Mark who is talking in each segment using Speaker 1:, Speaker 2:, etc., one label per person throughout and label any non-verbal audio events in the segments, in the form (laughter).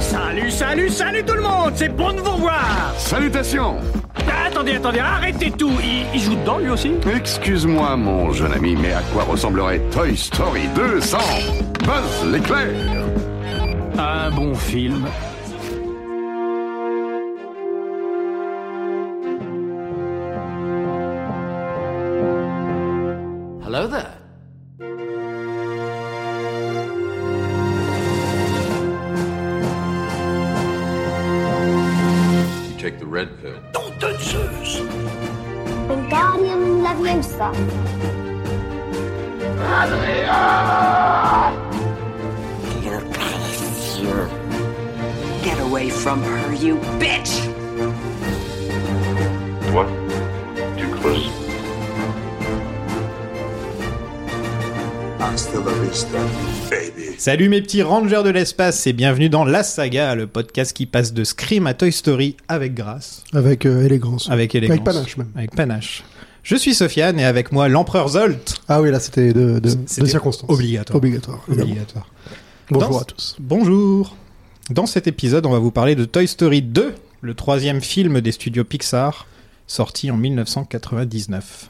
Speaker 1: Salut, salut, salut tout le monde C'est bon de vous voir
Speaker 2: Salutations
Speaker 1: Attendez, attendez, arrêtez tout Il, il joue dedans, lui aussi
Speaker 2: Excuse-moi, mon jeune ami, mais à quoi ressemblerait Toy Story 200 Buzz l'éclair
Speaker 1: Un bon film.
Speaker 3: Hello there.
Speaker 4: You take the red pill.
Speaker 5: Wingardium Leviosa.
Speaker 6: Peter Palliser. Get away from her, you bitch!
Speaker 4: Toi, tu creuses.
Speaker 7: Salut mes petits rangers de l'espace et bienvenue dans La Saga, le podcast qui passe de Scream à Toy Story avec grâce,
Speaker 8: Avec euh, élégance.
Speaker 7: avec élégance.
Speaker 8: Avec panache même.
Speaker 7: Avec panache. Je suis Sofiane et avec moi l'empereur Zolt.
Speaker 8: Ah oui, là c'était de, de,
Speaker 7: C'était
Speaker 8: de circonstance.
Speaker 7: Obligatoire.
Speaker 8: Obligatoire. évidemment.
Speaker 7: Obligatoire.
Speaker 8: Bonjour
Speaker 7: Dans-
Speaker 8: à tous.
Speaker 7: Bonjour. Dans cet épisode, on va vous parler de Toy Story 2, le troisième film des studios Pixar, sorti en 1999.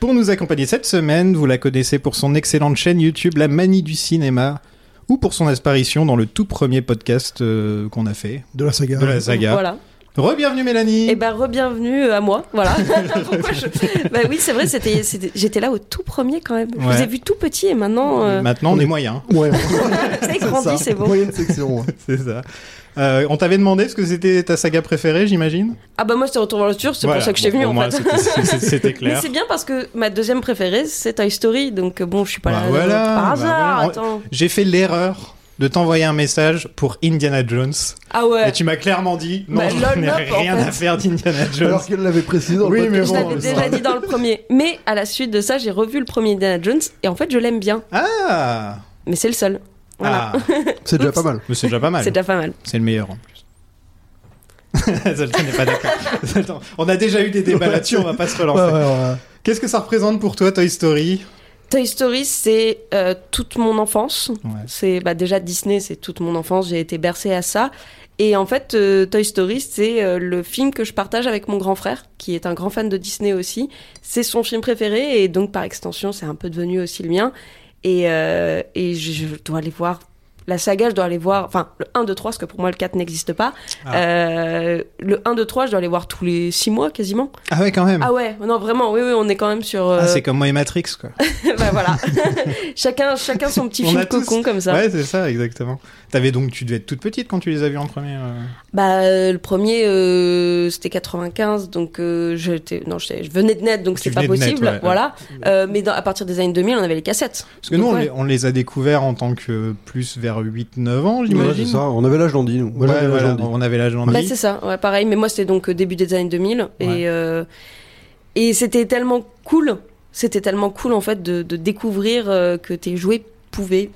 Speaker 7: Pour nous accompagner cette semaine, vous la connaissez pour son excellente chaîne YouTube La Manie du Cinéma, ou pour son apparition dans le tout premier podcast euh, qu'on a fait
Speaker 8: De la saga.
Speaker 7: de la saga.
Speaker 9: Voilà.
Speaker 7: Rebienvenue Mélanie.
Speaker 9: Et ben re-bienvenue à moi.
Speaker 7: (laughs)
Speaker 9: Voilà. Pourquoi je- Bah oui, c'est vrai, c'était, c'était- j'étais là au tout premier quand même. Je
Speaker 7: Ouais.
Speaker 9: vous ai vu tout petit et maintenant, euh,
Speaker 7: Maintenant, on est moyen.
Speaker 8: Ouais.
Speaker 9: (laughs) c'est grandi,
Speaker 8: ça.
Speaker 9: c'est bon.
Speaker 8: Moyenne section. ouais.
Speaker 7: C'est ça. Euh, on t'avait demandé ce que c'était ta saga préférée, j'imagine
Speaker 9: Ah bah moi, je te retourne vers le futur, c'est
Speaker 7: Voilà.
Speaker 9: pour ça que je t'ai
Speaker 7: Bon,
Speaker 9: venu
Speaker 7: au
Speaker 9: en
Speaker 7: moins,
Speaker 9: fait. (laughs)
Speaker 7: c'était- c'était- C'était
Speaker 9: Mais
Speaker 7: clair.
Speaker 9: c'est bien parce que ma deuxième préférée, c'est Toy Story, donc euh, bon, je suis pas
Speaker 7: Bah
Speaker 9: là euh,
Speaker 7: voilà, bah
Speaker 9: par hasard.
Speaker 7: voilà.
Speaker 9: Attends.
Speaker 7: J'ai fait l'erreur de t'envoyer un message pour Indiana Jones.
Speaker 9: Ah ouais.
Speaker 7: Et tu m'as clairement dit non,
Speaker 9: Bah,
Speaker 7: je
Speaker 9: lol,
Speaker 7: n'ai
Speaker 9: nope, en
Speaker 7: rien
Speaker 9: fait.
Speaker 7: à faire d'Indiana Jones. (laughs)
Speaker 8: Alors qu'elle l'avait précisé dans
Speaker 7: Oui,
Speaker 8: le
Speaker 7: mais
Speaker 9: Je
Speaker 8: podcast.
Speaker 7: bon,
Speaker 9: l'avais déjà dit dans le premier. Mais à la suite de ça, j'ai revu le premier Indiana Jones et en fait, je l'aime bien.
Speaker 7: Ah,
Speaker 9: Mais c'est le seul. Voilà.
Speaker 7: Ah.
Speaker 8: C'est
Speaker 9: (laughs)
Speaker 8: déjà pas mal.
Speaker 7: Mais c'est déjà pas mal.
Speaker 9: C'est déjà pas mal.
Speaker 7: C'est le meilleur en plus. (laughs) Zoltan n'est pas d'accord. Zoltan, on a déjà eu des débats là-dessus, on va pas se relancer.
Speaker 8: Ouais, ouais, ouais.
Speaker 7: Qu'est-ce que ça représente pour toi, Toy Story
Speaker 9: Toy Story, c'est euh, toute mon enfance.
Speaker 7: Ouais.
Speaker 9: C'est bah, déjà Disney, c'est toute mon enfance. J'ai été bercée à ça. Et en fait, euh, Toy Story, c'est euh, le film que je partage avec mon grand frère, qui est un grand fan de Disney aussi. C'est son film préféré et donc par extension, c'est un peu devenu aussi le mien. Et, euh, et je, je dois aller voir la saga, je dois aller voir, enfin le 1, 2, 3, parce que pour moi le 4 n'existe pas.
Speaker 7: Ah.
Speaker 9: Euh, le 1, 2, 3, je dois aller voir tous les 6 mois quasiment.
Speaker 7: Ah ouais, quand même.
Speaker 9: Ah ouais, non vraiment, oui, oui, on est quand même sur...
Speaker 7: Ah,
Speaker 9: euh,
Speaker 7: c'est comme moi et Matrix, quoi.
Speaker 9: (laughs) bah voilà. chacun, chacun son petit
Speaker 7: On
Speaker 9: film
Speaker 7: a tous-
Speaker 9: cocon comme ça.
Speaker 7: Ouais, c'est ça, exactement. T'avais donc, tu devais être toute petite quand tu les as vus en premier. euh.
Speaker 9: Bah euh, le premier euh, c'était 95 donc euh, j'étais non j'étais- je venais de net donc
Speaker 7: Tu
Speaker 9: c'est pas
Speaker 7: venais de net,
Speaker 9: possible
Speaker 7: ouais.
Speaker 9: voilà. Euh, mais dans- à partir des années 2000 on avait les cassettes.
Speaker 7: Parce que nous,
Speaker 9: Donc,
Speaker 7: on,
Speaker 9: ouais.
Speaker 7: les, on les a découverts en tant que plus vers 8-9 ans,
Speaker 8: Ouais, c'est
Speaker 7: j'imagine.
Speaker 8: ça. On avait l'âge d'Andy, nous. Moi,
Speaker 7: Ouais,
Speaker 8: j'avais l'âge
Speaker 7: voilà,
Speaker 8: d'Andy.
Speaker 7: on avait l'âge d'Andy.
Speaker 9: Bah, c'est ça, ouais, pareil. Mais moi, c'était donc euh, début des années 2000.
Speaker 7: Ouais.
Speaker 9: Et, euh, et c'était tellement cool. C'était tellement cool, en fait, de, de découvrir euh, que tes jouets pouvaient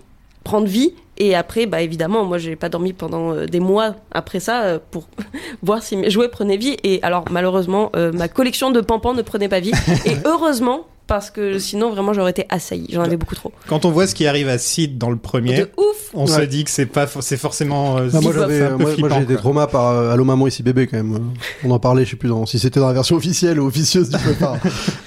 Speaker 9: prendre vie. Et après, bah, évidemment, moi, j'ai pas dormi pendant euh, des mois après ça euh, pour (laughs) voir si mes jouets prenaient vie. Et alors, malheureusement, euh, ma collection de pampans ne prenait pas vie.
Speaker 7: (laughs)
Speaker 9: Et heureusement, parce que sinon, vraiment, j'aurais été assaillie. J'en avais beaucoup trop.
Speaker 7: Quand on voit ce qui arrive à Sid dans le premier,
Speaker 9: De ouf!
Speaker 7: Bah, on se
Speaker 8: Ouais.
Speaker 7: dit que c'est pas, for- c'est forcément. euh,
Speaker 8: Ah, moi
Speaker 7: c'est
Speaker 8: j'avais,
Speaker 7: un peu
Speaker 8: moi, moi,
Speaker 7: flippant,
Speaker 8: j'ai des
Speaker 7: quoi.
Speaker 8: traumas par euh, Allô maman ici bébé quand même. Euh, On en parlait, je sais plus dans- si c'était dans la version officielle ou officieuse, je sais
Speaker 7: (laughs)
Speaker 8: pas.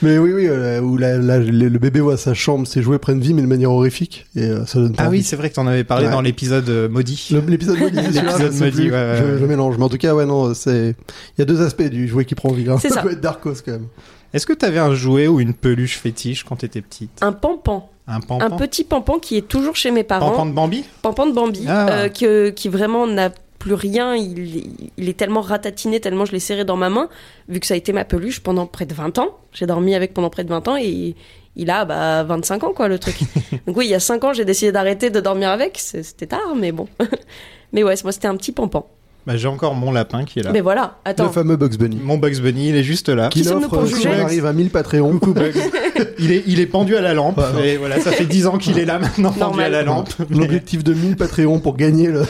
Speaker 8: mais oui oui, euh, où la- la- le, le bébé voit sa chambre, ses jouets prennent vie mais de manière horrifique et euh, ça donne pas
Speaker 7: Ah
Speaker 8: envie.
Speaker 7: oui, c'est vrai que t'en avais parlé
Speaker 8: Ouais.
Speaker 7: dans l'épisode euh, maudit.
Speaker 8: Le-
Speaker 7: (laughs)
Speaker 8: L'épisode maudit, c'est celui-là,
Speaker 7: L'épisode
Speaker 8: je sais
Speaker 7: maudit,
Speaker 8: plus.
Speaker 7: ouais, ouais,
Speaker 8: Je-
Speaker 7: ouais.
Speaker 8: Je, mélange. Mais en tout cas, ouais, non, c'est. Il y a deux aspects du jouet qui prend vie. hein.
Speaker 9: C'est
Speaker 8: ça
Speaker 9: ça.
Speaker 8: peut être Darkos quand même.
Speaker 7: Est-ce que t'avais un jouet ou une peluche fétiche quand t'étais petite
Speaker 9: Un pampan.
Speaker 7: Un pampan
Speaker 9: Un petit pampan qui est toujours chez mes parents.
Speaker 7: Pampan de Bambi
Speaker 9: Pampan de Bambi,
Speaker 7: Ah.
Speaker 9: euh, que- qui vraiment n'a plus rien. Il, il est tellement ratatiné, tellement je l'ai serré dans ma main, vu que ça a été ma peluche pendant près de 20 ans. J'ai dormi avec pendant près de 20 ans et il a bah, 25 ans, quoi, le truc. Donc oui, il y a 5 ans, j'ai décidé d'arrêter de dormir avec. C'est- C'était tard, mais bon. (laughs) mais ouais, moi, c'était un petit pampan.
Speaker 7: Bah, J'ai encore mon lapin qui est là.
Speaker 9: Mais voilà,
Speaker 8: Le
Speaker 9: attends.
Speaker 8: fameux Bugs Bunny.
Speaker 7: Mon Bugs Bunny, il est juste là.
Speaker 9: Qui sommes-nous pour
Speaker 8: euh,
Speaker 9: juger
Speaker 8: si on arrive à 1000 Patreons.
Speaker 7: Il est, il est pendu à la lampe.
Speaker 8: Ouais.
Speaker 7: et voilà, ça fait 10 ans qu'il est là maintenant, pendu
Speaker 9: Normal.
Speaker 7: à la
Speaker 8: (laughs)
Speaker 7: lampe. Mais-
Speaker 8: L'objectif de 1000 Patreons pour gagner
Speaker 9: (laughs)
Speaker 8: le.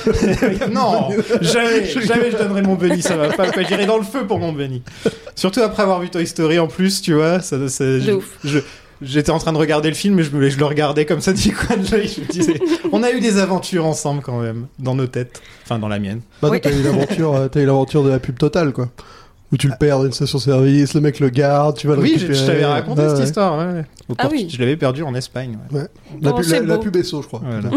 Speaker 7: non, jamais, jamais je donnerai mon Benny, ça va pas. pas, J'irai dans le feu pour mon Benny. Surtout après avoir vu Toy Story en plus, tu vois. Ça, ça- je,
Speaker 9: ouf.
Speaker 7: je- J'étais en train de regarder le film et je, me- je le regardais comme ça (laughs) du coin de l'œil. Je me disais, on a eu des aventures ensemble quand même, dans nos têtes. Enfin, dans la mienne.
Speaker 8: Bah,
Speaker 9: Oui.
Speaker 8: t'as eu l'aventure, euh, t'as eu l'aventure de la pub totale, quoi. Où tu le perds dans une station-service, le mec le garde, tu vas le
Speaker 7: Ah. Oui, je,
Speaker 8: récupérer.
Speaker 7: je t'avais raconté
Speaker 8: euh, Ouais,
Speaker 7: cette
Speaker 8: ouais.
Speaker 7: histoire. ouais, ouais. Au
Speaker 9: Ah
Speaker 7: Portu-
Speaker 9: oui.
Speaker 7: Je l'avais perdu en Espagne. ouais.
Speaker 8: La,
Speaker 9: Oh,
Speaker 8: pub,
Speaker 9: c'est
Speaker 8: la, la
Speaker 9: beau.
Speaker 8: pub SO, je crois.
Speaker 7: Voilà.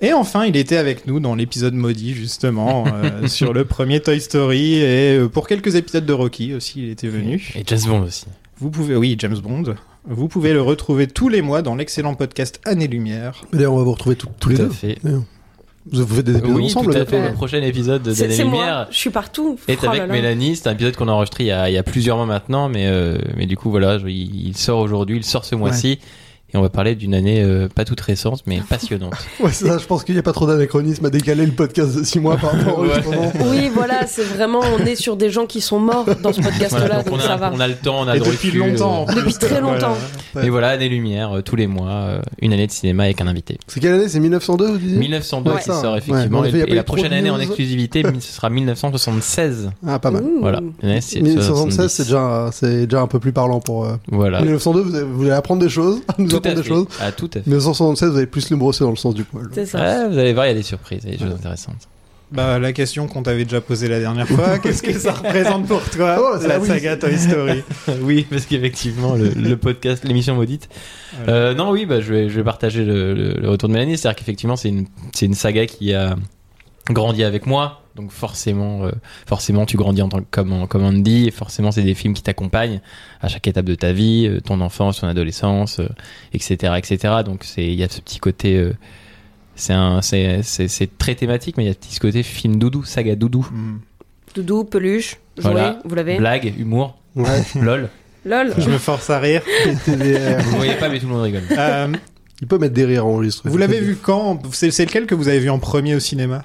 Speaker 7: Et enfin, il était avec nous dans l'épisode maudit, justement, euh, sur le premier Toy Story et euh, pour quelques épisodes de Rocky aussi, il était venu.
Speaker 3: Et James Bond aussi.
Speaker 7: Vous pouvez, oui, James Bond. Vous pouvez le retrouver tous les mois dans l'excellent podcast Année Lumière.
Speaker 8: Mais D'ailleurs, on va vous retrouver tout- tous les
Speaker 3: Tout à
Speaker 8: deux.
Speaker 3: fait.
Speaker 8: Vous vous faites des épisodes
Speaker 3: Oui,
Speaker 8: ensemble,
Speaker 3: tout à
Speaker 8: là,
Speaker 3: fait.
Speaker 8: bientôt.
Speaker 3: Le prochain épisode de
Speaker 9: C'est
Speaker 3: D'Année
Speaker 9: c'est moi,
Speaker 3: Lumière
Speaker 9: je suis partout.
Speaker 3: est
Speaker 9: Oh
Speaker 3: avec
Speaker 9: là là.
Speaker 3: Mélanie. C'est un épisode qu'on a enregistré il y, a, il y a plusieurs mois maintenant, mais, euh, mais du coup, voilà, je- il, il sort aujourd'hui, il sort ce mois-ci. Et on va parler d'une année euh, pas toute récente,
Speaker 9: Ah.
Speaker 3: mais passionnante.
Speaker 8: Ouais, c'est ça, je pense qu'il n'y a pas trop d'anachronisme à décaler le podcast de 6 mois par rapport au
Speaker 3: Ouais.
Speaker 8: enregistrement.
Speaker 9: Oui, voilà, c'est vraiment, on est sur des gens qui sont morts dans ce podcast-là,
Speaker 3: (laughs) Voilà, donc
Speaker 9: donc
Speaker 3: on,
Speaker 9: ça
Speaker 3: a,
Speaker 9: va.
Speaker 3: on a le temps, on a
Speaker 7: et
Speaker 3: le
Speaker 7: depuis
Speaker 3: recul,
Speaker 7: longtemps. en plus.
Speaker 9: Depuis très longtemps.
Speaker 3: euh, Et voilà, Année Lumière, euh, tous les mois, euh, une année de cinéma avec un invité.
Speaker 8: C'est quelle année C'est 1902, vous disiez
Speaker 3: 1902
Speaker 8: Ouais.
Speaker 3: qui
Speaker 8: Ça,
Speaker 3: sort
Speaker 8: ouais.
Speaker 3: effectivement.
Speaker 8: Ouais,
Speaker 3: et
Speaker 8: mais il y a pas
Speaker 3: et
Speaker 8: eu
Speaker 3: la
Speaker 8: trop
Speaker 3: prochaine
Speaker 8: de
Speaker 3: année en
Speaker 8: news.
Speaker 3: exclusivité, ce sera 1976.
Speaker 8: Ah, pas mal.
Speaker 9: Ouh.
Speaker 3: Voilà. Une année, c'est
Speaker 8: 1976,
Speaker 3: 70.
Speaker 8: c'est déjà, c'est déjà un peu plus parlant pour. euh,
Speaker 3: Voilà.
Speaker 8: 1902, vous, avez- vous voulez apprendre des choses, (laughs) nous
Speaker 3: Ah Tout à
Speaker 8: apprendre des
Speaker 3: fait.
Speaker 8: choses.
Speaker 3: Ah, tout à fait.
Speaker 8: 1976, vous allez plus le brosser dans le sens du poil.
Speaker 9: C'est ça.
Speaker 3: Ah, vous allez voir, il y a des surprises, il y a des choses intéressantes.
Speaker 7: Bah, la question qu'on t'avait déjà posée la dernière fois, qu'est-ce que ça représente pour toi,
Speaker 8: Oh, ça,
Speaker 7: la
Speaker 8: oui.
Speaker 7: saga Toy Story
Speaker 3: (laughs) oui, parce qu'effectivement, le, le podcast, l'émission maudite.
Speaker 7: Voilà.
Speaker 3: Euh, non, oui, bah, je, vais, je vais partager le, le- le retour de Mélanie. C'est-à-dire qu'effectivement, c'est une, c'est une saga qui a grandi avec moi. Donc forcément, euh, forcément, tu grandis en tant que comme, comme Andy. Et forcément, c'est des films qui t'accompagnent à chaque étape de ta vie, euh, ton enfance, ton adolescence, euh, etc., etc. Donc c'est, il y a ce petit côté. euh, c'est un, c'est, c'est, c'est très thématique, mais il y a ce petit côté film doudou, saga doudou.
Speaker 7: Hmm.
Speaker 9: Doudou, peluche, jouet,
Speaker 3: Voilà.
Speaker 9: vous l'avez.
Speaker 3: Blague, humour,
Speaker 8: Ouais.
Speaker 3: (laughs) lol.
Speaker 9: LOL.
Speaker 7: Je me force à rire.
Speaker 3: Vous ne voyez pas, mais tout le monde rigole.
Speaker 7: Euh,
Speaker 8: euh, Il peut mettre des rires enregistrés.
Speaker 7: vous l'avez vu quand C'est c'est lequel que vous avez vu en premier au cinéma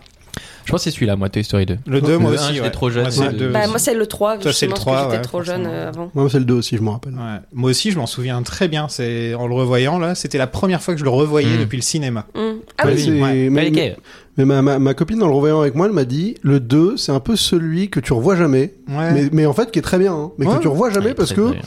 Speaker 3: Je pense que c'est celui-là, moi, Toy Story 2.
Speaker 7: Le 2, moi
Speaker 3: Le un,
Speaker 7: aussi.
Speaker 3: j'étais
Speaker 7: ouais.
Speaker 3: trop jeune,
Speaker 7: Moi, c'est
Speaker 3: et
Speaker 7: le
Speaker 3: le-
Speaker 7: deux
Speaker 9: Bah,
Speaker 7: aussi.
Speaker 9: moi, c'est le 3,
Speaker 7: Toi, c'est le
Speaker 9: justement, parce que
Speaker 7: 3,
Speaker 9: j'étais
Speaker 7: ouais,
Speaker 9: trop jeune
Speaker 7: forcément.
Speaker 9: euh, avant.
Speaker 8: Moi, c'est le 2 aussi, je me rappelle.
Speaker 7: Ouais. Moi aussi, je m'en souviens très bien. C'est en le revoyant là, c'était la première fois que je le revoyais
Speaker 3: Mm.
Speaker 7: depuis le cinéma.
Speaker 9: Hum. Ah
Speaker 8: Ouais,
Speaker 9: oui,
Speaker 8: c'est-
Speaker 7: ouais.
Speaker 8: mais,
Speaker 3: Mais
Speaker 8: mais-
Speaker 3: lesquels
Speaker 8: mais ma, ma, ma copine, en le revoyant avec moi, elle m'a dit le 2, c'est un peu celui que tu revois jamais,
Speaker 7: Ouais.
Speaker 8: mais, mais en fait qui est très bien, hein, mais
Speaker 7: Ouais.
Speaker 8: que tu revois jamais
Speaker 3: Ouais,
Speaker 8: parce
Speaker 3: très,
Speaker 8: que
Speaker 3: très bien.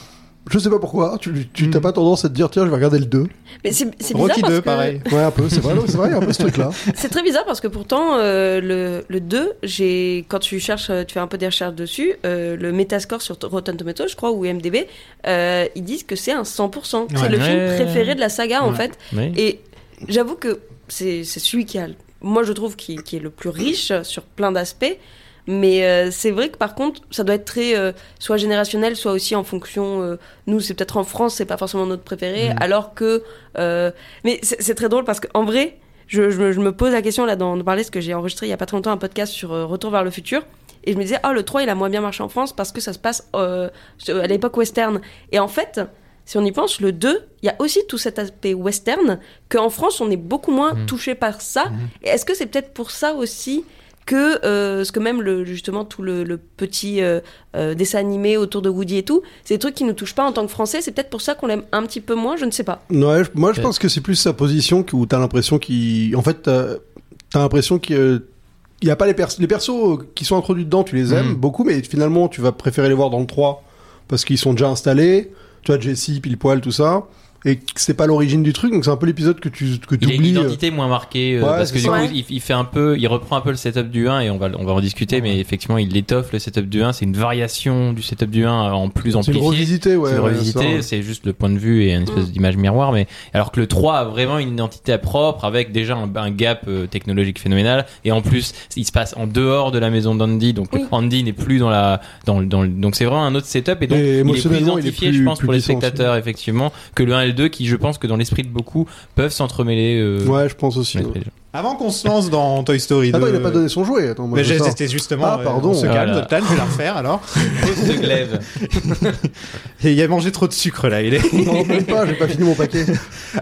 Speaker 8: je sais pas pourquoi, tu tu-
Speaker 7: Mm.
Speaker 3: Hmm.
Speaker 8: t'as pas tendance à te dire tiens, je vais regarder le 2.
Speaker 9: mais c'est c'est bizarre
Speaker 7: Rocky
Speaker 9: parce
Speaker 7: 2,
Speaker 9: que-
Speaker 7: pareil.
Speaker 8: Ouais, un peu, c'est vrai, non, c'est vrai, il y a un peu ce truc-là.
Speaker 9: (laughs) C'est très bizarre parce que pourtant, euh, le, le 2, j'ai, quand tu cherches, euh, tu fais un peu des recherches dessus, euh, le Metascore sur Rotten Tomatoes, je crois, ou MDB, euh, ils disent que c'est un 100%.
Speaker 7: Ouais.
Speaker 9: C'est le
Speaker 3: Ouais.
Speaker 9: film préféré de la saga, en
Speaker 7: Ouais.
Speaker 9: fait.
Speaker 3: Oui.
Speaker 9: Et j'avoue que c'est c'est celui qui a, moi je trouve, qui, qui est le plus riche sur plein d'aspects. Mais euh, c'est vrai que par contre, ça doit être très euh, soit générationnel, soit aussi en fonction. euh, nous, c'est peut-être en France, c'est pas forcément notre préféré, alors que. euh, mais c'est c'est très drôle parce qu'en vrai, je, je me- je me pose la question là d'en d'en parler parce que j'ai enregistré il y a pas très longtemps un podcast sur euh, Retour vers le futur. Et je me disais, ah, le 3, il a moins bien marché en France parce que ça se passe euh, à l'époque western. Et en fait, si on y pense, le 2, il y a aussi tout cet aspect western qu'en France, on est beaucoup moins
Speaker 3: Mhm.
Speaker 9: touché par ça. Et est-ce que c'est peut-être pour ça aussi que euh, ce que même le, justement tout le, le petit euh, euh, dessin animé autour de Woody et tout, c'est des trucs qui nous touchent pas en tant que Français. C'est peut-être pour ça qu'on l'aime un petit peu moins. Je ne sais pas.
Speaker 8: Ouais, je- moi je
Speaker 3: Ouais.
Speaker 8: pense que c'est plus sa position que- où t'as l'impression qu'il. En fait, t'as t'as l'impression qu'il. euh, Il y a pas les, pers- les persos qui sont introduits dedans, tu les aimes
Speaker 3: Mhm.
Speaker 8: beaucoup, mais finalement tu vas préférer les voir dans le 3 parce qu'ils sont déjà installés. Tu vois, Jesse, pile poil, tout ça. Et que c'est pas l'origine du truc, donc c'est un peu l'épisode que tu que
Speaker 3: Il a une
Speaker 8: oublies.
Speaker 3: identité moins marquée euh,
Speaker 8: Ouais,
Speaker 3: parce que
Speaker 8: c'est
Speaker 3: du coup,
Speaker 9: ça.
Speaker 3: il, il fait un peu, il reprend un peu le setup du 1 et on va, on va en discuter, mais effectivement, il étoffe le setup du 1. C'est une variation du setup du 1 en plus
Speaker 8: C'est une
Speaker 3: amplifiée.
Speaker 8: revisité, ouais.
Speaker 3: C'est
Speaker 8: ouais,
Speaker 3: revisité,
Speaker 8: ça.
Speaker 3: c'est juste le point de vue et une espèce
Speaker 9: Mm.
Speaker 3: d'image miroir, mais alors que le 3 a vraiment une identité propre avec déjà un, un gap euh, technologique phénoménal et en plus il se passe en dehors de la maison d'Andy, donc
Speaker 9: Oui.
Speaker 3: Andy n'est plus dans la dans, le- dans le- donc c'est vraiment un autre setup et donc
Speaker 8: Et
Speaker 3: il est plus
Speaker 8: émotionnellement, il est
Speaker 3: identifié
Speaker 8: plus-
Speaker 3: je pense
Speaker 8: plus
Speaker 3: pour les
Speaker 8: puissant aussi.
Speaker 3: spectateurs effectivement que le 1 et le 2 qui je pense que dans l'esprit de beaucoup peuvent s'entremêler. euh,
Speaker 8: Ouais, je pense aussi.
Speaker 3: dans
Speaker 8: ouais.
Speaker 3: l'esprit des gens.
Speaker 7: Avant qu'on se lance dans Toy Story 2.
Speaker 8: Attends, Ah il a pas donné son jouet. Attends, moi,
Speaker 7: Mais
Speaker 8: je
Speaker 7: j'ai-
Speaker 8: sors.
Speaker 7: c'était justement.
Speaker 8: Ah,
Speaker 7: euh,
Speaker 8: pardon.
Speaker 7: On se calme,
Speaker 3: Voilà.
Speaker 7: Dotlan, je vais la refaire alors.
Speaker 3: Pause (laughs) de glaive.
Speaker 7: Et il a mangé trop de sucre là. Il est... (laughs)
Speaker 8: Non, même pas, j'ai pas fini mon paquet.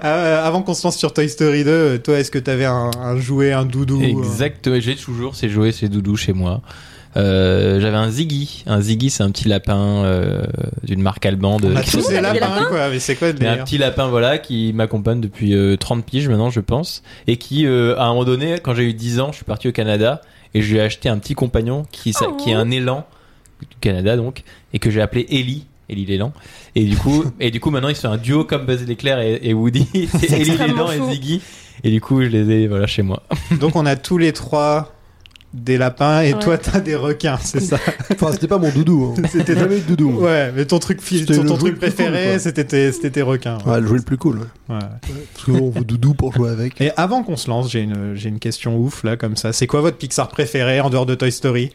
Speaker 7: Euh, avant qu'on se lance sur Toy Story 2, euh, toi, est-ce que t'avais un, un jouet, un doudou euh,
Speaker 3: Exact, ouais, j'ai toujours ces jouets, ces doudous chez moi. Euh, j'avais un Ziggy. Un Ziggy, c'est un petit lapin euh, d'une marque allemande.
Speaker 7: On a
Speaker 3: Qui
Speaker 7: tous
Speaker 3: s'appelle-
Speaker 7: des
Speaker 9: avait des
Speaker 7: lapins, quoi. Mais c'est quoi le
Speaker 3: Mais un
Speaker 7: délire
Speaker 3: petit lapin voilà qui m'accompagne depuis euh, 30 piges maintenant je pense et qui euh, à un moment donné quand j'ai eu 10 ans je suis parti au Canada et je lui ai acheté un petit compagnon qui, s'a-
Speaker 9: Oh.
Speaker 3: qui est un élan du Canada donc et que j'ai appelé Ellie Ellie Léland. Et du
Speaker 7: (laughs)
Speaker 3: coup, et du coup, maintenant ils sont un duo comme Buzz l'éclair et, et
Speaker 9: (laughs)
Speaker 3: Woody. C'est Ellie
Speaker 9: extrêmement
Speaker 3: Léland
Speaker 9: chaud.
Speaker 3: et Ziggy. Et du coup, je les ai voilà chez moi.
Speaker 7: Donc on a tous les trois des lapins et
Speaker 9: Ouais.
Speaker 7: toi t'as des requins, c'est ça
Speaker 8: (laughs) Enfin, c'était pas mon doudou. hein.
Speaker 7: C'était
Speaker 8: Jamais eu de doudou. hein.
Speaker 7: Ouais, mais ton truc, fi-
Speaker 8: C'était
Speaker 7: ton,
Speaker 8: le
Speaker 7: ton
Speaker 8: jeu
Speaker 7: truc
Speaker 8: le plus cool,
Speaker 7: préféré,
Speaker 8: quoi.
Speaker 7: c'était tes, c'était tes requins.
Speaker 8: Ouais, le jeu le plus cool. ouais.
Speaker 7: ouais. Ouais.
Speaker 8: Parce que bon, on veut doudou pour jouer avec.
Speaker 7: Et avant qu'on se lance, j'ai une, j'ai une question ouf là, comme ça. C'est quoi votre Pixar préféré en dehors de Toy Story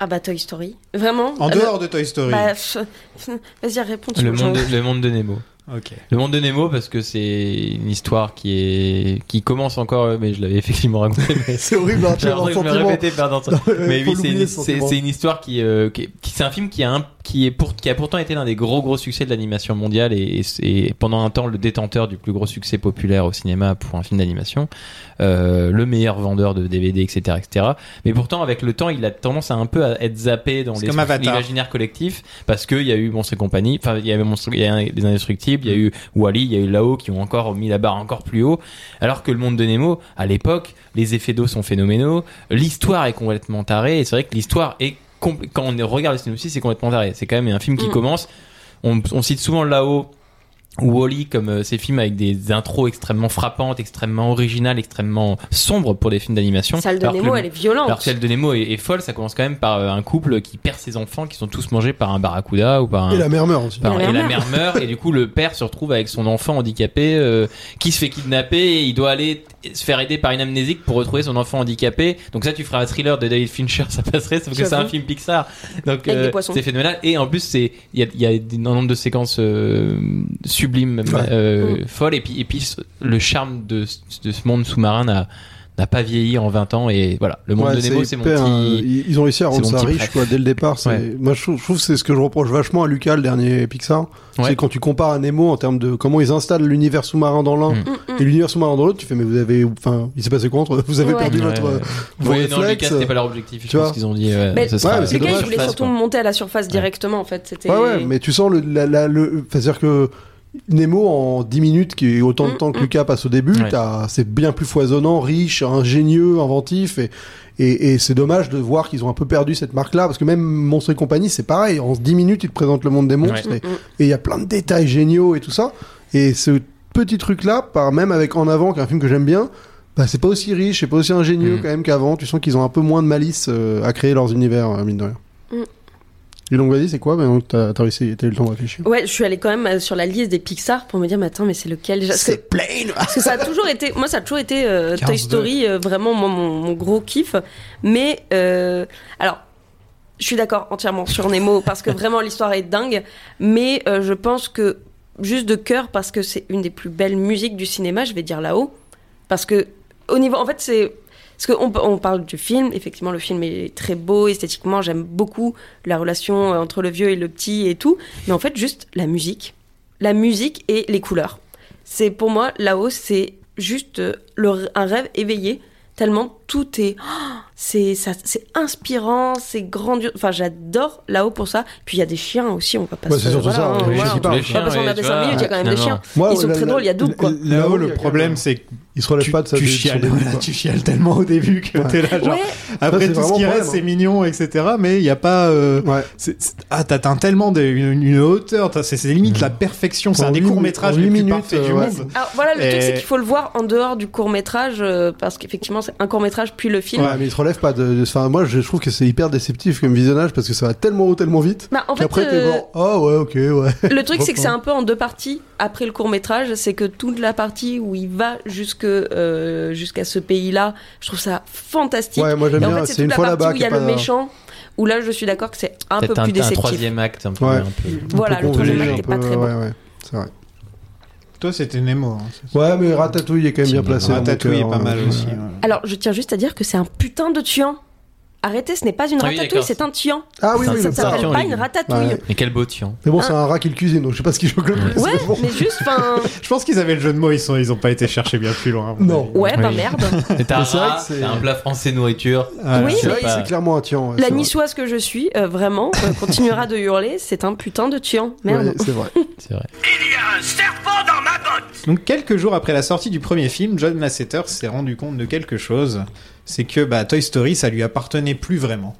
Speaker 9: Ah bah Toy Story. Vraiment
Speaker 7: En
Speaker 9: Ah,
Speaker 7: dehors de Toy Story.
Speaker 9: bah, pff, pff, (laughs) Vas-y, réponds. tu
Speaker 3: Le
Speaker 9: vois, j'en-
Speaker 3: monde, de- le monde de Nemo.
Speaker 7: Ok.
Speaker 3: Le monde de Nemo parce que c'est une histoire qui est qui commence encore, euh, mais je l'avais effectivement
Speaker 8: (laughs)
Speaker 3: raconté. mais-
Speaker 8: C'est horrible, hein, tu
Speaker 3: J'ai
Speaker 8: vois, un
Speaker 3: l'impression que je me
Speaker 8: sentiment.
Speaker 3: répétais, pardon.
Speaker 8: Non, mais
Speaker 3: mais
Speaker 8: faut
Speaker 3: oui, c'est une,
Speaker 8: l'oublier, ce
Speaker 3: c'est-
Speaker 8: sentiment.
Speaker 3: c'est une histoire qui, euh, qui, qui- c'est un film qui a un, qui est pour, qui a pourtant été l'un des gros gros succès de l'animation mondiale et, et- et pendant un temps le détenteur du plus gros succès populaire au cinéma pour un film d'animation, euh, le meilleur vendeur de DVD, etc., etc. Mais pourtant, avec le temps, il a tendance à un peu à être zappé dans
Speaker 7: C'est
Speaker 3: les-
Speaker 7: comme Avatar.
Speaker 3: l'imaginaire collectif parce que il y a eu Monstres et compagnie, enfin il y avait Monstres, il y a eu les Indestructibles, il y a eu Wally, il y a eu Lao qui ont encore mis la barre encore plus haut. Alors que le monde de Nemo, à l'époque, les effets d'eau sont phénoménaux, l'histoire est complètement tarée, et c'est vrai que l'histoire est compl- quand on regarde le synopsis, c'est complètement taré. C'est quand même un film qui
Speaker 9: Mm.
Speaker 3: commence. On, on cite souvent Lao ou Wally comme euh, ces films avec des intros extrêmement frappantes, extrêmement originales, extrêmement sombres pour des films d'animation.
Speaker 9: Salle de
Speaker 3: Alors que
Speaker 9: Nemo,
Speaker 3: le-
Speaker 9: elle est violente.
Speaker 3: alors celle de Nemo est, est folle, ça commence quand même par euh, un couple qui perd ses enfants qui sont tous mangés par un barracuda ou par un...
Speaker 8: Et la mère meurt aussi.
Speaker 3: par-
Speaker 9: Et la
Speaker 3: et la mère
Speaker 9: mère.
Speaker 3: meurt et du coup le père se retrouve avec son enfant handicapé euh, qui se fait kidnapper et il doit aller t- se faire aider par une amnésique pour retrouver son enfant handicapé donc ça tu feras un thriller de David Fincher (laughs) ça passerait sauf que c'est
Speaker 9: J'avoue.
Speaker 3: un film Pixar donc euh,
Speaker 9: Avec des poissons.
Speaker 3: c'est phénoménal et en plus c'est il y a, il y a des- un nombre de séquences euh, sublimes euh,
Speaker 9: Mm.
Speaker 3: folles et puis et puis le charme de, de ce monde sous-marin n'a n'a pas vieilli en 20 ans et voilà le monde
Speaker 8: Ouais,
Speaker 3: de Nemo c'est mon
Speaker 8: hyper,
Speaker 3: petit
Speaker 8: euh, ils ils ont réussi à
Speaker 3: c'est
Speaker 8: rendre
Speaker 3: mon
Speaker 8: ça
Speaker 3: petit
Speaker 8: riche
Speaker 3: préf.
Speaker 8: quoi, dès le départ. c'est-
Speaker 3: Ouais.
Speaker 8: Moi, je trouve, je trouve que c'est ce que je reproche vachement à Lucas, le dernier Pixar.
Speaker 3: Ouais.
Speaker 8: C'est quand tu compares à Nemo en termes de comment ils installent l'univers sous-marin dans l'un
Speaker 3: Mm.
Speaker 9: Mm, mm.
Speaker 8: et l'univers sous-marin dans l'autre, tu fais mais vous avez, enfin, il s'est passé quoi entre vous avez
Speaker 9: Ouais.
Speaker 8: perdu
Speaker 3: Ouais.
Speaker 8: votre, euh, vos
Speaker 3: Oui, non, Lucas,
Speaker 8: réflexes.
Speaker 3: c'était pas leur objectif. Je
Speaker 8: tu
Speaker 3: pense
Speaker 8: vois.
Speaker 3: qu'ils ont dit. Ouais,
Speaker 9: Mais-
Speaker 3: ce sera
Speaker 8: Ouais, mais c'est
Speaker 9: Lucas,
Speaker 8: dommage,
Speaker 9: il voulait
Speaker 3: surface,
Speaker 9: surtout
Speaker 3: quoi.
Speaker 9: monter à la surface directement, en fait. C'était.
Speaker 8: Ouais, ouais, mais tu sens le, la, la- le, enfin, c'est-à-dire que Nemo en 10 minutes, qui est autant de
Speaker 9: Mm,
Speaker 8: temps que
Speaker 9: mm.
Speaker 8: Lucas passe au début,
Speaker 3: Ouais.
Speaker 8: t'as- c'est bien plus foisonnant, riche, ingénieux, inventif, et, et, et c'est dommage de voir qu'ils ont un peu perdu cette marque-là, parce que même Monstres et compagnie, c'est pareil, en 10 minutes, ils te présentent le monde des monstres,
Speaker 9: Mm,
Speaker 8: et-
Speaker 9: mm.
Speaker 8: et il y a plein de détails géniaux et tout ça, et ce petit truc-là, par même avec En Avant, qui est un film que j'aime bien, bah, c'est pas aussi riche, c'est pas aussi ingénieux
Speaker 3: Mm.
Speaker 8: quand même qu'avant, tu sens qu'ils ont un peu moins de malice euh, à créer leurs univers, euh, mine de rien.
Speaker 9: Mm.
Speaker 8: Et donc vas-y, c'est quoi maintenant que t'as t'as réussi, t'as eu le temps de réfléchir
Speaker 9: Ouais, je suis allée quand même euh, sur la liste des Pixar pour me dire, mais attends, mais c'est lequel déjà Parce que-
Speaker 8: plein
Speaker 9: Parce que ça a toujours été, moi ça a toujours été euh,
Speaker 7: 15-2.
Speaker 9: Toy Story, euh, vraiment moi, mon, mon gros kiff. Mais euh, alors, je suis d'accord entièrement sur Nemo parce que vraiment l'histoire est dingue. Mais euh, je pense que juste de cœur parce que c'est une des plus belles musiques du cinéma, je vais dire là-haut, parce que au niveau, en fait c'est parce qu'on on parle du film, effectivement le film est très beau esthétiquement, j'aime beaucoup la relation euh, entre le vieux et le petit et tout, mais en fait juste la musique, la musique et les couleurs. C'est pour moi là-haut, c'est juste euh, le- un rêve éveillé. Tellement tout est, oh, c'est ça, c'est inspirant, c'est grandiose. Enfin, j'adore là-haut pour ça. Puis il y a des chiens aussi, on va pas.
Speaker 8: Ouais,
Speaker 9: se-
Speaker 8: c'est surtout ça,
Speaker 9: hein,
Speaker 8: les chiens qui
Speaker 9: on
Speaker 8: parlent.
Speaker 9: va
Speaker 8: Les
Speaker 9: pas
Speaker 3: chiens,
Speaker 9: se regarder
Speaker 3: ouais, tu
Speaker 9: cinq
Speaker 3: vois,
Speaker 9: minutes. Il y a quand même des
Speaker 3: finalement.
Speaker 9: chiens. Ils sont très drôles, il y a double, quoi. Bah euh,
Speaker 7: Là-haut, le problème, c'est que
Speaker 8: il se relève
Speaker 7: tu,
Speaker 8: pas de sa
Speaker 7: tu
Speaker 8: de son
Speaker 7: chiales,
Speaker 8: début, (laughs)
Speaker 7: voilà,
Speaker 8: quoi.
Speaker 7: tu chiales tellement au début que
Speaker 8: Ouais.
Speaker 7: t'es là, genre.
Speaker 9: Ouais,
Speaker 8: Ça,
Speaker 7: Après,
Speaker 8: c'est
Speaker 7: tout ce
Speaker 8: vraiment
Speaker 7: qui
Speaker 8: le
Speaker 7: reste, c'est
Speaker 8: problème,
Speaker 7: mignon, etc. Mais il n'y a pas. euh,
Speaker 8: Ouais.
Speaker 7: c'est- c'est- Ah, t'atteins tellement de- une, une hauteur, t'as- c'est c'est limite la perfection. C'est
Speaker 8: En
Speaker 7: un des
Speaker 8: huit-
Speaker 7: courts-métrages
Speaker 8: en
Speaker 7: les
Speaker 8: huit
Speaker 7: plus
Speaker 8: minutes,
Speaker 7: parfaits du
Speaker 8: euh, ouais.
Speaker 7: monde.
Speaker 9: Alors Ah, voilà, le
Speaker 7: Et-
Speaker 9: truc c'est qu'il faut le voir en dehors du court métrage parce qu'effectivement c'est un court métrage puis le film.
Speaker 8: Ouais, mais il se relève pas de. de- Enfin, moi, je trouve que c'est hyper déceptif comme visionnage parce que ça va tellement haut, tellement vite.
Speaker 9: Bah, en fait,
Speaker 8: Après, t'es
Speaker 9: euh,
Speaker 8: genre, oh ouais, ok, ouais.
Speaker 9: le truc c'est que
Speaker 8: Reprends.
Speaker 9: c'est un peu en deux parties après le court métrage, c'est que toute la partie où il va jusque euh, jusqu'à ce pays-là, je trouve ça fantastique.
Speaker 8: Ouais, moi j'aime
Speaker 9: Et en
Speaker 8: bien.
Speaker 9: fait c'est
Speaker 8: c'est
Speaker 9: toute
Speaker 8: une
Speaker 9: la
Speaker 8: fois
Speaker 9: partie
Speaker 8: là-bas
Speaker 9: où il y a
Speaker 8: qu'il y
Speaker 9: le
Speaker 8: pas-
Speaker 9: méchant où là je suis d'accord que c'est un peu
Speaker 3: Peut-être un,
Speaker 9: plus
Speaker 3: un
Speaker 9: déceptif.
Speaker 3: troisième acte un peu.
Speaker 8: Ouais.
Speaker 3: un peu-
Speaker 9: Voilà, le
Speaker 8: peu
Speaker 9: troisième
Speaker 8: congelé,
Speaker 9: acte est
Speaker 8: un
Speaker 9: pas
Speaker 8: peu,
Speaker 9: très bon.
Speaker 8: ouais, ouais, c'est vrai.
Speaker 7: Toi, c'était Nemo. hein. Ah,
Speaker 8: Ouais, mais Ratatouille est quand même bien
Speaker 3: C'est
Speaker 8: placé.
Speaker 3: bien.
Speaker 8: dans mon
Speaker 7: Ratatouille est
Speaker 8: cœur,
Speaker 7: pas
Speaker 8: hein.
Speaker 7: mal
Speaker 8: Ouais.
Speaker 7: aussi. ouais.
Speaker 9: Alors je tiens juste à dire que c'est un putain de tuant. Arrêtez, ce n'est pas une
Speaker 3: Ah oui,
Speaker 9: ratatouille,
Speaker 3: d'accord.
Speaker 9: c'est un tuant.
Speaker 8: Ah oui,
Speaker 3: Ça-
Speaker 8: oui, le
Speaker 9: ça ne
Speaker 3: ça-
Speaker 8: parc.
Speaker 9: s'appelle
Speaker 3: tuant,
Speaker 9: pas
Speaker 3: les
Speaker 9: une
Speaker 3: gars.
Speaker 9: ratatouille.
Speaker 8: Ouais.
Speaker 3: Mais quel beau (laughs) tian.
Speaker 8: Mais bon, c'est un rat qui le cuisine, donc je sais pas ce qu'il joue le plus.
Speaker 9: Ouais,
Speaker 8: c'est (laughs) bon.
Speaker 9: mais juste, enfin.
Speaker 7: Je pense qu'ils avaient le jeu de mots, ils sont, ils ont pas été chercher bien plus loin. à mon
Speaker 8: Non.
Speaker 7: avis.
Speaker 9: Ouais, bah
Speaker 3: Oui.
Speaker 9: merde.
Speaker 3: Et T'as un,
Speaker 8: Mais c'est vrai
Speaker 3: rat,
Speaker 8: que c'est-
Speaker 3: t'as un plat français nourriture.
Speaker 7: Ah,
Speaker 9: Oui,
Speaker 8: C'est vrai
Speaker 9: mais-
Speaker 8: que c'est clairement un tian. ouais,
Speaker 9: La
Speaker 8: Ah, c'est vrai.
Speaker 9: niçoise que je suis, euh, vraiment, euh, continuera de hurler, (laughs) c'est un putain de tuant. Merde.
Speaker 8: Ouais, c'est vrai.
Speaker 3: C'est vrai.
Speaker 7: Donc quelques jours après la sortie du premier film, John Lasseter s'est rendu compte de quelque chose, c'est que bah, Toy Story ça lui appartenait plus vraiment.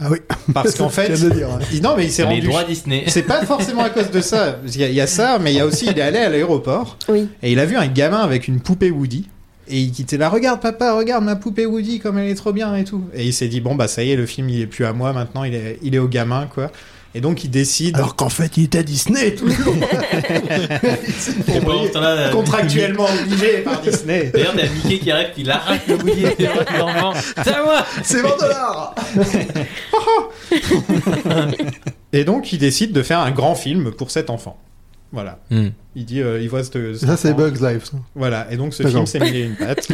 Speaker 8: Ah oui.
Speaker 7: Parce
Speaker 8: (laughs)
Speaker 7: qu'en fait,
Speaker 8: C'est le cas de le dire, ouais.
Speaker 7: il- non, mais il s'est
Speaker 3: les
Speaker 7: rendu.
Speaker 3: droits Disney.
Speaker 7: C'est pas forcément à cause de ça. Il y, a, il y a ça, mais il y a aussi, il est allé à l'aéroport
Speaker 9: Oui.
Speaker 7: et il a vu un gamin avec une poupée Woody. Et il était là, regarde papa, regarde ma poupée Woody, comme elle est trop bien et tout. Et il s'est dit, bon bah ça y est, le film il est plus à moi maintenant, il est, il est au gamin quoi. Et donc il décide,
Speaker 8: Alors qu'en fait, il était à Disney. tout le
Speaker 9: (laughs)
Speaker 8: temps.
Speaker 3: Et (laughs) pendant ce temps-là, euh, (laughs)
Speaker 7: contractuellement obligé par Disney.
Speaker 3: D'ailleurs, t'as Mickey qui arrive, qui l'arrache le (laughs) boulier des bras de l'enfant. C'est à moi
Speaker 8: C'est 20 dollars.
Speaker 7: Et donc il décide de faire un grand film pour cet enfant. Voilà.
Speaker 3: Hmm.
Speaker 7: Il dit, euh, il voit ce.
Speaker 8: Ça, c'est Bugs Life. ça.
Speaker 7: Voilà, et donc ce film,
Speaker 8: D'accord.
Speaker 7: c'est Mille et une
Speaker 8: (laughs)
Speaker 7: pattes.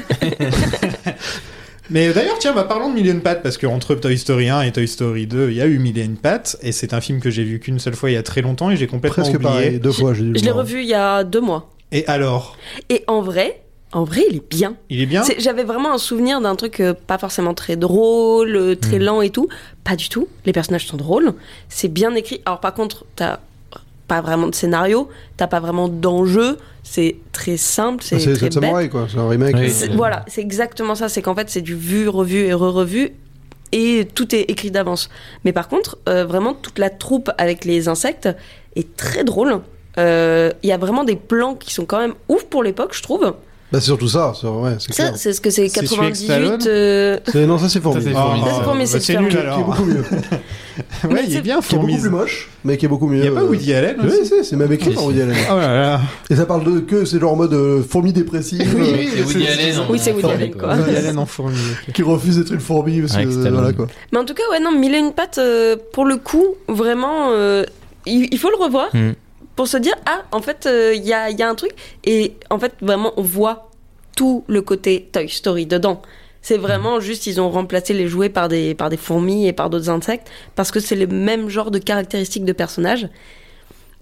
Speaker 7: Mais d'ailleurs, tiens, bah, parlons de Mille et une pattes, parce qu'entre Toy Story 1 et Toy Story 2, il y a eu Mille et une pattes, et c'est un film que j'ai vu qu'une seule fois il y a très longtemps, et j'ai complètement
Speaker 8: Presque
Speaker 7: oublié.
Speaker 8: pareil. Deux fois, j'ai dû le
Speaker 9: Je l'ai
Speaker 8: voir.
Speaker 9: revu il y a deux mois.
Speaker 7: Et alors
Speaker 9: Et en vrai, en vrai, il est bien.
Speaker 7: Il est bien
Speaker 9: C'est- J'avais vraiment un souvenir d'un truc euh, pas forcément très drôle, euh, très lent et tout. Pas du tout. Les personnages sont drôles. C'est bien écrit. Alors par contre, t'as pas vraiment de scénario, t'as pas vraiment d'enjeu. C'est très simple, c'est
Speaker 8: Ah, C'est
Speaker 9: très
Speaker 8: Sept
Speaker 9: bête.
Speaker 8: Samurai, quoi. C'est un remake.
Speaker 3: Oui.
Speaker 8: euh,
Speaker 9: C'est- Voilà, c'est exactement ça. C'est qu'en fait, c'est du vu, revu et re-revu. Et tout est écrit d'avance. Mais par contre, euh, vraiment, toute la troupe avec les insectes est très drôle. Euh, Il y a vraiment des plans qui sont quand même ouf pour l'époque, je trouve.
Speaker 8: Bah, c'est surtout ça. c'est- Ouais, c'est
Speaker 9: Ça,
Speaker 8: clair.
Speaker 9: c'est ce que c'est
Speaker 7: C'est celui avec
Speaker 9: 98.
Speaker 7: Stallone
Speaker 9: euh,
Speaker 8: C'est- Non, ça, c'est Ah, formidable.
Speaker 3: c'est formidable.
Speaker 9: c'est pour mes
Speaker 7: Oh, bah, c'est
Speaker 9: secteurs.
Speaker 7: nul
Speaker 9: Qui-
Speaker 8: Qui est
Speaker 7: alors.
Speaker 8: beaucoup mieux.
Speaker 7: (laughs) Ouais, il est
Speaker 9: c'est-
Speaker 7: bien
Speaker 8: Qui est beaucoup
Speaker 7: fourmi.
Speaker 8: plus moche, mais qui est beaucoup mieux.
Speaker 7: Il n'y a pas
Speaker 8: euh,
Speaker 7: Woody Allen
Speaker 8: Oui,
Speaker 7: aussi
Speaker 8: c'est- c'est même écrit
Speaker 3: Si,
Speaker 8: par
Speaker 3: si.
Speaker 8: Woody Allen.
Speaker 7: Oh là là.
Speaker 8: Et ça parle de que c'est genre en mode euh, fourmi dépressive euh,
Speaker 3: C'est Woody Allen. en-
Speaker 9: Oui, c'est
Speaker 3: en
Speaker 9: Woody
Speaker 3: fourmi,
Speaker 9: Allen, quoi.
Speaker 7: Woody Allen en fourmi. ok.
Speaker 8: qui refuse d'être une fourmi parce
Speaker 3: Avec
Speaker 8: que
Speaker 3: Stallone.
Speaker 8: voilà quoi.
Speaker 9: Mais en tout cas, ouais, non, Mille et une pattes, euh, pour le coup, vraiment, euh, il, il faut le revoir
Speaker 3: Mm.
Speaker 9: pour se dire ah, en fait, euh, il y, a, il y a un truc. Et en fait, vraiment, on voit tout le côté Toy Story dedans. C'est vraiment juste, ils ont remplacé les jouets par des, par des fourmis et par d'autres insectes parce que c'est le même genre de caractéristiques de personnages.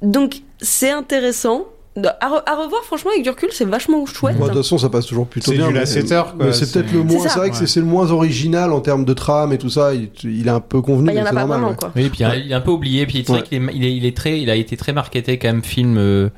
Speaker 9: Donc, c'est intéressant. De- À, re- à revoir, franchement, avec du recul, c'est vachement chouette.
Speaker 8: Bon, de toute façon, ça passe toujours plutôt
Speaker 7: C'est
Speaker 8: bien.
Speaker 7: du
Speaker 8: mais-
Speaker 7: Lasseter, quoi,
Speaker 8: mais C'est
Speaker 7: c'est-
Speaker 8: peut-être le
Speaker 9: C'est
Speaker 8: moins.
Speaker 9: ça.
Speaker 8: C'est vrai que c'est-
Speaker 7: Ouais.
Speaker 8: c'est le moins original en termes de trame et tout ça. Il, il est un peu convenu.
Speaker 9: Bah, Il y
Speaker 8: mais
Speaker 9: en a
Speaker 8: c'est
Speaker 9: pas
Speaker 8: normal,
Speaker 9: vraiment,
Speaker 8: ouais.
Speaker 9: quoi.
Speaker 3: Oui, puis il est un peu oublié. Puis c'est vrai
Speaker 8: Ouais.
Speaker 3: qu'il est, il est, il est très, il a été très marketé quand même film euh,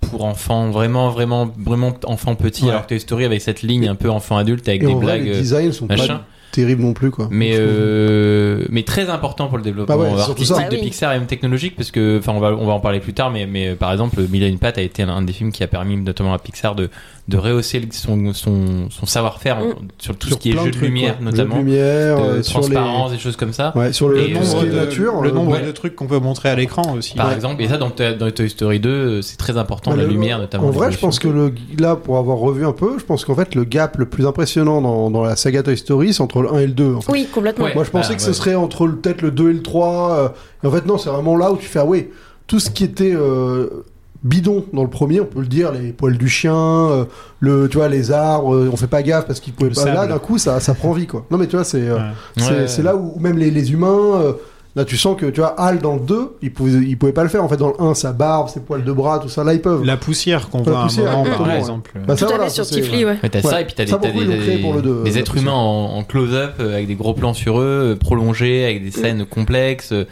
Speaker 3: pour enfants, vraiment, vraiment, vraiment enfant petit.
Speaker 7: Ouais.
Speaker 3: Alors que Toy Story avec cette ligne un peu enfant adulte avec
Speaker 8: Et
Speaker 3: des
Speaker 8: en vrai,
Speaker 3: blagues,
Speaker 8: les
Speaker 3: euh,
Speaker 8: designs sont
Speaker 3: machin.
Speaker 8: pas terribles non plus quoi.
Speaker 3: mais
Speaker 8: Je trouve.
Speaker 3: euh, mais très important pour le développement
Speaker 8: Bah ouais, c'est surtout
Speaker 3: artistique
Speaker 9: ça.
Speaker 3: de
Speaker 9: Bah oui.
Speaker 3: Pixar et même technologique, parce que enfin on va on va en parler plus tard. Mais mais euh, par exemple, Mille et une pattes a été un des films qui a permis notamment à Pixar de de rehausser son son, son savoir-faire
Speaker 9: Mm.
Speaker 3: en- sur tout
Speaker 8: Sur
Speaker 3: ce qui est
Speaker 8: plein
Speaker 3: jeu
Speaker 8: de
Speaker 3: de
Speaker 8: trucs,
Speaker 3: lumière
Speaker 8: quoi.
Speaker 3: notamment,
Speaker 8: Jeu de lumière,
Speaker 3: de
Speaker 8: euh, sur les.
Speaker 3: transparence, des choses comme ça.
Speaker 8: Ouais, sur
Speaker 3: Et
Speaker 8: le
Speaker 3: tout ce
Speaker 8: nombre
Speaker 3: qui
Speaker 8: de
Speaker 3: est
Speaker 8: nature.
Speaker 7: le
Speaker 8: euh,
Speaker 7: nombre
Speaker 3: ouais.
Speaker 7: de trucs qu'on peut montrer à l'écran aussi.
Speaker 3: Par exemple, et ça dans, Toy- dans Toy Story 2, euh, c'est très important,
Speaker 8: Bah,
Speaker 3: la
Speaker 8: le-
Speaker 3: lumière notamment.
Speaker 8: En vrai, je pense que le, là, pour avoir revu un peu, je pense qu'en fait, le gap le plus impressionnant dans, dans la saga Toy Story, c'est entre le 1 et le 2. En fait.
Speaker 9: Oui, complètement.
Speaker 3: Ouais.
Speaker 8: Moi, je pensais
Speaker 3: Ah,
Speaker 8: que
Speaker 3: ouais.
Speaker 8: ce serait entre le- peut-être le 2 et le 3. euh, et en fait, non, c'est vraiment là où tu fais, ah ouais, tout ce qui était euh, bidon dans le premier, on peut le dire, les poils du chien, euh, le, tu vois, les arbres, euh, on fait pas gaffe parce qu'ils pouvaient
Speaker 7: Le
Speaker 8: pas. Là,
Speaker 7: sable.
Speaker 8: d'un coup, ça, ça prend vie, quoi. Non, mais tu vois, c'est euh,
Speaker 7: Ouais.
Speaker 8: c'est
Speaker 3: Ouais.
Speaker 8: c'est là où où même les, les humains. euh, Là, tu sens que tu vois, Hal dans le 2, ils pouvaient, ils pouvaient pas le faire. En fait, dans le 1, sa barbe, ses poils de bras, tout ça, là, ils peuvent.
Speaker 7: La poussière qu'on
Speaker 8: La
Speaker 7: voit à un
Speaker 8: poussière,
Speaker 7: moment, par
Speaker 3: exactement, ouais.
Speaker 7: exemple.
Speaker 8: Bah,
Speaker 9: Tout
Speaker 8: ça,
Speaker 9: à
Speaker 8: voilà,
Speaker 9: fait
Speaker 8: ça,
Speaker 9: sur
Speaker 8: c'est-
Speaker 9: Tifli, ouais.
Speaker 3: Ouais, t'as
Speaker 8: Ouais.
Speaker 3: ça, et puis t'as des,
Speaker 8: Ça, pour
Speaker 3: t'as
Speaker 8: le coup,
Speaker 3: des-
Speaker 8: ils l'ont créé pour le deux,
Speaker 3: des
Speaker 8: euh,
Speaker 3: êtres
Speaker 8: parce que-
Speaker 3: humains en, en close-up, euh, avec des gros plans sur eux, euh, prolongés, avec des scènes complexes, euh,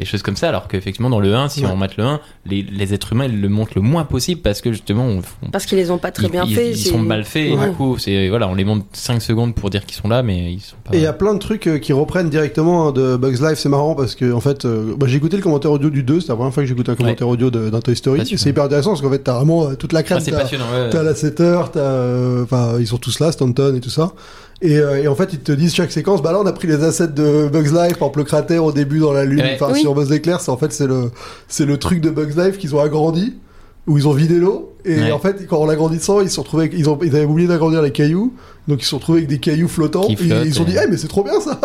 Speaker 3: des choses comme ça. Alors qu'effectivement, dans le 1, si
Speaker 8: Ouais.
Speaker 3: on mate le 1, les, les êtres humains, ils le montrent le moins possible parce que justement, on, on-
Speaker 9: Parce qu'ils les ont pas très
Speaker 3: ils,
Speaker 9: bien
Speaker 3: ils-
Speaker 9: faits.
Speaker 3: ils
Speaker 9: c'est-
Speaker 3: sont mal faits. Et
Speaker 9: Ouais.
Speaker 3: du coup, c'est, voilà, on les montre 5 secondes pour dire qu'ils sont là, mais ils sont pas.
Speaker 8: Et il y a plein de trucs euh, qui reprennent directement hein, de Bugs Life, c'est marrant parce que en fait, euh, bah, j'ai écouté le commentaire audio du 2, c'est la première fois que j'écoute un commentaire audio de- d'un Toy Story,
Speaker 3: Passionnant.
Speaker 8: c'est hyper intéressant parce qu'en fait t'as vraiment euh, toute la crème,
Speaker 3: Ah, c'est
Speaker 8: t'as-
Speaker 3: passionnant. ouais.
Speaker 8: t'as la 7 heures, t'as, euh, enfin ils sont tous là, Stanton et tout ça, et, euh, et en fait ils te disent chaque séquence, bah là on a pris les assets de Bugs Life, par exemple, le cratère au début dans la lune,
Speaker 3: Ouais.
Speaker 8: enfin
Speaker 9: Oui.
Speaker 8: sur Buzz l'éclair, c'est en fait c'est le c'est le truc de Bugs Life qu'ils ont agrandi où ils ont vidé l'eau et
Speaker 3: Ouais.
Speaker 8: en fait quand en l'agrandissant ils se sont retrouvés avec- ils, ont, ils avaient oublié d'agrandir les cailloux donc ils se sont retrouvés avec des cailloux flottants
Speaker 3: Qui
Speaker 8: et ils-
Speaker 3: flottent,
Speaker 8: ils ont dit
Speaker 3: ouais.
Speaker 8: Eh, mais c'est trop bien
Speaker 3: (laughs)
Speaker 8: ça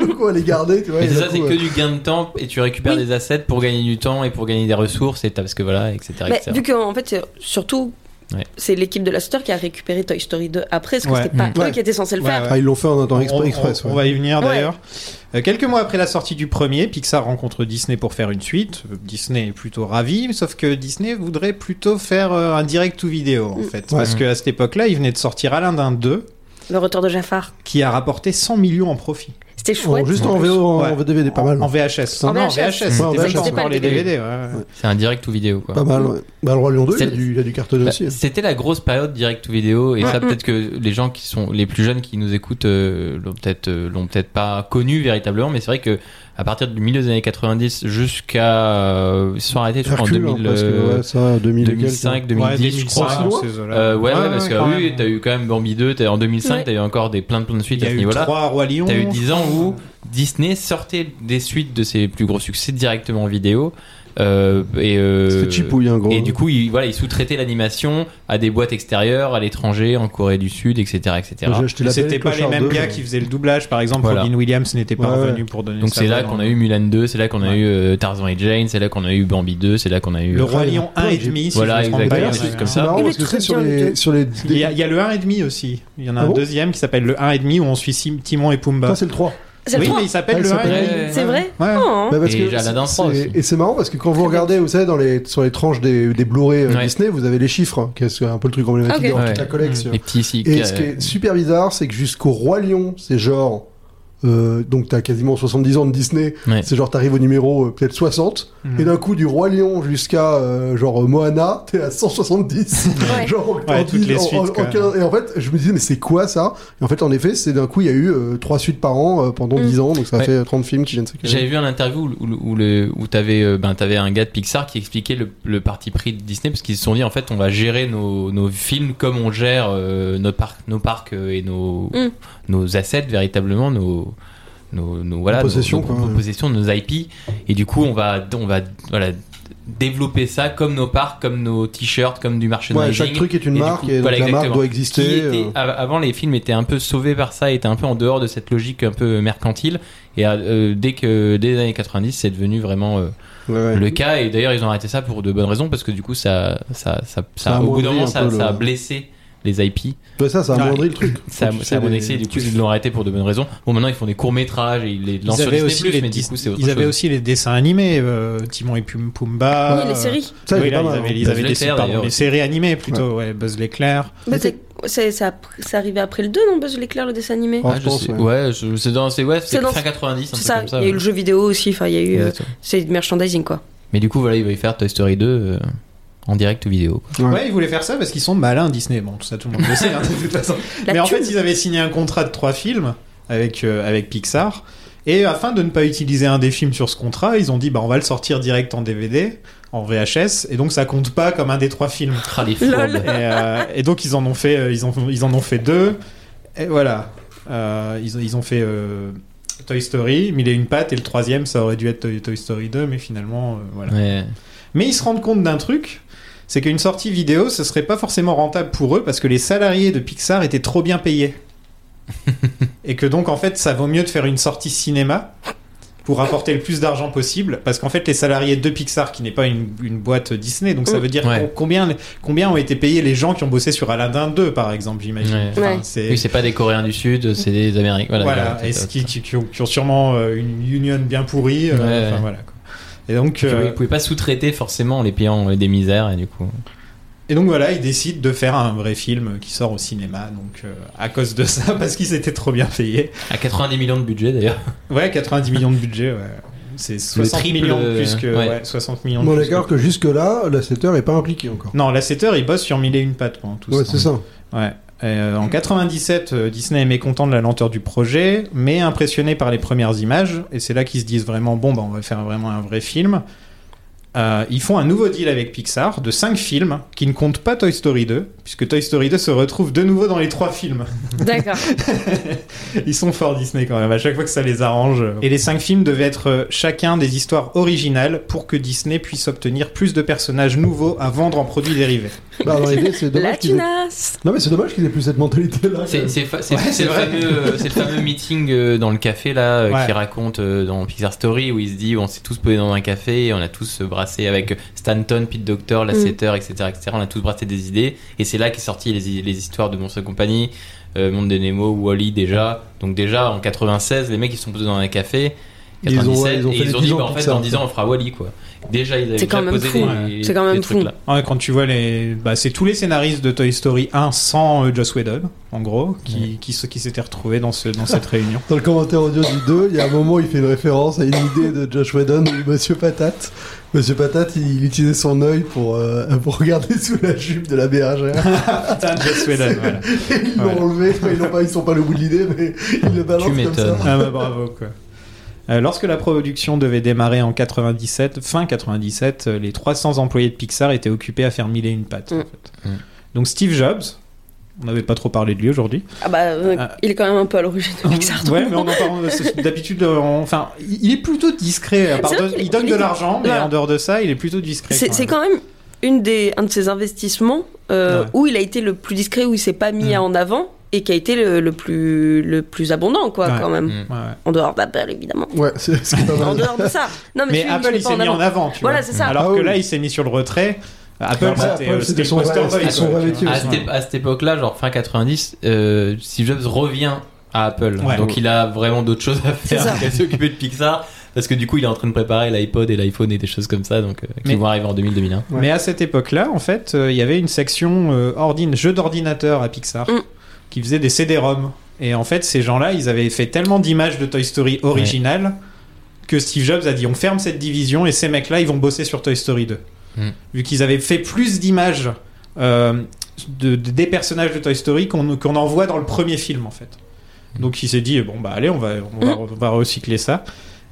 Speaker 8: donc on va les garder tu vois
Speaker 3: Mais
Speaker 8: et
Speaker 3: c'est
Speaker 8: d'un
Speaker 3: ça, c'est
Speaker 8: coup,
Speaker 3: que
Speaker 8: euh,
Speaker 3: du gain de temps et tu récupères
Speaker 9: Oui.
Speaker 3: des assets pour gagner du temps et pour gagner des ressources et t'as- parce que voilà, etc.
Speaker 9: Bah,
Speaker 3: etc.
Speaker 9: vu qu'en en fait, c'est- surtout,
Speaker 3: Ouais.
Speaker 9: c'est l'équipe de la Star qui a récupéré Toy Story 2 après, parce que
Speaker 7: Ouais.
Speaker 9: c'était pas
Speaker 8: Mm. Ouais.
Speaker 9: eux qui étaient censés le
Speaker 7: Ouais,
Speaker 9: faire.
Speaker 7: ouais.
Speaker 8: ah, ils l'ont fait en un temps exp-
Speaker 7: On- on-
Speaker 8: express
Speaker 7: on,
Speaker 8: ouais.
Speaker 7: va y venir
Speaker 9: Ouais.
Speaker 7: d'ailleurs. Euh, quelques mois après la sortie du premier, Pixar rencontre Disney pour faire une suite. Euh, Disney est plutôt ravi, sauf que Disney voudrait plutôt faire euh, un direct to vidéo
Speaker 8: Mm.
Speaker 7: en fait. Parce qu'à cette époque-là, il venait de sortir Alain d'un 2
Speaker 9: Le retour de Jafar.
Speaker 7: qui a rapporté 100 millions en profit.
Speaker 9: C'était chouette.
Speaker 8: En- juste en VO, en,
Speaker 7: Ouais.
Speaker 8: en DVD, pas mal.
Speaker 7: En VHS.
Speaker 9: En
Speaker 7: non, en VHS.
Speaker 9: VHS.
Speaker 7: C'était
Speaker 8: Ouais, en
Speaker 7: même
Speaker 8: VHS,
Speaker 7: pas
Speaker 8: c'était
Speaker 9: pas
Speaker 7: encore
Speaker 9: le
Speaker 7: les
Speaker 9: DVD.
Speaker 7: DVD. ouais, ouais.
Speaker 3: C'est un direct ou vidéo quoi.
Speaker 8: Pas mal, ouais. Bah, le Roi Lion 2, il y a
Speaker 3: C'est-
Speaker 8: du, il y a du cartonné
Speaker 3: Bah,
Speaker 8: aussi. hein.
Speaker 3: C'était la grosse période direct ou vidéo et
Speaker 7: Mm,
Speaker 3: ça peut-être que les gens qui sont les plus jeunes qui nous écoutent euh, l'ont peut-être euh, l'ont peut-être pas connu véritablement mais c'est vrai que à partir du milieu des années 90 jusqu'à euh, ils se sont arrêtés je crois, en
Speaker 8: Hercule, hein,
Speaker 3: 2000,
Speaker 8: parce que,
Speaker 3: euh,
Speaker 8: ouais, ça, 2000 et quelques, hein.
Speaker 3: 2005 2010
Speaker 7: Ouais,
Speaker 3: je crois.
Speaker 7: 2005,
Speaker 8: crois.
Speaker 7: ces eaux-là.
Speaker 3: Euh, ouais, ouais,
Speaker 7: Ouais,
Speaker 3: parce que
Speaker 7: quand
Speaker 3: oui,
Speaker 7: même.
Speaker 3: t'as eu quand même Bambi 2, t'as- en 2005,
Speaker 9: Ouais.
Speaker 3: t'as eu encore des plein de plein de suites
Speaker 7: Il y
Speaker 3: à
Speaker 7: a
Speaker 3: ce
Speaker 7: eu
Speaker 3: niveau-là.
Speaker 7: trois Rois Lions.
Speaker 3: T'as eu 10 ans où Disney sortait des suites de ses plus gros succès directement en vidéo. euh, et, euh,
Speaker 8: C'était chipouille, hein, gros.
Speaker 3: et du coup, il, voilà, il sous-traitait l'animation à des boîtes extérieures, à l'étranger, en Corée du Sud, etc. etc.
Speaker 8: J'ai acheté la Belle et
Speaker 7: C'était pas les
Speaker 8: Clochard
Speaker 7: mêmes
Speaker 8: 2,
Speaker 7: gars
Speaker 8: mais-
Speaker 7: qui faisaient le doublage, par exemple.
Speaker 3: Voilà.
Speaker 7: Robin Williams n'était pas
Speaker 8: Ouais, ouais.
Speaker 7: revenu pour donner
Speaker 3: Donc
Speaker 7: sa
Speaker 3: c'est
Speaker 7: voix
Speaker 3: là
Speaker 7: dans
Speaker 3: qu'on
Speaker 7: le-
Speaker 3: a eu Mulan 2, c'est là qu'on a
Speaker 7: hein. Ouais.
Speaker 3: eu euh, Tarzan et Jane, c'est là qu'on a eu Bambi 2, c'est là qu'on a eu.
Speaker 7: Le
Speaker 3: euh,
Speaker 7: Roi
Speaker 8: Ouais,
Speaker 7: Lion
Speaker 8: ouais,
Speaker 7: 1 et
Speaker 8: j'ai-
Speaker 7: demi. si
Speaker 3: Voilà,
Speaker 7: je me trompe
Speaker 3: exactement,
Speaker 7: pas, il
Speaker 8: D'ailleurs,
Speaker 7: y en
Speaker 3: c'est
Speaker 7: avait
Speaker 3: comme
Speaker 7: un.
Speaker 8: C'est
Speaker 3: ça.
Speaker 8: marrant
Speaker 9: Il est
Speaker 8: parce que
Speaker 9: très
Speaker 8: c'est sur
Speaker 9: bien, le
Speaker 8: les,
Speaker 9: deux.
Speaker 8: sur les
Speaker 7: Il y, a, il y a le 1,5 aussi. Il y en a
Speaker 8: Ah
Speaker 7: un
Speaker 8: bon
Speaker 7: deuxième qui s'appelle le 1,5 où on suit Sim- Timon et Pumba.
Speaker 8: Ça, c'est le 3.
Speaker 9: C'est
Speaker 7: oui,
Speaker 9: vrai
Speaker 7: mais il s'appelle
Speaker 8: Ah, il
Speaker 7: le 1,5.
Speaker 8: s'appelle-
Speaker 3: Ouais.
Speaker 9: C'est vrai
Speaker 7: Ouais.
Speaker 9: Oh.
Speaker 8: Bah, parce
Speaker 3: Et
Speaker 8: que
Speaker 3: Aladdin
Speaker 8: c'est-
Speaker 3: 3 aussi.
Speaker 8: c'est- Et c'est marrant parce que quand vous regardez, vous savez, dans les, sur les tranches des, des Blu-ray euh,
Speaker 3: Ouais.
Speaker 8: Disney, vous avez les chiffres, hein, qui est un peu le truc emblématique
Speaker 9: Ok. Mmh.
Speaker 8: dans
Speaker 3: Ouais.
Speaker 8: toute la collection.
Speaker 3: les petits euh, ici.
Speaker 8: Et ce qui est super bizarre, c'est que jusqu'au Roi Lion, c'est genre. euh, donc t'as quasiment 70 ans de Disney,
Speaker 3: Ouais.
Speaker 8: c'est genre t'arrives au numéro euh, peut-être 60,
Speaker 7: Mhm.
Speaker 8: et d'un coup du Roi Lion jusqu'à euh, genre euh, Moana, t'es
Speaker 3: (laughs)
Speaker 8: à 170.
Speaker 9: Ouais.
Speaker 8: genre en-
Speaker 7: Ouais,
Speaker 8: en
Speaker 7: toutes
Speaker 8: dix-
Speaker 7: les
Speaker 8: en-
Speaker 7: suites,
Speaker 8: en- en
Speaker 7: quoi.
Speaker 8: quinze- Et en fait, je me disais, mais c'est quoi ça Et en fait, en effet, c'est d'un coup, il y a eu euh, trois suites par an euh, pendant
Speaker 9: Mm.
Speaker 8: 10 ans, donc ça
Speaker 3: Mhm. Ouais.
Speaker 8: fait 30 films qui viennent s'accueillir.
Speaker 3: J'avais vu un interview où, où, où le, où t'avais, euh, ben, t'avais un gars de Pixar qui expliquait le, le parti pris de Disney parce qu'ils se sont dit en fait on va gérer nos, nos films comme on gère euh, nos parcs, nos parcs euh, et nos,
Speaker 9: Mm.
Speaker 3: nos assets véritablement, nos, nos, nos- voilà,
Speaker 8: Nos possessions,
Speaker 3: nos,
Speaker 8: quoi,
Speaker 3: nos
Speaker 8: ouais.
Speaker 3: possessions, nos IP et du coup on va, on va voilà, développer ça comme nos parcs, comme nos t-shirts, comme du merchandising.
Speaker 8: Ouais, chaque truc est une
Speaker 3: Et du
Speaker 8: marque
Speaker 3: coup,
Speaker 8: et donc
Speaker 3: voilà,
Speaker 8: la marque
Speaker 3: exactement.
Speaker 8: doit
Speaker 3: Qui
Speaker 8: exister.
Speaker 3: était-
Speaker 8: euh,
Speaker 3: av- avant les films étaient un peu sauvés par ça, étaient un peu en dehors de cette logique un peu mercantile. Et euh, dès que dès les années 90, c'est devenu vraiment euh,
Speaker 8: ouais, ouais.
Speaker 3: le cas. Et d'ailleurs, ils ont arrêté ça pour de bonnes raisons parce que du coup, ça, ça, ça, ça-
Speaker 8: a
Speaker 3: au bout d'un
Speaker 8: amoindri
Speaker 3: moment,
Speaker 8: un
Speaker 3: ça,
Speaker 8: peu le-
Speaker 3: ça a blessé les IP.
Speaker 8: Ouais, ça, ça a amoindri le truc.
Speaker 3: Ça, a-
Speaker 8: Tu sais,
Speaker 3: ça a
Speaker 8: les-
Speaker 3: monnaie, et du coup, ils l'ont arrêté pour de bonnes raisons. Bon, maintenant, ils font des courts métrages et ils les lancent
Speaker 7: Ils
Speaker 3: sur
Speaker 7: avaient,
Speaker 3: Disney+,
Speaker 7: aussi les,
Speaker 3: mais du
Speaker 7: dis-
Speaker 3: coup, c'est autre
Speaker 7: ils avaient
Speaker 3: chose.
Speaker 7: aussi les dessins animés, euh, Timon et Pum- Pumba.
Speaker 9: Oui, les
Speaker 7: euh,
Speaker 9: séries.
Speaker 8: Ça, il
Speaker 7: oui,
Speaker 8: est
Speaker 7: là,
Speaker 8: pas
Speaker 7: ils
Speaker 8: mal, hein.
Speaker 7: avaient, ils
Speaker 3: Buzz
Speaker 7: avaient des,
Speaker 3: l'éclair,
Speaker 7: pardon,
Speaker 3: d'ailleurs.
Speaker 7: des séries animées plutôt, ouais. Buzz l'éclair.
Speaker 9: Bah, c'est- c'est c'est après- c'est arrivé après le 2, non Buzz l'éclair, le dessin animé
Speaker 7: Oh,
Speaker 8: Ah,
Speaker 3: Ah,
Speaker 8: je
Speaker 3: je
Speaker 8: pense,
Speaker 3: sais.
Speaker 8: ouais.
Speaker 3: Ouais, je- c'est dans, c'est ouais, c'est
Speaker 9: C'est dans-
Speaker 3: fin 90, un
Speaker 9: C'est
Speaker 3: truc
Speaker 9: ça,
Speaker 3: comme
Speaker 9: il
Speaker 3: ça.
Speaker 9: y a eu le jeu vidéo aussi, enfin, il y a eu. euh,
Speaker 3: Exactement.
Speaker 9: c'est du merchandising, quoi.
Speaker 3: Mais du coup, voilà, ils vont y faire Toy Story 2 euh, en direct ou vidéo. quoi.
Speaker 8: Ouais.
Speaker 7: Ouais, ils voulaient faire ça parce qu'ils sont malins, Disney. Bon, tout ça, tout le monde le sait, hein, (laughs) de toute façon.
Speaker 9: La
Speaker 7: Mais en
Speaker 9: thune.
Speaker 7: fait, ils avaient signé un contrat de trois films avec, euh, avec Pixar. Et afin de ne pas utiliser un des films sur ce contrat, ils ont dit bah, on va le sortir direct en DVD, en VHS, et donc ça compte pas comme un des trois films.
Speaker 3: Ah, les
Speaker 9: Lol.
Speaker 3: fourbes.
Speaker 7: Et, euh, et donc ils en ont fait, euh, ils, en, ils en ont fait deux. Et voilà, Euh, ils, ont- ils ont fait euh, Toy Story, Mille et une pattes, et le troisième ça aurait dû être Toy, Toy Story 2, mais finalement euh, voilà.
Speaker 3: Ouais.
Speaker 7: Mais ils se rendent compte d'un truc, c'est qu'une sortie vidéo, ce serait pas forcément rentable pour eux parce que les salariés de Pixar étaient trop
Speaker 3: (laughs)
Speaker 7: bien payés. et que donc en fait, ça vaut mieux de faire une sortie cinéma pour rapporter le plus d'argent possible parce qu'en fait, les salariés de Pixar, qui n'est pas une, une boîte Disney, donc ça veut dire
Speaker 3: Oh. Ouais.
Speaker 7: com- combien, combien ont été payés les gens qui ont bossé sur Aladdin 2, par exemple, j'imagine.
Speaker 3: Ouais.
Speaker 9: Ouais.
Speaker 7: c'est-
Speaker 3: Oui, c'est pas des Coréens du Sud, c'est des Américains. Voilà,
Speaker 7: voilà,
Speaker 3: voilà,
Speaker 7: et
Speaker 3: c'est
Speaker 7: ce
Speaker 3: ça.
Speaker 7: qui, qui- qui ont, qui ont sûrement euh, une union bien pourrie. euh,
Speaker 3: Ouais.
Speaker 7: enfin, voilà, quoi. Et donc,
Speaker 3: Puis,
Speaker 7: euh,
Speaker 3: oui, Ils pouvaient pas sous-traiter forcément en les payant euh, des misères et du coup.
Speaker 7: Et donc voilà, ils décident de faire un vrai film qui sort au cinéma, donc euh, à cause de ça, (laughs) parce qu'ils étaient trop bien payés.
Speaker 3: À 90 millions de budget d'ailleurs.
Speaker 7: Ouais, 90 millions de budget, ouais. C'est 60
Speaker 3: triple,
Speaker 7: millions de
Speaker 3: euh,
Speaker 7: plus que.
Speaker 3: ouais.
Speaker 7: Ouais, 60 millions de
Speaker 8: Bon,
Speaker 7: plus
Speaker 8: d'accord
Speaker 7: que-
Speaker 8: que jusque-là, la 7 est pas impliquée encore.
Speaker 7: Non, la 7 heures, ils bossent sur mille et une pattes pendant tout
Speaker 8: Ouais,
Speaker 7: ce
Speaker 8: c'est
Speaker 7: temps.
Speaker 8: ça.
Speaker 7: Ouais. Et, euh, en 97, euh, Disney est mécontent de la lenteur du projet, mais impressionné par les premières images, et c'est là qu'ils se disent vraiment bon, bah, on va faire vraiment un vrai film. Euh, ils font un nouveau deal avec Pixar de 5 films qui ne comptent pas Toy Story 2, puisque Toy Story 2 se retrouve de nouveau dans les 3 films. (laughs)
Speaker 9: D'accord.
Speaker 7: Ils sont forts Disney quand même, à chaque fois que ça les arrange. Et les cinq films devaient être euh, chacun des histoires originales pour que Disney puisse obtenir plus de personnages nouveaux à vendre en produits dérivés.
Speaker 8: Bah, dans l'idée,
Speaker 9: (laughs)
Speaker 8: c'est
Speaker 9: La
Speaker 8: dommage qu'ils aient...
Speaker 9: tunasse
Speaker 8: Non, mais c'est dommage qu'ils aient plus cette mentalité-là.
Speaker 3: C'est c'est fa- c'est-
Speaker 7: Ouais,
Speaker 3: c'est
Speaker 7: c'est
Speaker 3: le,
Speaker 7: vrai.
Speaker 3: fameux, euh, c'est le fameux meeting euh, dans le café là euh,
Speaker 7: Ouais.
Speaker 3: qui raconte euh, dans Pixar Story où il se dit on s'est tous posés dans un café, on a tous euh, brassé avec Stanton, Pete Doctor,
Speaker 9: Mm.
Speaker 3: Lasseter, etc., etc. On a tous brassé des idées et c'est là qu'est sorti les, les histoires de Monstre et compagnie, euh, Monde des Nemo, Wally déjà. Donc déjà en 96, les mecs ils se sont posés dans un café.
Speaker 8: Ils ont-
Speaker 3: 97,
Speaker 8: ils ont fait
Speaker 3: et
Speaker 8: des
Speaker 3: ils ont dit,
Speaker 8: 10 ans
Speaker 3: bah, en
Speaker 8: de
Speaker 3: fait,
Speaker 8: Pixar.
Speaker 3: dans 10 ans, on fera Wally, quoi. Déjà, ils avaient
Speaker 9: C'est
Speaker 3: déjà
Speaker 9: quand même
Speaker 3: posé
Speaker 9: fou.
Speaker 3: des,
Speaker 9: C'est quand même
Speaker 3: des trucs
Speaker 9: fou.
Speaker 3: là.
Speaker 7: Ouais, quand tu vois les. Bah, c'est tous les scénaristes de Toy Story 1 sans euh, Joss Whedon, en gros, qui, qui, se- qui s'étaient retrouvés dans, ce, dans
Speaker 9: (laughs)
Speaker 7: cette réunion.
Speaker 8: Dans le commentaire audio du 2, il y a un moment, il fait une référence à une idée de Josh Whedon ou Monsieur Patate. Monsieur Patate, il, il utilisait son œil pour, euh, pour regarder sous la jupe de la bergère.
Speaker 9: Ah,
Speaker 7: Putain, Joss Whedon, voilà.
Speaker 8: Et ils l'ont
Speaker 7: Voilà.
Speaker 8: enlevé. Enfin, ils, l'ont pas, ils sont pas le bout de l'idée, mais ils le balancent comme ça.
Speaker 3: m'étonnes.
Speaker 7: Ah bah, bravo, quoi. Euh, Lorsque la production devait démarrer en 97, fin 97, euh, les 300 employés de Pixar étaient occupés à faire mille et une pattes. en
Speaker 9: Mm.
Speaker 7: fait.
Speaker 3: Mm.
Speaker 7: Donc Steve Jobs, on n'avait pas trop parlé de lui aujourd'hui.
Speaker 9: Ah bah, euh,
Speaker 7: Ah.
Speaker 9: il est quand même un peu à l'origine de Pixar. donc.
Speaker 7: Ouais, mais on en parle c'est- d'habitude. euh, on- Enfin, il est plutôt discret. à part
Speaker 9: C'est
Speaker 7: de-
Speaker 9: vrai qu'il-
Speaker 7: il donne de
Speaker 9: il-
Speaker 7: l'argent, mais
Speaker 9: voilà.
Speaker 7: en dehors de ça, il est plutôt discret.
Speaker 9: C'est
Speaker 7: quand
Speaker 9: c'est
Speaker 7: même.
Speaker 9: quand même une des, un de ses investissements euh,
Speaker 7: Ouais.
Speaker 9: où il a été le plus discret, où il s'est pas mis
Speaker 7: Mm.
Speaker 9: en avant et qui a été le, le plus, le plus abondant, quoi,
Speaker 7: Ouais.
Speaker 9: quand même.
Speaker 3: Mm.
Speaker 7: Ouais, ouais.
Speaker 9: En dehors d'Apple, évidemment.
Speaker 8: Ouais, c'est ce qui est pas
Speaker 9: En
Speaker 8: mal.
Speaker 9: dehors de ça. Non, mais,
Speaker 7: Mais
Speaker 9: celui-là, je
Speaker 7: Apple,
Speaker 9: l'ai
Speaker 7: il
Speaker 9: pas
Speaker 7: s'est mis en avant. tu
Speaker 9: Voilà,
Speaker 7: vois.
Speaker 9: c'est ça.
Speaker 7: Alors
Speaker 8: Ah
Speaker 7: que
Speaker 8: oui.
Speaker 7: là, il s'est mis sur le retrait. Apple,
Speaker 8: Après,
Speaker 7: c'était,
Speaker 8: Apple,
Speaker 7: euh,
Speaker 8: c'était
Speaker 7: c'était
Speaker 8: son
Speaker 7: le poster
Speaker 8: vrai-
Speaker 7: boy,
Speaker 8: son
Speaker 7: quoi,
Speaker 8: vrai
Speaker 7: tu
Speaker 8: métier.
Speaker 7: vois.
Speaker 3: à, cette, é- à cette époque-là, genre fin 90, euh, Steve Jobs revient à Apple.
Speaker 7: Ouais.
Speaker 3: Donc il a vraiment d'autres choses à
Speaker 9: C'est
Speaker 3: faire
Speaker 9: ça.
Speaker 3: qu'à s'occuper de Pixar. Parce que du coup, il est en train de préparer l'iPod et l'iPhone et des choses comme ça, donc euh, qui
Speaker 7: Mais-
Speaker 3: vont arriver en 2000-2001.
Speaker 8: Ouais.
Speaker 7: Mais à cette époque-là, en fait, euh, il y avait une section euh, ordine, jeux d'ordinateur à Pixar
Speaker 9: Mm.
Speaker 7: qui faisait des CD-ROM. Et en fait, ces gens-là, ils avaient fait tellement d'images de Toy Story originales que Steve Jobs a dit on ferme cette division et ces mecs-là, ils vont bosser sur Toy Story 2.
Speaker 3: Mm.
Speaker 7: Vu qu'ils avaient fait plus d'images euh, de- de- des personnages de Toy Story qu'on qu'on en voit dans le premier film, en fait. Donc il s'est dit bon bah allez on va on
Speaker 9: Mm.
Speaker 7: va, on va recycler ça.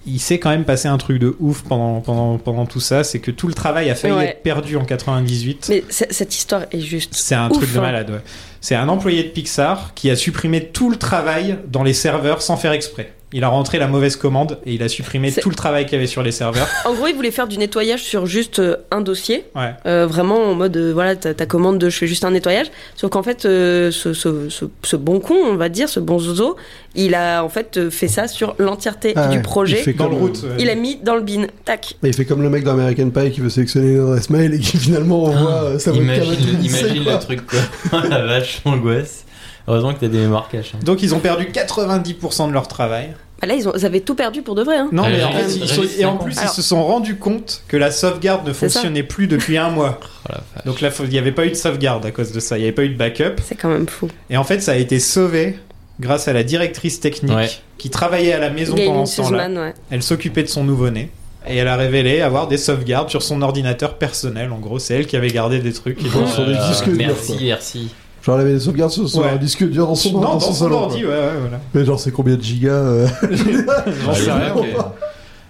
Speaker 7: Il s'est quand même passé un truc de ouf pendant pendant pendant tout ça, c'est que tout le travail a failli
Speaker 9: Ouais.
Speaker 7: être perdu en 98.
Speaker 9: Mais c'est- cette histoire est juste.
Speaker 7: C'est un
Speaker 9: ouf,
Speaker 7: truc de
Speaker 9: hein.
Speaker 7: malade. ouais. C'est un employé de Pixar qui a supprimé tout le travail dans les serveurs sans faire exprès. Il a rentré la mauvaise commande et il a supprimé
Speaker 9: C'est-
Speaker 7: tout le travail qu'il y avait sur les
Speaker 9: (laughs)
Speaker 7: serveurs.
Speaker 9: En gros, il voulait faire du nettoyage sur juste euh, un dossier.
Speaker 7: Ouais.
Speaker 9: Euh, vraiment en mode, euh, voilà, ta, ta commande de je fais juste un nettoyage. Sauf qu'en fait, euh, ce, ce- ce- ce bon con, on va dire, ce bon zozo, il a en fait euh, fait ça sur l'entièreté
Speaker 8: Ah
Speaker 9: du
Speaker 8: ouais,
Speaker 9: projet.
Speaker 8: il fait
Speaker 7: Dans le
Speaker 8: comme- bah,
Speaker 7: route.
Speaker 3: euh,
Speaker 7: ouais.
Speaker 9: Il a mis dans le bin. Tac.
Speaker 8: Il fait comme le mec dans American Pie qui veut sélectionner une adresse mail et qui finalement envoie euh, sa webcam à tout le
Speaker 3: imagine
Speaker 8: monde, c'est
Speaker 3: imagine
Speaker 8: quoi.
Speaker 3: le truc, quoi. (laughs) Oh, la vache, angoisse. Heureusement que t'as des mémoires cash. hein.
Speaker 7: Donc ils ont perdu 90% de leur travail.
Speaker 9: Bah là, ils, ont, ils avaient tout perdu pour de vrai. hein.
Speaker 7: Non, mais en
Speaker 3: Régis-
Speaker 7: fait, ils
Speaker 3: Régis
Speaker 7: sont- et en
Speaker 3: cinquante.
Speaker 7: plus, ils
Speaker 9: Alors-
Speaker 7: se sont rendus compte que la sauvegarde ne
Speaker 9: C'est ça.
Speaker 7: fonctionnait plus depuis un mois.
Speaker 3: (laughs) Oh, la vache.
Speaker 7: Donc là, faut- il n'y avait pas eu de sauvegarde à cause de ça, il n'y avait pas eu de backup.
Speaker 9: C'est quand même fou.
Speaker 7: Et en fait, ça a été sauvé grâce à la directrice technique
Speaker 3: Ouais.
Speaker 7: qui travaillait à la maison pendant
Speaker 9: Gaëlle
Speaker 7: ce temps-là.
Speaker 9: Suzman, ouais.
Speaker 7: Elle s'occupait de son nouveau-né. Et elle a révélé avoir des sauvegardes sur son ordinateur personnel. En gros, c'est elle qui avait gardé des trucs.
Speaker 8: (laughs)
Speaker 7: Et
Speaker 8: Bon,
Speaker 7: donc,
Speaker 8: sur
Speaker 7: euh,
Speaker 8: des disques durs,
Speaker 3: merci,
Speaker 8: quoi.
Speaker 3: merci.
Speaker 8: Genre, il avait des sauvegardes sur son
Speaker 7: Ouais.
Speaker 8: disque dur dans son,
Speaker 7: non, dans
Speaker 8: son
Speaker 7: son
Speaker 8: salon.
Speaker 7: ordi,
Speaker 8: quoi.
Speaker 7: ouais, ouais, voilà.
Speaker 8: Mais genre, c'est combien de gigas euh,
Speaker 7: J'en sais
Speaker 3: Ah,
Speaker 7: rien,
Speaker 8: (laughs)
Speaker 3: ok.
Speaker 7: moi.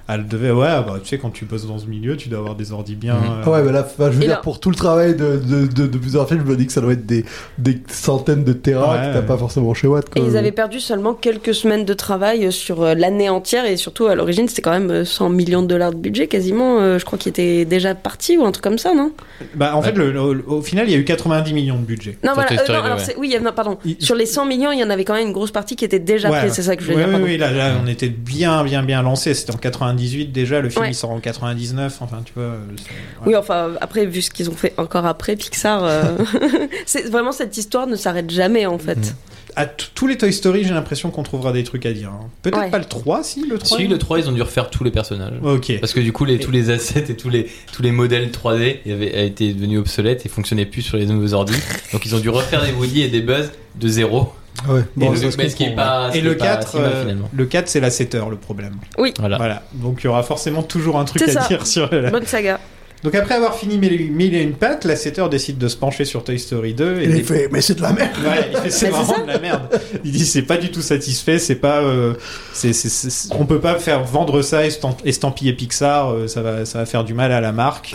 Speaker 7: Elle devait, ouais, bah, tu sais, quand tu bosses dans ce milieu, tu dois avoir des ordi bien.
Speaker 3: Mhm.
Speaker 7: euh,
Speaker 8: Ah Ouais, mais là, enfin, je veux
Speaker 9: Et
Speaker 8: dire,
Speaker 9: là-
Speaker 8: pour tout le travail de, de, de, de plusieurs films, je me dis que ça doit être des, des centaines de terras
Speaker 7: Ouais,
Speaker 8: que t'as
Speaker 7: ouais.
Speaker 8: pas forcément chez Watt.
Speaker 9: Et
Speaker 8: quoi.
Speaker 9: ils avaient perdu seulement quelques semaines de travail euh, sur euh, l'année entière et surtout à l'origine c'était quand même euh, 100 millions de dollars de budget quasiment. euh, Je crois qu'il était déjà parti ou un truc comme ça, non
Speaker 7: Bah, en fait, le- le- au final, il y a eu 90 millions de budget.
Speaker 9: Non,
Speaker 3: Pour
Speaker 9: voilà.
Speaker 3: Toy
Speaker 9: euh,
Speaker 3: Story,
Speaker 9: non,
Speaker 3: ouais,
Speaker 9: alors
Speaker 3: ouais.
Speaker 9: c'est- oui, il y a- non, pardon.
Speaker 7: Il-
Speaker 9: Sur les 100 millions, il y en avait quand même une grosse partie qui était déjà
Speaker 7: Ouais.
Speaker 9: prise. C'est ça que je voulais
Speaker 7: Ouais,
Speaker 9: dire.
Speaker 7: oui,
Speaker 9: pardon.
Speaker 7: oui, là, là, on était bien, bien, bien lancé. C'était en 98 déjà, le film
Speaker 9: Ouais.
Speaker 7: il sort en 99, enfin tu vois. euh, c'est- ouais.
Speaker 9: Oui, enfin, après, vu ce qu'ils ont fait encore après Pixar, euh, (laughs) c'est vraiment cette histoire ne s'arrête jamais en fait.
Speaker 7: À t- tous les Toy Story, j'ai l'impression qu'on trouvera des trucs à dire. hein. Peut-être
Speaker 9: Ouais.
Speaker 7: pas le 3, si le 3.
Speaker 3: Si, le 3, ils ont dû refaire tous les personnages.
Speaker 7: Ok.
Speaker 3: Parce que du coup, les, tous les assets et tous les, tous les modèles 3D y avaient, étaient devenus obsolètes et fonctionnaient plus sur les nouveaux ordi. Donc ils ont dû refaire des Woody et des Buzz de zéro.
Speaker 8: Ah ouais,
Speaker 3: Et
Speaker 8: bon,
Speaker 3: le-
Speaker 8: ça se
Speaker 3: mais ce qui est
Speaker 8: comprend,
Speaker 3: pas, ce
Speaker 7: Et
Speaker 3: qui
Speaker 7: le
Speaker 3: est pas
Speaker 7: 4,
Speaker 3: si mal,
Speaker 7: euh,
Speaker 3: finalement.
Speaker 7: le 4 c'est la 7 heure le problème.
Speaker 3: Voilà.
Speaker 7: Voilà. Donc il y aura forcément toujours un truc à
Speaker 9: C'est ça.
Speaker 7: dire sur la-
Speaker 9: Bonne saga.
Speaker 7: Donc après avoir fini Mille Mille et une pattes, la 7 heure décide de se pencher sur Toy Story 2 et
Speaker 8: ouais. Et
Speaker 7: des-
Speaker 8: il fait, mais c'est de la merde!
Speaker 7: (laughs) Ouais, il fait, c'est
Speaker 9: Bah, c'est
Speaker 7: vraiment de la merde. Il dit c'est pas du tout satisfait, c'est pas, euh, c'est, c'est- c'est- on peut pas faire vendre ça estamp- estampiller Pixar, euh, ça va, ça va faire du mal à la marque.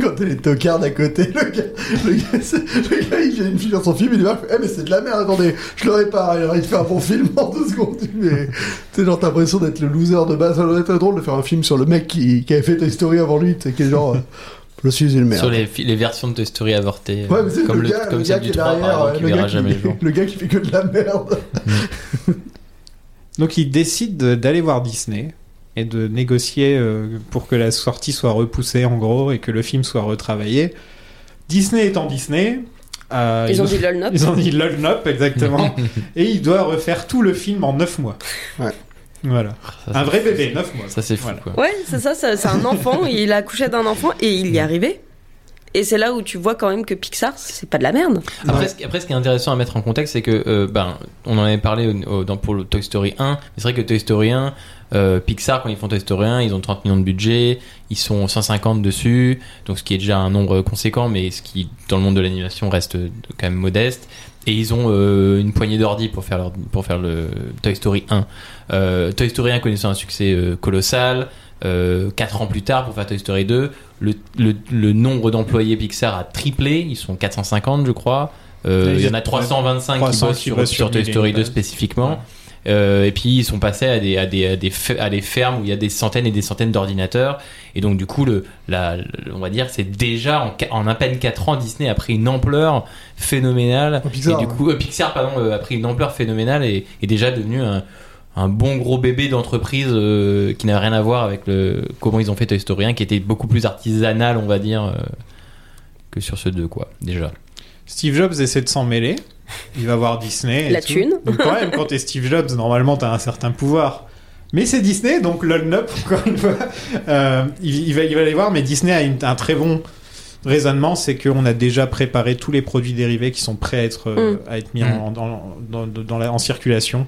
Speaker 8: Quand elle est tocarde à côté, le gars, le gars, c'est- le gars, il fait une fille dans son film, il va, eh, mais c'est de la merde, attendez, je le répare, il fait un bon film en deux secondes. Mais, tu sais, genre, t'as l'impression d'être le loser de base, ça doit être drôle de faire un film sur le mec qui, qui avait fait Toy Story avant lui, tu sais, qui est genre, euh, je suis une merde.
Speaker 3: Sur les, fi- les versions de Toy Story avortées.
Speaker 8: Ouais,
Speaker 3: euh,
Speaker 8: mais c'est
Speaker 3: comme
Speaker 8: le, gars,
Speaker 3: comme
Speaker 8: le
Speaker 3: celle
Speaker 8: gars
Speaker 3: du
Speaker 8: qui est
Speaker 3: 3,
Speaker 8: derrière,
Speaker 3: par exemple,
Speaker 8: ouais,
Speaker 3: qui
Speaker 8: le,
Speaker 3: verra
Speaker 8: gars qui,
Speaker 3: jamais le jour.
Speaker 8: le gars qui fait que de la merde.
Speaker 7: Donc il décide d'aller voir Disney et de négocier euh, pour que la sortie soit repoussée en gros et que le film soit retravaillé. Disney étant Disney, euh,
Speaker 9: Ils
Speaker 7: (laughs)
Speaker 9: ont dit lol nope.
Speaker 7: ils ont dit lol nope, exactement, et il doit refaire tout le film en 9 mois.
Speaker 8: Ouais.
Speaker 7: Voilà.
Speaker 3: Ça,
Speaker 7: Un
Speaker 3: c'est-
Speaker 7: vrai bébé, 9 mois.
Speaker 3: Ça, c'est fou,
Speaker 7: Voilà.
Speaker 3: quoi.
Speaker 9: Ouais, c'est ça, ça- c'est un enfant, il a accouché d'un enfant et il y est arrivé. Et c'est là où tu vois quand même que Pixar, c'est pas de la merde.
Speaker 8: Ah
Speaker 3: Après, ce, qui- après, ce qui est intéressant à mettre en contexte, c'est que, euh, ben, on en avait parlé au- au- dans, pour le Toy Story 1. mais C'est vrai que Toy Story 1, euh, Pixar, quand ils font Toy Story 1, ils ont 30 millions de budget, ils sont 150 dessus, donc ce qui est déjà un nombre conséquent, mais ce qui, dans le monde de l'animation, reste euh, quand même modeste. Et ils ont euh, une poignée d'ordi pour faire, leur, pour faire le Toy Story 1. Euh, Toy Story 1 connaissant un succès euh, colossal. 4 ans plus tard pour faire Toy Story 2, le, le- le nombre d'employés Pixar a triplé, ils sont 450 je crois, Euh,
Speaker 7: Ouais,
Speaker 3: il y en a
Speaker 7: ils-
Speaker 3: 325 qui
Speaker 7: 300
Speaker 3: bossent
Speaker 7: qui
Speaker 3: sur,
Speaker 7: bossent
Speaker 3: sur
Speaker 7: sur
Speaker 3: Toy
Speaker 7: Millennium
Speaker 3: Story 2
Speaker 7: Falcon.
Speaker 3: spécifiquement,
Speaker 7: Ouais.
Speaker 3: Euh, et puis ils sont passés à des, à, des, à, des, fe- à des fermes où il y a des centaines et des centaines d'ordinateurs, et donc du coup le, la, le- on va dire c'est déjà en, qua- en à peine 4 ans Disney a pris une ampleur phénoménale,
Speaker 8: Oh, Pixar,
Speaker 3: et du
Speaker 8: ouais.
Speaker 3: coup euh, Pixar pardon, euh, a pris une ampleur phénoménale et est déjà devenu un un bon gros bébé d'entreprise euh, qui n'a rien à voir avec le comment ils ont fait Toy Story 1 qui était beaucoup plus artisanal on va dire euh, que sur ce deux quoi déjà
Speaker 7: Steve Jobs essaie de s'en mêler. Il va voir Disney. et
Speaker 9: La
Speaker 7: tout.
Speaker 9: thune.
Speaker 7: Donc quand même, quand t'es Steve Jobs, normalement t'as un certain pouvoir. Mais c'est Disney, donc l'on up encore une fois. Euh, il, il va, il va les voir, mais Disney a une- un très bon raisonnement, c'est qu'on a déjà préparé tous les produits dérivés qui sont prêts à être, euh, à être mis
Speaker 3: Mm.
Speaker 7: en, dans- dans- dans la- en circulation.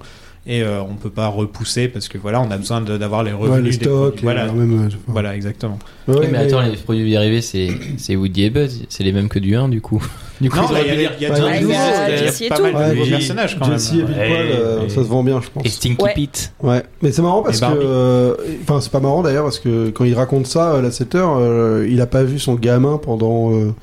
Speaker 7: Et euh, on peut pas repousser parce que voilà, on a besoin de- d'avoir les revenus.
Speaker 8: Ouais, les
Speaker 7: des
Speaker 8: stocks,
Speaker 7: produits. voilà,
Speaker 8: et même, euh,
Speaker 7: voilà, exactement.
Speaker 8: ouais,
Speaker 3: mais, attends les produits dérivés c'est c'est Woody et Buzz c'est les mêmes que du 1 du coup du coup
Speaker 7: Non,
Speaker 3: ils
Speaker 7: là,
Speaker 3: auraient
Speaker 7: il y a,
Speaker 3: pu dire-
Speaker 7: les- il y a
Speaker 8: Bah,
Speaker 7: John
Speaker 8: il y a
Speaker 7: Lewis, il y a
Speaker 9: Jessie et
Speaker 7: pas
Speaker 9: tout.
Speaker 7: mal
Speaker 8: Ouais,
Speaker 7: de
Speaker 8: Woody,
Speaker 7: personnages quand
Speaker 8: Jesse et
Speaker 7: même.
Speaker 8: Big
Speaker 3: Ouais,
Speaker 8: Paul, euh,
Speaker 3: ouais.
Speaker 8: ça se vend bien, je pense.
Speaker 3: et Stinky
Speaker 9: Ouais.
Speaker 3: Pete
Speaker 8: Ouais, mais c'est marrant parce
Speaker 7: Et
Speaker 8: que.
Speaker 7: Barbie.
Speaker 8: euh, Enfin, c'est pas marrant d'ailleurs parce que quand il raconte ça, euh, la 7 heures, euh, il a pas vu son gamin pendant, euh,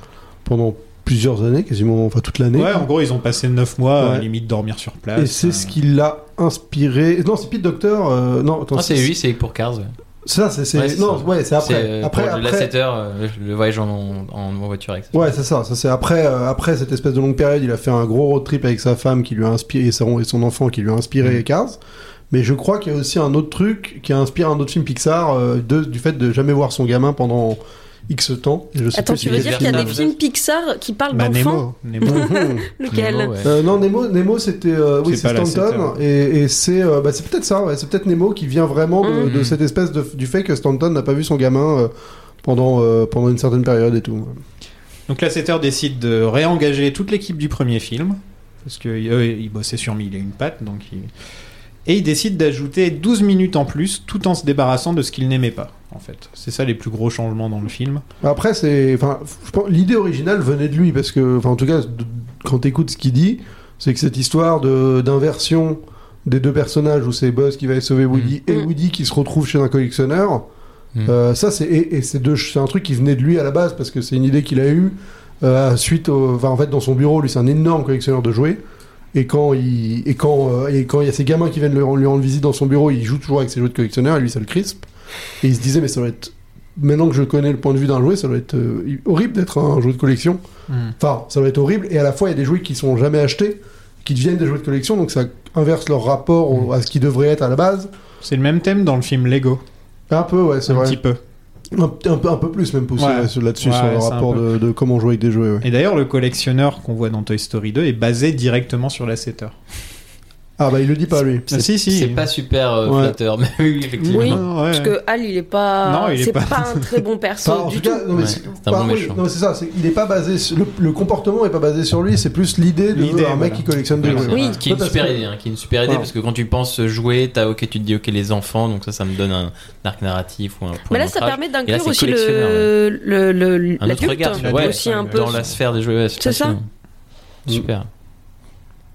Speaker 8: pendant plusieurs années, quasiment, enfin toute l'année.
Speaker 7: Ouais, en gros, ils ont passé 9 mois à
Speaker 8: Ouais.
Speaker 7: limite dormir sur place. euh,
Speaker 8: Et c'est ce qui l'a inspiré. Non, c'est Pete Docteur. euh, Non, attends,
Speaker 3: non c'est lui c'est pour Cars ouais.
Speaker 8: Ça, c'est. c'est-
Speaker 3: Ouais, c'est
Speaker 8: non,
Speaker 3: ça.
Speaker 8: ouais, c'est
Speaker 3: C'est,
Speaker 8: après.
Speaker 3: euh,
Speaker 8: Après,
Speaker 3: pour
Speaker 8: après.
Speaker 3: la 7 heures euh, le voyage en, en, en voiture avec ça.
Speaker 8: Ouais, c'est ça. Ça c'est après, euh, après cette espèce de longue période, il a fait un gros road trip avec sa femme qui lui a inspiré et son, et son enfant qui lui a inspiré
Speaker 7: Mm.
Speaker 8: Cars. Mais je crois qu'il y a aussi un autre truc qui a inspiré un autre film Pixar euh, de- du fait de jamais voir son gamin pendant X temps. Et je sais
Speaker 9: Attends,
Speaker 8: plus
Speaker 9: tu
Speaker 8: si
Speaker 9: veux
Speaker 3: les
Speaker 8: c'est
Speaker 9: dire qu'il y a
Speaker 3: Verts,
Speaker 9: des
Speaker 3: là,
Speaker 9: films Pixar qui parlent
Speaker 7: Bah,
Speaker 9: d'enfants
Speaker 7: Nemo. Nemo.
Speaker 8: (laughs) Mhm.
Speaker 9: Lequel
Speaker 3: Nemo, ouais.
Speaker 8: Euh, non, Nemo, Nemo c'était euh, oui,
Speaker 7: C'est
Speaker 8: c'est
Speaker 7: pas la
Speaker 8: Stanton
Speaker 7: sept,
Speaker 8: et, et c'est euh, bah, c'est peut-être ça, ouais, c'est peut-être Nemo qui vient vraiment de,
Speaker 9: Hum,
Speaker 3: Mhm.
Speaker 9: Mm.
Speaker 7: Mm.
Speaker 8: de cette espèce de, du fait que Stanton n'a pas vu son gamin euh, pendant euh, pendant une certaine période et tout.
Speaker 7: Donc la 7 heures décide de réengager toute l'équipe du premier film, parce que eux, ils bossaient sur mille et une pattes, donc ils- Et ils décident d'ajouter 12 minutes en plus, tout en se débarrassant de ce qu'ils n'aimaient pas, en fait. C'est ça les plus gros changements dans le film.
Speaker 8: Bah, Après, c'est, enfin, je pense- l'idée originale venait de lui parce que, enfin, en tout cas, de- quand t'écoutes ce qu'il dit, c'est que cette histoire de d'inversion des deux personnages où c'est Buzz qui va sauver Woody et
Speaker 9: Mm.
Speaker 8: Woody qui se retrouve chez un collectionneur,
Speaker 3: Mm.
Speaker 8: euh, ça c'est et, et c'est deux, c'est un truc qui venait de lui à la base parce que c'est une idée qu'il a eue euh, suite, au, enfin, en fait, dans son bureau, lui c'est un énorme collectionneur de jouets. Et quand il et quand euh, et quand il y a ces gamins qui viennent le- lui rendre visite dans son bureau, il joue toujours avec ses jouets de collectionneur et lui ça le crispe. Et il se disait mais ça doit être maintenant que je connais le point de vue d'un jouet, ça doit être euh, horrible d'être un jouet de collection.
Speaker 7: Hmm.
Speaker 8: Enfin, ça doit être horrible. Et à la fois, il y a des jouets qui sont jamais achetés, qui deviennent des jouets de collection, donc ça inverse leur rapport au-
Speaker 7: Hmm.
Speaker 8: à ce qui devrait être à la base.
Speaker 7: C'est le même thème dans le film Lego,
Speaker 8: Un peu, ouais, c'est
Speaker 7: un
Speaker 8: vrai.
Speaker 7: petit peu.
Speaker 8: Un, p- un peu, un peu plus même poussé
Speaker 7: Ouais.
Speaker 8: ouais, sur- là-dessus
Speaker 7: Ouais,
Speaker 8: sur le
Speaker 7: c'est un
Speaker 8: rapport
Speaker 7: peu.
Speaker 8: de, de comment jouer avec des jouets. ouais.
Speaker 7: Et d'ailleurs, le collectionneur qu'on voit dans Toy Story 2 est basé directement sur la 7 heures.
Speaker 8: Ah bah il le dit pas lui.
Speaker 7: Ah, si, si.
Speaker 3: C'est pas super euh,
Speaker 8: Ouais.
Speaker 3: flatteur, (laughs) mais oui, effectivement.
Speaker 9: Oui.
Speaker 7: Non, ouais.
Speaker 9: Parce que Hal, il est pas.
Speaker 7: Non, il est
Speaker 9: c'est
Speaker 7: pas-
Speaker 9: pas... un très bon perso
Speaker 8: Enfin, en
Speaker 9: du
Speaker 8: tout
Speaker 9: tout.
Speaker 8: cas, non, mais
Speaker 3: Ouais,
Speaker 8: c'est-
Speaker 3: c'est un
Speaker 8: bah
Speaker 3: bon
Speaker 8: oui,
Speaker 3: méchant.
Speaker 8: non, mais c'est ça. c'est- il est pas basé. sur- le, le comportement est pas basé sur lui. C'est plus l'idée de
Speaker 7: L'idée,
Speaker 8: un mec
Speaker 7: voilà.
Speaker 8: qui collectionne des
Speaker 3: Voilà,
Speaker 8: jouets.
Speaker 3: c'est-
Speaker 9: Oui.
Speaker 3: Qui est une
Speaker 8: Parce
Speaker 3: super
Speaker 8: que-
Speaker 3: idée, hein, qui est une super idée
Speaker 8: Voilà.
Speaker 3: parce que quand tu penses jouer, t'as ok, tu te dis ok les enfants, donc ça, ça me donne un arc narratif ou un. point
Speaker 9: Mais là, ça
Speaker 3: d'ancrage.
Speaker 9: permet
Speaker 3: Et là,
Speaker 9: d'inclure
Speaker 3: c'est
Speaker 9: aussi
Speaker 3: collectionneur,
Speaker 9: le. le, le,
Speaker 3: Un autre
Speaker 9: l'adulte,
Speaker 3: regard sur-
Speaker 9: hein,
Speaker 3: ouais,
Speaker 9: aussi un peu.
Speaker 3: dans la sphère des jouets. ouais,
Speaker 9: C'est ça.
Speaker 3: fascinant. Super.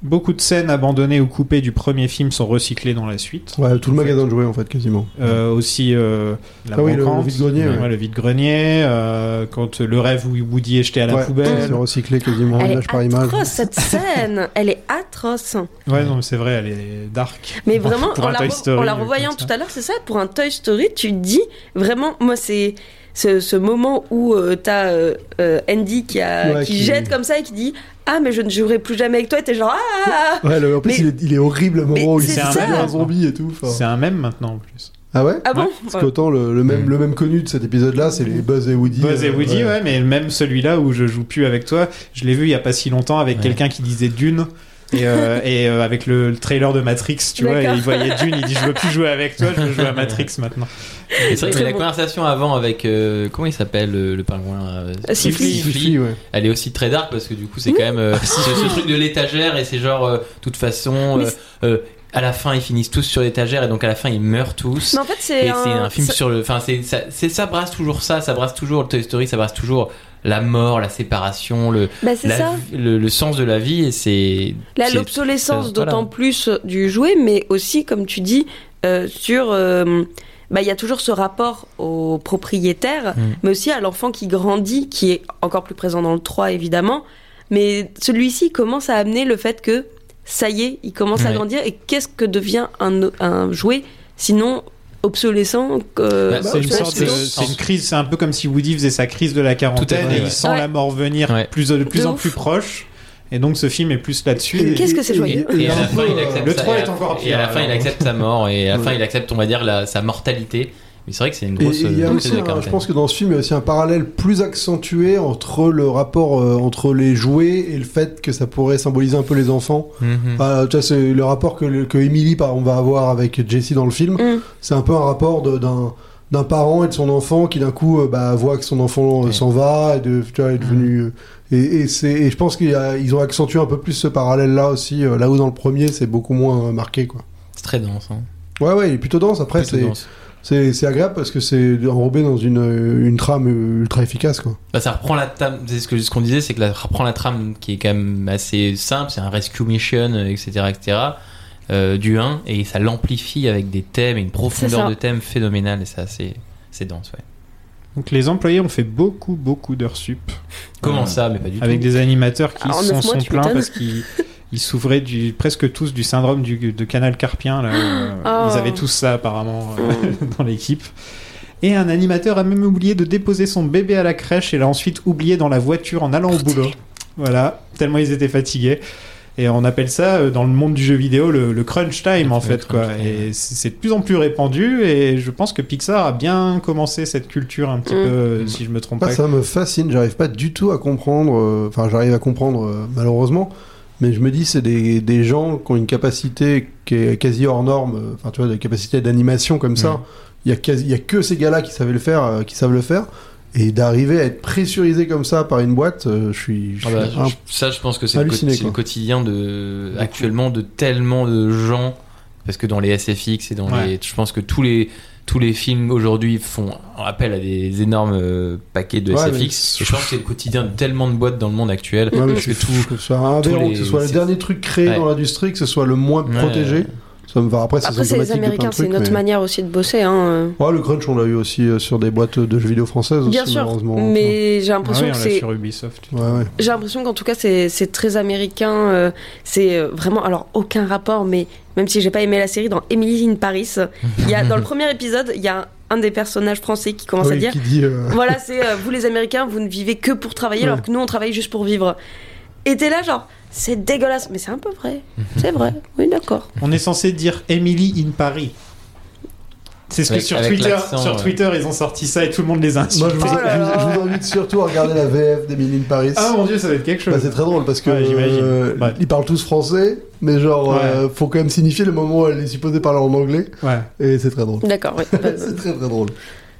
Speaker 7: Beaucoup de scènes abandonnées ou coupées du premier film sont recyclées dans la suite.
Speaker 8: Ouais, tout le magasin de jouets en fait quasiment.
Speaker 7: Euh, aussi euh, la
Speaker 8: Ah oui, le-
Speaker 7: brocante.
Speaker 8: le vide-grenier, ouais.
Speaker 7: Ouais, le vide-grenier, euh, quand le rêve où Woody est jeté à la
Speaker 8: Ouais,
Speaker 7: poubelle.
Speaker 8: C'est recyclé quasiment
Speaker 9: Elle
Speaker 8: image par
Speaker 9: est
Speaker 8: image.
Speaker 9: atroce cette scène, elle est atroce.
Speaker 7: Ouais, non, mais c'est vrai, elle est dark. (laughs)
Speaker 9: Mais
Speaker 7: Pour-
Speaker 9: vraiment,
Speaker 7: pour
Speaker 9: en
Speaker 7: un
Speaker 9: la,
Speaker 7: Toy
Speaker 9: re-
Speaker 7: Story,
Speaker 9: en la
Speaker 7: euh,
Speaker 9: revoyant
Speaker 7: comme ça.
Speaker 9: tout à l'heure, c'est ça, pour un Toy Story, tu te dis vraiment, moi, c'est ce, ce moment où euh, t'as euh, euh, Andy qui, a,
Speaker 8: Ouais,
Speaker 9: qui,
Speaker 8: qui-
Speaker 9: jette comme ça et qui dit Ah, mais je ne jouerai plus jamais avec toi, et t'es genre Ah
Speaker 8: Ouais, le- en plus
Speaker 9: Mais-
Speaker 8: il, est, il est horrible le
Speaker 9: Mais
Speaker 8: moment où Oh, il
Speaker 9: c'est
Speaker 8: s'est
Speaker 7: ça.
Speaker 8: un zombie et tout. enfin.
Speaker 7: C'est un même maintenant en plus.
Speaker 8: Ah ouais
Speaker 9: Ah bon
Speaker 8: Parce qu'autant le, le même,
Speaker 3: Mm.
Speaker 8: le même connu de cet épisode-là, c'est les Buzz et Woody.
Speaker 7: Buzz et
Speaker 8: euh,
Speaker 7: Woody, ouais. mais même celui-là où je joue plus avec toi, je l'ai vu il y a pas si longtemps avec
Speaker 3: Ouais.
Speaker 7: quelqu'un qui disait Dune. Et,
Speaker 9: (laughs)
Speaker 7: euh, et, euh, avec le, le trailer de Matrix, tu vois, et
Speaker 9: D'accord.
Speaker 7: il voyait Dune, il dit je veux plus jouer avec toi, je veux
Speaker 8: (laughs)
Speaker 7: jouer à Matrix maintenant.
Speaker 3: Et C'est vrai que
Speaker 9: Très
Speaker 3: la
Speaker 9: bon.
Speaker 3: conversation avant avec. euh, comment il s'appelle le, le pingouin euh,
Speaker 9: Euh, Siffly.
Speaker 3: Siffly.
Speaker 8: Siffly, ouais.
Speaker 3: Elle est aussi très dark parce que du coup, c'est quand même euh, ce, ce truc de l'étagère et c'est genre, euh, toute façon,
Speaker 9: Ah, Mais
Speaker 3: euh, euh, à la fin, ils finissent tous sur l'étagère et donc à la fin, ils meurent tous.
Speaker 9: Mais en fait, c'est
Speaker 3: Et c'est un film
Speaker 9: ça-
Speaker 3: sur le. Enfin, c'est ça, c'est- ça brasse toujours ça, ça brasse toujours le Toy Story, ça brasse toujours la mort, la séparation, le,
Speaker 9: Bah, c'est
Speaker 3: la
Speaker 9: ça.
Speaker 3: vie- le, le sens de la vie et c'est.
Speaker 9: Là,
Speaker 3: c'est-
Speaker 9: l'obsolescence,
Speaker 3: c'est- voilà.
Speaker 9: d'autant plus euh, du jouet, mais aussi, comme tu dis, euh, sur. euh, bah, il y a toujours ce rapport au propriétaire,
Speaker 3: Mm.
Speaker 9: mais aussi à l'enfant qui grandit, qui est encore plus présent dans le 3, évidemment. Mais celui-ci commence à amener le fait que, ça y est, il commence à
Speaker 3: Ouais.
Speaker 9: grandir. Et qu'est-ce que devient un, un jouet, sinon obsolescent euh,
Speaker 3: Bah,
Speaker 7: C'est une
Speaker 9: obsolescent
Speaker 7: sorte de- c'est une crise, c'est un peu comme si Woody faisait sa crise de la quarantaine
Speaker 3: Tout à fait,
Speaker 7: et il
Speaker 3: ouais.
Speaker 7: sent
Speaker 9: Ouais.
Speaker 7: la mort venir
Speaker 3: Ouais.
Speaker 7: plus, de plus
Speaker 9: De
Speaker 7: en
Speaker 9: ouf.
Speaker 7: plus proche. Et donc ce film est plus là-dessus.
Speaker 9: Qu'est-ce que c'est joyeux.
Speaker 3: Et à
Speaker 8: un
Speaker 3: la fin,
Speaker 8: peu,
Speaker 3: il
Speaker 8: euh,
Speaker 3: accepte
Speaker 7: le
Speaker 3: sa-
Speaker 7: 3
Speaker 3: et à-
Speaker 7: est encore
Speaker 3: Et à la
Speaker 7: pire,
Speaker 3: fin, il
Speaker 7: alors.
Speaker 3: accepte sa mort et à la fin,
Speaker 8: Ouais.
Speaker 3: il accepte, on va dire, la, sa mortalité. Mais c'est vrai que c'est une
Speaker 8: Et
Speaker 3: grosse.
Speaker 8: et il y a
Speaker 3: grosse
Speaker 8: aussi,
Speaker 3: crise de
Speaker 8: un- je
Speaker 3: quarantaine.
Speaker 8: pense que dans ce film, il y a aussi un parallèle plus accentué entre le rapport euh, entre les jouets et le fait que ça pourrait symboliser un peu les enfants.
Speaker 3: Mhm.
Speaker 8: Enfin, Bah, tu vois, c'est le rapport que, le- que Emily, par exemple, va avoir avec Jessie dans le film.
Speaker 9: Mm.
Speaker 8: C'est un peu un rapport de- d'un d'un parent et de son enfant qui d'un coup euh, bah, voit que son enfant euh,
Speaker 3: Ouais.
Speaker 8: s'en va et de, tu vois, est devenu euh, et, et c'est et je pense qu'ils ont accentué un peu plus ce parallèle là aussi euh, là où dans le premier c'est beaucoup moins euh, marqué quoi
Speaker 3: C'est très dense. Hein.
Speaker 8: ouais ouais il est plutôt dense après
Speaker 3: Plutôt
Speaker 8: c'est
Speaker 3: dense.
Speaker 8: c'est c'est agréable parce que c'est enrobé dans une, euh, une trame euh, ultra efficace quoi.
Speaker 3: Bah, ça reprend la trame. C'est ce que ce qu'on disait, c'est que la, ça reprend la trame qui est quand même assez simple. C'est un rescue mission, euh, etc., etc. euh, du 1 et ça l'amplifie avec des thèmes et une profondeur
Speaker 9: ça.
Speaker 3: de thème phénoménale et ça c'est c'est dense ouais.
Speaker 7: Donc les employés ont fait beaucoup, beaucoup d'heures sup.
Speaker 3: Comment
Speaker 7: Euh,
Speaker 3: ça mais pas du
Speaker 7: Avec
Speaker 3: tout.
Speaker 7: des animateurs qui
Speaker 9: Ah, en
Speaker 7: s'en
Speaker 9: neuf mois,
Speaker 7: sont
Speaker 9: tu
Speaker 7: plaints
Speaker 9: m'étonnes.
Speaker 7: parce qu'ils ils souffraient du, presque tous du syndrome du, de canal carpien. Là. Euh,
Speaker 9: Oh.
Speaker 7: Ils avaient tous ça apparemment euh, (laughs) dans l'équipe. Et un animateur a même oublié de déposer son bébé à la crèche et l'a ensuite oublié dans la voiture en allant au boulot. Voilà, tellement ils étaient fatigués. Et on appelle ça, euh, dans le monde du jeu vidéo, le, le crunch time en
Speaker 3: Le
Speaker 7: fait. Quoi.
Speaker 3: crunch time,
Speaker 7: Et c'est c'est de plus en plus répandu et je pense que Pixar a bien commencé cette culture un petit
Speaker 9: Mm.
Speaker 7: peu, euh, si je me trompe
Speaker 3: Bah,
Speaker 8: Moi,
Speaker 7: pas.
Speaker 8: ça me fascine, j'arrive pas du tout à comprendre, euh, enfin j'arrive à comprendre euh, malheureusement, mais je me dis c'est des, des gens qui ont une capacité qui est quasi hors norme, euh, enfin tu vois, des capacités d'animation comme
Speaker 3: Mm.
Speaker 8: ça, il y, a quasi- il y a que ces gars-là qui savaient le faire, euh, qui savent le faire, et d'arriver à être pressurisé comme ça par une boîte, euh, je suis... je
Speaker 3: Ah bah,
Speaker 8: suis un-
Speaker 3: je- ça je pense que c'est le,
Speaker 8: halluciné,
Speaker 3: co- c'est le
Speaker 8: quoi.
Speaker 3: quotidien de actuellement de tellement de gens parce que dans les SFX et dans
Speaker 7: Ouais.
Speaker 3: les je pense que tous les tous les films aujourd'hui font appel à des énormes euh, paquets de
Speaker 8: Ouais, mais-
Speaker 3: SFX et je pense que c'est le quotidien de tellement de boîtes dans le monde actuel
Speaker 8: Ouais, mais
Speaker 3: parce que
Speaker 8: je-
Speaker 3: tout
Speaker 8: que ce soit un
Speaker 3: tous
Speaker 8: aberrant,
Speaker 3: les-
Speaker 8: que ce soit le
Speaker 3: c'est-
Speaker 8: dernier truc créé
Speaker 3: Ouais.
Speaker 8: dans l'industrie, que ce soit le moins
Speaker 3: Ouais.
Speaker 8: protégé. Ça me va. Après, c'est
Speaker 9: Après, c'est les
Speaker 8: symptomatique de plein de
Speaker 9: Américains, c'est
Speaker 8: trucs,
Speaker 9: une autre
Speaker 8: mais-
Speaker 9: manière aussi de bosser. Hein. euh.
Speaker 8: Ouais, le crunch, on l'a eu aussi euh, sur des boîtes de jeux vidéo françaises,
Speaker 9: Bien
Speaker 8: aussi,
Speaker 9: sûr,
Speaker 8: malheureusement.
Speaker 9: mais j'ai
Speaker 7: Ah
Speaker 9: l'impression
Speaker 7: oui, on
Speaker 9: que
Speaker 7: l'a
Speaker 9: c'est
Speaker 7: sur Ubisoft.
Speaker 8: Ouais, ouais.
Speaker 9: J'ai l'impression qu'en tout cas, c'est c'est très américain. euh, c'est euh, vraiment, alors aucun rapport, mais même si j'ai pas aimé la série, dans Emily in Paris, il y a, dans le premier épisode, il y a un, un des personnages français qui commence à
Speaker 8: Oui,
Speaker 9: dire
Speaker 8: qui dit, euh,
Speaker 9: Voilà, c'est euh, vous les Américains, vous ne vivez que pour travailler,
Speaker 8: Ouais.
Speaker 9: alors que nous, on travaille juste pour vivre. Et t'es là, genre, c'est dégueulasse, mais c'est un peu vrai. C'est vrai, oui, d'accord.
Speaker 7: On est censé dire Emily in Paris. C'est ce que
Speaker 3: Avec-
Speaker 7: sur
Speaker 3: avec
Speaker 7: Twitter,
Speaker 3: l'accent,
Speaker 7: sur
Speaker 3: ouais.
Speaker 7: Twitter, ils ont sorti ça et tout le monde les insulte.
Speaker 8: (laughs) Moi, je vous,
Speaker 9: Oh là
Speaker 8: je vous-
Speaker 9: là.
Speaker 8: je vous invite surtout à regarder la VF d'Emily in Paris.
Speaker 7: ah mon dieu, ça va être quelque chose.
Speaker 8: Bah, c'est très drôle parce que
Speaker 7: Ouais, j'imagine.
Speaker 8: euh,
Speaker 7: Ouais.
Speaker 8: ils parlent tous français, mais genre
Speaker 7: Ouais.
Speaker 8: euh, faut quand même signifier le moment où elle est supposée parler en anglais,
Speaker 7: Ouais.
Speaker 8: et c'est très drôle.
Speaker 9: D'accord,
Speaker 8: (laughs)
Speaker 9: oui.
Speaker 8: c'est très très drôle.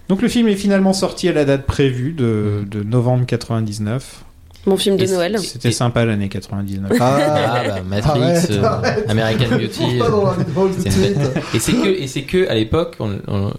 Speaker 7: Donc le film est finalement sorti à la date prévue de, de novembre 99.
Speaker 9: Mon film de
Speaker 3: Et c'est-
Speaker 9: Noël.
Speaker 7: C'était
Speaker 3: Et-
Speaker 7: sympa l'année 99.
Speaker 8: Ah,
Speaker 3: Ah
Speaker 8: (laughs)
Speaker 7: (laughs)
Speaker 3: bah Matrix,
Speaker 8: Arrête,
Speaker 3: euh,
Speaker 8: arrête.
Speaker 3: American
Speaker 8: trouve
Speaker 3: Beauty.
Speaker 8: pas dans la drôle tout de
Speaker 3: C'est une
Speaker 8: suite.
Speaker 3: Et c'est que, et c'est que à l'époque, on- on-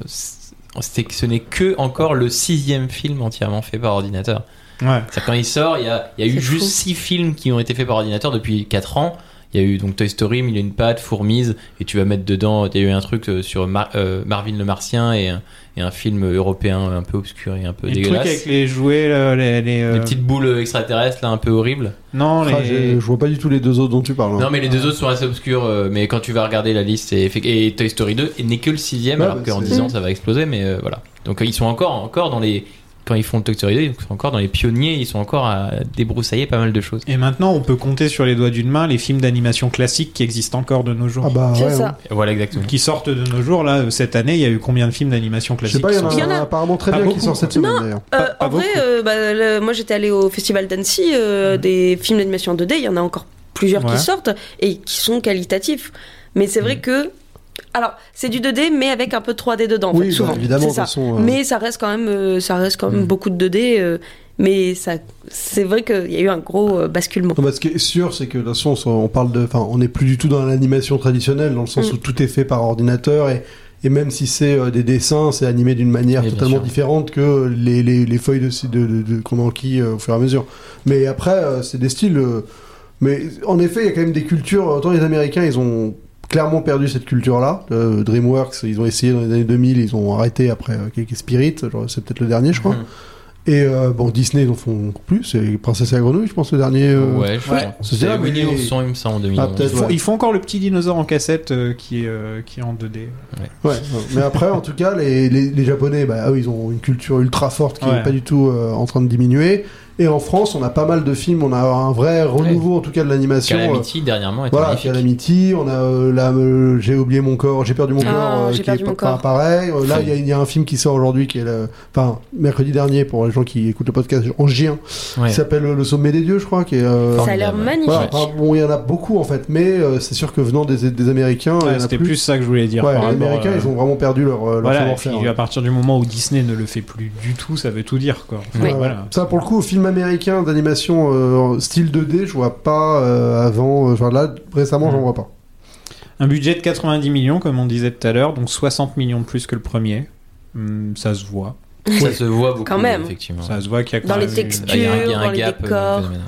Speaker 3: c'était que ce n'est que encore le sixième film entièrement fait par ordinateur.
Speaker 7: Ouais.
Speaker 3: C'est-à-dire quand il sort, il y a, il y a eu
Speaker 9: C'est
Speaker 3: juste
Speaker 9: fou.
Speaker 3: six films qui ont été faits par ordinateur depuis 4 ans. Il y a eu donc Toy Story, Mille et une pattes, Fourmise, et tu vas mettre dedans. Il y a eu un truc euh, sur Mar- euh, Marvin le Martien et, un- et un film européen un peu obscur et un peu
Speaker 7: Et le truc
Speaker 3: dégueulasse.
Speaker 7: avec les jouets, là, les, les, euh,
Speaker 3: Les petites euh, boules extraterrestres là, un peu horribles.
Speaker 7: Non,
Speaker 8: Ah,
Speaker 7: les.
Speaker 8: je, je vois pas du tout les deux autres dont tu parles. hein.
Speaker 3: Non, mais les deux autres sont assez obscurs. euh, mais quand tu vas regarder la liste, c'est effe- et Toy Story 2 n'est que le sixième,
Speaker 8: Ouais,
Speaker 3: alors
Speaker 8: bah,
Speaker 3: qu'en
Speaker 8: c'est-
Speaker 3: 10 ans ça va exploser. Mais euh, voilà. Donc euh, ils sont encore, encore dans les. Quand ils font Toy Story 2, ils sont encore dans les pionniers. Ils sont encore à débroussailler pas mal de choses.
Speaker 7: Et maintenant, on peut compter sur les doigts d'une main les films d'animation classiques qui existent encore de nos jours.
Speaker 8: Ah bah
Speaker 9: C'est
Speaker 8: ouais. hein.
Speaker 9: ça.
Speaker 3: Voilà exactement.
Speaker 7: Qui sortent de nos jours, là, cette année, il y a eu combien de films d'animation
Speaker 8: Je sais
Speaker 7: classiques
Speaker 8: pas, il y en
Speaker 7: qui
Speaker 8: a,
Speaker 7: sont
Speaker 9: Il y en a-
Speaker 8: apparemment très
Speaker 7: Bah, Pas
Speaker 8: bien
Speaker 7: beaucoup.
Speaker 8: qui sort cette
Speaker 9: Non.
Speaker 8: semaine d'ailleurs.
Speaker 9: Euh,
Speaker 7: Pas- pas
Speaker 9: en vrai,
Speaker 7: beaucoup.
Speaker 8: Mhm.
Speaker 9: euh, bah, le- moi j'étais allée au festival d'Annecy, euh, des films d'animation en 2D, il y en a encore plusieurs
Speaker 7: Ouais.
Speaker 9: qui sortent et qui sont qualitatifs. Mais c'est
Speaker 8: Mhm.
Speaker 9: vrai que. Alors, c'est du 2D, mais avec un peu de 3D dedans, en
Speaker 8: Oui,
Speaker 9: fait,
Speaker 8: bah,
Speaker 9: souvent.
Speaker 8: évidemment,
Speaker 9: C'est
Speaker 8: de toute
Speaker 9: ça.
Speaker 8: façon, euh, Mhm.
Speaker 9: Mais ça reste quand même, euh, ça reste quand même
Speaker 3: Mm.
Speaker 9: beaucoup de 2D. euh, mais ça, c'est vrai qu'il y a eu un gros euh, basculement.
Speaker 8: Non, bah, ce qui est sûr, c'est que de toute façon, on parle de, enfin, on n'est plus du tout dans l'animation traditionnelle, dans le sens
Speaker 9: Mm.
Speaker 8: où tout est fait par ordinateur et et même si c'est euh, des dessins, c'est animé d'une manière
Speaker 3: Oui, bien
Speaker 8: totalement
Speaker 3: sûr.
Speaker 8: différente que les, les, les feuilles de, de, de- de- qu'on enquille euh, au fur et à mesure. Mais après, euh, c'est des styles. euh, mais en effet, il y a quand même des cultures. Autant les Américains, ils ont clairement perdu cette culture-là. Euh, DreamWorks, ils ont essayé dans les années 2000, ils ont arrêté après euh, quelques Spirit. genre, C'est peut-être le dernier, je crois.
Speaker 3: Mm.
Speaker 8: Et euh, bon, Disney, ils en font plus. C'est Princesse et la Grenouille, je pense, le dernier. euh,
Speaker 3: ouais, je
Speaker 7: ouais.
Speaker 3: crois.
Speaker 8: C'est
Speaker 3: C'est
Speaker 8: ça,
Speaker 3: Winnie
Speaker 8: mais-
Speaker 3: l'ourson, il me semble, en
Speaker 8: Ah,
Speaker 3: 2011.
Speaker 8: peut-être,
Speaker 7: Ils font,
Speaker 8: ouais.
Speaker 7: ils font encore le petit dinosaure en cassette euh, qui, est, euh, qui est en 2D.
Speaker 8: Ouais, ouais. mais après, en tout cas, les, les, les Japonais, bah, eux, ils ont une culture ultra forte qui n'est
Speaker 7: Ouais.
Speaker 8: pas du tout euh, en train de diminuer. Et en France, on a pas mal de films, on a un vrai renouveau, en tout cas, de l'animation. euh,
Speaker 3: Calamity, dernièrement, était
Speaker 8: voilà,
Speaker 3: magnifique.
Speaker 8: Calamity, on a euh, la, euh, J'ai oublié mon corps, j'ai perdu mon
Speaker 9: Ah,
Speaker 8: corps, euh,
Speaker 9: J'ai
Speaker 8: qui
Speaker 9: perdu
Speaker 8: est
Speaker 9: mon
Speaker 8: pas- pas
Speaker 9: corps.
Speaker 8: pareil. Euh, là, il y a- il y, a un film qui sort aujourd'hui, qui est le- enfin, mercredi dernier, pour les gens qui écoutent le podcast, en G1,
Speaker 3: Ouais.
Speaker 8: qui s'appelle euh, Le Sommet des Dieux, je crois, qui est... euh,
Speaker 9: ça a l'air
Speaker 3: formidable.
Speaker 9: magnifique.
Speaker 8: voilà, enfin, bon, il y en a beaucoup, en fait, mais euh, c'est sûr que venant des, des Américains, Ah, il y en
Speaker 7: Ouais,
Speaker 8: a
Speaker 7: C'était
Speaker 8: plus.
Speaker 7: plus ça que je voulais dire.
Speaker 8: Ouais,
Speaker 7: par
Speaker 8: les
Speaker 7: rapport,
Speaker 8: Américains,
Speaker 7: euh,
Speaker 8: ils ont vraiment perdu leur, euh, leur
Speaker 7: Voilà, et
Speaker 8: savoir-faire.
Speaker 7: puis
Speaker 8: ouais.
Speaker 7: à partir du moment où Disney ne le fait plus du tout, ça veut tout dire. Quoi. Enfin,
Speaker 8: Ouais.
Speaker 7: voilà.
Speaker 8: Ça, pour le coup, film américain d'animation euh, style 2D, je vois pas euh, avant. euh, Genre là, récemment,
Speaker 7: Mm.
Speaker 8: j'en vois pas.
Speaker 7: Un budget de 90 millions, comme on disait tout à l'heure, donc 60 millions de plus que le premier. Hum, ça se voit.
Speaker 3: Ça se voit beaucoup,
Speaker 9: Quand même.
Speaker 3: effectivement. Ah,
Speaker 7: Ça se voit qu'il y a quand
Speaker 9: Dans les
Speaker 7: même eu-
Speaker 9: textures.
Speaker 3: Il y a un, il y a un
Speaker 9: Dans les
Speaker 3: gap. euh,
Speaker 9: décors.
Speaker 3: phénoménal.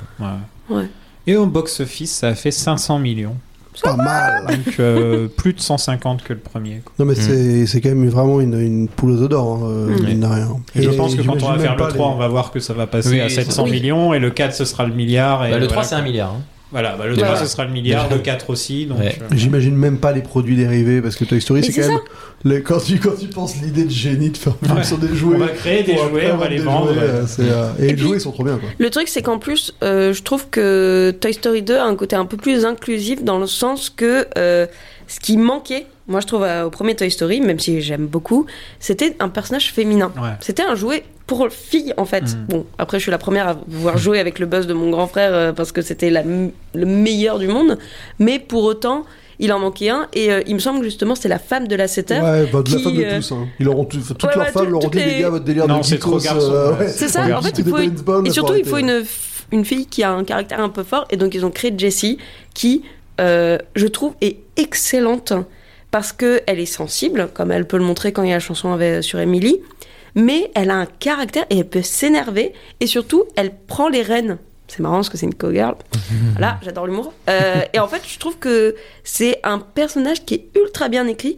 Speaker 7: Ouais.
Speaker 9: Ouais.
Speaker 7: Et au box-office, ça a fait 500 millions.
Speaker 8: Pas mal
Speaker 7: Donc
Speaker 8: (laughs)
Speaker 7: euh, plus de 150 que le premier. quoi.
Speaker 8: Non, mais c'est c'est quand même vraiment une, une poule aux œufs d'or, hein, euh,
Speaker 9: Mm.
Speaker 8: mine de rien.
Speaker 7: Et, je pense que quand on
Speaker 8: j'imagine
Speaker 7: va
Speaker 8: même
Speaker 7: faire le
Speaker 8: pas
Speaker 7: 3,
Speaker 8: les-
Speaker 7: on va voir que ça va passer
Speaker 3: Oui,
Speaker 7: à
Speaker 3: ça-
Speaker 7: 700
Speaker 3: oui.
Speaker 7: millions et le 4, ce sera le milliard. Et
Speaker 3: Bah, le
Speaker 7: voilà,
Speaker 3: 3, c'est un
Speaker 7: quoi.
Speaker 3: milliard. hein.
Speaker 7: Voilà, bah, le
Speaker 3: Déjà.
Speaker 7: 3, ce sera le milliard,
Speaker 3: Déjà.
Speaker 7: le 4 aussi. Donc,
Speaker 3: Ouais.
Speaker 7: euh,
Speaker 8: J'imagine même pas les produits dérivés parce que Toy Story
Speaker 9: Mais
Speaker 8: c'est
Speaker 9: c'est
Speaker 8: quand même les- quand tu quand tu penses l'idée de génie de faire
Speaker 7: Ouais.
Speaker 8: (laughs) sur des
Speaker 7: on
Speaker 8: jouets
Speaker 7: va créer des
Speaker 8: pour après
Speaker 7: jouets, on va
Speaker 8: vendre
Speaker 7: les
Speaker 8: des
Speaker 7: vendre.
Speaker 8: jouets, euh, c'est, euh, et, les
Speaker 9: puis-
Speaker 8: jouets ils sont trop bien quoi.
Speaker 9: Le truc, c'est qu'en plus, euh, je trouve que Toy Story 2 a un côté un peu plus inclusif dans le sens que euh, ce qui manquait, moi je trouve, euh, au premier Toy Story, même si j'aime beaucoup, c'était un personnage féminin.
Speaker 7: Ouais.
Speaker 9: C'était un jouet pour filles, en fait.
Speaker 7: Mm.
Speaker 9: Bon, après, je suis la première à pouvoir jouer avec le buzz de mon grand frère euh, parce que c'était la m- le meilleur du monde. Mais pour autant, il en manquait un. Et euh, il me semble que justement, c'était la femme de la setter.
Speaker 8: Ouais, bah, de la
Speaker 9: qui,
Speaker 8: femme de
Speaker 9: euh,
Speaker 8: tous. Hein. Ils auront tout- toutes
Speaker 9: ouais,
Speaker 8: leurs
Speaker 9: ouais,
Speaker 8: femmes
Speaker 9: tout-
Speaker 8: leur ont
Speaker 9: toutes
Speaker 8: dit les
Speaker 9: les-
Speaker 8: gars votre délire
Speaker 7: Non,
Speaker 8: de
Speaker 7: c'est
Speaker 8: geekos,
Speaker 7: trop garçon,
Speaker 8: euh,
Speaker 7: ouais,
Speaker 8: ouais,
Speaker 7: c'est
Speaker 9: C'est
Speaker 7: trop
Speaker 9: ça, en
Speaker 7: garçon.
Speaker 9: fait, il faut
Speaker 8: Des
Speaker 9: une-
Speaker 8: Benz Bond,
Speaker 9: Et surtout, il faut
Speaker 8: arrêter.
Speaker 9: une, f- une fille qui a un caractère un peu fort. Et donc, ils ont créé Jessie, qui, euh, je trouve, est excellente. Parce qu'elle est sensible, comme elle peut le montrer quand il y a la chanson avec- sur Emily. Mais elle a un caractère et elle peut s'énerver. Et surtout, elle prend les rênes. C'est marrant parce que c'est une co-girl. Voilà, j'adore l'humour. Euh, et en fait, je trouve que c'est un personnage qui est ultra bien écrit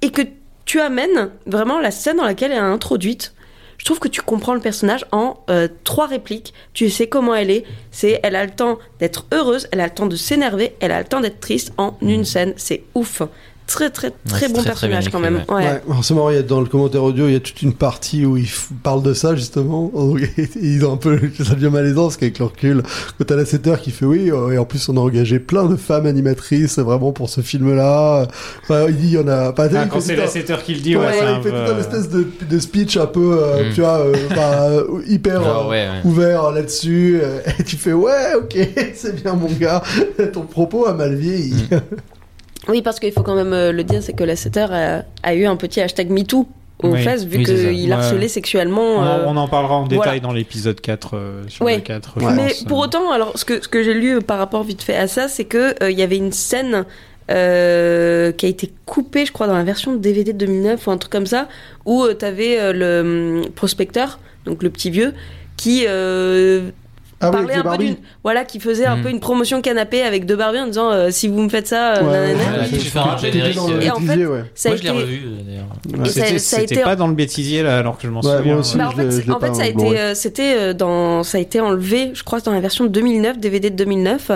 Speaker 9: et que tu amènes vraiment la scène dans laquelle elle est introduite. Je trouve que tu comprends le personnage en euh, trois répliques. Tu sais comment elle est. C'est elle a le temps d'être heureuse, elle a le temps de s'énerver, elle a le temps d'être triste en une scène. C'est ouf. Très très très
Speaker 3: Mm. c'est
Speaker 9: bon
Speaker 3: très, très bien
Speaker 9: personnage quand
Speaker 3: écrit,
Speaker 9: même. Ouais.
Speaker 8: Ouais, alors c'est marrant, il y a, dans le commentaire audio, il y a toute une partie où ils f- parlent de ça, justement. (laughs) Oh, et Ils ont un peu, (laughs) ça devient malaisant, parce qu'avec le recul, quand t'as la 7 qui fait oui, euh, et en plus, on a engagé plein de femmes animatrices, euh, vraiment, pour ce film-là. Enfin, il dit, il y en a, pas
Speaker 7: Ah, quand c'est la 7 qui le dit, ouais, c'est un
Speaker 8: il fait
Speaker 7: peu,
Speaker 8: tout un
Speaker 7: euh,
Speaker 8: espèce de, de speech un peu, euh,
Speaker 3: Mm.
Speaker 8: tu vois, euh, bah, euh, hyper
Speaker 3: Ah
Speaker 8: euh,
Speaker 3: ouais, ouais.
Speaker 8: ouvert là-dessus. euh, et tu fais, ouais, ok, (laughs) c'est bien mon gars, (laughs) ton propos a mal vieilli. (laughs)
Speaker 9: Oui, parce qu'il faut quand même euh, le dire, c'est que la Setter a, a eu un petit hashtag MeToo aux
Speaker 7: Oui.
Speaker 9: fesses vu
Speaker 3: Oui, c'est ça.
Speaker 9: qu'il
Speaker 7: Ouais.
Speaker 9: harcelait
Speaker 7: On,
Speaker 9: sexuellement.
Speaker 7: en-
Speaker 9: euh,
Speaker 7: on en parlera en détail
Speaker 9: voilà.
Speaker 7: dans l'épisode 4 euh, sur
Speaker 9: Ouais.
Speaker 7: le 4. je
Speaker 9: Mais
Speaker 7: pense.
Speaker 9: pour autant, alors ce que, ce que j'ai lu par rapport vite fait à ça, c'est que euh, il y avait une scène euh, qui a été coupée, je crois, dans la version DVD de 2009 ou un truc comme ça, où euh, t'avais euh, le hum, prospecteur, donc le petit vieux, qui euh,
Speaker 8: Ah oui, avec
Speaker 9: parlait
Speaker 8: les
Speaker 9: un peu
Speaker 8: Barbies.
Speaker 9: d'une, voilà, qui faisait un
Speaker 3: Mhm.
Speaker 9: peu une promotion canapé avec deux barbiers en disant euh, si vous me faites ça, euh, nanana.
Speaker 3: ouais, ouais.
Speaker 9: Et
Speaker 3: tu fais un générique,
Speaker 8: dans le
Speaker 9: et en fait,
Speaker 8: bêtisier, ouais.
Speaker 9: ça a
Speaker 3: Moi, je l'ai
Speaker 9: été-
Speaker 3: revu, euh, d'ailleurs.
Speaker 8: Ouais.
Speaker 9: ça-
Speaker 7: C'était
Speaker 9: ça a
Speaker 7: c'était
Speaker 9: été-
Speaker 7: pas dans le bêtisier là, alors que je m'en
Speaker 8: Ouais,
Speaker 7: souviens. euh,
Speaker 8: moi aussi.
Speaker 9: Bah, en
Speaker 8: Je
Speaker 9: fait,
Speaker 8: l'ai- je
Speaker 9: c'est-
Speaker 8: l'ai
Speaker 9: en
Speaker 8: pas
Speaker 9: fait, ça a
Speaker 8: en
Speaker 9: été,
Speaker 8: Blu-ray.
Speaker 9: euh, c'était euh, dans, ça a été enlevé, je crois, dans la version 2009, DVD de 2009,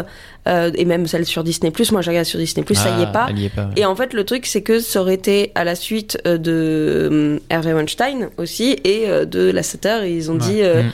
Speaker 9: euh, et même celle sur Disney+. Moi, je regarde sur Disney+, ça y
Speaker 3: Ah,
Speaker 9: est pas.
Speaker 3: Elle y est pas. ouais.
Speaker 9: Et en fait, le truc, c'est que ça aurait été à la suite euh, de euh, Hervé Weinstein aussi et euh, de Lasseter. Ils ont
Speaker 7: Ouais.
Speaker 9: dit euh,
Speaker 3: Mm.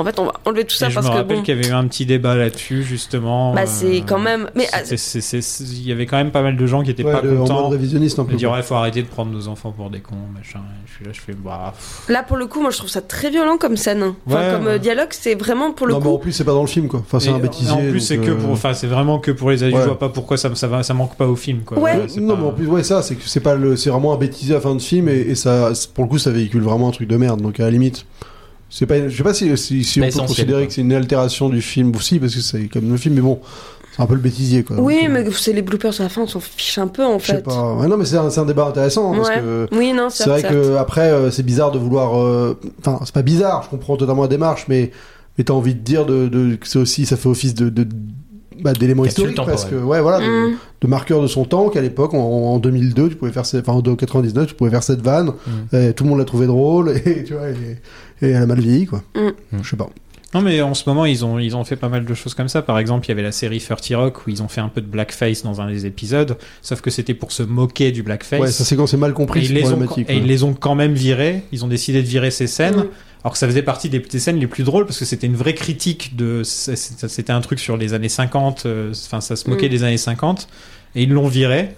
Speaker 9: En fait, on va enlever tout ça
Speaker 7: Et je me
Speaker 9: parce que
Speaker 7: rappelle
Speaker 9: bon,
Speaker 7: qu'il y avait eu un petit débat là-dessus, justement.
Speaker 9: bah
Speaker 7: euh,
Speaker 9: c'est quand même. Mais ah,
Speaker 7: c'était- c'est- c'est- c'est- Il y avait quand même pas mal de gens qui étaient
Speaker 8: Ouais,
Speaker 7: pas
Speaker 8: le- en
Speaker 7: contents.
Speaker 8: mode révisionniste un peu.
Speaker 7: Ils disaient, ouais, faut arrêter de prendre nos enfants pour des cons, machin. Et je suis là, je fais, bah. pff.
Speaker 9: ah, là pour le coup, moi je trouve ça très violent comme scène. hein. Enfin,
Speaker 7: Ouais,
Speaker 9: comme
Speaker 7: ouais.
Speaker 9: euh, dialogue, c'est vraiment pour le
Speaker 8: non, mais
Speaker 9: coup.
Speaker 8: en plus, c'est pas dans le film, quoi. Enfin, c'est
Speaker 7: Et
Speaker 8: un
Speaker 7: en-
Speaker 8: bêtisier.
Speaker 7: En plus,
Speaker 8: donc,
Speaker 7: c'est que pour.
Speaker 8: euh,
Speaker 7: Enfin, c'est vraiment que pour les adultes.
Speaker 8: Ouais.
Speaker 7: Je vois pas pourquoi ça, me- ça, va, ça manque pas au film, quoi.
Speaker 9: Ouais.
Speaker 8: Ouais,
Speaker 7: c'est
Speaker 8: non,
Speaker 7: pas-
Speaker 8: mais en plus, ouais, ça, c'est que c'est pas le, c'est vraiment un bêtisier à la fin de film et, et ça, c'est- pour le coup, ça véhicule vraiment un truc de merde. Donc à la limite, c'est pas, je sais pas si, si, si
Speaker 3: Pas
Speaker 8: on peut
Speaker 3: essentiel,
Speaker 8: considérer
Speaker 3: quoi.
Speaker 8: que c'est une altération du film aussi parce que c'est quand même le film, mais bon, c'est un peu le bêtisier quoi. Donc,
Speaker 9: Oui,
Speaker 8: euh,
Speaker 9: mais c'est les bloopers à la fin, on s'en fiche un peu en
Speaker 8: je sais
Speaker 9: fait.
Speaker 8: pas. Ouais, non, mais c'est un, c'est un débat intéressant hein, parce
Speaker 9: Ouais.
Speaker 8: que.
Speaker 9: Oui, non,
Speaker 8: C'est
Speaker 9: certes,
Speaker 8: vrai
Speaker 9: certes.
Speaker 8: que après euh, c'est bizarre de vouloir. euh, Enfin, c'est pas bizarre. Je comprends totalement la démarche, mais mais t'as envie de dire de, de- que c'est aussi ça fait office de, de bah, d'éléments
Speaker 3: Capsule
Speaker 8: historiques parce que ouais voilà de,
Speaker 9: Mm.
Speaker 8: de marqueur de son temps qu'à l'époque en, en 2002 tu pouvais faire cette- enfin en 99 tu pouvais faire cette vanne
Speaker 7: Mm.
Speaker 8: et tout le monde l'a trouvé drôle et tu vois et, et elle a mal vieilli quoi.
Speaker 9: Mm.
Speaker 8: Je sais pas.
Speaker 7: Non, mais en ce moment, ils ont, ils ont fait pas mal de choses comme ça. Par exemple, il y avait la série 30 Rock où ils ont fait un peu de blackface dans un des épisodes. Sauf que c'était pour se moquer du blackface.
Speaker 8: Ouais, ça c'est quand c'est mal compris
Speaker 7: Bah, Et ils,
Speaker 8: c'est
Speaker 7: les ont,
Speaker 8: problématique.
Speaker 7: et ils
Speaker 8: quoi.
Speaker 7: les ont quand même virés. Ils ont décidé de virer ces scènes.
Speaker 9: Mm.
Speaker 7: Alors que ça faisait partie des, des scènes les plus drôles parce que c'était une vraie critique de. c'est- c'est- C'était un truc sur les années 50. euh, Enfin, ça se moquait
Speaker 9: Mm.
Speaker 7: des années 50. Et ils l'ont viré.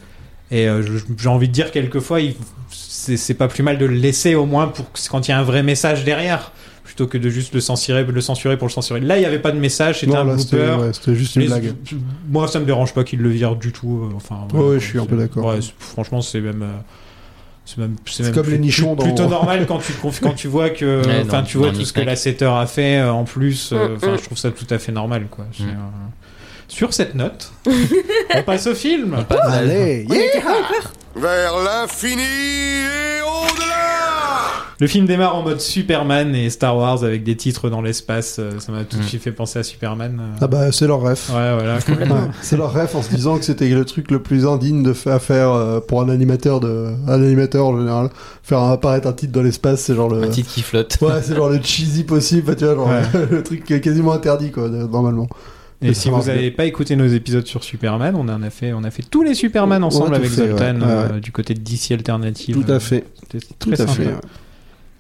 Speaker 7: Et euh, je- j'ai envie de dire, quelquefois, il- c'est c'est pas plus mal de le laisser au moins pour que- quand il y a un vrai message derrière. Plutôt que de juste le censurer, le censurer pour le censurer. Là, il n'y avait pas de message, c'était
Speaker 8: Non,
Speaker 7: un
Speaker 8: là, c'était
Speaker 7: blooper.
Speaker 8: ouais, c'était juste une
Speaker 7: Les-
Speaker 8: blague.
Speaker 7: Moi, ça me dérange pas qu'ils le virent du tout. euh, Enfin, voilà,
Speaker 8: ouais,
Speaker 7: quoi,
Speaker 8: je suis un
Speaker 7: c'est-
Speaker 8: peu d'accord.
Speaker 7: ouais, c'est- franchement, c'est même. euh, c'est même,
Speaker 8: C'est
Speaker 7: même
Speaker 8: comme
Speaker 7: plus-
Speaker 8: les nichons
Speaker 7: plus- Plutôt
Speaker 8: dans-
Speaker 7: normal quand tu, conf- quand tu vois que.
Speaker 3: (laughs) Ouais,
Speaker 7: Enfin,
Speaker 3: non,
Speaker 7: tu vois
Speaker 3: dans
Speaker 7: tout ce que
Speaker 3: Nick
Speaker 7: la
Speaker 3: Nack.
Speaker 7: 7 heures a fait euh, en plus. euh,
Speaker 9: Mm,
Speaker 7: Enfin,
Speaker 9: mm.
Speaker 7: je trouve ça tout à fait normal, quoi. C'est,
Speaker 3: Mm.
Speaker 7: euh, Sur cette
Speaker 9: (laughs)
Speaker 7: note, on passe au film.
Speaker 8: Allez, yeah
Speaker 2: Vers l'infini et au-delà
Speaker 7: Le film démarre en mode Superman et Star Wars avec des titres dans l'espace. euh, Ça m'a tout de
Speaker 3: Mm.
Speaker 7: suite fait penser à Superman. euh.
Speaker 8: Ah bah c'est leur ref.
Speaker 7: Ouais, voilà.
Speaker 8: Ouais, c'est leur ref en se disant que c'était le truc le plus indigne de fa- à faire euh, pour un animateur de un animateur en général faire apparaître un titre dans l'espace c'est genre le
Speaker 3: Un titre qui flotte.
Speaker 8: euh. ouais c'est genre le cheesy possible enfin, tu vois genre
Speaker 7: Ouais.
Speaker 8: (laughs) le truc qui est quasiment interdit quoi de- normalement
Speaker 7: Et
Speaker 8: Et
Speaker 7: si
Speaker 8: ça
Speaker 7: vous
Speaker 8: marche
Speaker 7: n'avez pas écouté nos épisodes sur Superman, on en a fait, on a fait tous les Superman
Speaker 8: On a
Speaker 7: ensemble
Speaker 8: tout
Speaker 7: avec
Speaker 8: fait, Oh, ouais.
Speaker 7: Zoltan
Speaker 8: Ouais,
Speaker 7: euh, du côté de DC Alternative.
Speaker 8: tout à fait
Speaker 7: C'était
Speaker 8: tout
Speaker 7: très
Speaker 8: à
Speaker 7: sympa.
Speaker 8: fait ouais.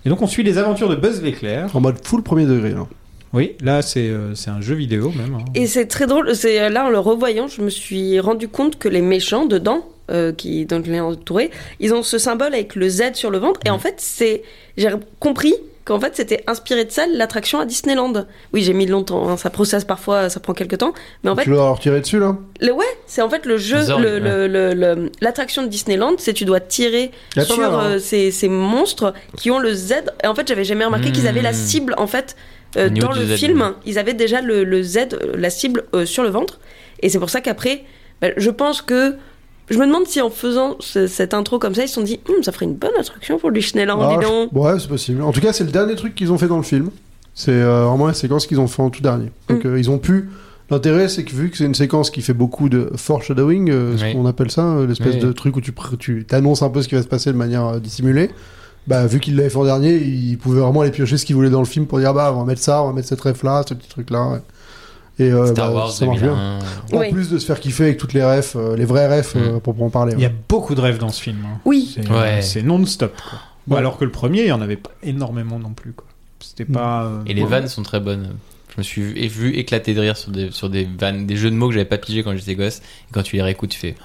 Speaker 7: Et donc on suit les aventures de Buzz l'éclair.
Speaker 8: en mode full premier degré là.
Speaker 7: Oui, là c'est euh, c'est un jeu vidéo même. hein.
Speaker 9: Et c'est très drôle, c'est euh, là en le revoyant, je me suis rendu compte que les méchants dedans, euh, qui dont je l'ai entouré, ils ont ce symbole avec le Z sur le ventre. Et en fait, c'est, j'ai compris qu'en fait c'était inspiré de ça l'attraction à Disneyland. Oui, j'ai mis longtemps, hein, ça processe parfois, ça prend quelques temps, mais en fait,
Speaker 8: tu dois leur tirer dessus là
Speaker 9: le, ouais, c'est en fait le jeu,
Speaker 3: Zorg,
Speaker 9: le-
Speaker 3: ouais.
Speaker 9: le- le- le- l'attraction de Disneyland, c'est tu dois tirer
Speaker 8: Il y a pas
Speaker 9: sur
Speaker 8: mal, hein.
Speaker 9: euh, ces, ces monstres qui ont le Z. Et en fait, j'avais jamais remarqué qu'ils avaient la
Speaker 3: Mmh.
Speaker 9: cible en fait euh,
Speaker 3: Au niveau
Speaker 9: dans
Speaker 3: du
Speaker 9: le
Speaker 3: Z,
Speaker 9: film.
Speaker 3: ouais.
Speaker 9: Ils avaient déjà le, le Z, euh, la cible euh, sur le ventre. Et c'est pour ça qu'après, bah, je pense que je me demande si en faisant ce- cette intro comme ça, ils se sont dit, Hum, ça ferait une bonne attraction pour Disneyland.
Speaker 8: Ah,
Speaker 9: dis donc.
Speaker 8: je- ouais c'est possible en tout cas c'est le dernier truc qu'ils ont fait dans le film c'est euh, vraiment la séquence qu'ils ont fait en tout dernier
Speaker 9: Mm.
Speaker 8: donc euh, ils ont pu L'intérêt, c'est que vu que c'est une séquence qui fait beaucoup de foreshadowing, euh, ce
Speaker 3: Oui.
Speaker 8: qu'on appelle ça, euh, l'espèce
Speaker 3: Oui.
Speaker 8: de truc où tu pr- tu t'annonces un peu ce qui va se passer de manière euh, dissimulée, bah, vu qu'ils l'avaient fait en dernier, ils pouvaient vraiment aller piocher ce qu'ils voulaient dans le film pour dire bah, on va mettre ça, on va mettre cette ref là, ce petit truc là. Et euh,
Speaker 3: Star
Speaker 8: bah,
Speaker 3: Wars
Speaker 8: ça marche bien.
Speaker 3: 2001.
Speaker 8: En
Speaker 9: Oui.
Speaker 8: plus de se faire kiffer avec toutes les refs, euh, les vrais refs,
Speaker 3: Mm.
Speaker 8: euh, pour en parler.
Speaker 7: Il y
Speaker 8: ouais.
Speaker 7: a beaucoup de rêves dans ce film. hein.
Speaker 9: Oui.
Speaker 7: C'est
Speaker 3: Ouais.
Speaker 7: c'est non-stop. quoi. Bon,
Speaker 8: Ouais. Mm.
Speaker 7: alors que le premier, il y en avait pas énormément non plus. quoi. C'était pas. euh,
Speaker 3: Et les
Speaker 7: ouais.
Speaker 3: vannes sont très bonnes. Je me suis vu, vu éclater de rire sur des, sur des vannes, des jeux de mots que j'avais pas pigé quand j'étais gosse. Et quand tu les réécoutes, tu fais.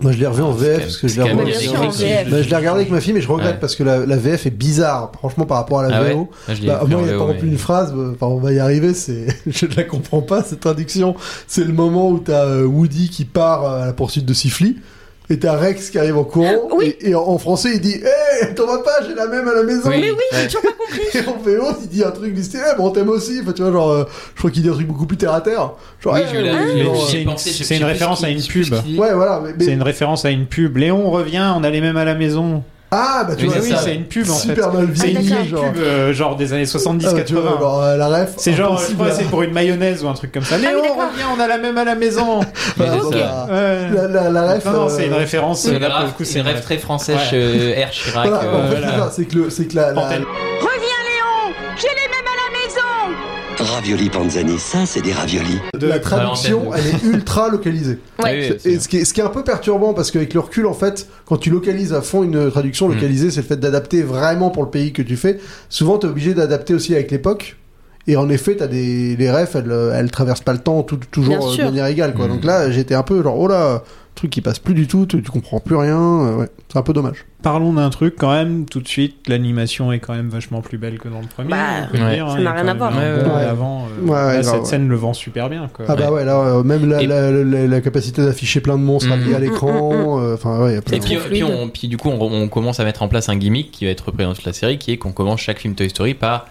Speaker 8: Moi, je l'ai revu
Speaker 3: Ah,
Speaker 8: en
Speaker 3: c'est quand
Speaker 8: VF
Speaker 3: même-
Speaker 8: parce que je
Speaker 3: c'est
Speaker 8: l'ai
Speaker 3: quand
Speaker 9: revu
Speaker 3: même
Speaker 9: aussi.
Speaker 3: bien
Speaker 9: en
Speaker 3: écrit.
Speaker 9: VF.
Speaker 8: Bah, je l'ai regardé avec ma fille, mais je regrette
Speaker 3: Ouais.
Speaker 8: parce que la, la VF est bizarre, franchement, par rapport à la
Speaker 3: Ah ouais
Speaker 8: VO.
Speaker 3: Moi, je l'ai
Speaker 8: Bah,
Speaker 3: vu
Speaker 8: moi,
Speaker 3: en
Speaker 8: il y a
Speaker 3: VO,
Speaker 8: par exemple
Speaker 3: mais-
Speaker 8: une phrase, euh, enfin, on va y arriver, c'est, (laughs) je ne la comprends pas, cette traduction. C'est le moment où t'as euh, Woody qui part euh, à la poursuite de Sifli, et t'as Rex qui arrive en courant,
Speaker 9: Ah, Oui.
Speaker 8: et, et en, en français, il dit, hé, t'en vas pas, j'ai la même à la maison.
Speaker 3: Oui.
Speaker 9: Mais oui, j'ai toujours pas compris.
Speaker 8: (laughs) Et en VO, il dit un truc du style, Eh, bon, on t'aime aussi, enfin, tu vois, genre, euh, je crois qu'il dit un truc beaucoup plus terre à terre. Genre,
Speaker 3: Oui,
Speaker 8: Eh,
Speaker 3: je
Speaker 7: Ah,
Speaker 3: l'ai-
Speaker 8: oui,
Speaker 3: je l'ai-
Speaker 8: genre,
Speaker 3: j'y ai
Speaker 7: c'est une-
Speaker 3: pensé, je-
Speaker 7: c'est
Speaker 3: je sais
Speaker 7: une
Speaker 3: plus
Speaker 7: référence
Speaker 3: ce
Speaker 7: à
Speaker 3: qu'il-
Speaker 7: une
Speaker 3: je sais plus
Speaker 7: pub.
Speaker 3: ce qu'il dit.
Speaker 8: euh, ouais, voilà, mais, mais-
Speaker 7: C'est une référence à une pub. Léon revient, on a les mêmes à la maison.
Speaker 8: ah, bah, tu
Speaker 3: Oui,
Speaker 8: vois,
Speaker 3: c'est
Speaker 7: oui,
Speaker 3: ça.
Speaker 7: c'est une pub en fait.
Speaker 8: super mal
Speaker 7: C'est une
Speaker 8: vieilli,
Speaker 7: vieille
Speaker 8: genre.
Speaker 7: pub euh, genre des années 70-80.
Speaker 8: Ah, bah, tu vois, genre, Ah, euh, la ref.
Speaker 7: c'est genre, je
Speaker 8: impossible
Speaker 7: crois,
Speaker 8: à-
Speaker 7: c'est pour une mayonnaise ou un truc comme
Speaker 9: Ah
Speaker 7: ça. Léon, reviens, on a la même à la (laughs) maison.
Speaker 3: Mais
Speaker 8: Ah,
Speaker 3: c'est
Speaker 8: bah,
Speaker 3: ça.
Speaker 8: bah,
Speaker 7: Ouais.
Speaker 8: La, la, la ref.
Speaker 7: non, non,
Speaker 8: euh,
Speaker 7: c'est une référence.
Speaker 3: C'est
Speaker 7: là, pour
Speaker 3: grave,
Speaker 7: le coup,
Speaker 3: c'est
Speaker 7: c'est
Speaker 3: une rêve très français,
Speaker 7: Ouais.
Speaker 3: euh, R. Chirac.
Speaker 8: Voilà,
Speaker 3: euh,
Speaker 8: en fait,
Speaker 7: voilà.
Speaker 8: c'est ça, c'est que, le, c'est que la, la-
Speaker 7: Antenne.
Speaker 10: Ravioli Panzani, ça c'est des raviolis.
Speaker 8: la traduction,
Speaker 3: l'antenne.
Speaker 8: elle est ultra localisée.
Speaker 3: Ah oui,
Speaker 8: C'est-
Speaker 3: c'est-
Speaker 8: et ce qui, est, ce qui est un peu perturbant, parce qu'avec le recul, en fait, quand tu localises à fond une traduction localisée, c'est le fait d'adapter vraiment pour le pays que tu fais. Souvent, t'es obligé d'adapter aussi avec l'époque. Et en effet, t'as des les refs, elles, euh, elles traversent pas le temps tout- toujours
Speaker 9: Bien
Speaker 8: euh, de
Speaker 9: sûr.
Speaker 8: manière égale quoi.
Speaker 3: Mhm.
Speaker 8: Donc là, j'étais un peu genre oh là, truc qui passe plus du tout, tu, tu comprends plus rien. euh, ouais, c'est un peu dommage.
Speaker 7: Parlons d'un truc quand même, tout de suite, l'animation est quand même vachement plus belle que dans le premier.
Speaker 9: Bah,
Speaker 7: on peut le
Speaker 3: ouais.
Speaker 7: dire,
Speaker 9: ça
Speaker 7: hein,
Speaker 9: n'a
Speaker 7: il y
Speaker 9: rien
Speaker 7: a quand même
Speaker 9: à voir.
Speaker 7: un bon
Speaker 8: Ouais.
Speaker 7: avant, euh,
Speaker 8: Ouais,
Speaker 7: là,
Speaker 8: ouais,
Speaker 7: cette
Speaker 8: grave,
Speaker 7: scène le vend super bien. Quoi.
Speaker 8: Ah bah ouais, là euh, même la,
Speaker 3: Et-
Speaker 8: la, la- la capacité d'afficher plein de monstres
Speaker 3: Mhm.
Speaker 8: habillés à l'écran, euh, enfin ouais, il y a plein
Speaker 3: Et
Speaker 8: de-
Speaker 3: puis,
Speaker 9: trop
Speaker 3: puis
Speaker 9: fluide.
Speaker 3: on- puis du coup, on, on commence à mettre en place un gimmick qui va être repris dans toute la série, qui est qu'on commence chaque film Toy Story par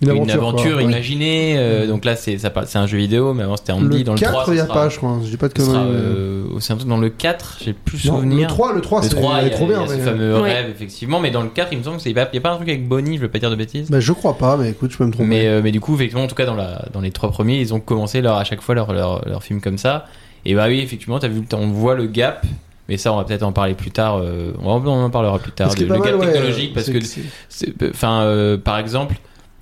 Speaker 3: une aventure,
Speaker 8: quoi. Ouais.
Speaker 3: imaginée. euh, donc là, c'est ça parle- c'est un jeu vidéo, mais avant c'était en
Speaker 8: Le
Speaker 3: dans le 3.
Speaker 8: 4, il n'y a
Speaker 3: ça sera-
Speaker 8: pas, je crois. hein, Je dis pas de
Speaker 3: ça sera,
Speaker 8: conneries. mais-
Speaker 3: euh, au- c'est un truc dans le 4, j'ai plus
Speaker 8: Non,
Speaker 3: souvenir.
Speaker 8: Le 3, le 3,
Speaker 3: Le
Speaker 8: c'est
Speaker 3: 3,
Speaker 8: il
Speaker 3: il
Speaker 8: est
Speaker 3: y a,
Speaker 8: trop bien.
Speaker 3: il y a ce
Speaker 8: mais, euh,
Speaker 3: fameux
Speaker 9: Ouais.
Speaker 3: rêve, effectivement. Mais dans le 4, il me semble que c'est pas, il y a pas un truc avec Bonnie, je veux pas dire de bêtises.
Speaker 8: bah, je crois pas, mais écoute, je peux me tromper.
Speaker 3: mais, euh, mais du coup, effectivement, en tout cas, dans, la, dans les trois premiers, ils ont commencé leur, à chaque fois leur, leur, leur film comme ça. Et bah oui, effectivement, as vu, t'en- on voit le gap. Mais ça, on va peut-être en parler plus tard. euh, on en- on en parlera plus tard.
Speaker 8: Ce qui est
Speaker 3: de-
Speaker 8: pas
Speaker 3: le
Speaker 8: mal,
Speaker 3: gap
Speaker 8: ouais,
Speaker 3: technologique, parce
Speaker 8: c'est
Speaker 3: que
Speaker 8: c'est-
Speaker 3: c'est- Enfin, euh, par exemple,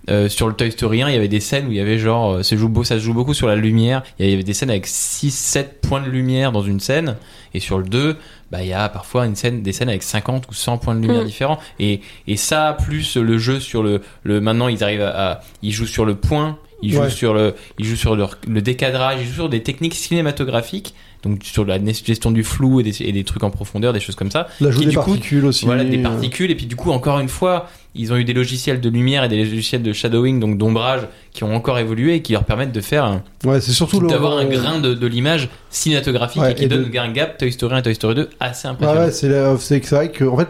Speaker 3: euh, sur le Toy Story 1, il y avait des scènes où il y avait genre, euh, se joue beau- ça se joue beaucoup sur la lumière. Il y avait des scènes avec 6-7 points de lumière dans une scène. Et sur le 2, bah, il y a parfois une scène, des scènes avec 50 ou 100 points de lumière
Speaker 9: Mm.
Speaker 3: différents. Et, et ça, plus le jeu sur le. le maintenant, ils arrivent à. à- ils jouent sur le point. Ils jouent
Speaker 8: Ouais.
Speaker 3: sur, le, ils jouent sur leur- le décadrage, ils jouent sur des techniques cinématographiques, donc sur la gestion du flou et des, et des trucs en profondeur, des choses comme ça.
Speaker 8: L'ajout
Speaker 3: qui,
Speaker 8: des
Speaker 3: du coup,
Speaker 8: particules aussi.
Speaker 3: Voilà, des
Speaker 8: euh,
Speaker 3: particules. Et puis du coup, encore une fois, ils ont eu des logiciels de lumière et des logiciels de shadowing, donc d'ombrage, qui ont encore évolué et qui leur permettent de faire, un-
Speaker 8: Ouais, c'est surtout le.
Speaker 3: d'avoir un grain de, de l'image cinématographique
Speaker 8: Ouais,
Speaker 3: et qui
Speaker 8: et de-
Speaker 3: donne un gap Toy Story 1 et Toy Story 2 assez
Speaker 8: Ah
Speaker 3: impressionnant.
Speaker 8: ouais, c'est la- c'est c'est vrai que, en fait,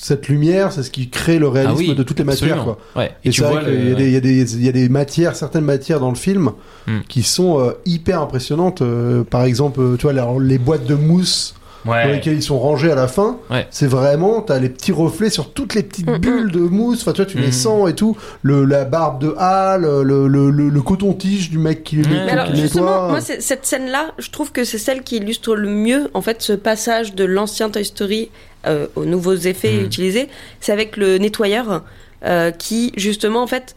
Speaker 8: cette lumière, c'est ce qui crée le réalisme de toutes les matières,
Speaker 3: Ah absolument.
Speaker 8: quoi.
Speaker 3: Ouais.
Speaker 8: Et,
Speaker 3: Et, tu
Speaker 8: c'est
Speaker 3: vois,
Speaker 8: vrai qu'il
Speaker 3: le-
Speaker 8: y, a des- il y a des- il y a des matières, certaines matières dans le film
Speaker 3: Hmm.
Speaker 8: qui sont euh, hyper impressionnantes. Euh, par exemple, euh, tu vois, la- les boîtes de mousse dans
Speaker 3: ouais.
Speaker 8: lesquelles ils sont rangés à la fin,
Speaker 3: Ouais.
Speaker 8: c'est vraiment, t'as les petits reflets sur toutes les petites bulles de mousse, enfin tu vois, tu les
Speaker 3: Mhm.
Speaker 8: sens et tout, le, la barbe de Hal, le, le, le- le coton-tige du mec qui,
Speaker 3: Mais
Speaker 8: qui
Speaker 9: Mais alors,
Speaker 3: Qu'il
Speaker 9: justement,
Speaker 8: nettoie.
Speaker 9: moi, c'est- cette scène-là, je trouve que c'est celle qui illustre le mieux, en fait, ce passage de l'ancien Toy Story euh, aux nouveaux effets
Speaker 3: Mm.
Speaker 9: utilisés. C'est avec le nettoyeur euh, qui, justement, en fait,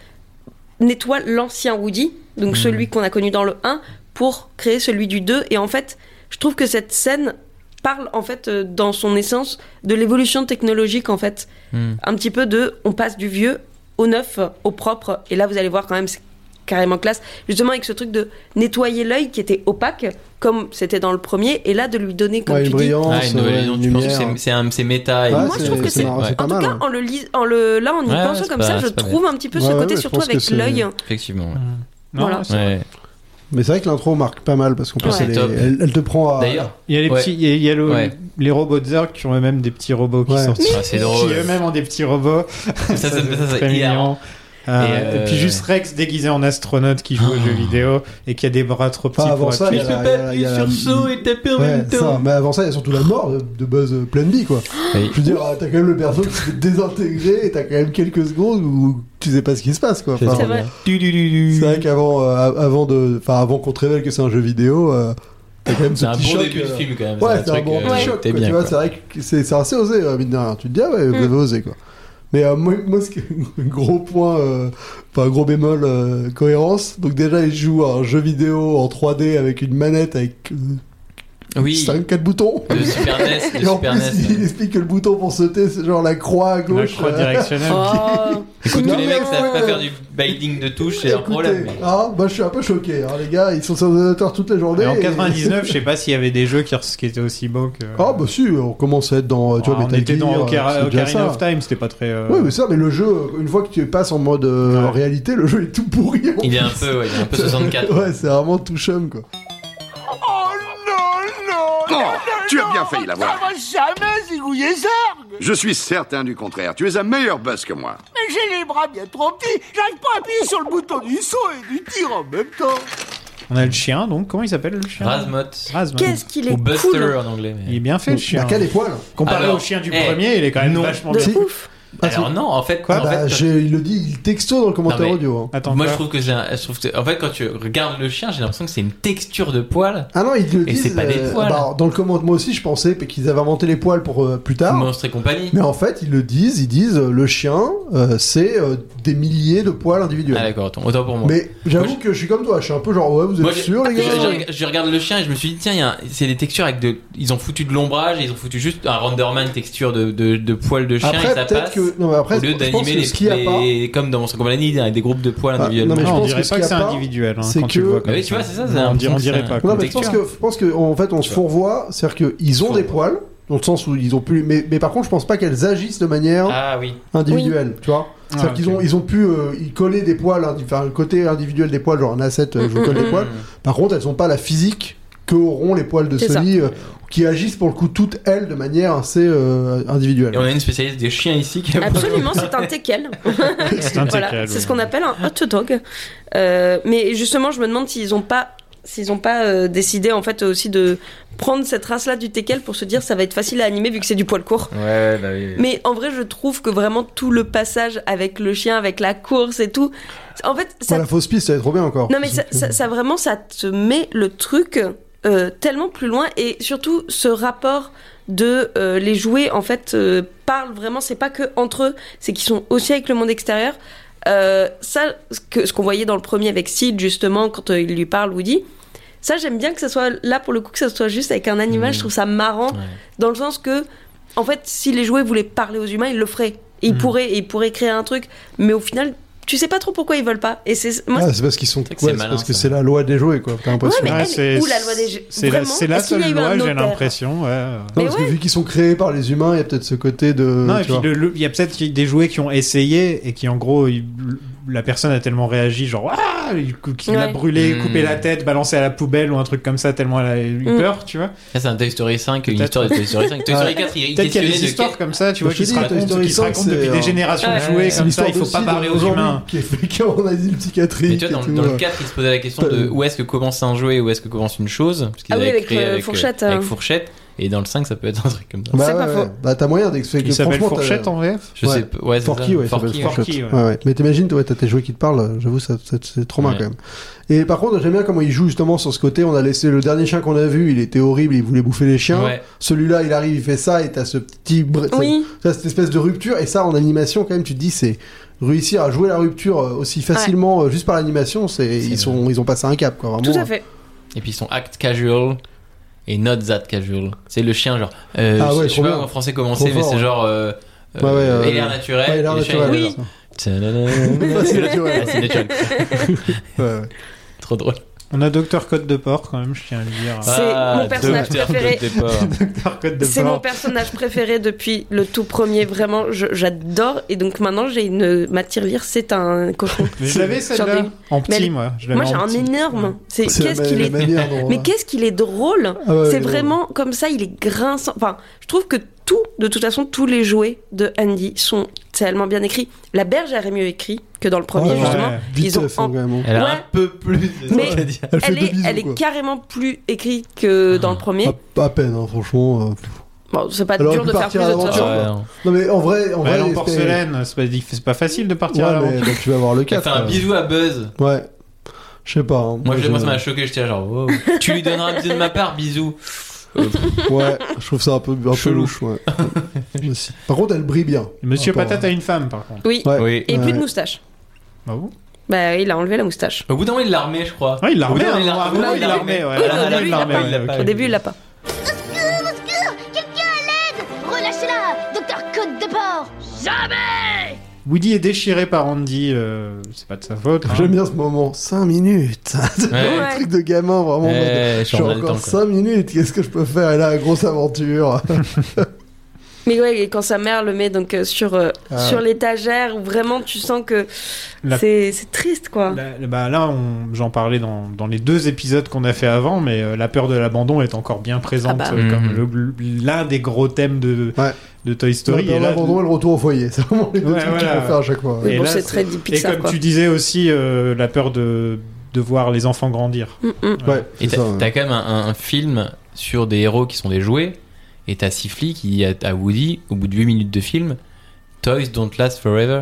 Speaker 9: nettoie l'ancien Woody, donc
Speaker 3: Mm.
Speaker 9: celui qu'on a connu dans le 1, pour créer celui du 2. Et en fait, je trouve que cette scène parle, en fait, euh, dans son essence, de l'évolution technologique, en fait.
Speaker 3: Hmm.
Speaker 9: Un petit peu de, on passe du vieux au neuf, au propre. Et là, vous allez voir quand même, c'est carrément classe. Justement, avec ce truc de nettoyer l'œil qui était opaque, comme c'était dans le premier, et là, de lui donner, comme
Speaker 8: Ouais,
Speaker 9: tu
Speaker 8: une
Speaker 9: dis.
Speaker 8: brillance,
Speaker 3: Ah, une nouvelle
Speaker 8: ouais,
Speaker 3: vision,
Speaker 8: une
Speaker 3: tu penses que
Speaker 8: euh, lumière.
Speaker 3: c'est- c'est un- c'est méta. et-
Speaker 8: Ouais,
Speaker 9: Moi, je trouve que c'est-
Speaker 8: marrant,
Speaker 3: ouais,
Speaker 8: pas
Speaker 9: En tout
Speaker 8: mal,
Speaker 9: cas,
Speaker 8: ouais.
Speaker 9: en le lis, en le, là, en y
Speaker 3: Ouais, ouais,
Speaker 9: pensant
Speaker 3: c'est
Speaker 9: comme
Speaker 3: pas-
Speaker 9: ça, je
Speaker 3: c'est pas
Speaker 9: trouve un petit peu
Speaker 8: Ouais,
Speaker 9: ce
Speaker 8: ouais,
Speaker 9: côté,
Speaker 8: je
Speaker 9: surtout
Speaker 8: pense que
Speaker 9: avec
Speaker 8: c'est-
Speaker 9: l'œil.
Speaker 3: Effectivement.
Speaker 7: Mm. Non,
Speaker 9: Voilà.
Speaker 7: c'est-
Speaker 3: Ouais.
Speaker 8: Mais c'est vrai que l'intro marque pas mal parce qu'en plus,
Speaker 9: Ouais.
Speaker 8: elle, est-
Speaker 3: Top.
Speaker 8: elle- elle te prend à.
Speaker 3: D'ailleurs,
Speaker 7: Il y a les
Speaker 3: Ouais.
Speaker 7: petits, il y a, il y a le-
Speaker 3: Ouais.
Speaker 7: les robots Zerg qui ont eux-mêmes des petits robots qui
Speaker 8: Ouais.
Speaker 7: sortent.
Speaker 3: ah, c'est drôle.
Speaker 7: (laughs) Qui eux-mêmes ont des petits robots.
Speaker 3: Ça,
Speaker 7: (laughs)
Speaker 3: ça, ça,
Speaker 7: c'est
Speaker 3: ça,
Speaker 7: très
Speaker 3: c'est hilarant.
Speaker 7: mignon. Euh,
Speaker 3: Et, euh, Ah.
Speaker 7: et puis juste Rex déguisé en astronaute qui joue aux jeux vidéo et qui a des bras trop petits
Speaker 8: Pas avant
Speaker 7: pour
Speaker 8: ça, il y
Speaker 7: appuyer.
Speaker 8: a la- il y a- Oh, il y a la-
Speaker 3: et taper en
Speaker 8: Ouais, ça. Mais avant ça, il y a surtout la mort de, de Buzz euh, Planby, quoi.
Speaker 3: Oui.
Speaker 8: Je veux dire, ah, t'as quand même le perso qui se fait désintégrer et t'as quand même quelques secondes où tu sais pas ce qui se passe, quoi. Enfin,
Speaker 9: C'est vrai.
Speaker 8: C'est
Speaker 2: Oh,
Speaker 8: vrai qu'avant euh, avant de, enfin, avant qu'on te révèle que c'est un jeu vidéo, euh, t'as quand même ce
Speaker 3: C'est un
Speaker 8: petit
Speaker 3: bon
Speaker 8: choc.
Speaker 3: début de
Speaker 8: euh,
Speaker 3: film quand même.
Speaker 8: Ouais,
Speaker 3: un
Speaker 8: c'est un
Speaker 3: truc,
Speaker 8: bon
Speaker 3: euh,
Speaker 8: petit choc.
Speaker 3: t'es
Speaker 8: quoi,
Speaker 3: bien,
Speaker 8: tu vois,
Speaker 3: quoi.
Speaker 8: c'est vrai que c'est c'est assez osé, euh, mine de rien. Tu te dis, ah ouais, vous avez osé, quoi. Mais euh, moi, moi, ce qui est- (laughs) gros point, euh, enfin gros bémol, euh, cohérence. Donc déjà, il joue à un jeu vidéo en 3D avec une manette avec
Speaker 3: Oui.
Speaker 8: 5-4 boutons.
Speaker 3: De Super NES, de
Speaker 8: (laughs) Et en
Speaker 3: Super
Speaker 8: plus, il,
Speaker 3: NES.
Speaker 8: explique que le bouton pour sauter, c'est genre la croix à
Speaker 7: La
Speaker 8: gauche.
Speaker 7: croix
Speaker 8: euh,
Speaker 7: directionnelle.
Speaker 9: Oh.
Speaker 3: Écoute,
Speaker 8: Non,
Speaker 3: tous les
Speaker 8: mais
Speaker 3: mecs savent
Speaker 8: ouais.
Speaker 3: pas faire du binding de touche, c'est un
Speaker 8: écoutez,
Speaker 3: problème. mais-
Speaker 8: Ah, bah, je suis un peu choqué. hein, les gars, ils sont sur ordinateurs toute la journée.
Speaker 7: Et en
Speaker 8: et-
Speaker 7: 99, je sais pas s'il y avait des jeux qui, qui étaient aussi beaux que.
Speaker 8: (laughs) Ah bah si, on commence à être dans, tu vois,
Speaker 7: Ah, on
Speaker 8: Metal
Speaker 7: était dans
Speaker 8: Gear,
Speaker 7: Ocar-
Speaker 8: euh, c'est déjà
Speaker 7: Ocarina
Speaker 8: ça.
Speaker 7: of Time, c'était pas très. euh,
Speaker 8: Oui, mais ça, mais le jeu, une fois que tu passes en mode euh,
Speaker 7: Ouais.
Speaker 8: réalité, le jeu est tout pourri. en (laughs)
Speaker 3: Il est un
Speaker 8: plus.
Speaker 3: peu, ouais, il est un peu 64.
Speaker 8: ouais, c'est vraiment tout chum, quoi.
Speaker 2: Oh, tu as bien failli l'avoir. Ça va jamais zigouiller Je suis certain du contraire. Tu es un meilleur buzz que moi.
Speaker 7: On a le chien, donc comment il s'appelle le chien
Speaker 3: Razmot.
Speaker 7: Razmot.
Speaker 9: Qu'est-ce qu'il est
Speaker 3: Ou Buster
Speaker 9: cool
Speaker 3: en anglais. mais-
Speaker 7: Il est bien fait le
Speaker 8: Il
Speaker 7: chien.
Speaker 8: a qu'à les poils.
Speaker 7: Comparé
Speaker 3: Alors,
Speaker 7: au chien du
Speaker 3: eh,
Speaker 7: premier, il est quand même
Speaker 3: non.
Speaker 7: vachement
Speaker 9: de
Speaker 7: bien.
Speaker 8: Si.
Speaker 9: ouf.
Speaker 8: Ah,
Speaker 3: Alors
Speaker 8: si.
Speaker 3: non, en fait,
Speaker 7: Quoi,
Speaker 3: en
Speaker 8: Bah,
Speaker 3: fait,
Speaker 8: j'ai- il le dit, il texto dans le commentaire
Speaker 3: Non, mais-
Speaker 8: audio. hein.
Speaker 7: Attends,
Speaker 3: moi je
Speaker 7: quoi
Speaker 3: trouve que c'est un- je trouve que- en fait quand tu regardes le chien, j'ai l'impression que c'est une texture de poil.
Speaker 8: Ah non, ils le
Speaker 3: Et
Speaker 8: disent.
Speaker 3: c'est pas des poils.
Speaker 8: bah, dans le commentaire, moi aussi, je pensais qu'ils avaient inventé les poils pour euh, plus tard.
Speaker 3: Monstre et compagnie.
Speaker 8: Mais en fait, ils le disent, ils disent euh, le chien, euh, c'est euh, des milliers de poils individuels.
Speaker 3: Ah d'accord, autant- autant pour moi.
Speaker 8: mais j'avoue
Speaker 3: Moi,
Speaker 8: que je suis comme toi, je suis un peu genre ouais, vous êtes
Speaker 3: Moi, je-
Speaker 8: sûr
Speaker 3: je,
Speaker 8: les gars
Speaker 3: je- je regarde le chien et je me suis dit tiens, il y a un- c'est des textures avec de ils ont foutu de l'ombrage, et ils ont foutu juste un renderman texture de de, de poils de chien et
Speaker 8: Après,
Speaker 3: ça
Speaker 8: peut-être
Speaker 3: passe.
Speaker 8: que que. Non, mais après,
Speaker 3: Au lieu
Speaker 8: je pense
Speaker 3: d'animer
Speaker 8: que
Speaker 3: les,
Speaker 8: ce qu'il n'y a pas.
Speaker 3: les- comme dans Monster Company, il y a des groupes de poils
Speaker 8: Ah,
Speaker 3: individuels.
Speaker 8: non, mais je
Speaker 7: Non, on
Speaker 8: pense
Speaker 7: dirait
Speaker 8: que ce
Speaker 7: pas
Speaker 8: qu'il y
Speaker 7: que
Speaker 8: a
Speaker 7: c'est
Speaker 8: pas,
Speaker 7: individuel hein,
Speaker 8: c'est
Speaker 7: quand tu
Speaker 8: que-
Speaker 7: le vois comme
Speaker 3: Ah oui, tu
Speaker 7: ça.
Speaker 3: vois, c'est ça, c'est un
Speaker 7: on, dirait, on
Speaker 3: petit-
Speaker 7: dirait pas.
Speaker 8: Non,
Speaker 7: quoi.
Speaker 8: mais je pense que, je pense que, en fait, on se fourvoie, c'est-à-dire qu'ils ont des poils, dans le sens où ils ont pu. Mais, mais par contre, je pense pas qu'elles agissent de manière
Speaker 3: Ah oui.
Speaker 8: individuelle, tu vois. C'est-à-dire
Speaker 7: Ah,
Speaker 8: qu'ils
Speaker 7: ok.
Speaker 8: ont, ils ont pu euh, y coller des poils, indi- enfin, le côté individuel des poils, genre un asset, euh, je
Speaker 9: Mm,
Speaker 8: vous colle des
Speaker 3: Hmm.
Speaker 8: poils. Par contre, elles ont pas la physique que auront les poils de
Speaker 9: C'est ça.
Speaker 8: Sony, euh, qui agissent pour le coup toutes elles de manière assez euh, individuelle.
Speaker 3: Et on a une spécialiste des chiens ici qui a
Speaker 9: Absolument, c'est un teckel.
Speaker 7: (laughs) C'est un
Speaker 9: Voilà,
Speaker 7: teckel,
Speaker 9: c'est
Speaker 7: ouais.
Speaker 9: ce qu'on appelle un hot dog. Euh, mais justement, je me demande s'ils n'ont pas, s'ils ont pas euh, décidé en fait aussi de prendre cette race-là du teckel pour se dire ça va être facile à animer vu que c'est du poil court.
Speaker 3: Ouais, bah oui.
Speaker 9: Mais en vrai, je trouve que vraiment tout le passage avec le chien, avec la course et tout, en fait,
Speaker 8: Enfin,
Speaker 9: ça
Speaker 8: la fausse piste, ça va être trop bien encore.
Speaker 9: non mais ça, ça- ça, vraiment, ça te met le truc euh, tellement plus loin et surtout ce rapport de euh, les jouets en fait euh, parlent vraiment, c'est pas que entre eux, c'est qu'ils sont aussi avec le monde extérieur. Euh, ça, ce que- ce qu'on voyait dans le premier avec Sid justement quand euh, il lui parle Woody, ça j'aime bien que ça soit là pour le coup que ça soit juste avec un animal,
Speaker 3: Mhm.
Speaker 8: Mmh.
Speaker 9: je trouve ça marrant
Speaker 3: Ouais.
Speaker 9: dans le sens que en fait si les jouets voulaient parler aux humains ils le feraient, Et
Speaker 8: Mmh.
Speaker 9: ils
Speaker 7: Mhm.
Speaker 9: pourraient, et ils pourraient créer un truc, mais au final tu sais pas trop pourquoi ils veulent pas et c'est moi
Speaker 8: Ah, c'est parce qu'ils sont.
Speaker 3: C'est que c'est
Speaker 8: ouais, c'est
Speaker 3: malin,
Speaker 8: parce que
Speaker 3: ça.
Speaker 8: c'est la loi des jouets, quoi. T'as l'impression.
Speaker 9: Ouais, mais
Speaker 7: Ouais,
Speaker 9: elle-
Speaker 7: c'est-
Speaker 9: ou la loi des jeux-
Speaker 7: C'est la,
Speaker 9: Vraiment
Speaker 7: c'est la
Speaker 9: Est-ce qu'il y a
Speaker 7: seule
Speaker 9: eu un
Speaker 7: loi, j'ai
Speaker 9: auteur
Speaker 7: l'impression. ouais.
Speaker 8: Non,
Speaker 9: mais
Speaker 8: parce que
Speaker 9: ouais.
Speaker 8: vu qu'ils sont créés par les humains, il y a peut-être ce côté de.
Speaker 7: Non, et
Speaker 8: Mmh, tu
Speaker 7: puis
Speaker 8: vois.
Speaker 7: le- le- il y a peut-être des jouets qui ont essayé et qui, en gros, il- la personne a tellement réagi, genre, ah, il- qu'il l'a
Speaker 9: Ouais.
Speaker 7: brûlé,
Speaker 8: Mmh.
Speaker 3: Mm.
Speaker 7: coupé la tête, balancé à la poubelle ou un truc comme ça, tellement elle a eu
Speaker 9: Mm.
Speaker 7: peur, tu vois.
Speaker 3: Ça, c'est un Toy Story 5, une
Speaker 7: Peut-être.
Speaker 3: histoire de Toy Story 5. Toy Story 4, il il
Speaker 7: Peut-être qu'il y a
Speaker 3: questionnait
Speaker 7: des
Speaker 3: de-
Speaker 7: histoires comme ça, tu
Speaker 8: Mais
Speaker 7: vois,
Speaker 8: je
Speaker 7: qui
Speaker 8: te
Speaker 7: se
Speaker 8: dis,
Speaker 7: racontent,
Speaker 8: Toy
Speaker 7: qui
Speaker 8: Story
Speaker 7: se racontent
Speaker 8: 5,
Speaker 7: depuis
Speaker 8: c'est,
Speaker 7: des
Speaker 8: euh,
Speaker 7: générations de
Speaker 3: ouais,
Speaker 7: jouets
Speaker 3: c'est
Speaker 7: comme ça, il faut
Speaker 8: aussi
Speaker 7: pas
Speaker 8: de
Speaker 7: parler aux
Speaker 8: Jean-Luc
Speaker 7: humains.
Speaker 8: Qui est fliqué en asile
Speaker 3: Mais
Speaker 8: psychiatrique.
Speaker 3: tu vois, dans,
Speaker 8: et
Speaker 3: dans
Speaker 8: tout, euh.
Speaker 3: le 4, il se posait la question
Speaker 8: Pas-
Speaker 3: de où est-ce que commence un jouet et où est-ce que commence une chose. Parce qu'ils
Speaker 9: Ah oui,
Speaker 3: avaient
Speaker 9: avec,
Speaker 3: créé
Speaker 9: euh,
Speaker 3: avec, euh,
Speaker 9: fourchette,
Speaker 3: avec
Speaker 9: euh.
Speaker 3: fourchette. Et dans le 5, ça peut être un truc comme ça.
Speaker 8: Bah
Speaker 9: C'est pas
Speaker 8: ouais,
Speaker 9: faux.
Speaker 8: ouais. Bah t'as moyen d'expliquer.
Speaker 7: Il s'appelle
Speaker 8: franchement, t'as-
Speaker 7: Fourchette hein. en VF
Speaker 3: Je
Speaker 8: Ouais.
Speaker 3: sais pas. Ouais, c'est
Speaker 8: Forky,
Speaker 3: ça.
Speaker 8: ouais, il s'appelle
Speaker 3: Forky, ouais.
Speaker 8: Fourchette.
Speaker 7: Forky, ouais.
Speaker 8: Ouais, ouais. Mais t'imagines, toi, t'as tes jouets qui te parlent, j'avoue, ça, ça- c'est trop mal
Speaker 3: Ouais.
Speaker 8: quand même. Et par contre, j'aime bien comment il joue justement sur ce côté. On a laissé le dernier chien qu'on a vu, il était horrible, il voulait bouffer les chiens.
Speaker 3: Ouais.
Speaker 8: Celui-là, il arrive, il fait ça, et t'as ce petit. br-
Speaker 9: Oui.
Speaker 8: ça- ça, cette espèce de rupture, et ça, en animation, quand même, tu te dis, c'est. Réussir à jouer la rupture euh, aussi facilement euh, juste par l'animation, c'est
Speaker 3: vrai.
Speaker 8: ils sont ils ont passé un cap quoi vraiment. hein.
Speaker 9: Tout à fait.
Speaker 3: Et puis ils sont act casual et not that casual. C'est le chien, genre. euh,
Speaker 8: Ah ouais,
Speaker 3: je sais
Speaker 8: trop
Speaker 3: pas
Speaker 8: bien.
Speaker 3: en français comment c'est,
Speaker 8: Trop
Speaker 3: mais
Speaker 8: fort,
Speaker 3: c'est
Speaker 8: ouais. Bah
Speaker 3: genre. Euh,
Speaker 8: Ouais, ouais,
Speaker 3: euh,
Speaker 8: ouais,
Speaker 3: et l'air
Speaker 8: ouais.
Speaker 3: naturel.
Speaker 8: Ouais, il a
Speaker 3: et le chien,
Speaker 8: naturel,
Speaker 3: il est
Speaker 8: alors.
Speaker 3: genre,
Speaker 8: (laughs) (laughs) Ouais, c'est naturel.
Speaker 3: Ah, c'est naturel.
Speaker 8: Ouais, ouais.
Speaker 3: Trop drôle.
Speaker 7: On a Docteur Côte de Porc quand même, je tiens à le dire.
Speaker 9: Ah. C'est mon personnage
Speaker 3: docteur
Speaker 9: préféré.
Speaker 3: Côte de Porc.
Speaker 7: Docteur Côte de
Speaker 9: C'est
Speaker 7: Porc.
Speaker 9: mon personnage préféré depuis le tout premier, vraiment, je- j'adore. Et donc maintenant, j'ai une. Ma tirelire, c'est un cochon.
Speaker 7: Mais Je l'avais
Speaker 9: J'en
Speaker 7: celle-là
Speaker 9: ai-
Speaker 7: en
Speaker 9: Mais
Speaker 7: petit,
Speaker 9: elle-
Speaker 7: moi. Je l'avais
Speaker 9: Moi, j'ai
Speaker 7: en
Speaker 9: un
Speaker 7: petit.
Speaker 9: énorme. C'est
Speaker 8: C'est la
Speaker 9: Qu'est-ce
Speaker 8: ma-
Speaker 9: qu'il
Speaker 8: la
Speaker 9: est.
Speaker 8: manière dont- euh,
Speaker 9: Mais qu'est-ce qu'il est drôle
Speaker 8: Ah ouais, il est
Speaker 9: C'est
Speaker 8: drôle.
Speaker 9: vraiment comme ça, il est grinçant. Enfin, je trouve que tout, de toute façon, tous les jouets de Andy sont tellement bien écrits. La bergère est mieux écrite que dans le premier,
Speaker 8: Ouais,
Speaker 9: justement.
Speaker 7: ouais.
Speaker 8: Vite,
Speaker 9: Ils ont
Speaker 8: euh, font
Speaker 9: en-
Speaker 8: quand même.
Speaker 3: Elle a
Speaker 9: Ouais.
Speaker 3: un peu plus de
Speaker 9: Mais-
Speaker 3: à dire.
Speaker 8: Elle fait
Speaker 9: Elle,
Speaker 8: deux
Speaker 9: est,
Speaker 8: bisous,
Speaker 9: elle est
Speaker 8: quoi. Ah.
Speaker 9: carrément plus écrite que dans le premier.
Speaker 8: À, à peine, hein, franchement. euh.
Speaker 9: Bon, c'est pas
Speaker 8: Alors,
Speaker 9: dur
Speaker 8: on
Speaker 9: de
Speaker 8: peut
Speaker 9: faire plus
Speaker 8: partir
Speaker 9: de
Speaker 8: à
Speaker 9: toute
Speaker 8: l'aventure.
Speaker 9: façon.
Speaker 8: Ouais,
Speaker 3: Ouais,
Speaker 8: non. Non mais en vrai, en
Speaker 7: Bah,
Speaker 8: vrai,
Speaker 7: elle est en
Speaker 8: c'était-
Speaker 7: porcelaine, c'est pas, c'est pas facile de
Speaker 8: Ouais,
Speaker 7: partir à la
Speaker 8: mais
Speaker 7: vente.
Speaker 8: donc tu
Speaker 3: (laughs)
Speaker 8: vas voir le 4.
Speaker 3: fait un bisou à Buzz.
Speaker 8: Ouais. Je sais pas. hein.
Speaker 3: Moi, je, moi, ça
Speaker 8: je-
Speaker 3: m'a choqué, j'étais genre, wow. tu lui donneras un bisou de ma part, bisous. Euh,
Speaker 8: Ouais, je trouve ça un peu, un peu
Speaker 3: (laughs) Chelou.
Speaker 8: louche. Ouais. Aussi. Par contre, elle brille bien.
Speaker 7: Monsieur
Speaker 8: Encore. hein.
Speaker 7: Patate a une femme, par contre.
Speaker 9: Oui.
Speaker 8: Ouais.
Speaker 3: Oui.
Speaker 9: Et
Speaker 8: Ouais,
Speaker 9: plus de
Speaker 8: ouais.
Speaker 9: moustache.
Speaker 7: Bah vous
Speaker 9: Bah, il a enlevé la moustache.
Speaker 3: Au bout d'un moment, il l'a remet, je crois.
Speaker 7: Ah, il l'a
Speaker 3: Au bout
Speaker 7: remet,
Speaker 3: d'un moment,
Speaker 7: hein,
Speaker 3: l'a
Speaker 7: au
Speaker 3: remet,
Speaker 7: moment
Speaker 3: il
Speaker 7: où il l'a
Speaker 3: l'a
Speaker 7: remet, ouais.
Speaker 3: Oui,
Speaker 9: Ah,
Speaker 3: au
Speaker 9: là,
Speaker 3: début, il
Speaker 7: là,
Speaker 3: l'a
Speaker 7: là,
Speaker 3: pas, il l'a
Speaker 7: là,
Speaker 3: pas.
Speaker 9: Au
Speaker 7: Ok.
Speaker 9: début, il l'a pas.
Speaker 5: Euh, Relâchez-la, docteur Côte de Port
Speaker 7: Woody est déchiré par Andy, euh, c'est pas de sa faute. hein.
Speaker 8: J'aime bien ce moment. 5
Speaker 3: (laughs)
Speaker 8: minutes. C'est vraiment
Speaker 9: Ouais.
Speaker 8: un truc de gamin, vraiment. en mode,
Speaker 3: Eh,
Speaker 8: J'ai
Speaker 3: genre, on a le
Speaker 8: encore
Speaker 3: temps, quoi.
Speaker 8: 5 minutes. Qu'est-ce que je peux faire Et là,
Speaker 3: (laughs)
Speaker 8: grosse aventure.
Speaker 9: Mais ouais, et quand sa mère le met donc euh, sur, euh,
Speaker 8: Ah.
Speaker 9: sur l'étagère, où vraiment tu sens que
Speaker 7: La-
Speaker 9: c'est c'est triste quoi.
Speaker 7: Là, bah là, on- j'en parlais dans, dans les deux épisodes qu'on a fait avant, mais euh, la peur de l'abandon est encore bien présente
Speaker 9: Ah bah.
Speaker 7: euh, comme
Speaker 3: Mhm.
Speaker 7: le- l'un des gros thèmes de,
Speaker 8: Mm-hmm. Ouais.
Speaker 7: de Toy Story.
Speaker 8: Dans
Speaker 7: et là,
Speaker 8: l'abandon et le retour au foyer. (laughs) C'est vraiment les deux
Speaker 7: Ouais,
Speaker 8: trucs
Speaker 7: voilà.
Speaker 8: qu'il faut faire à chaque fois. ouais.
Speaker 9: Mais
Speaker 7: et
Speaker 9: bon,
Speaker 7: là,
Speaker 9: c'est
Speaker 7: c'est-
Speaker 9: très du
Speaker 7: et
Speaker 9: Pixar
Speaker 7: comme
Speaker 9: quoi.
Speaker 7: tu disais aussi, euh, la peur de, de voir les enfants grandir.
Speaker 9: Mm, mm.
Speaker 8: Ouais,
Speaker 3: Et
Speaker 8: c'est
Speaker 3: t'as
Speaker 8: ça, ouais.
Speaker 3: t'as quand même un, un- un film sur des héros qui sont des jouets. Et t'as Sifli qui dit à, à Woody, au bout de 8 minutes de film, Toys don't last forever.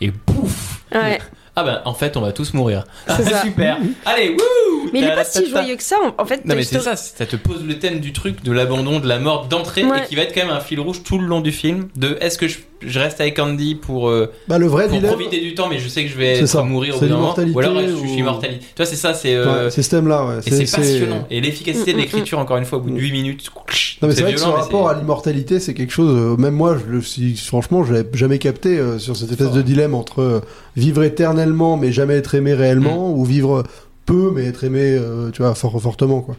Speaker 3: Et pouf
Speaker 9: Ouais.
Speaker 3: Ah bah, en fait, on va tous mourir. Ah, (laughs)
Speaker 9: C'est ça.
Speaker 3: super Allez, wouh
Speaker 9: Mais il est
Speaker 3: Ta-
Speaker 9: pas
Speaker 3: ta-
Speaker 9: si
Speaker 3: ta-
Speaker 9: joyeux que ça. en- En fait,
Speaker 3: Non mais
Speaker 9: je
Speaker 3: c'est
Speaker 9: te-
Speaker 3: ça, c'est- ça te pose le thème du truc de l'abandon, de la mort d'entrée
Speaker 9: Ouais.
Speaker 3: et qui va être quand même un fil rouge tout le long du film de est-ce que je je reste avec Andy pour, euh,
Speaker 8: Bah, le vrai
Speaker 3: pour
Speaker 8: dilemme.
Speaker 3: profiter du temps, mais je sais que je vais
Speaker 8: C'est
Speaker 3: être-
Speaker 8: ça.
Speaker 3: mourir au
Speaker 8: C'est
Speaker 3: bout d'un moment.
Speaker 8: l'immortalité
Speaker 3: Ou alors euh, je suis
Speaker 8: ou-
Speaker 3: immortalité. Tu vois, c'est ça, c'est. euh,
Speaker 8: Ouais, c'est Mm, ce thème-là, ouais.
Speaker 3: et c'est passionnant. Et l'efficacité de l'écriture, encore une fois, au bout de 8 minutes,
Speaker 8: Mm. Non, mais c'est
Speaker 3: c'est
Speaker 8: vrai que
Speaker 3: violent,
Speaker 8: son
Speaker 3: mais
Speaker 8: rapport
Speaker 3: c'est-
Speaker 8: à l'immortalité, c'est quelque chose. euh, même moi, je le, si, franchement, je l'avais jamais capté euh, sur cette espèce de dilemme entre euh, vivre éternellement mais jamais être aimé réellement,
Speaker 3: Mm.
Speaker 8: ou vivre peu mais être aimé, euh, tu vois, fort, fortement quoi.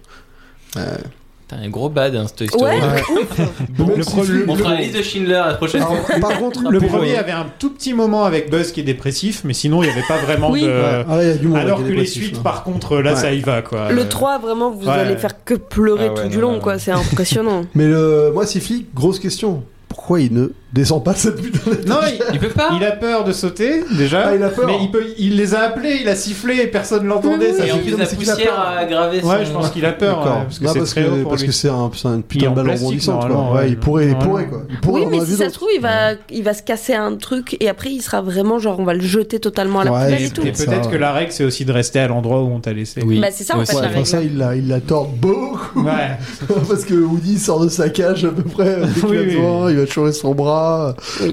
Speaker 3: T'as un gros bad, hein, cette histoire.
Speaker 9: Ouais,
Speaker 8: Ouais.
Speaker 7: Bon,
Speaker 8: Même
Speaker 7: le
Speaker 8: si
Speaker 7: pro-
Speaker 8: le-
Speaker 3: On
Speaker 8: le- Ah
Speaker 3: fera la liste de Schindler la prochaine fois.
Speaker 8: Alors, par contre,
Speaker 7: Le
Speaker 3: Pour,
Speaker 7: premier
Speaker 3: euh,
Speaker 7: avait un tout petit moment avec Buzz qui est dépressif, mais sinon il n'y avait pas vraiment
Speaker 9: Oui.
Speaker 7: de.
Speaker 8: Ouais, ah là, il y a du monde
Speaker 7: Alors
Speaker 8: avec
Speaker 7: que
Speaker 8: des
Speaker 7: les
Speaker 8: dépressifs,
Speaker 7: suites,
Speaker 8: hein.
Speaker 7: par contre, là
Speaker 8: Ouais.
Speaker 7: ça y va quoi.
Speaker 9: Le 3, vraiment, vous
Speaker 7: Ouais.
Speaker 9: allez faire que pleurer
Speaker 3: Ah ouais,
Speaker 9: tout du
Speaker 3: non,
Speaker 9: long,
Speaker 3: non,
Speaker 9: quoi.
Speaker 3: non.
Speaker 9: C'est impressionnant.
Speaker 8: Mais le, moi, Sifi, grosse question. Pourquoi il ne descend pas de cette putain de-
Speaker 7: Non,
Speaker 9: (laughs)
Speaker 7: il,
Speaker 3: Il peut pas.
Speaker 7: il a peur de sauter déjà.
Speaker 8: Ah, il a peur.
Speaker 7: Mais il, peut- il les a appelés, il a sifflé et personne l'entendait.
Speaker 8: Oui,
Speaker 7: ça
Speaker 8: oui.
Speaker 3: Et en
Speaker 7: fait-
Speaker 3: plus, la
Speaker 8: c'est qu'il a
Speaker 3: poussière euh,
Speaker 8: peur.
Speaker 3: a aggravé son.
Speaker 7: Ouais, je pense qu'il a peur
Speaker 8: (laughs) D'accord.
Speaker 7: ouais, parce que
Speaker 8: Non,
Speaker 7: c'est
Speaker 8: parce
Speaker 7: très haut
Speaker 8: que
Speaker 7: pour
Speaker 8: parce
Speaker 7: lui.
Speaker 8: que c'est un, c'est un
Speaker 7: Il est
Speaker 8: putain
Speaker 7: en
Speaker 8: de balle
Speaker 7: plastique,
Speaker 8: rebondissante. quoi.
Speaker 7: normalement,
Speaker 8: Ouais, il
Speaker 7: ouais.
Speaker 8: pourrait, il
Speaker 7: Normalement.
Speaker 8: pourrait quoi. Il pourrait
Speaker 9: Oui,
Speaker 8: on en
Speaker 9: mais
Speaker 8: a
Speaker 9: si
Speaker 8: vu
Speaker 9: ça
Speaker 8: d'autres.
Speaker 9: se trouve, il va, il va se casser un truc et après, il sera vraiment genre, on va le jeter totalement à la
Speaker 8: Ouais,
Speaker 9: poubelle
Speaker 8: c'est
Speaker 9: et tout.
Speaker 7: Et
Speaker 8: Ça,
Speaker 7: peut-être que
Speaker 8: ouais.
Speaker 7: la règle c'est aussi de rester à l'endroit où on t'a laissé.
Speaker 3: Oui.
Speaker 9: Bah, c'est ça, en
Speaker 3: Ouais,
Speaker 9: fait,
Speaker 3: c'est-
Speaker 9: la
Speaker 8: Ouais, enfin, ça, il la, il la tord beaucoup.
Speaker 7: Ouais.
Speaker 8: (laughs) Parce que Woody sort de sa cage à peu
Speaker 7: (laughs)
Speaker 8: près euh, dès qu'il
Speaker 7: Oui,
Speaker 8: a
Speaker 7: oui.
Speaker 8: besoin, il va te chourer son bras.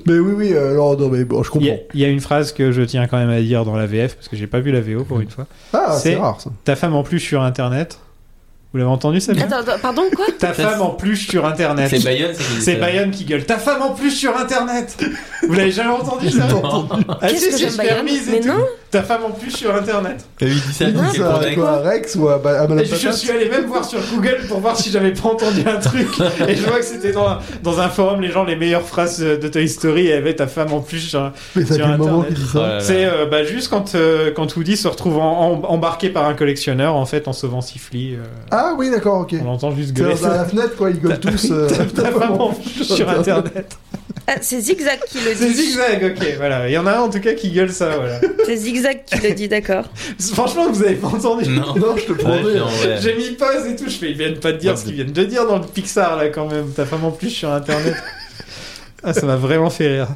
Speaker 8: Mais oui, oui, euh, alors non, mais bon, je
Speaker 7: Il y, a,
Speaker 8: comprends.
Speaker 7: il y a une phrase que je tiens quand même à dire dans la VF parce que j'ai pas vu la VO pour une fois.
Speaker 8: Ah, c'est
Speaker 7: C'est-
Speaker 8: rare ça.
Speaker 7: Ta femme en plus sur internet. Vous l'avez entendu
Speaker 9: (laughs)
Speaker 7: ça
Speaker 9: Attends, attends, pardon, quoi
Speaker 7: Ta
Speaker 3: Ça,
Speaker 7: femme
Speaker 3: c'est-
Speaker 7: en plus sur internet.
Speaker 3: C'est Bayonne, c'est qui
Speaker 7: C'est
Speaker 3: ça
Speaker 7: Bayonne qui gueule. Ta femme en plus sur internet Vous l'avez jamais entendu ça Ah
Speaker 9: Qu'est-ce
Speaker 7: si,
Speaker 9: que
Speaker 7: si,
Speaker 9: j'aime
Speaker 7: je
Speaker 9: Bayonne
Speaker 7: permise et
Speaker 9: Mais
Speaker 7: tout.
Speaker 9: non.
Speaker 7: Ta femme en plus sur internet
Speaker 3: T'as vu, il dit ça,
Speaker 8: Il
Speaker 3: dans
Speaker 8: dit
Speaker 3: quel
Speaker 8: ça à
Speaker 3: contexte
Speaker 8: quoi, à Rex ou à, ba- à Madame
Speaker 7: Et je
Speaker 8: Patate
Speaker 7: suis allé même voir sur Google pour voir si j'avais pas entendu
Speaker 3: (laughs)
Speaker 7: un truc. Et je vois que c'était dans, un- dans un forum, les gens, les meilleures phrases euh, de Toy Story, et avait ta femme en plus. genre.
Speaker 8: Mais ça
Speaker 7: sur
Speaker 8: fait le moment
Speaker 7: Internet.
Speaker 8: qu'il dit
Speaker 3: Oh
Speaker 8: ça.
Speaker 3: là là.
Speaker 7: C'est euh, bah, juste quand, euh, quand Woody se retrouve en- en- embarqué par un collectionneur, en fait, en sauvant Sifli. euh,
Speaker 8: Ah oui, d'accord, ok.
Speaker 7: on entend juste
Speaker 8: C'est
Speaker 7: gueuler. (laughs)
Speaker 8: dans la fenêtre, quoi, ils gueulent tous. euh,
Speaker 7: Ta
Speaker 8: (laughs)
Speaker 7: femme en (laughs) plus sur internet.
Speaker 9: Ah, c'est Zigzag qui le
Speaker 7: (laughs) C'est
Speaker 9: dit.
Speaker 7: zigzag, ok, voilà. Il y en a un en tout cas qui gueule ça, voilà.
Speaker 9: C'est Zigzag qui le dit, d'accord.
Speaker 7: (laughs) Franchement, vous avez pas entendu.
Speaker 3: Non.
Speaker 8: Non, je te promets.
Speaker 3: Ouais, non, ouais.
Speaker 7: J'ai mis pause et tout, je fais, ils viennent pas de dire ce qu'ils viennent de dire dans le Pixar là quand même, t'as vraiment plus sur
Speaker 3: (laughs)
Speaker 7: internet. Ah, ça m'a vraiment fait rire.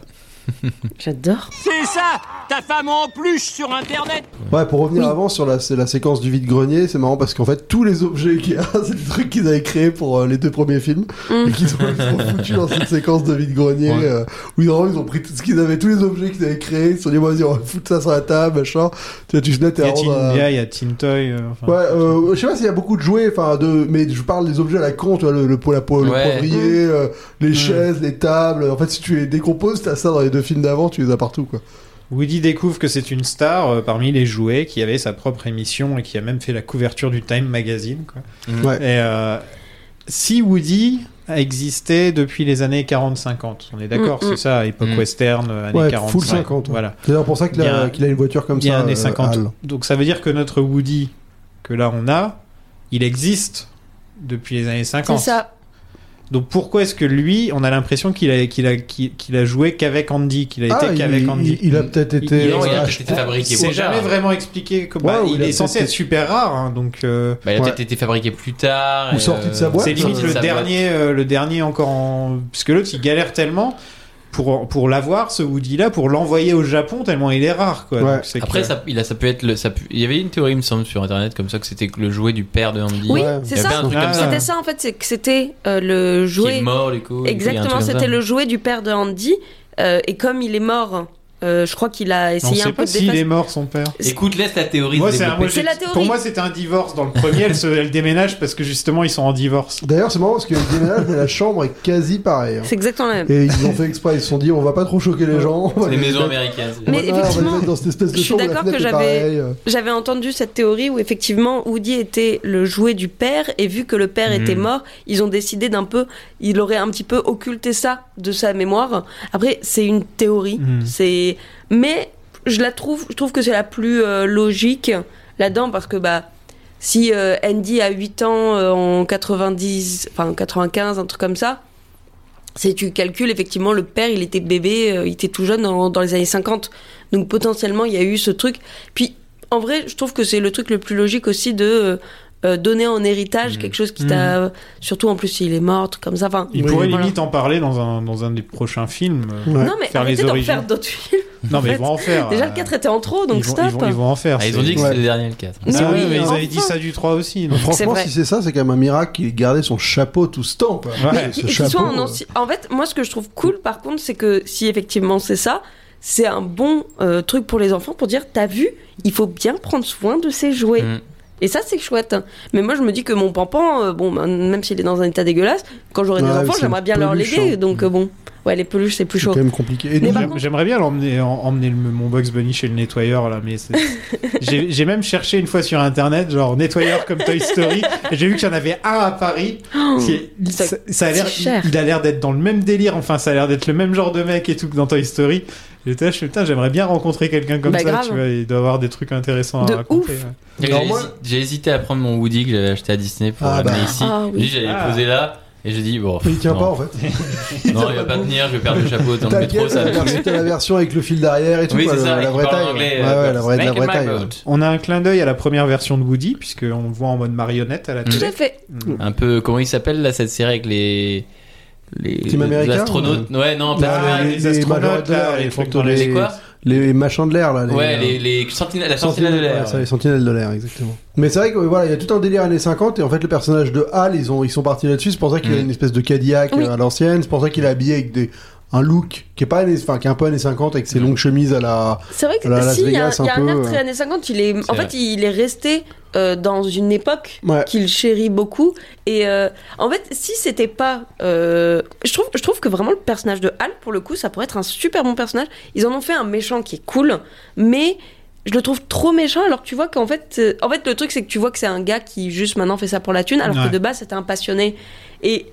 Speaker 9: J'adore.
Speaker 1: C'est ça Ta femme en plus sur Internet
Speaker 8: Ouais, pour revenir avant sur la, c'est la séquence du vide-grenier, c'est marrant parce qu'en fait, tous les objets qu'il y a, (laughs) c'est des trucs qu'ils avaient créés pour euh, les deux premiers films
Speaker 9: Mm.
Speaker 8: et qu'ils sont, ils sont foutus dans cette séquence de vide-grenier
Speaker 3: Ouais.
Speaker 8: euh, où normalement, ils ont pris tout ce qu'ils avaient, tous les objets qu'ils avaient créés, ils se sont dit, vas-y, on va foutre ça sur la table, machin. Tu vois, tu jettes
Speaker 7: Il y
Speaker 8: à
Speaker 7: a
Speaker 8: rendre
Speaker 7: Teen
Speaker 8: à-
Speaker 7: Bia, il y a Teen Toy. euh, enfin,
Speaker 8: Ouais, euh, je sais pas s'il y a beaucoup de jouets, enfin, de, mais je parle des objets à la con, tu vois, le, le, pot- la po- le
Speaker 3: Ouais.
Speaker 8: poivrier, euh, les
Speaker 7: Mm.
Speaker 8: chaises, les tables. En fait, si tu les décomposes, t'as ça dans les deux films d'avant, tu les as partout, quoi.
Speaker 7: Woody découvre que c'est une star euh, parmi les jouets qui avait sa propre émission et qui a même fait la couverture du Time Magazine. Quoi.
Speaker 3: Mm.
Speaker 8: Ouais.
Speaker 7: Et euh, si Woody a existé depuis les années 40-50, on est d'accord,
Speaker 9: Mm, mm.
Speaker 7: c'est ça, époque
Speaker 3: Mm.
Speaker 7: western, euh, années
Speaker 8: Ouais,
Speaker 7: 40.
Speaker 8: full 50, ouais.
Speaker 7: Voilà.
Speaker 8: C'est d'ailleurs pour ça qu'il
Speaker 7: Il y
Speaker 8: a,
Speaker 7: a-
Speaker 8: qu'il a une voiture comme
Speaker 7: Il y a
Speaker 8: ça.
Speaker 7: années
Speaker 8: euh,
Speaker 7: 50.
Speaker 8: Hal.
Speaker 7: Donc ça veut dire que notre Woody que là on a, il existe depuis les années
Speaker 9: C'est
Speaker 7: 50.
Speaker 9: ça.
Speaker 7: Donc pourquoi est-ce que lui, on a l'impression qu'il a, qu'il a, qu'il qu'il a joué qu'avec Andy, qu'il a
Speaker 8: Ah,
Speaker 7: été
Speaker 8: il,
Speaker 7: qu'avec Andy
Speaker 8: il- il a peut-être
Speaker 7: Il-
Speaker 8: été.
Speaker 7: il-
Speaker 3: Non, il a
Speaker 8: Ah,
Speaker 3: peut-être été fabriqué
Speaker 7: C'est
Speaker 3: plus
Speaker 7: jamais
Speaker 3: tard.
Speaker 7: vraiment expliqué. que-
Speaker 8: Ouais,
Speaker 7: bah,
Speaker 8: ou
Speaker 7: il,
Speaker 8: il a
Speaker 7: est
Speaker 8: peut-être
Speaker 7: censé
Speaker 8: été-
Speaker 7: être super rare, hein, donc euh,
Speaker 3: Bah, il a
Speaker 8: Ouais.
Speaker 3: peut-être été fabriqué plus tard. euh,
Speaker 8: Ou
Speaker 3: et,
Speaker 8: sorti de sa boîte. hein.
Speaker 7: c'est
Speaker 8: Ouais,
Speaker 7: limite
Speaker 8: ça-
Speaker 7: le
Speaker 3: ça-
Speaker 7: dernier, euh, le dernier encore en. Parce que l'autre, il galère tellement pour pour l'avoir ce Woody là, pour l'envoyer au Japon tellement il est rare quoi.
Speaker 8: Ouais.
Speaker 7: Donc, c'est
Speaker 3: Après,
Speaker 7: que-
Speaker 3: ça, il a, ça peut être le, ça peut- il y avait une théorie, il me semble, sur internet, comme ça, que c'était que le jouet du père de Andy.
Speaker 9: Oui,
Speaker 8: Ouais.
Speaker 9: c'est
Speaker 3: Il y avait un
Speaker 9: ça.
Speaker 3: truc comme
Speaker 7: Ah.
Speaker 3: ça.
Speaker 9: C'était ça, en fait, c'est que c'était euh,
Speaker 3: Qui
Speaker 9: le
Speaker 3: est
Speaker 9: jouet.
Speaker 3: mort, du coup. et tout, il y a un
Speaker 9: Exactement,
Speaker 3: truc comme
Speaker 9: c'était
Speaker 3: ça.
Speaker 9: le jouet du père de Andy. euh, et comme il est mort, euh, je crois qu'il a
Speaker 7: on
Speaker 9: essayé un
Speaker 7: sait
Speaker 9: peu
Speaker 7: pas
Speaker 9: de
Speaker 7: s'il
Speaker 9: défaire.
Speaker 7: est mort son père.
Speaker 3: Écoute, laisse la théorie
Speaker 7: Moi,
Speaker 3: se
Speaker 7: c'est un-
Speaker 3: développer.
Speaker 7: moi, j'ai-
Speaker 9: C'est la théorie.
Speaker 7: Pour moi, c'était un divorce. Dans le premier, elle, se, elle déménage parce que justement, ils sont en divorce.
Speaker 8: D'ailleurs, c'est marrant parce que le déménage de la chambre est quasi pareil. hein.
Speaker 9: C'est exactement la même.
Speaker 8: Et ils ont fait exprès, ils se sont dit, on va pas trop choquer les gens. on va
Speaker 3: Les maisons
Speaker 8: mettre-
Speaker 3: américaines. c'est-
Speaker 9: Mais
Speaker 8: on va- on va les
Speaker 9: effectivement,
Speaker 8: mettre dans cette espèce de
Speaker 9: je suis
Speaker 8: chambre, la
Speaker 9: d'accord
Speaker 8: fenêtre
Speaker 9: que
Speaker 8: est
Speaker 9: j'avais-
Speaker 8: pareille, euh.
Speaker 9: J'avais entendu cette théorie où effectivement Woody était le jouet du père et vu que le père
Speaker 3: Mhm.
Speaker 9: était mort, ils ont décidé d'un peu, il aurait un petit peu occulté ça de sa mémoire. Après, c'est une théorie,
Speaker 7: Mhm.
Speaker 9: c'est, mais je la trouve, je trouve que c'est la plus euh, logique là-dedans parce que bah si euh, Andy a 8 ans euh, en 90, enfin 95, un truc comme ça. Si tu calcules, effectivement, le père, il était bébé, euh, il était tout jeune dans, dans les années 50. Donc potentiellement, il y a eu ce truc. Puis, en vrai, je trouve que c'est le truc le plus logique aussi de euh, euh, donner en héritage
Speaker 3: Mhm.
Speaker 9: quelque chose qui t'a... Surtout, en plus, s'il est mort, truc comme ça. Enfin,
Speaker 7: Il
Speaker 8: Oui,
Speaker 7: pourrait
Speaker 9: voilà.
Speaker 7: limite en parler dans un, dans un des prochains films. euh,
Speaker 8: Ouais.
Speaker 9: Non, mais
Speaker 7: Faire les
Speaker 9: arrêtez d'en
Speaker 7: origines.
Speaker 9: faire d'autres films.
Speaker 7: Non, mais
Speaker 9: fait.
Speaker 7: ils vont en faire.
Speaker 9: Déjà,
Speaker 7: euh,
Speaker 9: le 4 était en trop, donc
Speaker 7: ils vont,
Speaker 9: stop.
Speaker 7: Ils vont, ils vont en faire.
Speaker 3: Ah, ils
Speaker 7: c'est-
Speaker 3: ont dit que
Speaker 7: Ouais.
Speaker 3: c'était le dernier le 4.
Speaker 9: c'est-
Speaker 7: Ah
Speaker 9: Oui,
Speaker 7: oui, mais ils
Speaker 9: enfin.
Speaker 7: avaient dit ça du 3 aussi. donc.
Speaker 8: Franchement,
Speaker 9: vrai.
Speaker 8: si c'est ça, c'est quand même un miracle qu'il gardait son chapeau tout ce temps. quoi.
Speaker 7: Ouais.
Speaker 8: Ce
Speaker 9: Qui- qui
Speaker 8: chapeau,
Speaker 9: soit en,
Speaker 8: euh,
Speaker 9: anci- en fait, moi, ce que je trouve cool, par contre, c'est que si effectivement c'est ça, c'est un bon euh, truc pour les enfants pour dire t'as vu, il faut bien prendre soin de ses jouets.
Speaker 3: Mm.
Speaker 9: Et ça, c'est chouette. Mais moi, je me dis que mon pampan, euh, bon, ben, même s'il est dans un état dégueulasse, quand j'aurai des
Speaker 8: Ouais,
Speaker 9: enfants,
Speaker 8: c'est
Speaker 9: j'aimerais
Speaker 8: une
Speaker 9: bien leur
Speaker 8: peluche,
Speaker 9: l'aider.
Speaker 8: hein.
Speaker 9: Donc, euh, bon, ouais, les peluches, c'est plus
Speaker 8: C'est
Speaker 9: chaud.
Speaker 8: quand même compliqué. Et
Speaker 9: Mais
Speaker 8: nous,
Speaker 9: par
Speaker 7: J'aim-
Speaker 9: contre-
Speaker 7: J'aimerais bien l'emmener, en- emmener le- mon Box Bunny chez le nettoyeur là, mais
Speaker 9: (laughs)
Speaker 7: c'est- j'ai j'ai même cherché une fois sur internet, genre nettoyeur comme Toy Story, et j'ai vu qu'il y en avait un à Paris. qui-
Speaker 9: Oh, ça-
Speaker 7: ça, ça a l'air,
Speaker 9: c'est
Speaker 7: il,
Speaker 9: cher.
Speaker 7: il a l'air d'être dans le même délire. Enfin, ça a l'air d'être le même genre de mec et tout que dans Toy Story. J'étais là, je fais, putain, j'aimerais bien rencontrer quelqu'un comme
Speaker 9: Bah,
Speaker 7: ça.
Speaker 9: grave.
Speaker 7: Tu vois, il doit avoir des trucs intéressants
Speaker 9: De
Speaker 7: à raconter.
Speaker 9: ouf.
Speaker 7: ouais.
Speaker 3: J'ai
Speaker 8: Alors moi-
Speaker 3: hési- j'ai hésité à prendre mon Woody que j'avais acheté à Disney pour
Speaker 8: Ah,
Speaker 3: l'amener
Speaker 8: bah.
Speaker 3: ici.
Speaker 9: Ah, oui.
Speaker 3: Lui, j'allais
Speaker 7: Ah.
Speaker 3: le poser là et j'ai dit bon.
Speaker 8: Il tient
Speaker 3: non.
Speaker 8: pas en fait.
Speaker 3: Non, il va pas tenir, je vais perdre le chapeau dans le métro.
Speaker 8: T'inquiète,
Speaker 3: Ça va
Speaker 8: la,
Speaker 3: plus.
Speaker 8: version- t'as la version avec le fil derrière et tout.
Speaker 3: Oui,
Speaker 8: quoi,
Speaker 3: c'est
Speaker 8: la,
Speaker 3: ça,
Speaker 8: la
Speaker 3: il
Speaker 8: vraie
Speaker 3: parle
Speaker 8: taille.
Speaker 3: en anglais. euh,
Speaker 8: ouais, ouais, la vraie, la
Speaker 3: Make
Speaker 8: vraie
Speaker 3: my
Speaker 8: taille.
Speaker 3: boat.
Speaker 7: On a un clin d'œil à la première version de Woody, puisqu'on le voit en mode marionnette à la
Speaker 9: Tout
Speaker 7: télé.
Speaker 9: à fait.
Speaker 3: Un peu, comment il s'appelle là cette série avec les. Les,
Speaker 8: Team America,
Speaker 3: astronautes. Ouais, non, pas
Speaker 8: Ah,
Speaker 3: Team America.
Speaker 8: les- les Major Lander, les
Speaker 7: trucs
Speaker 8: fantômes,
Speaker 7: dans
Speaker 3: C'est
Speaker 8: les-
Speaker 3: quoi
Speaker 8: Les machins de l'air là.
Speaker 3: Ouais, les, les sentinelles, la sentinelle de
Speaker 8: ouais,
Speaker 3: l'air.
Speaker 8: ça, les sentinelles de l'air, exactement. Mais c'est vrai que voilà, il y a tout un délire années 50 et en fait le personnage de Hal, ils ont ils sont partis là-dessus. C'est pour ça qu'il a
Speaker 3: Mm.
Speaker 8: une espèce de Cadillac
Speaker 9: Oui.
Speaker 8: euh, à l'ancienne. C'est pour ça qu'il est habillé avec des un look qui est pas années- enfin qui est un peu années 50 avec ses
Speaker 3: Mm.
Speaker 8: longues chemises à la.
Speaker 9: C'est vrai que
Speaker 8: Là, Las
Speaker 9: si, il y a,
Speaker 8: Vegas, un
Speaker 9: il y a un
Speaker 8: peu,
Speaker 9: air
Speaker 8: euh.
Speaker 9: très années 50, il est, en
Speaker 3: vrai.
Speaker 9: fait, il est resté euh, dans une époque
Speaker 8: Ouais.
Speaker 9: qu'il chérit beaucoup. Et euh, en fait, si c'était pas. euh, je, trouve, je trouve que vraiment le personnage de Hal, pour le coup, ça pourrait être un super bon personnage. Ils en ont fait un méchant qui est cool, mais. Je le trouve trop méchant alors que tu vois qu'en fait, euh, en fait le truc c'est que tu vois que c'est un gars qui juste maintenant fait ça pour la thune alors
Speaker 7: Ouais.
Speaker 9: que de base c'était un passionné et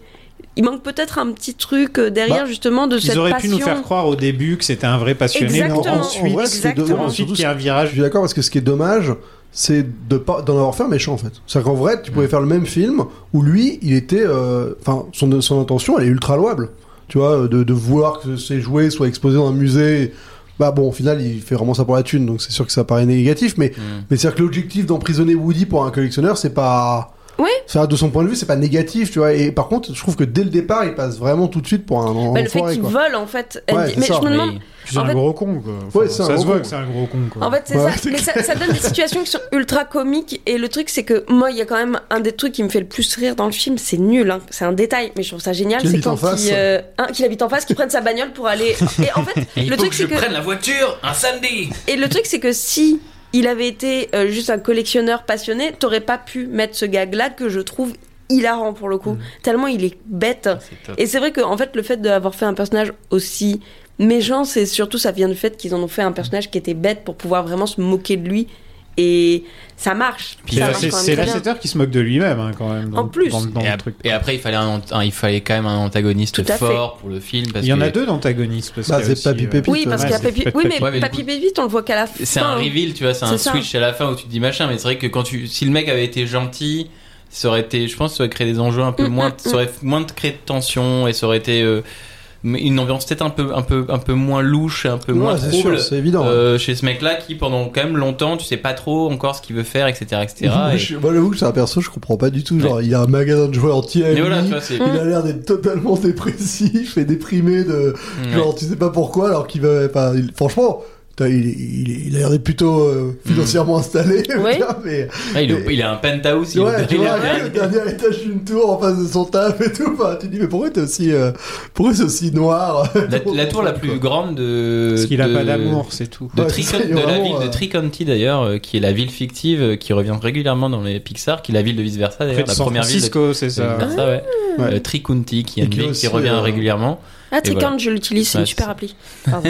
Speaker 9: il manque peut-être un petit truc euh, derrière
Speaker 8: Bah,
Speaker 9: justement de cette
Speaker 7: Ils auraient
Speaker 9: passion.
Speaker 7: pu nous faire croire au début que c'était un vrai passionné. mais
Speaker 9: Exactement.
Speaker 7: Ensuite,
Speaker 8: En vrai, c'est
Speaker 9: Exactement.
Speaker 8: dommage,
Speaker 7: ensuite
Speaker 8: surtout
Speaker 7: qu'il y a un
Speaker 8: Je
Speaker 7: virage.
Speaker 8: suis d'accord parce que ce qui est dommage, c'est de pas d'en avoir fait un méchant en fait. C'est-à-dire qu'en vrai, tu pouvais
Speaker 9: Mm.
Speaker 8: faire le même film où lui, il était, euh, enfin, son, son intention, elle est ultra louable. Tu vois, euh, de, de vouloir que ses jouets soient exposés dans un musée. Bah bon, au final, il fait vraiment ça pour la thune, donc c'est sûr que ça paraît négatif, mais
Speaker 9: Mm.
Speaker 8: mais c'est-à-dire que l'objectif d'emprisonner Woody pour un collectionneur, c'est pas.
Speaker 9: Ouais.
Speaker 8: Ça, de son point de vue, c'est pas négatif, tu vois. Et par contre, je trouve que dès le départ, il passe vraiment tout de suite pour un
Speaker 9: Bah,
Speaker 8: enfoiré,
Speaker 9: le fait qu'il
Speaker 8: quoi.
Speaker 9: vole en fait.
Speaker 8: Ouais,
Speaker 9: Elle dit-
Speaker 8: c'est
Speaker 9: mais
Speaker 8: ça,
Speaker 9: je me
Speaker 3: Mais-
Speaker 9: demande
Speaker 7: C'est
Speaker 9: En
Speaker 7: un
Speaker 9: fait-
Speaker 7: gros con, quoi. Enfin,
Speaker 8: Ouais, c'est un
Speaker 7: ça se
Speaker 8: gros
Speaker 7: voit
Speaker 8: con.
Speaker 7: que c'est un gros con, quoi.
Speaker 9: En fait, c'est
Speaker 8: Ouais,
Speaker 9: ça. Mais ça, ça donne des situations qui sont ultra comiques. Et le truc, c'est que moi, il y a quand même un des trucs qui me fait le plus rire dans le film. C'est nul, hein. c'est un détail, mais je trouve ça génial.
Speaker 8: Qu'il
Speaker 9: C'est
Speaker 8: habite en
Speaker 9: quand
Speaker 8: face.
Speaker 9: il, euh, hein, qu'il habite en face, qu'il prenne sa bagnole pour aller. Et en fait,
Speaker 3: Et il
Speaker 9: le
Speaker 3: faut
Speaker 9: truc,
Speaker 3: que je
Speaker 9: c'est que.
Speaker 3: prenne la voiture un samedi.
Speaker 9: Et le truc, c'est que si il avait été euh, juste un collectionneur passionné, t'aurais pas pu mettre ce gag-là que je trouve hilarant pour le coup. Tellement il est bête. Et c'est vrai que en fait, le fait d'avoir fait un personnage aussi méchant, c'est surtout ça vient du fait qu'ils en ont fait un personnage qui était bête pour pouvoir vraiment se moquer de lui. Et ça marche.
Speaker 3: Puis
Speaker 7: C'est-
Speaker 9: ça
Speaker 3: là,
Speaker 9: marche
Speaker 7: c'est-
Speaker 9: quand même
Speaker 7: C'est
Speaker 9: très
Speaker 7: la
Speaker 9: bien.
Speaker 7: setter qui se moque de lui-même, hein, quand même. dans-
Speaker 9: En plus.
Speaker 7: dans- dans
Speaker 3: Et,
Speaker 7: le
Speaker 3: ap-
Speaker 7: truc.
Speaker 3: et après, il fallait, un, ant- un- il fallait quand même un antagoniste
Speaker 9: Tout à fait.
Speaker 3: fort pour le film. Parce
Speaker 7: Il y en
Speaker 3: que
Speaker 7: a deux d'antagonistes. parce
Speaker 8: Bah,
Speaker 7: qu'il y a
Speaker 8: c'est
Speaker 7: aussi,
Speaker 8: Papy
Speaker 7: euh,
Speaker 8: Pépi.
Speaker 9: Oui, parce
Speaker 8: Ouais,
Speaker 9: qu'il y a
Speaker 7: c'est
Speaker 9: Papy.
Speaker 7: pas-
Speaker 9: Oui,
Speaker 7: pas-
Speaker 9: mais
Speaker 3: Ouais, mais du
Speaker 9: Papy
Speaker 3: coup-
Speaker 9: Bébite, on le voit qu'à la fin.
Speaker 3: C'est un reveal, tu vois, c'est un
Speaker 9: C'est ça.
Speaker 3: switch à la fin où tu te dis machin, mais c'est vrai que quand tu, si le mec avait été gentil, ça aurait été, je pense, ça aurait créé des enjeux un peu
Speaker 9: Mm,
Speaker 3: moins,
Speaker 9: mm,
Speaker 3: ça aurait moins de créé de tension et ça aurait été euh, mais une ambiance peut-être un peu, un peu, un peu moins louche, et un peu
Speaker 8: Ouais,
Speaker 3: moins
Speaker 8: c'est
Speaker 3: trouble
Speaker 8: sûr, c'est évident.
Speaker 3: euh, chez ce mec-là qui pendant quand même longtemps, tu sais pas trop encore ce qu'il veut faire, etc., etc.
Speaker 8: (laughs) Moi,
Speaker 3: et-
Speaker 8: je- Moi, j'avoue que c'est un perso, je comprends pas du tout. Genre, il a un magasin de jouets entier. à
Speaker 3: Mais
Speaker 8: lui.
Speaker 3: voilà, tu vois, c'est.
Speaker 8: Il a l'air d'être totalement (laughs) dépressif et déprimé de
Speaker 3: Ouais.
Speaker 8: genre tu sais pas pourquoi alors qu'il va enfin, il- franchement putain, il, il, il a l'air d'être plutôt euh,
Speaker 3: Hmm.
Speaker 8: financièrement installé
Speaker 9: Ouais.
Speaker 8: putain, mais
Speaker 3: Ouais, il, est- il a un penthouse, il,
Speaker 8: ouais, tu
Speaker 3: il
Speaker 8: vois,
Speaker 3: a-
Speaker 8: le dernier étage d'une tour en face de son taf et tout enfin, tu te dis mais pourquoi t'es aussi euh, pourquoi c'est aussi noir
Speaker 3: la,
Speaker 8: (laughs)
Speaker 3: la tour la plus grande de.
Speaker 7: Parce qu'il a
Speaker 3: de-
Speaker 7: pas d'amour, c'est tout.
Speaker 3: de,
Speaker 8: Ouais,
Speaker 3: Tri-
Speaker 8: c'est ça,
Speaker 3: de
Speaker 8: il est
Speaker 3: la
Speaker 8: vraiment,
Speaker 3: ville de
Speaker 8: euh,
Speaker 3: Tri-County d'ailleurs, euh, qui est la ville fictive euh, qui revient régulièrement dans les Pixar, qui est la ville de vice versa
Speaker 7: Près
Speaker 3: d'ailleurs,
Speaker 7: de
Speaker 3: la
Speaker 7: San
Speaker 3: première ville de
Speaker 7: Francisco, c'est
Speaker 3: de
Speaker 7: ça.
Speaker 3: vice-versa, ouais.
Speaker 8: Ouais.
Speaker 3: Euh, Tri-County, qui est
Speaker 8: Et
Speaker 3: une
Speaker 8: qui
Speaker 3: ville
Speaker 8: aussi,
Speaker 3: qui revient
Speaker 8: euh,
Speaker 3: régulièrement.
Speaker 9: Ah, Tricorn,
Speaker 3: voilà.
Speaker 9: je l'utilise, c'est une
Speaker 3: Ouais,
Speaker 9: super
Speaker 3: c'est-
Speaker 9: appli. Pardon.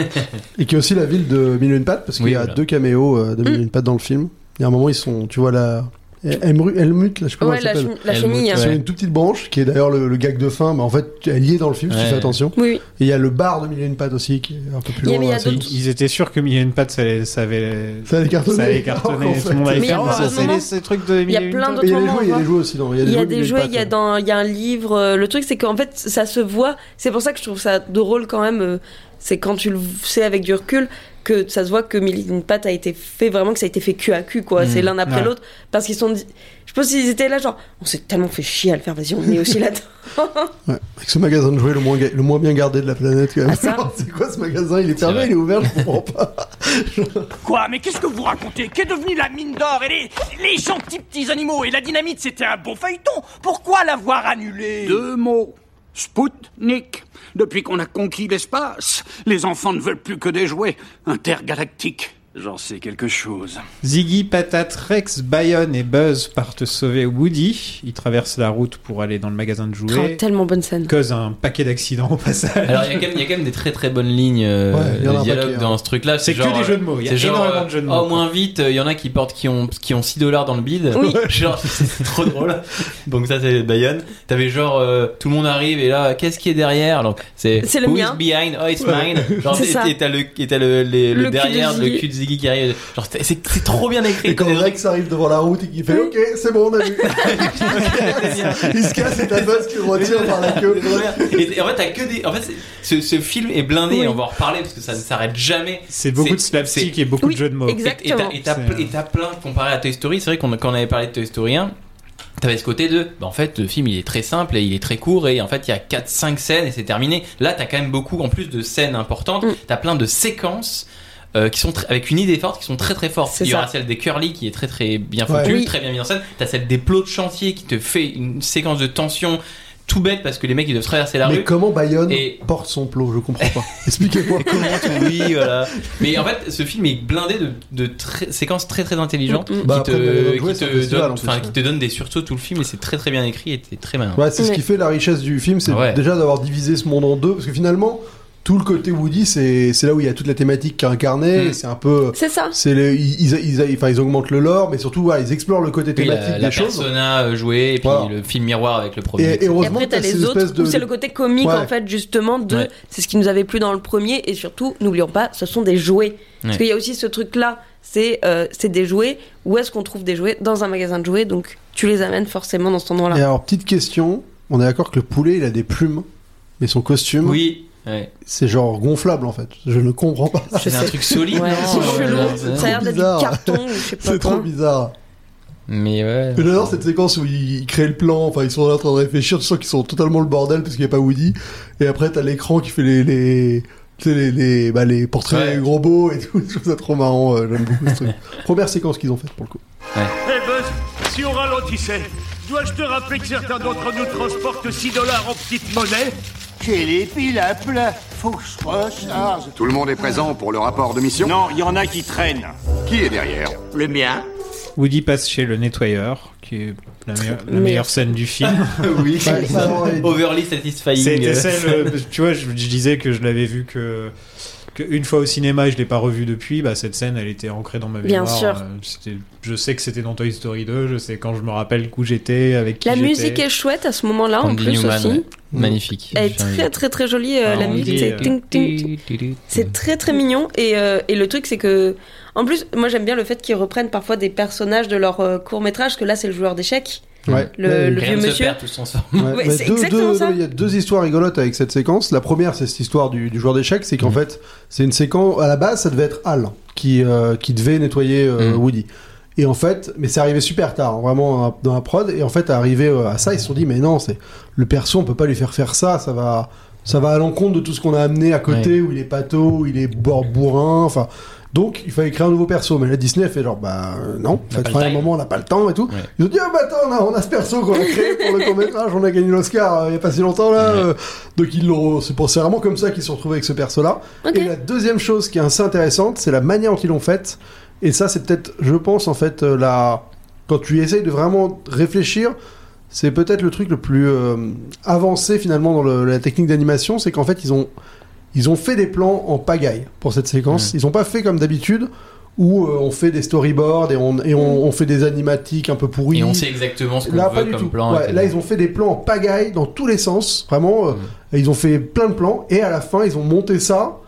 Speaker 8: et qui est aussi la ville de Mille et une pattes parce qu'il
Speaker 3: Oui,
Speaker 8: y a
Speaker 3: voilà.
Speaker 8: deux caméos euh, de Mille
Speaker 9: Mm.
Speaker 8: et une pattes dans le film il y a un moment ils sont tu vois la Elmru- Elmut là je sais pas comment
Speaker 9: ouais,
Speaker 8: elle
Speaker 9: la,
Speaker 8: s'appelle
Speaker 9: chemi- la
Speaker 3: Elle
Speaker 9: chenille.
Speaker 3: monte-
Speaker 9: hein.
Speaker 8: Sur
Speaker 3: Ouais.
Speaker 8: une toute petite branche, qui est d'ailleurs le, le gag de fin, mais en fait, elle y est dans le film, si
Speaker 3: Ouais.
Speaker 8: tu fais attention.
Speaker 9: Oui, oui.
Speaker 8: Et il y a le bar de Mille et une pattes aussi, qui est un peu plus
Speaker 9: Il y
Speaker 8: loin.
Speaker 9: avait- il y a
Speaker 8: là, c'est-
Speaker 9: d'autres-
Speaker 7: Ils ils étaient sûrs que Mille et une pattes, ça les- ça avait.
Speaker 8: Ça allait cartonner.
Speaker 7: Ça allait cartonner.
Speaker 8: (laughs) En
Speaker 7: Tout le monde
Speaker 8: fait.
Speaker 7: allait
Speaker 9: Mais il y a
Speaker 7: faire.
Speaker 9: plein
Speaker 7: Ah,
Speaker 9: d'autres
Speaker 7: c'est
Speaker 9: moments.
Speaker 7: les- ces trucs de Mille
Speaker 9: Il y a
Speaker 7: et une
Speaker 9: plein
Speaker 7: pattes.
Speaker 9: d'autres hein.
Speaker 8: Et il y a les
Speaker 9: Autrement,
Speaker 8: jouets, il y a les jouets aussi. non, Il y a
Speaker 9: Il y a
Speaker 8: des
Speaker 9: des
Speaker 8: jouets,
Speaker 9: jouets,
Speaker 8: Mille et
Speaker 9: il y a
Speaker 8: une Pattes,
Speaker 9: dans, il y a un livre. euh, le truc, c'est qu'en fait, ça se voit. C'est pour ça que je trouve ça drôle quand même. euh, c'est quand tu le sais avec du recul que ça se voit que Millie Pat a été fait vraiment que ça a été fait cul à cul quoi.
Speaker 3: Mhm.
Speaker 8: Mmh.
Speaker 9: C'est l'un après
Speaker 7: Ouais.
Speaker 9: l'autre parce qu'ils se sont dit. Je pense qu'ils étaient là genre on s'est tellement fait chier à le faire. Vas-y on
Speaker 8: (laughs)
Speaker 9: est aussi là. (laughs)
Speaker 8: Ouais, avec ce magasin de jouets le moins, ga- le moins bien gardé de la planète, quand même.
Speaker 9: Ah, ça
Speaker 8: Genre, (laughs) c'est quoi ce magasin Il est fermé,
Speaker 3: vrai.
Speaker 8: il est ouvert, je comprends pas.
Speaker 3: (laughs)
Speaker 1: Quoi Mais qu'est-ce que vous racontez Qu'est devenu la mine d'or et les, les gentils petits animaux Et la dynamite, c'était un bon feuilleton Pourquoi l'avoir annulé
Speaker 11: Deux mots. Spoutnik. Depuis qu'on a conquis l'espace, les enfants ne veulent plus que des jouets intergalactiques. J'en sais quelque chose.
Speaker 7: Ziggy, Patate, Rex, Bayonne et Buzz partent sauver Woody. Ils traversent la route pour aller dans le magasin de
Speaker 9: Oh,
Speaker 7: jouets.
Speaker 9: tellement bonne scène.
Speaker 7: Causent un paquet d'accidents au passage.
Speaker 3: Alors, il y, a quand même- il y a quand même des très très bonnes lignes euh,
Speaker 8: Ouais, il y en a
Speaker 3: de
Speaker 8: un
Speaker 3: dialogue
Speaker 8: paquet, hein.
Speaker 3: dans ce truc-là.
Speaker 7: C'est que
Speaker 3: genre,
Speaker 7: des jeux de mots. Il y a
Speaker 3: C'est genre,
Speaker 7: énormément
Speaker 3: euh,
Speaker 7: de jeux de
Speaker 3: oh,
Speaker 7: mots.
Speaker 3: moins vite, euh, il y en a qui portent qui ont, qui ont 6 dollars dans le bide.
Speaker 9: Oui.
Speaker 3: (laughs) Genre, c'est trop drôle. Donc, ça, c'est Bayonne. T'avais genre, euh, tout le monde arrive et là, qu'est-ce qui est derrière Alors, c'est
Speaker 9: C'est le
Speaker 3: Who
Speaker 9: mien.
Speaker 3: is behind Oh, it's mine. Genre,
Speaker 9: C'est
Speaker 3: et-
Speaker 9: ça.
Speaker 3: et t'as le, et t'as le, les- le
Speaker 9: Le cul de
Speaker 3: derrière, le
Speaker 9: Ziggy.
Speaker 3: cul de Ziggy qui arrive. Genre, c'est- c'est c'est trop bien écrit.
Speaker 8: Et quand
Speaker 3: C'est-
Speaker 8: Rex arrive devant la route et qu'il fait Ok, c'est bon, on (laughs) a vu. il se casse et t'as Buzz qui le retire par la queue.
Speaker 3: Et, et en fait, t'as que des. En fait, c'est- ce, ce film est blindé,
Speaker 9: Oui.
Speaker 3: et on va en reparler parce que ça ne s'arrête jamais.
Speaker 7: (laughs) C'est beaucoup de
Speaker 3: c'est-
Speaker 7: slapstick et beaucoup
Speaker 9: Oui,
Speaker 7: de jeux de mots.
Speaker 9: exact.
Speaker 3: Et- et t'as- Et t'as
Speaker 7: Exactement.
Speaker 3: et t'as plein comparé à Toy Story. C'est vrai qu'on quand on avait parlé de Toy Story 1, t'avais ce côté de. Bah, en fait, le film il est très simple et il est très court et en fait, il y a 4-5 scènes et c'est terminé. Là, t'as quand même beaucoup, en plus de scènes importantes,
Speaker 9: Mm.
Speaker 3: t'as plein de séquences. euh, qui sont tr- avec une idée forte qui sont très très fortes
Speaker 9: C'est
Speaker 3: il y aura
Speaker 9: ça.
Speaker 3: celle des curly qui est très très bien
Speaker 8: Ouais.
Speaker 3: foutue
Speaker 9: Oui.
Speaker 3: très bien mise en scène t'as celle des plots de chantier qui te fait une séquence de tension tout bête parce que les mecs ils doivent traverser la
Speaker 8: Mais
Speaker 3: rue
Speaker 8: comment Bayonne
Speaker 3: Et-
Speaker 8: porte son plot Je comprends pas. (laughs) Expliquez-moi.
Speaker 3: oui, voilà. Mais en fait, ce film est blindé de, de très- séquences très très intelligentes
Speaker 9: Mm, mm.
Speaker 3: qui,
Speaker 8: Bah, après, mais
Speaker 3: te,
Speaker 8: les jouets,
Speaker 3: qui
Speaker 8: c'est
Speaker 3: te
Speaker 8: un festival,
Speaker 3: donnent-
Speaker 8: en plus,
Speaker 3: enfin,
Speaker 8: ouais.
Speaker 3: qui te donnent des sursauts tout le film et c'est très très bien écrit et c'est très malin.
Speaker 8: Ouais, c'est ce
Speaker 9: Ouais.
Speaker 8: qui fait la richesse du film, c'est
Speaker 3: Ouais.
Speaker 8: déjà d'avoir divisé ce monde en deux, parce que finalement, tout le côté Woody, c'est c'est là où il y a toute la thématique qui est incarnée,
Speaker 3: Mm.
Speaker 8: c'est un peu.
Speaker 9: C'est ça.
Speaker 8: C'est les- ils, ils, ils- enfin, ils augmentent le lore, mais surtout, ouais, ils explorent le côté
Speaker 3: Puis
Speaker 8: thématique
Speaker 3: la, la
Speaker 8: des choses.
Speaker 3: persona euh, jouée et puis
Speaker 8: Voilà.
Speaker 3: le film miroir avec le premier.
Speaker 8: Et, et
Speaker 9: Et
Speaker 8: heureusement,
Speaker 9: après, t'as
Speaker 8: t'as
Speaker 9: les
Speaker 8: ces espèces
Speaker 9: autres
Speaker 8: de.
Speaker 9: où c'est le côté comique,
Speaker 8: Ouais.
Speaker 9: en fait, justement, de.
Speaker 3: Ouais.
Speaker 9: C'est ce qui nous avait plu dans le premier, et surtout, n'oublions pas, ce sont des jouets.
Speaker 3: Ouais.
Speaker 9: Parce qu'il y a aussi ce truc-là, c'est euh, c'est des jouets. Où est-ce qu'on trouve des jouets Dans un magasin de jouets, donc tu les amènes forcément dans cet endroit-là.
Speaker 8: Et alors, petite question, on est d'accord que le poulet, il a des plumes, mais son costume,
Speaker 3: Oui, ouais.
Speaker 8: c'est genre gonflable en fait. Je ne comprends pas.
Speaker 9: Je
Speaker 3: c'est un
Speaker 9: sais.
Speaker 3: truc solide.
Speaker 9: Ouais,
Speaker 3: non,
Speaker 9: c'est
Speaker 3: euh,
Speaker 9: chelou.
Speaker 3: euh,
Speaker 9: Ça a l'air d'être
Speaker 8: bizarre.
Speaker 9: du carton, ou je sais pas
Speaker 8: (laughs) C'est trop
Speaker 9: quoi.
Speaker 8: bizarre.
Speaker 3: Mais
Speaker 8: (laughs)
Speaker 3: ouais.
Speaker 8: Mais J'adore cette séquence où ils créent le plan, enfin ils sont en train de réfléchir, tu sens qu'ils sont totalement le bordel parce qu'il n'y a pas Woody. Et après t'as l'écran qui fait les les, tu sais, les, les, bah, les
Speaker 3: Ouais.
Speaker 8: portraits robots et tout. (laughs) Je trouve ça trop marrant, euh, j'aime beaucoup ce (laughs) truc. Première séquence qu'ils ont faite pour le coup.
Speaker 1: Eh Buzz, si on ralentissait, dois-je te rappeler que certains d'entre nous transportent 6 dollars en petite monnaie
Speaker 11: Quelle épile à plat Faut que je recharge.
Speaker 2: Tout le monde est présent pour le rapport de mission
Speaker 11: Non, il y en a qui traînent.
Speaker 2: Qui est derrière
Speaker 11: Le mien
Speaker 7: Woody passe chez le nettoyeur, qui est
Speaker 9: (laughs)
Speaker 7: la, meilleure- la
Speaker 9: Mais-
Speaker 7: meilleure scène
Speaker 3: (laughs)
Speaker 7: du film.
Speaker 3: oui.
Speaker 8: Ouais, ça, ouais.
Speaker 3: (laughs) Overly satisfying.
Speaker 7: C'était
Speaker 3: euh,
Speaker 7: celle,
Speaker 3: (laughs)
Speaker 7: euh, tu vois, je, je disais que je l'avais vu que, que une fois au cinéma et je l'ai pas revu depuis. Bah cette scène, elle était ancrée dans ma
Speaker 9: Bien
Speaker 7: mémoire.
Speaker 9: sûr.
Speaker 7: Euh, c'était- je sais que c'était dans Toy Story 2. Je sais quand je me rappelle où j'étais, avec qui
Speaker 9: La
Speaker 7: j'étais.
Speaker 9: musique est chouette à ce moment-là, (laughs) en
Speaker 3: Randy
Speaker 9: plus
Speaker 3: Newman,
Speaker 9: aussi.
Speaker 3: ouais. Magnifique.
Speaker 9: Elle est très très très jolie, euh,
Speaker 7: Ah,
Speaker 9: la
Speaker 7: on
Speaker 9: musique.
Speaker 7: dit,
Speaker 9: c'est
Speaker 7: euh,
Speaker 9: ting, ting, ting. C'est très très mignon et, euh, et le truc c'est que en plus moi j'aime bien le fait qu'ils reprennent parfois des personnages de leur court métrage que là c'est le joueur d'échecs.
Speaker 8: Ouais.
Speaker 9: Le-
Speaker 8: Ouais,
Speaker 9: le
Speaker 8: ouais.
Speaker 3: Rien
Speaker 9: vieux
Speaker 3: ne se
Speaker 9: monsieur.
Speaker 3: perd, tout se transforme.
Speaker 8: Ouais,
Speaker 9: Ouais,
Speaker 8: mais
Speaker 9: c'est
Speaker 8: deux-
Speaker 9: exactement
Speaker 8: deux-
Speaker 9: ça.
Speaker 8: Il y a deux histoires rigolotes avec cette séquence. La première, c'est cette histoire du, du joueur d'échecs, c'est qu'en
Speaker 3: Mm.
Speaker 8: fait, c'est une séquence. À la base, ça devait être Al qui, euh, qui devait nettoyer euh,
Speaker 3: Mm.
Speaker 8: Woody. Et en fait, mais c'est arrivé super tard, hein, vraiment hein, dans la prod. Et en fait, arrivé euh, à ça, ils se sont dit, mais non, c'est le perso, on peut pas lui faire faire ça, ça va, ça va à l'encontre de tout ce qu'on a amené à côté, où il est pato, où il est bord bourrin, enfin. Donc, il fallait créer un nouveau perso. Mais là, Disney a fait genre, bah euh, non,
Speaker 3: On n'a
Speaker 8: ça
Speaker 3: pas
Speaker 8: fait
Speaker 3: le
Speaker 8: un
Speaker 3: time.
Speaker 8: moment, on n'a pas le temps et tout.
Speaker 3: Ouais.
Speaker 8: Ils ont dit, ah bah attends, on a, on a ce perso qu'on a créé pour le court-métrage, on a gagné l'Oscar euh, il y a pas si longtemps là.
Speaker 3: Ouais.
Speaker 8: euh. donc, ils l'ont, c'est pour- c'est vraiment comme ça qu'ils se sont retrouvés avec ce perso-là.
Speaker 9: Ok.
Speaker 8: Et la deuxième chose qui est assez intéressante, c'est la manière dont ils l'ont faite. Et ça, c'est peut-être, je pense, en fait, euh, la... quand tu essayes de vraiment réfléchir, c'est peut-être le truc le plus euh, avancé finalement dans le- la technique d'animation, c'est qu'en fait, ils ont, ils ont fait des plans en pagaille pour cette séquence. Ils n'ont pas fait comme d'habitude où euh, on fait des storyboards et on, et on, on fait des animatiques un peu pourries.
Speaker 3: Mm. Et on sait exactement ce qu'on
Speaker 8: Là, pas
Speaker 3: veut
Speaker 8: du
Speaker 3: comme
Speaker 8: tout.
Speaker 3: plan.
Speaker 8: Ouais,
Speaker 3: etc. Mm.
Speaker 8: là, ils ont fait des plans en pagaille dans tous les sens. Vraiment, euh, ils ont fait plein de plans. Et à la fin, ils ont monté ça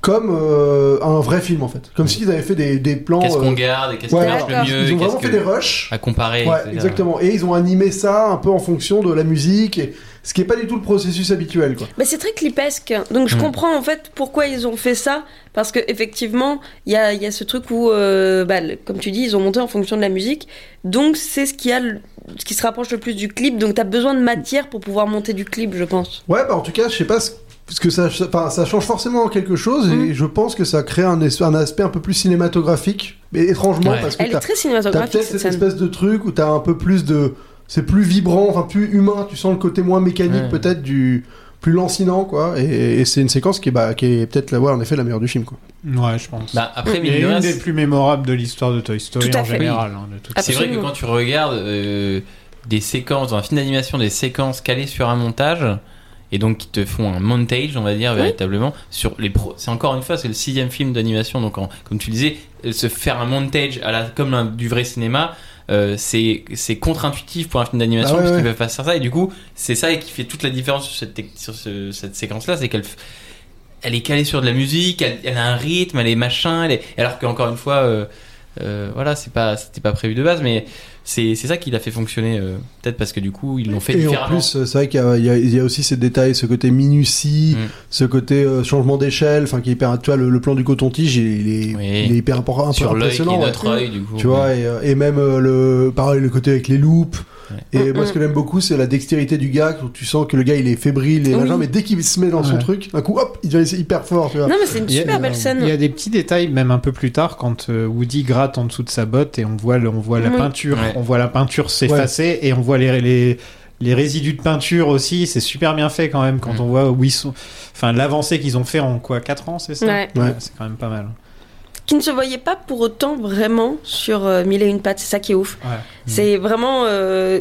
Speaker 8: comme euh, un vrai film, en fait. Comme s'ils avaient fait des, des plans.
Speaker 3: Mm. Qu'est-ce qu'on
Speaker 8: euh,
Speaker 3: garde et qu'est-ce qui
Speaker 8: ouais,
Speaker 3: marche
Speaker 9: d'accord.
Speaker 3: le mieux
Speaker 8: ils
Speaker 3: et
Speaker 8: ont vraiment
Speaker 3: qu'est-ce
Speaker 8: fait
Speaker 3: que-
Speaker 8: des rushs.
Speaker 3: à comparer.
Speaker 8: Ouais,
Speaker 3: etc.
Speaker 8: exactement. Et ils ont animé ça un peu en fonction de la musique. Et Ce qui est pas du tout le processus habituel, quoi.
Speaker 9: Mais c'est très clipesque. Donc je
Speaker 8: Mm.
Speaker 9: comprends en fait pourquoi ils ont fait ça. Parce que effectivement, il y a, il y a ce truc où, euh, bah, le- comme tu dis, ils ont monté en fonction de la musique. Donc c'est ce qui, a le- ce qui se rapproche le plus du clip. Donc t'as besoin de matière pour pouvoir monter du clip, je pense.
Speaker 8: Ouais, bah en tout cas, je sais pas ce parce que ça, enfin, ça change forcément quelque chose
Speaker 9: Mm.
Speaker 8: et je pense que ça crée un, es- un aspect un peu plus cinématographique, mais étrangement
Speaker 9: Ouais.
Speaker 8: parce que
Speaker 9: Elle est
Speaker 8: t'as-
Speaker 9: très cinématographique,
Speaker 8: T'as peut-être
Speaker 9: cette
Speaker 8: cette
Speaker 9: scène.
Speaker 8: espèce de truc où t'as un peu plus de, c'est plus vibrant, enfin plus humain. Tu sens le côté moins mécanique
Speaker 3: Ouais.
Speaker 8: peut-être du plus lancinant quoi. Et, et c'est une séquence qui, est, bah, qui est peut-être la, ouais, en effet la meilleure du film quoi.
Speaker 7: Ouais, je pense.
Speaker 3: Bah, après, mine
Speaker 7: Et
Speaker 3: de rien,
Speaker 7: une des
Speaker 3: c'est-
Speaker 7: plus mémorables de l'histoire de Toy Story en général. hein, de toute
Speaker 3: c'est vrai que
Speaker 7: façon.
Speaker 3: quand tu regardes euh, des séquences, dans un film d'animation, des séquences calées sur un montage, et donc qui te font un montage, on va dire, véritablement, sur les pro- C'est encore une fois, c'est le sixième film d'animation, donc en- comme tu le disais, euh, se faire un montage à la, comme un- du vrai cinéma. euh, c'est c'est contre-intuitif pour un film d'animation
Speaker 7: Ah
Speaker 8: Bah ouais,
Speaker 3: parce qu'ils
Speaker 8: ouais.
Speaker 3: peuvent pas faire ça et du coup c'est ça qui fait toute la différence sur cette, tec- sur ce- cette séquence là c'est qu'elle f- elle est calée sur de la musique, elle, elle a un rythme, elle est machin, elle est... alors qu'encore une fois, euh, euh, voilà, c'est pas, c'était pas prévu de base, mais c'est, c'est ça qui l'a fait fonctionner, euh, peut-être parce que du coup, ils l'ont fait
Speaker 8: Et en
Speaker 3: différemment.
Speaker 8: plus, euh, c'est vrai qu'il y a- il y, a- il y a aussi ces détails, ce côté minutie,
Speaker 3: Mm.
Speaker 8: ce côté euh, changement d'échelle, enfin qui est hyper. Tu vois, le, le plan du coton-tige, il, est- il est- il est hyper impor-
Speaker 3: Sur l'œil qui est
Speaker 8: impressionnant. ouais.
Speaker 3: notre œil, du coup.
Speaker 8: Tu vois, et, euh, et même euh, le pareil, le côté avec les loupes. Et
Speaker 9: Mm,
Speaker 8: moi, ce que
Speaker 3: Mm-mm.
Speaker 8: j'aime beaucoup, c'est la dextérité du gars. où Tu sens que le gars, il est fébrile et
Speaker 9: Oui.
Speaker 8: machin, mais dès qu'il se met dans son
Speaker 7: Ouais.
Speaker 8: truc, un coup, hop, il devient hyper fort. Tu vois.
Speaker 9: Non, mais c'est une
Speaker 7: Il y a-
Speaker 9: super belle scène.
Speaker 7: Il y a des petits détails, même un peu plus tard, quand euh, Woody gratte en dessous de sa botte et on voit, le- on voit la
Speaker 9: Oui.
Speaker 7: peinture,
Speaker 3: Ouais.
Speaker 7: on voit la peinture s'effacer et on voit les, les, les résidus de peinture aussi. C'est super bien fait quand même quand
Speaker 3: Mm.
Speaker 7: on voit où ils sont. Enfin, l'avancée qu'ils ont fait en quoi 4 ans, c'est ça
Speaker 9: Ouais. Ouais.
Speaker 7: C'est quand même pas mal.
Speaker 9: qui ne se voyait pas pour autant vraiment sur euh, Mille et une pattes. C'est ça qui est ouf.
Speaker 7: Ouais.
Speaker 3: Mhm.
Speaker 9: C'est vraiment euh,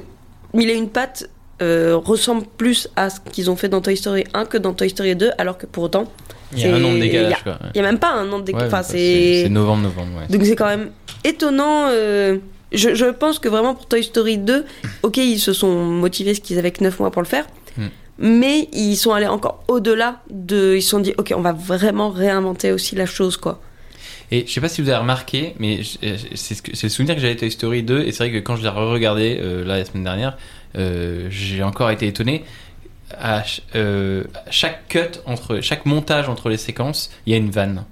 Speaker 9: Mille et une pattes euh, ressemble plus à ce qu'ils ont fait dans Toy Story 1 que dans Toy Story 2, alors que pour autant
Speaker 3: Il y a un
Speaker 9: c'est-
Speaker 3: an de décalage,
Speaker 9: il y a-
Speaker 3: quoi, ouais.
Speaker 9: Il y a même pas un an de
Speaker 3: Ouais,
Speaker 9: décalage. Enfin,
Speaker 3: mais bah, c'est,
Speaker 9: c'est
Speaker 3: novembre, novembre, ouais.
Speaker 9: donc c'est quand même étonnant. euh, je, je pense que vraiment pour Toy Story 2, ok, ils se sont motivés ce qu'ils avaient que 9 mois pour le faire,
Speaker 3: Hmm.
Speaker 9: mais ils sont allés encore au-delà de. Ils se sont dit, ok, on va vraiment réinventer aussi la chose, quoi.
Speaker 3: Et je sais pas si vous avez remarqué, mais je- je- c'est ce que- c'est le souvenir que j'avais de Toy Story 2, et c'est vrai que quand je l'ai re-regardé euh, là, la semaine dernière, euh, j'ai encore été étonné. À, ch- euh, à chaque cut, entre, chaque montage entre les séquences, il y a une vanne.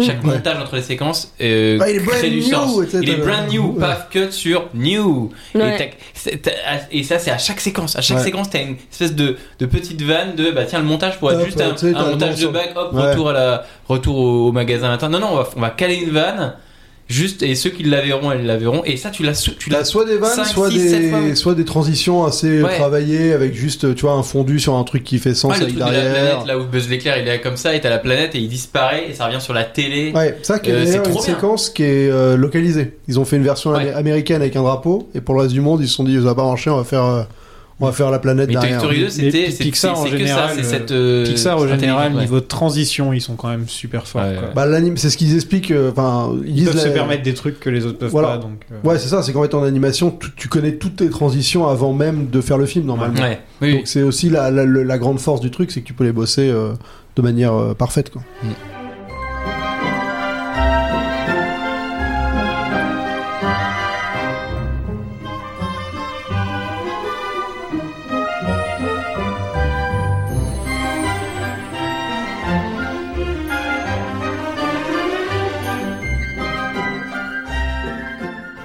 Speaker 3: Chaque
Speaker 8: Ouais.
Speaker 3: montage entre les séquences euh,
Speaker 8: Bah, il est brand
Speaker 3: crée du
Speaker 8: new,
Speaker 3: sens.
Speaker 8: etc.
Speaker 3: Il est brand new,
Speaker 8: Ouais.
Speaker 3: paf, cut sur new.
Speaker 9: Ouais.
Speaker 3: Et, tac, c'est- t'as- et ça, c'est à chaque séquence. À chaque
Speaker 8: Ouais.
Speaker 3: séquence, t'as une espèce de, de petite vanne de bah tiens, le montage pourrait être
Speaker 8: Hop,
Speaker 3: juste un,
Speaker 8: tu sais,
Speaker 3: un
Speaker 8: t'as le
Speaker 3: montage de
Speaker 8: morceau.
Speaker 3: bac, hop,
Speaker 8: Ouais.
Speaker 3: retour retour à la retour au, au magasin matin. Non non, on va on va caler une vanne. Juste et ceux qui la verront, elles la verront. Et ça tu l'as sou- tu l'as
Speaker 8: soit des vannes, soit, des, soit des transitions assez
Speaker 3: Ouais.
Speaker 8: travaillées avec juste, tu vois, un fondu sur un truc qui fait sens
Speaker 3: le
Speaker 8: avec
Speaker 3: truc de la
Speaker 8: derrière.
Speaker 3: planète là où Buzz l'éclair il est comme ça et t'as la planète et il disparaît et ça revient sur la télé.
Speaker 8: Ouais, ça qui est
Speaker 3: Euh,
Speaker 8: d'ailleurs une
Speaker 3: trop bien.
Speaker 8: séquence qui est euh, localisée. Ils ont fait une version amé- américaine avec un drapeau, et pour le reste du monde, ils se sont dit, ça va pas marcher, on va faire, euh, on va faire la planète
Speaker 3: Mais Toy
Speaker 8: derrière.
Speaker 3: Story 2
Speaker 7: Et
Speaker 3: c'était
Speaker 7: puis
Speaker 3: c'est-
Speaker 7: Pixar
Speaker 3: c'est-
Speaker 7: en
Speaker 3: c'est que
Speaker 7: général,
Speaker 3: ça, c'est
Speaker 7: euh,
Speaker 3: cette euh,
Speaker 7: Pixar au
Speaker 3: cette
Speaker 7: général,
Speaker 3: intelligence, ouais.
Speaker 7: niveau de transition, ils sont quand même super forts. quoi.
Speaker 8: Bah, l'anime, c'est ce qu'ils expliquent. euh, Enfin, ils,
Speaker 7: ils
Speaker 8: disent
Speaker 7: peuvent se
Speaker 8: la-
Speaker 7: permettre des trucs que les autres peuvent
Speaker 8: Voilà.
Speaker 7: pas. Donc, euh,
Speaker 8: Ouais, c'est ça. C'est qu'en fait, en animation, tu, tu connais toutes tes transitions avant même de faire le film normalement.
Speaker 3: Ouais. Oui,
Speaker 8: Donc c'est aussi la, la- le- la grande force du truc, c'est que tu peux les bosser euh, de manière euh, parfaite. Quoi.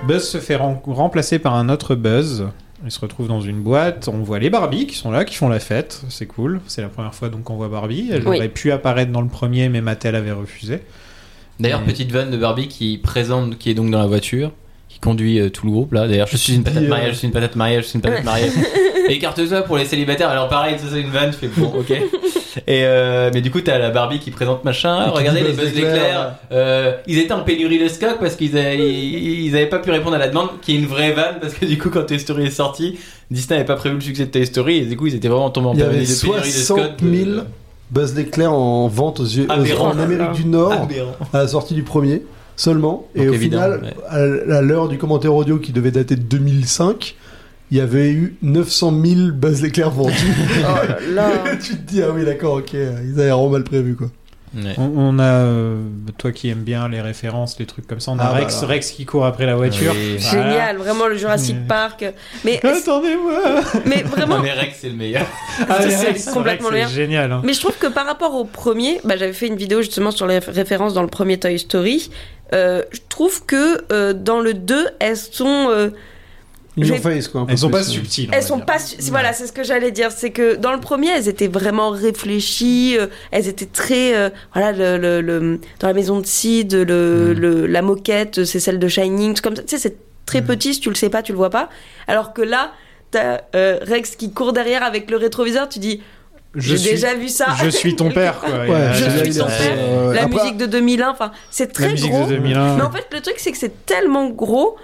Speaker 7: Buzz se fait ren- remplacer par un autre Buzz. Il se retrouve dans une boîte. On voit les Barbie qui sont là, qui font la fête. C'est cool. C'est la première fois donc qu'on voit Barbie. Elle
Speaker 3: Oui.
Speaker 7: aurait pu apparaître dans le premier, mais Mattel avait refusé.
Speaker 3: D'ailleurs,
Speaker 8: Mmh.
Speaker 7: Mais-
Speaker 3: petite vanne de Barbie qui présente, qui est donc dans la voiture, qui conduit euh, tout le groupe là. D'ailleurs, je suis une patate
Speaker 7: euh,
Speaker 3: mariage, je suis une patate mariage, je suis une patate
Speaker 8: (laughs)
Speaker 3: mariage. Écarte-toi pour les célibataires. Alors pareil, ça c'est une vanne, je fais bon, ok. (laughs) Et euh, mais du coup, t'as la Barbie qui présente machin.
Speaker 8: Et qui
Speaker 3: Regardez
Speaker 8: dit
Speaker 3: les
Speaker 8: Buzz
Speaker 3: buzz
Speaker 8: l'éclair,
Speaker 3: d'éclair. Euh, ils étaient en pénurie de stock parce qu'ils avaient, ils, ils avaient pas pu répondre à la demande, qui est une vraie vanne parce que du coup, quand Toy Story est sorti, Disney n'avait pas prévu le succès de Toy Story et du coup, ils étaient vraiment tombés en
Speaker 8: Il y avait
Speaker 3: pénurie de pénurie de euh, stock.
Speaker 8: 60 000 Buzz l'éclair en vente aux yeux, aux-
Speaker 3: Aberrant.
Speaker 8: en Amérique du Nord
Speaker 3: Aberrant.
Speaker 8: à la sortie du premier seulement. Et
Speaker 3: Donc,
Speaker 8: au
Speaker 3: évidemment,
Speaker 8: final, à l- à l'heure du commentaire audio qui devait dater de 2005. Il y avait eu 900
Speaker 3: (laughs)
Speaker 8: 000 (laughs) Buzz l'éclair vendus. tu te dis, ah oui, d'accord, ok, ils avaient vraiment mal prévu quoi.
Speaker 3: Ouais.
Speaker 7: On, on a euh, toi qui aimes bien les références, les trucs comme ça. On a
Speaker 8: Ah, bah
Speaker 7: Rex,
Speaker 8: alors.
Speaker 7: Rex qui court après la voiture.
Speaker 3: Oui.
Speaker 7: Voilà.
Speaker 9: Génial, vraiment le Jurassic
Speaker 7: Mais-
Speaker 9: Park. Mais,
Speaker 7: Attendez-moi.
Speaker 9: mais vraiment,
Speaker 3: Non, mais Rex, c'est le meilleur.
Speaker 7: Ah,
Speaker 9: (laughs) Ça,
Speaker 7: les
Speaker 9: c'est
Speaker 7: Rex,
Speaker 9: complètement
Speaker 7: Rex,
Speaker 9: le
Speaker 7: c'est génial. hein.
Speaker 9: Mais je trouve que par rapport au premier, bah, j'avais fait une vidéo justement sur les références dans le premier Toy Story. Euh, je trouve que euh, dans le 2, elles sont, euh,
Speaker 8: Ils
Speaker 9: J'ai-
Speaker 8: ont fait, quoi, un peu
Speaker 7: Elles sont
Speaker 8: plus,
Speaker 7: pas
Speaker 8: euh.
Speaker 7: subtiles. on
Speaker 9: elles
Speaker 7: va
Speaker 9: sont
Speaker 7: dire.
Speaker 9: pas, su- voilà, c'est ce que j'allais dire, c'est que dans le premier, elles étaient vraiment réfléchies, euh, elles étaient très, euh, voilà, le, le- le- dans la maison de Sid, le,
Speaker 3: Mm.
Speaker 9: le- la moquette, c'est celle de Shining, tout comme ça, tu sais, c'est très
Speaker 7: Mm.
Speaker 9: petit, si tu le sais pas, tu le vois pas, alors que là, t'as euh, Rex qui court derrière avec le rétroviseur, tu dis,
Speaker 7: Je
Speaker 9: j'ai
Speaker 7: suis-
Speaker 9: déjà vu ça.
Speaker 7: Je suis
Speaker 9: (laughs)
Speaker 7: ton père, quoi.
Speaker 8: Ouais,
Speaker 7: Et,
Speaker 9: Je
Speaker 7: euh,
Speaker 9: suis
Speaker 8: il a-
Speaker 9: ton père.
Speaker 8: euh,
Speaker 9: La
Speaker 8: après-
Speaker 9: musique de 2001, enfin, c'est
Speaker 7: La
Speaker 9: très
Speaker 7: musique
Speaker 9: gros.
Speaker 7: de 2001.
Speaker 9: Mais en fait, le truc, c'est que c'est tellement gros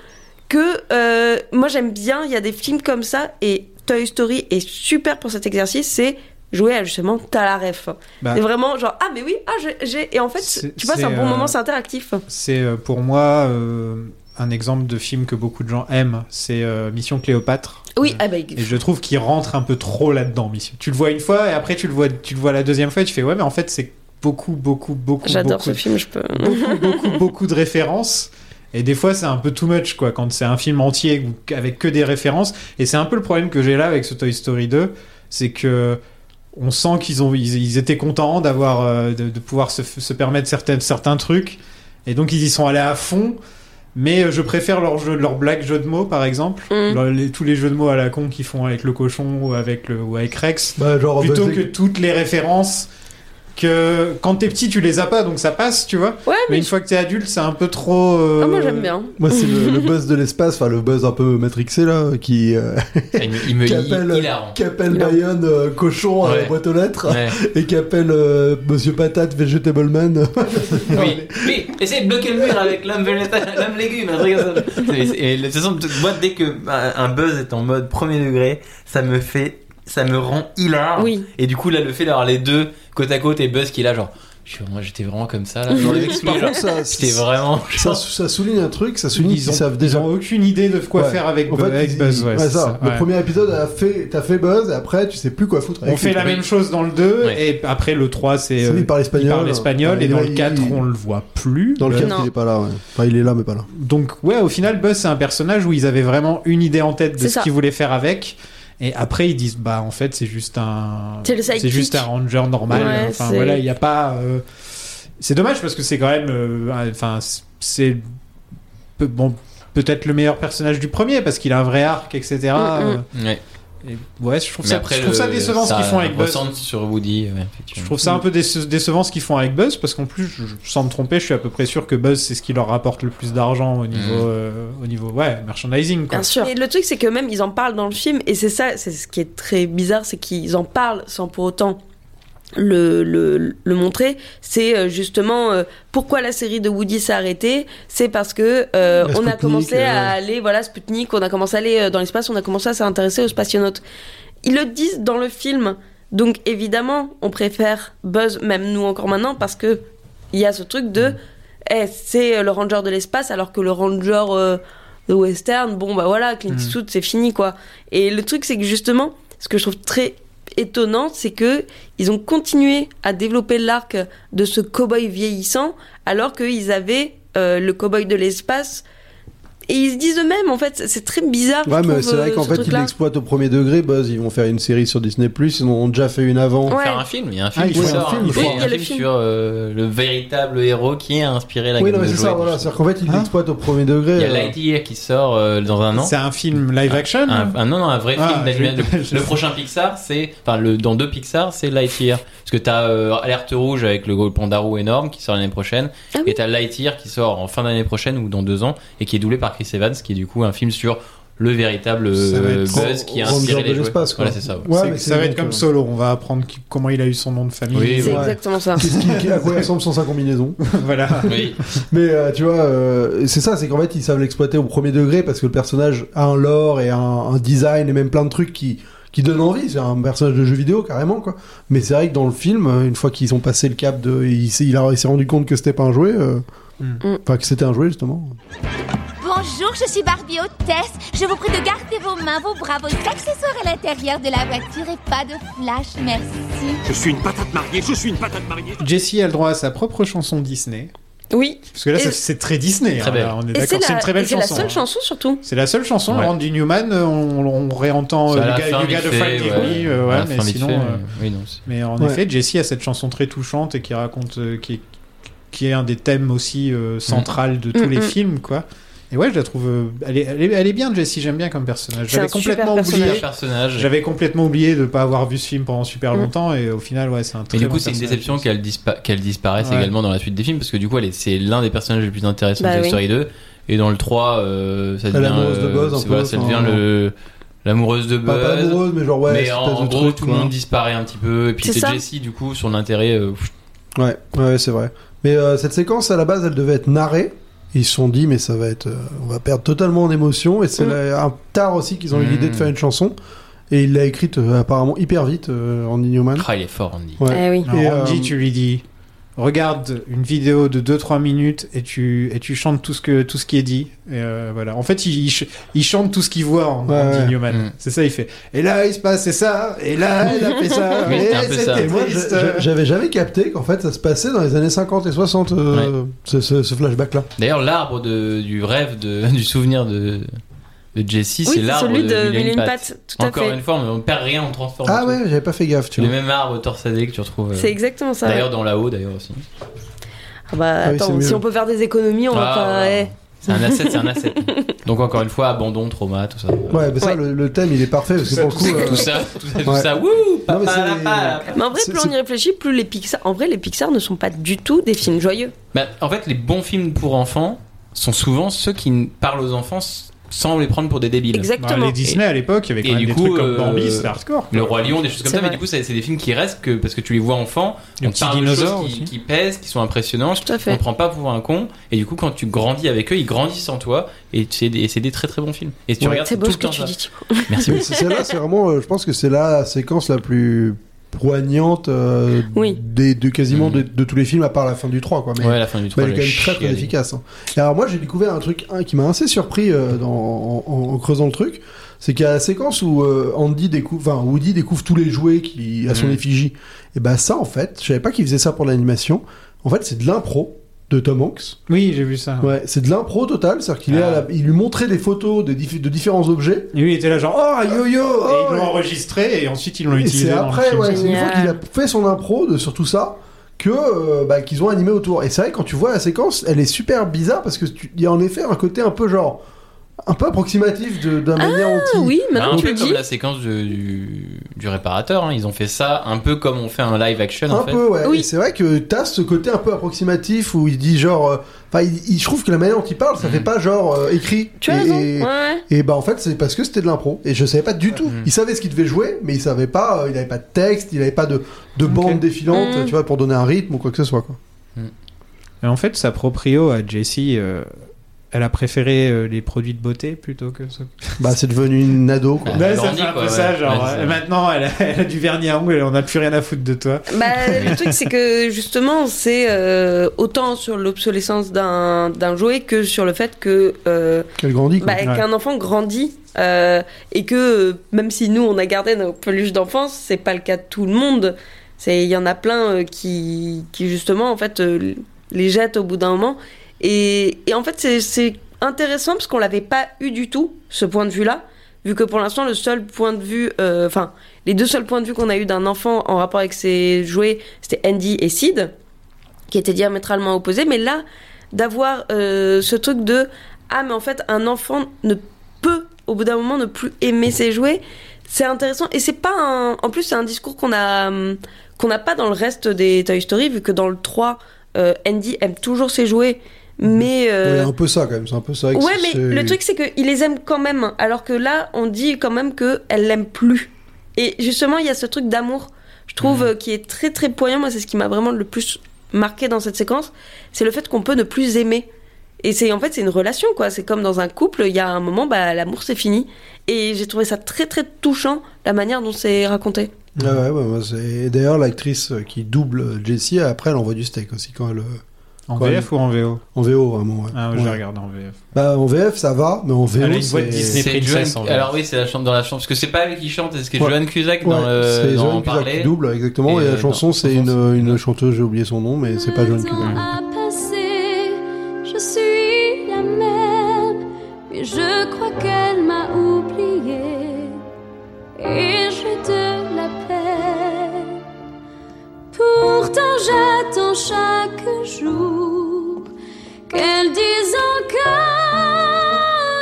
Speaker 9: que euh, moi, j'aime bien. Il y a des films comme ça et Toy Story est super pour cet exercice. C'est jouer à justement t'as la ref.
Speaker 7: Bah.
Speaker 9: c'est vraiment genre ah mais oui ah j'ai- j'ai et en fait
Speaker 7: C'est-
Speaker 9: tu passes un
Speaker 7: c'est,
Speaker 9: bon
Speaker 7: euh,
Speaker 9: moment, c'est interactif.
Speaker 7: C'est euh, pour moi euh, un exemple de film que beaucoup de gens aiment. C'est euh, Mission Cléopâtre.
Speaker 9: Oui ah bah,
Speaker 7: Et je trouve qu'il rentre un peu trop là-dedans, Mission. Tu le vois une fois et après tu le vois, tu le vois la deuxième fois et tu fais ouais, mais en fait c'est beaucoup, beaucoup, beaucoup,
Speaker 9: j'adore
Speaker 7: beaucoup,
Speaker 9: ce film. Je peux.
Speaker 7: beaucoup, beaucoup, beaucoup de références. Et des fois, c'est un peu too much, quoi, quand c'est un film entier ou avec que des références. Et c'est un peu le problème que j'ai là avec ce Toy Story 2, c'est que on sent qu'ils ont, ils, ils étaient contents d'avoir, euh, de, de pouvoir se, se permettre certaines, certains trucs. Et donc, ils y sont allés à fond. Mais euh, je préfère leur, jeu, leur blague jeu de mots, par exemple.
Speaker 9: Mm.
Speaker 7: Leur- les- tous les jeux de mots à la con qu'ils font avec le cochon ou avec, le, ou avec Rex
Speaker 8: Bah, genre,
Speaker 7: plutôt
Speaker 8: vas-y.
Speaker 7: que toutes les références que quand t'es petit tu les as pas donc ça passe tu vois mais
Speaker 9: Ouais mais,
Speaker 7: une fois que t'es adulte c'est un peu trop euh,
Speaker 9: ah, moi j'aime bien.
Speaker 8: Moi, c'est le, le buzz de l'espace, enfin le buzz un peu matrixé là, qui, euh, (laughs)
Speaker 3: Ah, Il me- il me
Speaker 8: qui
Speaker 3: il-
Speaker 8: appelle,
Speaker 3: hilarant.
Speaker 8: qui appelle
Speaker 9: Hilarant.
Speaker 8: Bayonne euh, cochon à la
Speaker 3: Ouais.
Speaker 8: boîte aux lettres
Speaker 7: (laughs)
Speaker 3: Ouais.
Speaker 8: et qui appelle euh, Monsieur Patate Vegetable Man.
Speaker 3: Oui, oui, essayez de bloquer le mur avec l'homme végéta- (laughs) l'homme légume, un truc comme ça. Et de toute façon, moi, dès que un un buzz est en mode premier degré, ça me fait, ça me rend hilar.
Speaker 9: Oui.
Speaker 3: Et du coup, là, le fait d'avoir les deux côte à côte et buzz qui est là, genre, je suis- moi, j'étais vraiment comme
Speaker 7: (laughs)
Speaker 3: ça, là, genre les mecs sous
Speaker 8: (laughs) Par
Speaker 3: les gens.
Speaker 8: contre, ça,
Speaker 3: J'étais vraiment.
Speaker 8: ça, ça souligne un truc, ça souligne
Speaker 7: ils,
Speaker 8: qu'ils
Speaker 7: ont,
Speaker 8: savent
Speaker 7: ils
Speaker 8: déjà.
Speaker 7: ont aucune idée de quoi
Speaker 8: Ouais.
Speaker 7: faire avec,
Speaker 8: En
Speaker 7: bu-
Speaker 8: fait,
Speaker 7: avec
Speaker 8: ils-
Speaker 7: Buzz ouais,
Speaker 8: ouais,
Speaker 7: c'est
Speaker 8: ça.
Speaker 7: ça,
Speaker 8: Le
Speaker 7: ouais.
Speaker 8: premier épisode, a fait- t'as fait Buzz, et après, tu sais plus quoi foutre avec
Speaker 7: on fait
Speaker 8: lui.
Speaker 7: la
Speaker 3: Oui.
Speaker 7: même chose dans le 2
Speaker 3: Oui.
Speaker 7: et après le 3 c'est
Speaker 8: C'est
Speaker 7: euh,
Speaker 8: lui, il parle espagnol.
Speaker 7: espagnol,
Speaker 8: Ouais,
Speaker 7: et dans
Speaker 8: là,
Speaker 7: le
Speaker 8: Ah, il-
Speaker 7: 4 on le voit plus
Speaker 8: Dans le
Speaker 9: Non.
Speaker 8: 4, il est pas là, ouais. Enfin, il est là, mais pas là.
Speaker 7: donc ouais au final Buzz c'est un personnage où ils avaient vraiment une idée en tête de
Speaker 9: C'est
Speaker 7: ce
Speaker 9: ça.
Speaker 7: qu'ils voulaient faire avec et après ils disent bah en fait c'est juste un
Speaker 9: C'est le sidekick.
Speaker 7: c'est juste un ranger normal
Speaker 9: Ouais,
Speaker 7: enfin
Speaker 9: c'est-
Speaker 7: voilà il n'y a pas euh, c'est dommage parce que c'est quand même euh, un- enfin c'est peu- bon peut-être le meilleur personnage du premier parce qu'il a un vrai arc etc
Speaker 9: Mm,
Speaker 7: Euh,
Speaker 3: Ouais.
Speaker 7: et ouais je trouve
Speaker 3: Mais
Speaker 7: ça
Speaker 3: après,
Speaker 7: je trouve ça
Speaker 3: le-
Speaker 7: décevant ce
Speaker 3: ça
Speaker 7: qu'ils font avec Buzz
Speaker 3: ressemble sur Woody. ouais,
Speaker 7: je
Speaker 3: effectivement.
Speaker 7: trouve ça un peu déce- décevant ce qu'ils font avec Buzz parce qu'en plus, je- je- sans me tromper, je suis à peu près sûr que Buzz c'est ce qui leur rapporte le plus d'argent au niveau,
Speaker 3: Mhm.
Speaker 7: euh, au niveau, ouais, merchandising. Quoi.
Speaker 9: Bien sûr. Et le truc, c'est que même ils en parlent dans le film, et c'est ça, c'est ce qui est très bizarre, c'est qu'ils en parlent sans pour autant le, le, le montrer. C'est euh, justement euh, pourquoi la série de Woody s'est arrêtée. C'est parce que euh,
Speaker 8: La
Speaker 9: on a
Speaker 8: Spoutnik,
Speaker 9: commencé à
Speaker 8: euh,
Speaker 9: aller, voilà, Sputnik, on a commencé à aller euh, dans l'espace, on a commencé à s'intéresser aux spationautes. Ils le disent dans le film. Donc évidemment, on préfère Buzz, même nous encore maintenant, parce que il y a ce truc
Speaker 8: Mm.
Speaker 9: de, eh, c'est euh, le ranger de l'espace, alors que le ranger euh, de western, bon bah voilà, Clint
Speaker 7: Mm.
Speaker 9: Eastwood, c'est fini quoi. Et le truc, c'est que justement, ce que je trouve très étonnant, c'est que ils ont continué à développer l'arc de ce cow-boy vieillissant, alors qu'ils avaient euh, le cow-boy de l'espace. Et ils se disent eux-mêmes, en fait, c'est- c'est très bizarre. je
Speaker 8: Ouais, mais
Speaker 9: trouve,
Speaker 8: c'est vrai
Speaker 9: euh,
Speaker 8: qu'en
Speaker 9: ce
Speaker 8: fait, ils
Speaker 9: truc-là.
Speaker 8: l'exploitent au premier degré, Buzz. Ils vont faire une série sur Disney, ils en ont déjà fait une avant.
Speaker 9: Ouais.
Speaker 3: Faire un film, il y a un film
Speaker 7: Ah,
Speaker 3: qui
Speaker 7: il faut
Speaker 3: sort,
Speaker 8: un film,
Speaker 3: hein.
Speaker 8: je
Speaker 3: Il y a
Speaker 9: crois.
Speaker 3: un
Speaker 9: Il y a le
Speaker 3: film
Speaker 9: film.
Speaker 3: sur euh, le véritable héros qui a inspiré la
Speaker 8: Oui,
Speaker 3: gamme
Speaker 8: non, mais
Speaker 3: de
Speaker 8: c'est
Speaker 3: jouets
Speaker 8: ça,
Speaker 3: des
Speaker 8: voilà.
Speaker 3: choses.
Speaker 8: C'est-à-dire qu'en fait, ils
Speaker 7: Hein
Speaker 8: l'exploitent au premier degré.
Speaker 3: Il y a
Speaker 8: euh.
Speaker 3: Lightyear qui sort euh, dans un an.
Speaker 7: C'est un film live action.
Speaker 3: Un, un- non, non, un vrai
Speaker 7: Ah,
Speaker 3: film d'animation.
Speaker 7: je-
Speaker 3: Le-
Speaker 7: je- (laughs)
Speaker 3: Le, prochain Pixar, c'est. Enfin, le, dans deux Pixar, c'est Lightyear. Parce que t'as euh, Alerte Rouge avec le Gold Panda roux énorme qui sort l'année prochaine.
Speaker 9: Ah oui.
Speaker 3: Et t'as Lightyear qui sort en fin d'année prochaine ou dans deux ans et qui est doublé par Chris Evans, qui est du coup un film sur le véritable
Speaker 7: Ça va
Speaker 3: euh,
Speaker 7: être
Speaker 3: buzz qui a inspiré
Speaker 8: Ranger de
Speaker 3: les jouets.
Speaker 8: l'espace, quoi.
Speaker 3: Voilà, c'est ça. ouais.
Speaker 8: Ouais,
Speaker 7: C'est-
Speaker 8: mais
Speaker 7: ça va
Speaker 8: c'est euh,
Speaker 7: être
Speaker 8: bon,
Speaker 7: comme
Speaker 8: ça.
Speaker 7: Solo. On va apprendre qui- comment il a eu son nom de famille.
Speaker 3: Oui,
Speaker 9: C'est
Speaker 8: Ouais.
Speaker 9: exactement ça.
Speaker 8: (laughs) Qu'est-ce qui- (laughs) à quoi il ressemble sans sa combinaison
Speaker 7: (laughs) voilà.
Speaker 3: Oui.
Speaker 8: Mais euh, tu vois, euh, c'est ça, c'est qu'en fait ils savent l'exploiter au premier degré parce que le personnage a un lore et un, un design et même plein de trucs qui qui donnent envie. C'est un personnage de jeu vidéo carrément quoi. Mais c'est vrai que dans le film, euh, une fois qu'ils ont passé le cap de, il s'est il a- il s'est rendu compte que c'était pas un jouet, euh,
Speaker 7: Mm.
Speaker 8: enfin que c'était un jouet justement.
Speaker 5: Bon, Bonjour, je suis Barbie Hôtesse. Je vous prie de garder vos mains, vos bras, vos accessoires à l'intérieur de la voiture et pas de flash, merci.
Speaker 11: Je suis une patate mariée, je suis une patate mariée.
Speaker 7: Jessie a le droit à sa propre chanson Disney.
Speaker 9: Oui.
Speaker 7: Parce que là,
Speaker 9: Et-
Speaker 7: ça- c'est très Disney.
Speaker 3: Très
Speaker 7: hein,
Speaker 3: belle.
Speaker 7: là, on est
Speaker 9: Et
Speaker 7: d'accord, c'est une très belle
Speaker 9: et c'est la
Speaker 7: chanson.
Speaker 9: seule
Speaker 7: hein.
Speaker 9: chanson surtout.
Speaker 7: C'est la seule chanson.
Speaker 3: Ouais.
Speaker 7: Randy Newman, euh, on, on réentend
Speaker 3: C'est
Speaker 7: euh,
Speaker 3: à la
Speaker 7: le gars,
Speaker 3: fin
Speaker 7: le
Speaker 3: vite
Speaker 7: gars de
Speaker 3: fait,
Speaker 7: Frank
Speaker 3: ouais.
Speaker 7: Gehry, euh,
Speaker 3: À
Speaker 7: ouais,
Speaker 3: la
Speaker 7: mais
Speaker 3: fin vite
Speaker 7: sinon.
Speaker 3: fait,
Speaker 7: euh,
Speaker 3: mais- oui, non, c'est-
Speaker 7: Mais en
Speaker 8: Ouais.
Speaker 7: effet, Jessie a cette chanson très touchante et qui raconte, euh, qui est, qui est un des thèmes aussi euh, central de tous
Speaker 9: Mm,
Speaker 7: les
Speaker 9: mm.
Speaker 7: films, quoi. Et ouais, je la trouve, euh, elle est, elle est, elle est bien, Jessie. J'aime bien comme personnage.
Speaker 9: C'est
Speaker 7: J'avais
Speaker 9: un super
Speaker 7: complètement
Speaker 9: personnage.
Speaker 7: oublié.
Speaker 9: Super
Speaker 3: personnage.
Speaker 7: J'avais complètement oublié de pas avoir vu ce film pendant super
Speaker 9: Mm.
Speaker 7: longtemps et au final, ouais, c'est un très.
Speaker 3: Mais du
Speaker 7: bon
Speaker 3: coup, c'est une
Speaker 7: personnage.
Speaker 3: déception qu'elle dispa- qu'elle disparaisse
Speaker 7: Ouais.
Speaker 3: également dans la suite des films, parce que du coup, elle est- c'est l'un des personnages les plus intéressants
Speaker 9: Bah
Speaker 3: de Toy
Speaker 9: oui.
Speaker 3: Story 2. Et dans le 3, euh, ça
Speaker 8: Elle
Speaker 3: devient.
Speaker 8: est amoureuse de
Speaker 3: euh,
Speaker 8: Buzz, un
Speaker 3: c'est-
Speaker 8: peu,
Speaker 3: voilà, ça
Speaker 8: enfin,
Speaker 3: devient le- l'amoureuse de Buzz.
Speaker 8: Pas, pas amoureuse, mais genre, ouais,
Speaker 3: mais
Speaker 8: espèce
Speaker 3: en,
Speaker 8: de
Speaker 3: en gros,
Speaker 8: truc, hein.
Speaker 3: tout le
Speaker 8: quoi.
Speaker 3: monde disparaît un petit peu. Et puis
Speaker 9: C'est
Speaker 3: c'est
Speaker 9: ça.
Speaker 3: Jessie, du coup, son intérêt. euh, pff,
Speaker 8: Ouais, ouais, c'est vrai. Mais euh, cette séquence, à la base, elle devait être narrée. Ils se sont dit, mais ça va être. euh, on va perdre totalement en émotion. Et c'est
Speaker 9: Mm.
Speaker 8: la- un tard aussi qu'ils ont eu
Speaker 3: Mm.
Speaker 8: l'idée de faire une chanson. Et il l'a écrite euh, apparemment hyper vite, euh, Randy Newman.
Speaker 3: ah, il est fort, Andy.
Speaker 8: Ouais.
Speaker 9: Eh oui.
Speaker 7: Non,
Speaker 8: Et,
Speaker 7: Randy,
Speaker 8: euh,
Speaker 7: tu lui dis regarde une vidéo de 2-3 minutes et tu, et tu chantes tout ce, que, tout ce qui est dit. Et euh, voilà. En fait, il, il ch- il chante tout ce qu'il voit en
Speaker 8: Ouais,
Speaker 7: Randy
Speaker 8: ouais.
Speaker 7: Newman.
Speaker 3: Mm.
Speaker 7: C'est ça, il fait. Et là, il se passe, c'est ça. Et là, elle a fait ça.
Speaker 3: (laughs) Oui,
Speaker 7: et
Speaker 3: c'était un peu ça.
Speaker 7: c'était euh.
Speaker 8: Et moi, je-
Speaker 7: triste.
Speaker 8: je- j'avais jamais capté qu'en fait ça se passait dans les années 50 et 60, euh, ce, ce- ce flashback-là.
Speaker 3: D'ailleurs, l'arbre de- du rêve, de- (laughs) du souvenir de, de Jessie,
Speaker 9: Oui,
Speaker 3: c'est
Speaker 9: c'est
Speaker 3: l'arbre
Speaker 9: celui de
Speaker 3: Mille et une
Speaker 9: Mille et une
Speaker 3: pattes.
Speaker 9: pattes, tout à
Speaker 3: Encore
Speaker 9: fait.
Speaker 3: une fois, on ne perd rien, on transforme.
Speaker 8: Ah
Speaker 3: tout.
Speaker 8: ouais, j'avais pas fait gaffe, tu
Speaker 3: Le
Speaker 8: vois.
Speaker 3: même arbre torsadé que tu retrouves. euh,
Speaker 9: C'est exactement ça.
Speaker 3: D'ailleurs, dans là-haut, d'ailleurs aussi.
Speaker 9: Ah bah,
Speaker 8: Ah oui,
Speaker 9: attends,
Speaker 8: c'est
Speaker 9: si
Speaker 8: mieux.
Speaker 9: on peut faire des économies, on va
Speaker 3: Ah,
Speaker 9: pas.
Speaker 3: ouais.
Speaker 9: eh.
Speaker 3: C'est un asset, c'est un asset. Donc encore une fois, abandon, trauma, tout ça.
Speaker 8: Ouais, mais ça, le, le thème il est parfait parce que pour le coup. euh,
Speaker 3: Tout ça, tout ça, tout
Speaker 8: Ouais.
Speaker 3: ça. Wouh,
Speaker 8: Non, mais
Speaker 3: papa,
Speaker 8: c'est-
Speaker 3: la papa.
Speaker 9: Mais en vrai,
Speaker 8: C'est-
Speaker 9: plus
Speaker 8: c'est-
Speaker 9: on y réfléchit, plus les Pixar. En vrai, les Pixar ne sont pas du tout des films joyeux.
Speaker 3: Bah, en fait, les bons films pour enfants sont souvent ceux qui n- parlent aux enfants s- sans les prendre pour des débiles.
Speaker 7: Bah,
Speaker 9: Exactement.
Speaker 7: les Disney à l'époque, il y avait
Speaker 3: Et
Speaker 7: quand même
Speaker 3: du
Speaker 7: des
Speaker 3: coup,
Speaker 7: trucs comme
Speaker 3: euh,
Speaker 7: Bambi, c'était hardcore.
Speaker 3: Le Roi Lion, des choses comme
Speaker 9: C'est
Speaker 3: ça, mais
Speaker 9: vrai.
Speaker 3: du coup, ça- c'est des films qui restent que parce que tu les vois enfant,
Speaker 7: Les
Speaker 3: on
Speaker 7: petits
Speaker 3: parle de choses
Speaker 7: dinosaures
Speaker 3: qui,
Speaker 7: aussi.
Speaker 3: qui pèsent, qui sont impressionnantes,
Speaker 9: Tout à fait.
Speaker 3: on prend pas pour un con, et du coup, quand tu grandis avec eux, ils grandissent sans toi, et c'est des, et c'est des très très bons films. Et tu
Speaker 8: Ouais.
Speaker 3: regardes
Speaker 9: C'est beau
Speaker 3: tout
Speaker 9: ce
Speaker 3: le
Speaker 9: que
Speaker 3: temps
Speaker 9: tu
Speaker 3: ça.
Speaker 9: dis, Thibaut.
Speaker 3: Merci
Speaker 8: Mais
Speaker 3: beaucoup.
Speaker 8: c'est celle-là, c'est vraiment, euh, je pense que c'est la séquence la plus poignante euh,
Speaker 9: Oui.
Speaker 8: des, de quasiment
Speaker 3: Mhm.
Speaker 8: de, de tous les films à part la fin du 3 quoi. Mais,
Speaker 3: Ouais, à la fin du
Speaker 8: mais
Speaker 3: trois,
Speaker 8: elle est quand
Speaker 3: j'ai
Speaker 8: même très très
Speaker 3: chialé.
Speaker 8: efficace. hein. Et alors moi j'ai découvert un truc hein, qui m'a assez surpris euh, dans- en, en- en creusant le truc, c'est qu'il y a la séquence où euh, Andy découvre, enfin Woody découvre tous les jouets qui à son
Speaker 3: Mhm.
Speaker 8: effigie. Et bah ça en fait, je savais pas qu'il faisait ça pour l'animation. En fait c'est de l'impro de Tom Hanks.
Speaker 7: Oui, j'ai vu ça.
Speaker 8: Ouais, c'est de l'impro total, c'est-à-dire qu'il est à la- il lui montrait des photos de, diffé- de différents objets.
Speaker 7: Et lui, il était là, genre, oh, yo yo Et
Speaker 8: Oh,
Speaker 7: ils l'ont
Speaker 8: ouais.
Speaker 7: enregistré et ensuite ils l'ont
Speaker 8: Et
Speaker 7: utilisé.
Speaker 8: c'est
Speaker 7: dans le
Speaker 8: après,
Speaker 7: film.
Speaker 8: ouais, c'est une
Speaker 9: Génial.
Speaker 8: fois qu'il a fait son impro de, sur tout ça que euh, bah, qu'ils ont animé autour. Et c'est vrai quand tu vois la séquence, elle est super bizarre parce que tu- il y a en effet un côté un peu genre un peu approximatif de, de la manière dont
Speaker 9: Ah
Speaker 8: il-
Speaker 9: oui,
Speaker 3: Bah,
Speaker 9: maintenant
Speaker 3: un
Speaker 9: que tu
Speaker 3: peu
Speaker 9: le
Speaker 3: comme
Speaker 9: dis.
Speaker 3: la séquence de- du, du réparateur, hein. ils ont fait ça un peu comme on fait un live action en
Speaker 8: Un
Speaker 3: fait.
Speaker 8: peu, ouais.
Speaker 9: Oui.
Speaker 8: Et C'est vrai que t'as ce côté un peu approximatif où il dit genre. euh, Enfin, il- il- je trouve que la manière dont il parle, ça fait pas genre euh, écrit.
Speaker 9: Tu as
Speaker 8: Et-
Speaker 9: raison.
Speaker 8: et-
Speaker 9: Ouais, ouais.
Speaker 8: Et bah en fait c'est parce que c'était de l'impro et je savais pas du tout.
Speaker 7: Mm.
Speaker 8: Il savait ce qu'il devait jouer mais il savait pas, euh, il avait pas de texte, il avait pas de, de bande défilante,
Speaker 9: Mm.
Speaker 8: tu vois, pour donner un rythme ou quoi que ce soit quoi.
Speaker 7: Et en fait, sa proprio à Jessie, euh, elle a préféré euh, les produits de beauté plutôt que ça.
Speaker 8: Bah c'est devenu une ado quoi.
Speaker 3: Ouais, Bah,
Speaker 7: ça
Speaker 3: grandi,
Speaker 7: fait un
Speaker 3: quoi,
Speaker 7: peu
Speaker 3: ouais.
Speaker 7: ça, genre.
Speaker 3: Ouais, c'est
Speaker 7: euh,
Speaker 3: ça.
Speaker 7: maintenant, elle a, (laughs) elle a du vernis à ongles et on n'a plus rien à foutre de toi.
Speaker 9: Bah, le truc, c'est que justement, c'est euh, autant sur l'obsolescence d'un d'un jouet que sur le fait que euh,
Speaker 8: Qu'elle grandit quoi.
Speaker 9: bah,
Speaker 7: Ouais.
Speaker 9: qu'un enfant grandit euh, et que euh, même si nous on a gardé nos peluches d'enfance, c'est pas le cas de tout le monde. C'est il y en a plein euh, qui qui justement en fait euh, les jettent au bout d'un moment et et en fait c'est c'est intéressant parce qu'on l'avait pas eu du tout ce point de vue là vu que pour l'instant le seul point de vue euh, enfin les deux seuls points de vue qu'on a eu d'un enfant en rapport avec ses jouets c'était Andy et Sid qui étaient diamétralement opposés mais là d'avoir euh, ce truc de ah mais en fait un enfant ne peut au bout d'un moment ne plus aimer ses jouets c'est intéressant et c'est pas un en plus c'est un discours qu'on a hum, qu'on n'a pas dans le reste des Toy Story vu que dans le 3 euh, Andy aime toujours ses jouets mais
Speaker 8: Ouais,
Speaker 9: euh,
Speaker 8: un peu ça quand même, c'est un peu ça. que
Speaker 9: Ouais,
Speaker 8: c'est-
Speaker 9: mais le truc, c'est qu'il les aime quand même. Alors que là, on dit quand même qu'elle l'aime plus. Et justement, il y a ce truc d'amour, je trouve, euh, qui est très très poignant. Moi, c'est ce qui m'a vraiment le plus marqué dans cette séquence. C'est le fait qu'on peut ne plus aimer. Et c'est en fait, c'est une relation, quoi. C'est comme dans un couple, il y a un moment, bah, l'amour, c'est fini. Et j'ai trouvé ça très très touchant, la manière dont c'est raconté.
Speaker 8: Ouais, ouais, ouais, ouais, c'est- et D'ailleurs l'actrice qui double euh, Jessie après elle envoie du steak aussi quand elle euh,
Speaker 7: En
Speaker 8: Quoi,
Speaker 7: VF ou en VO
Speaker 8: En VO, vraiment. ouais.
Speaker 7: Ah, je
Speaker 8: Ouais.
Speaker 7: la regarde en VF.
Speaker 8: Bah, en VF, ça va, mais en VO.
Speaker 7: Allez, une voix de
Speaker 8: c'est-
Speaker 7: Disney
Speaker 3: C'est
Speaker 7: Princess,
Speaker 3: Joan-
Speaker 7: en vrai.
Speaker 3: Alors oui, c'est la chambre dans la chambre. Parce que c'est pas elle qui chante, est-ce que
Speaker 8: Ouais.
Speaker 3: Johan Cusack
Speaker 8: Ouais,
Speaker 3: dans
Speaker 8: c'est
Speaker 3: le. dans
Speaker 8: Joan
Speaker 3: en
Speaker 8: Cusack
Speaker 3: parler
Speaker 8: qui double, exactement. Et,
Speaker 3: Et,
Speaker 8: la
Speaker 3: euh,
Speaker 8: chanson,
Speaker 3: dans-
Speaker 8: c'est une, une chanteuse, j'ai oublié son nom, mais c'est pas Joan Cusack.
Speaker 9: Ah.
Speaker 12: à passer. Je suis la même, mais je crois qu'elle m'a oubliée et j'ai de la peine. Pourtant j'attends chaque jour qu'elle dise encore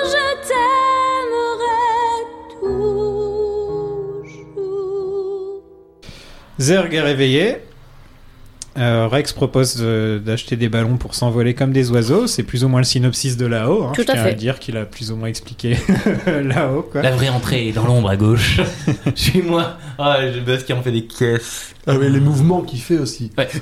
Speaker 12: je t'aimerai toujours.
Speaker 7: Zerg est réveillé. Euh, Rex propose de- d'acheter des ballons pour s'envoler comme des oiseaux. C'est plus ou moins le synopsis de là-haut. hein.
Speaker 9: Tout
Speaker 7: Je
Speaker 9: à
Speaker 7: tiens
Speaker 9: fait.
Speaker 7: à dire qu'il a plus ou moins expliqué (laughs) là-haut. quoi.
Speaker 3: La vraie entrée est dans l'ombre à gauche. (laughs) Suis-moi. Ah, je buzz qui en fait des caisses.
Speaker 8: Ah, mais les mouvements qu'il fait aussi.
Speaker 3: Ouais. (laughs)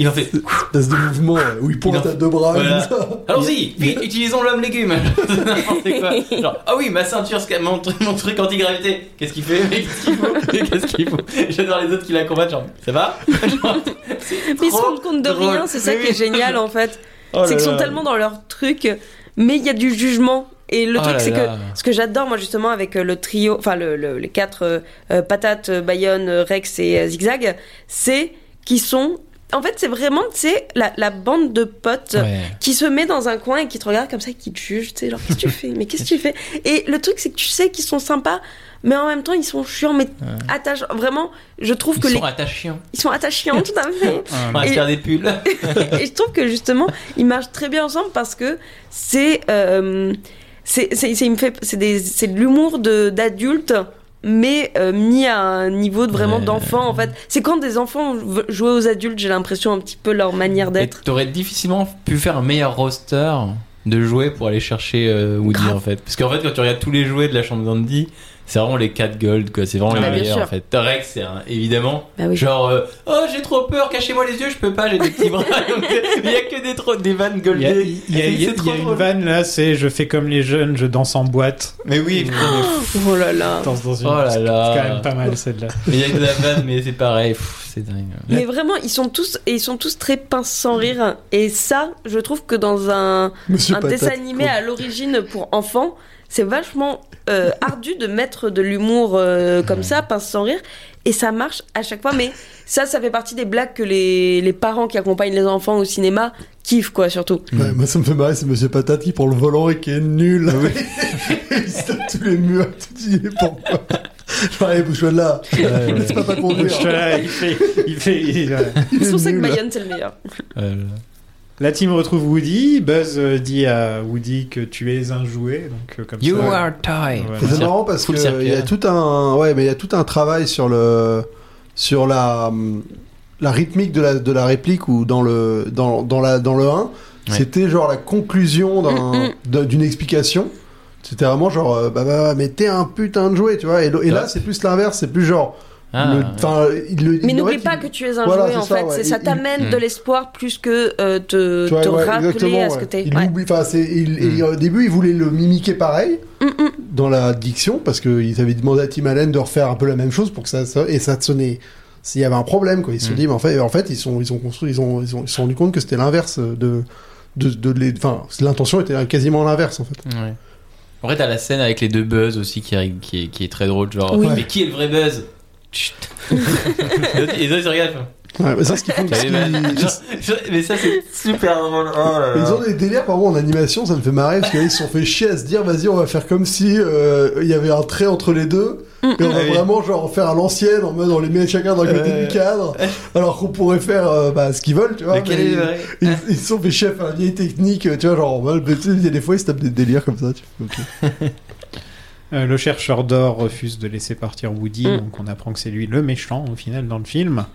Speaker 3: Il en fait.
Speaker 8: Espèce de mouvement euh, où il pointe
Speaker 3: en-
Speaker 8: à deux bras.
Speaker 3: Voilà.
Speaker 8: comme ça.
Speaker 3: Allons-y, vite, utilisons l'homme légume. (laughs) C'est N'importe quoi. Genre, ah oui, ma ceinture, sca- mon, truc- (laughs) mon truc anti-gravité. Qu'est-ce qu'il fait Mais Qu'est-ce qu'il faut Mais (laughs) Qu'est-ce qu'il faut J'adore les autres qui la combattent, genre, ça va
Speaker 9: Mais ils se rendent compte de
Speaker 3: drôle.
Speaker 9: rien, c'est ça
Speaker 3: Mais
Speaker 9: qui est
Speaker 3: oui.
Speaker 9: génial en fait.
Speaker 3: Oh
Speaker 9: c'est
Speaker 3: là
Speaker 9: qu'ils sont
Speaker 3: là.
Speaker 9: tellement dans leur truc, mais il y a du jugement. Et le
Speaker 3: Oh
Speaker 9: truc,
Speaker 3: là
Speaker 9: c'est que
Speaker 3: là.
Speaker 9: ce que j'adore, moi, justement, avec euh, le trio, enfin, le- le- les quatre euh, euh, patates, euh, Bayonne, euh, Rex et euh, Zigzag, c'est qu'ils sont. En fait, c'est vraiment, tu sais, la, la bande de potes
Speaker 3: Ouais.
Speaker 9: qui se met dans un coin et qui te regarde comme ça, et qui te juge, tu sais, genre, qu'est-ce que tu fais Mais qu'est-ce que tu fais Et le truc, c'est que tu sais qu'ils sont sympas, mais en même temps, ils sont chiants, mais attachants. Vraiment, je trouve
Speaker 3: Ils
Speaker 9: que les.
Speaker 3: sont hein. attachants.
Speaker 9: Ils sont
Speaker 3: (laughs)
Speaker 9: attachants, tout à fait.
Speaker 3: On va
Speaker 9: Et-
Speaker 3: se faire des pulls.
Speaker 9: et je trouve que justement, ils marchent très bien ensemble parce que c'est euh, c'est c'est- c'est- il me fait- c'est des- c'est de l'humour de- d'adulte mais euh, mis à un niveau de vraiment
Speaker 3: Ouais.
Speaker 9: d'enfant en fait c'est quand des enfants v- jouent aux adultes j'ai l'impression un petit peu leur manière
Speaker 3: Et
Speaker 9: d'être
Speaker 3: T'aurais difficilement pu faire un meilleur roster de jouets pour aller chercher euh, Woody en fait. Parce qu'en fait, quand tu regardes tous les jouets de la chambre d'Andy, c'est vraiment les 4 gold quoi. C'est vraiment
Speaker 9: Ah,
Speaker 3: les
Speaker 9: bah, bien
Speaker 3: meilleurs
Speaker 9: sûr.
Speaker 3: en fait. Rex, c'est un- évidemment.
Speaker 9: Bah oui.
Speaker 3: Genre, euh, oh j'ai trop peur, cachez-moi les yeux, je peux pas, j'ai des petits bras. (laughs) Il y a que des, tro- des vannes
Speaker 7: Il y a,
Speaker 3: goldées.
Speaker 7: il y a- il y a-
Speaker 3: C'est
Speaker 7: il
Speaker 3: trop
Speaker 7: y a une
Speaker 3: drôle.
Speaker 7: vanne là, c'est je fais comme les jeunes, je danse en boîte.
Speaker 3: Mais oui,
Speaker 9: (laughs) oh là là
Speaker 7: Danse dans une-
Speaker 3: Oh là
Speaker 7: C'est
Speaker 3: là.
Speaker 7: quand même pas mal celle-là.
Speaker 3: mais il y a que de la vanne, mais c'est pareil. Pff, C'est dingue.
Speaker 9: mais vraiment ils sont tous et ils sont tous très pince sans rire et ça je trouve que dans un
Speaker 8: Monsieur
Speaker 9: un
Speaker 8: Patate.
Speaker 9: dessin animé à l'origine pour enfants, c'est vachement euh, ardu de mettre de l'humour euh, comme ça, pince sans rire, et ça marche à chaque fois. Mais ça, ça fait partie des blagues que les, les parents qui accompagnent les enfants au cinéma kiffent, quoi,
Speaker 8: (laughs)
Speaker 9: surtout.
Speaker 8: Ouais, moi, ça me fait marrer, c'est Monsieur Patate qui prend le volant et qui est nul. (laughs) il se tape tous les murs, (laughs) tu te dis, mais pourquoi Je parlais, bouge-toi de là. (laughs) C'est pas pas conduire.
Speaker 7: Bouge-toi
Speaker 3: hein.
Speaker 7: là, il fait, il fait, il- ouais.
Speaker 8: Il
Speaker 9: C'est
Speaker 8: est
Speaker 9: pour ça que
Speaker 8: nul.
Speaker 9: Bayonne, c'est le meilleur.
Speaker 3: Euh,
Speaker 7: La team retrouve Woody. Buzz euh, dit à Woody que tu es un jouet, donc euh, comme
Speaker 3: you
Speaker 7: ça.
Speaker 3: are toy.
Speaker 7: Ouais.
Speaker 8: Et C'est
Speaker 3: Full
Speaker 8: marrant parce
Speaker 3: full
Speaker 8: que
Speaker 3: circle.
Speaker 8: il y a tout un ouais mais il y a tout un travail sur le sur la hum, la rythmique de la de la réplique ou dans le dans, dans la dans le 1 c'était genre la conclusion d'un-
Speaker 9: Mm, mm.
Speaker 8: d'un- d'une explication c'était vraiment genre euh, bah, bah, bah, mais t'es un putain de jouet tu vois et, le- et là
Speaker 3: Ouais.
Speaker 8: c'est plus l'inverse c'est plus genre
Speaker 3: Ah,
Speaker 8: le-
Speaker 3: ouais.
Speaker 8: enfin, il le-
Speaker 9: Mais
Speaker 8: il aurait
Speaker 9: n'oublie
Speaker 8: qu'il-
Speaker 9: pas que tu es un
Speaker 8: Voilà,
Speaker 9: jouet,
Speaker 8: c'est
Speaker 9: en
Speaker 8: ça,
Speaker 9: fait.
Speaker 8: ouais.
Speaker 9: C'est ça
Speaker 8: Il- Mm.
Speaker 9: t'amène
Speaker 3: il-
Speaker 9: de l'espoir plus que euh, te,
Speaker 8: tu vois,
Speaker 9: te
Speaker 8: ouais,
Speaker 9: rappeler
Speaker 8: exactement,
Speaker 9: à ce
Speaker 8: ouais.
Speaker 9: que t'es.
Speaker 8: Il
Speaker 9: Ouais.
Speaker 8: l'oublie- enfin, c'est- il- et au début, il voulait le mimiquer pareil
Speaker 9: Mm,
Speaker 8: dans la diction parce qu'ils avaient demandé à Tim Allen de refaire un peu la même chose pour que ça sonne- et ça sonnait. S'il y avait un problème, quoi. Ils se sont dit, mais en fait, en fait, ils sont, ils ont construit, ils ont, ils ont, ils se sont rendu compte que c'était l'inverse de, de, de les- enfin, l'intention était quasiment l'inverse, en fait.
Speaker 3: Ouais. En vrai, t'as la scène avec les deux Buzz aussi qui, arri- qui, est, qui est très drôle. Genre,
Speaker 8: Oui.
Speaker 3: mais qui est le vrai Buzz Chut. Et les autres, ils se regardent.
Speaker 8: Ouais, mais ça, ce qu'ils font, ce
Speaker 3: Salut, man.
Speaker 8: (laughs) qu'ils-
Speaker 3: bah, Genre, mais ça, c'est super drôle. Oh là là.
Speaker 8: Ils ont des délires par contre en animation, ça me fait marrer parce qu'ils se sont fait chier à se dire vas-y on va faire comme si euh, il y avait un trait entre les deux
Speaker 9: Mm,
Speaker 8: et on va
Speaker 3: Ah oui.
Speaker 8: vraiment genre faire à l'ancienne en mode on les met chacun d'un côté
Speaker 3: Euh.
Speaker 8: du cadre alors qu'on pourrait faire euh, bah, ce qu'ils veulent tu vois.
Speaker 3: Mais quel
Speaker 8: mais
Speaker 3: est le
Speaker 8: ils-
Speaker 3: vrai
Speaker 8: ils, ils se sont fait chier à faire la vieille technique euh, tu vois genre en mode, mais tu sais, il y a des fois ils se tapent des délires comme ça. Tu fais, ok.
Speaker 7: Euh, le chercheur d'or refuse de laisser partir Woody,
Speaker 9: Mm.
Speaker 7: donc on apprend que c'est lui le méchant au final dans le film.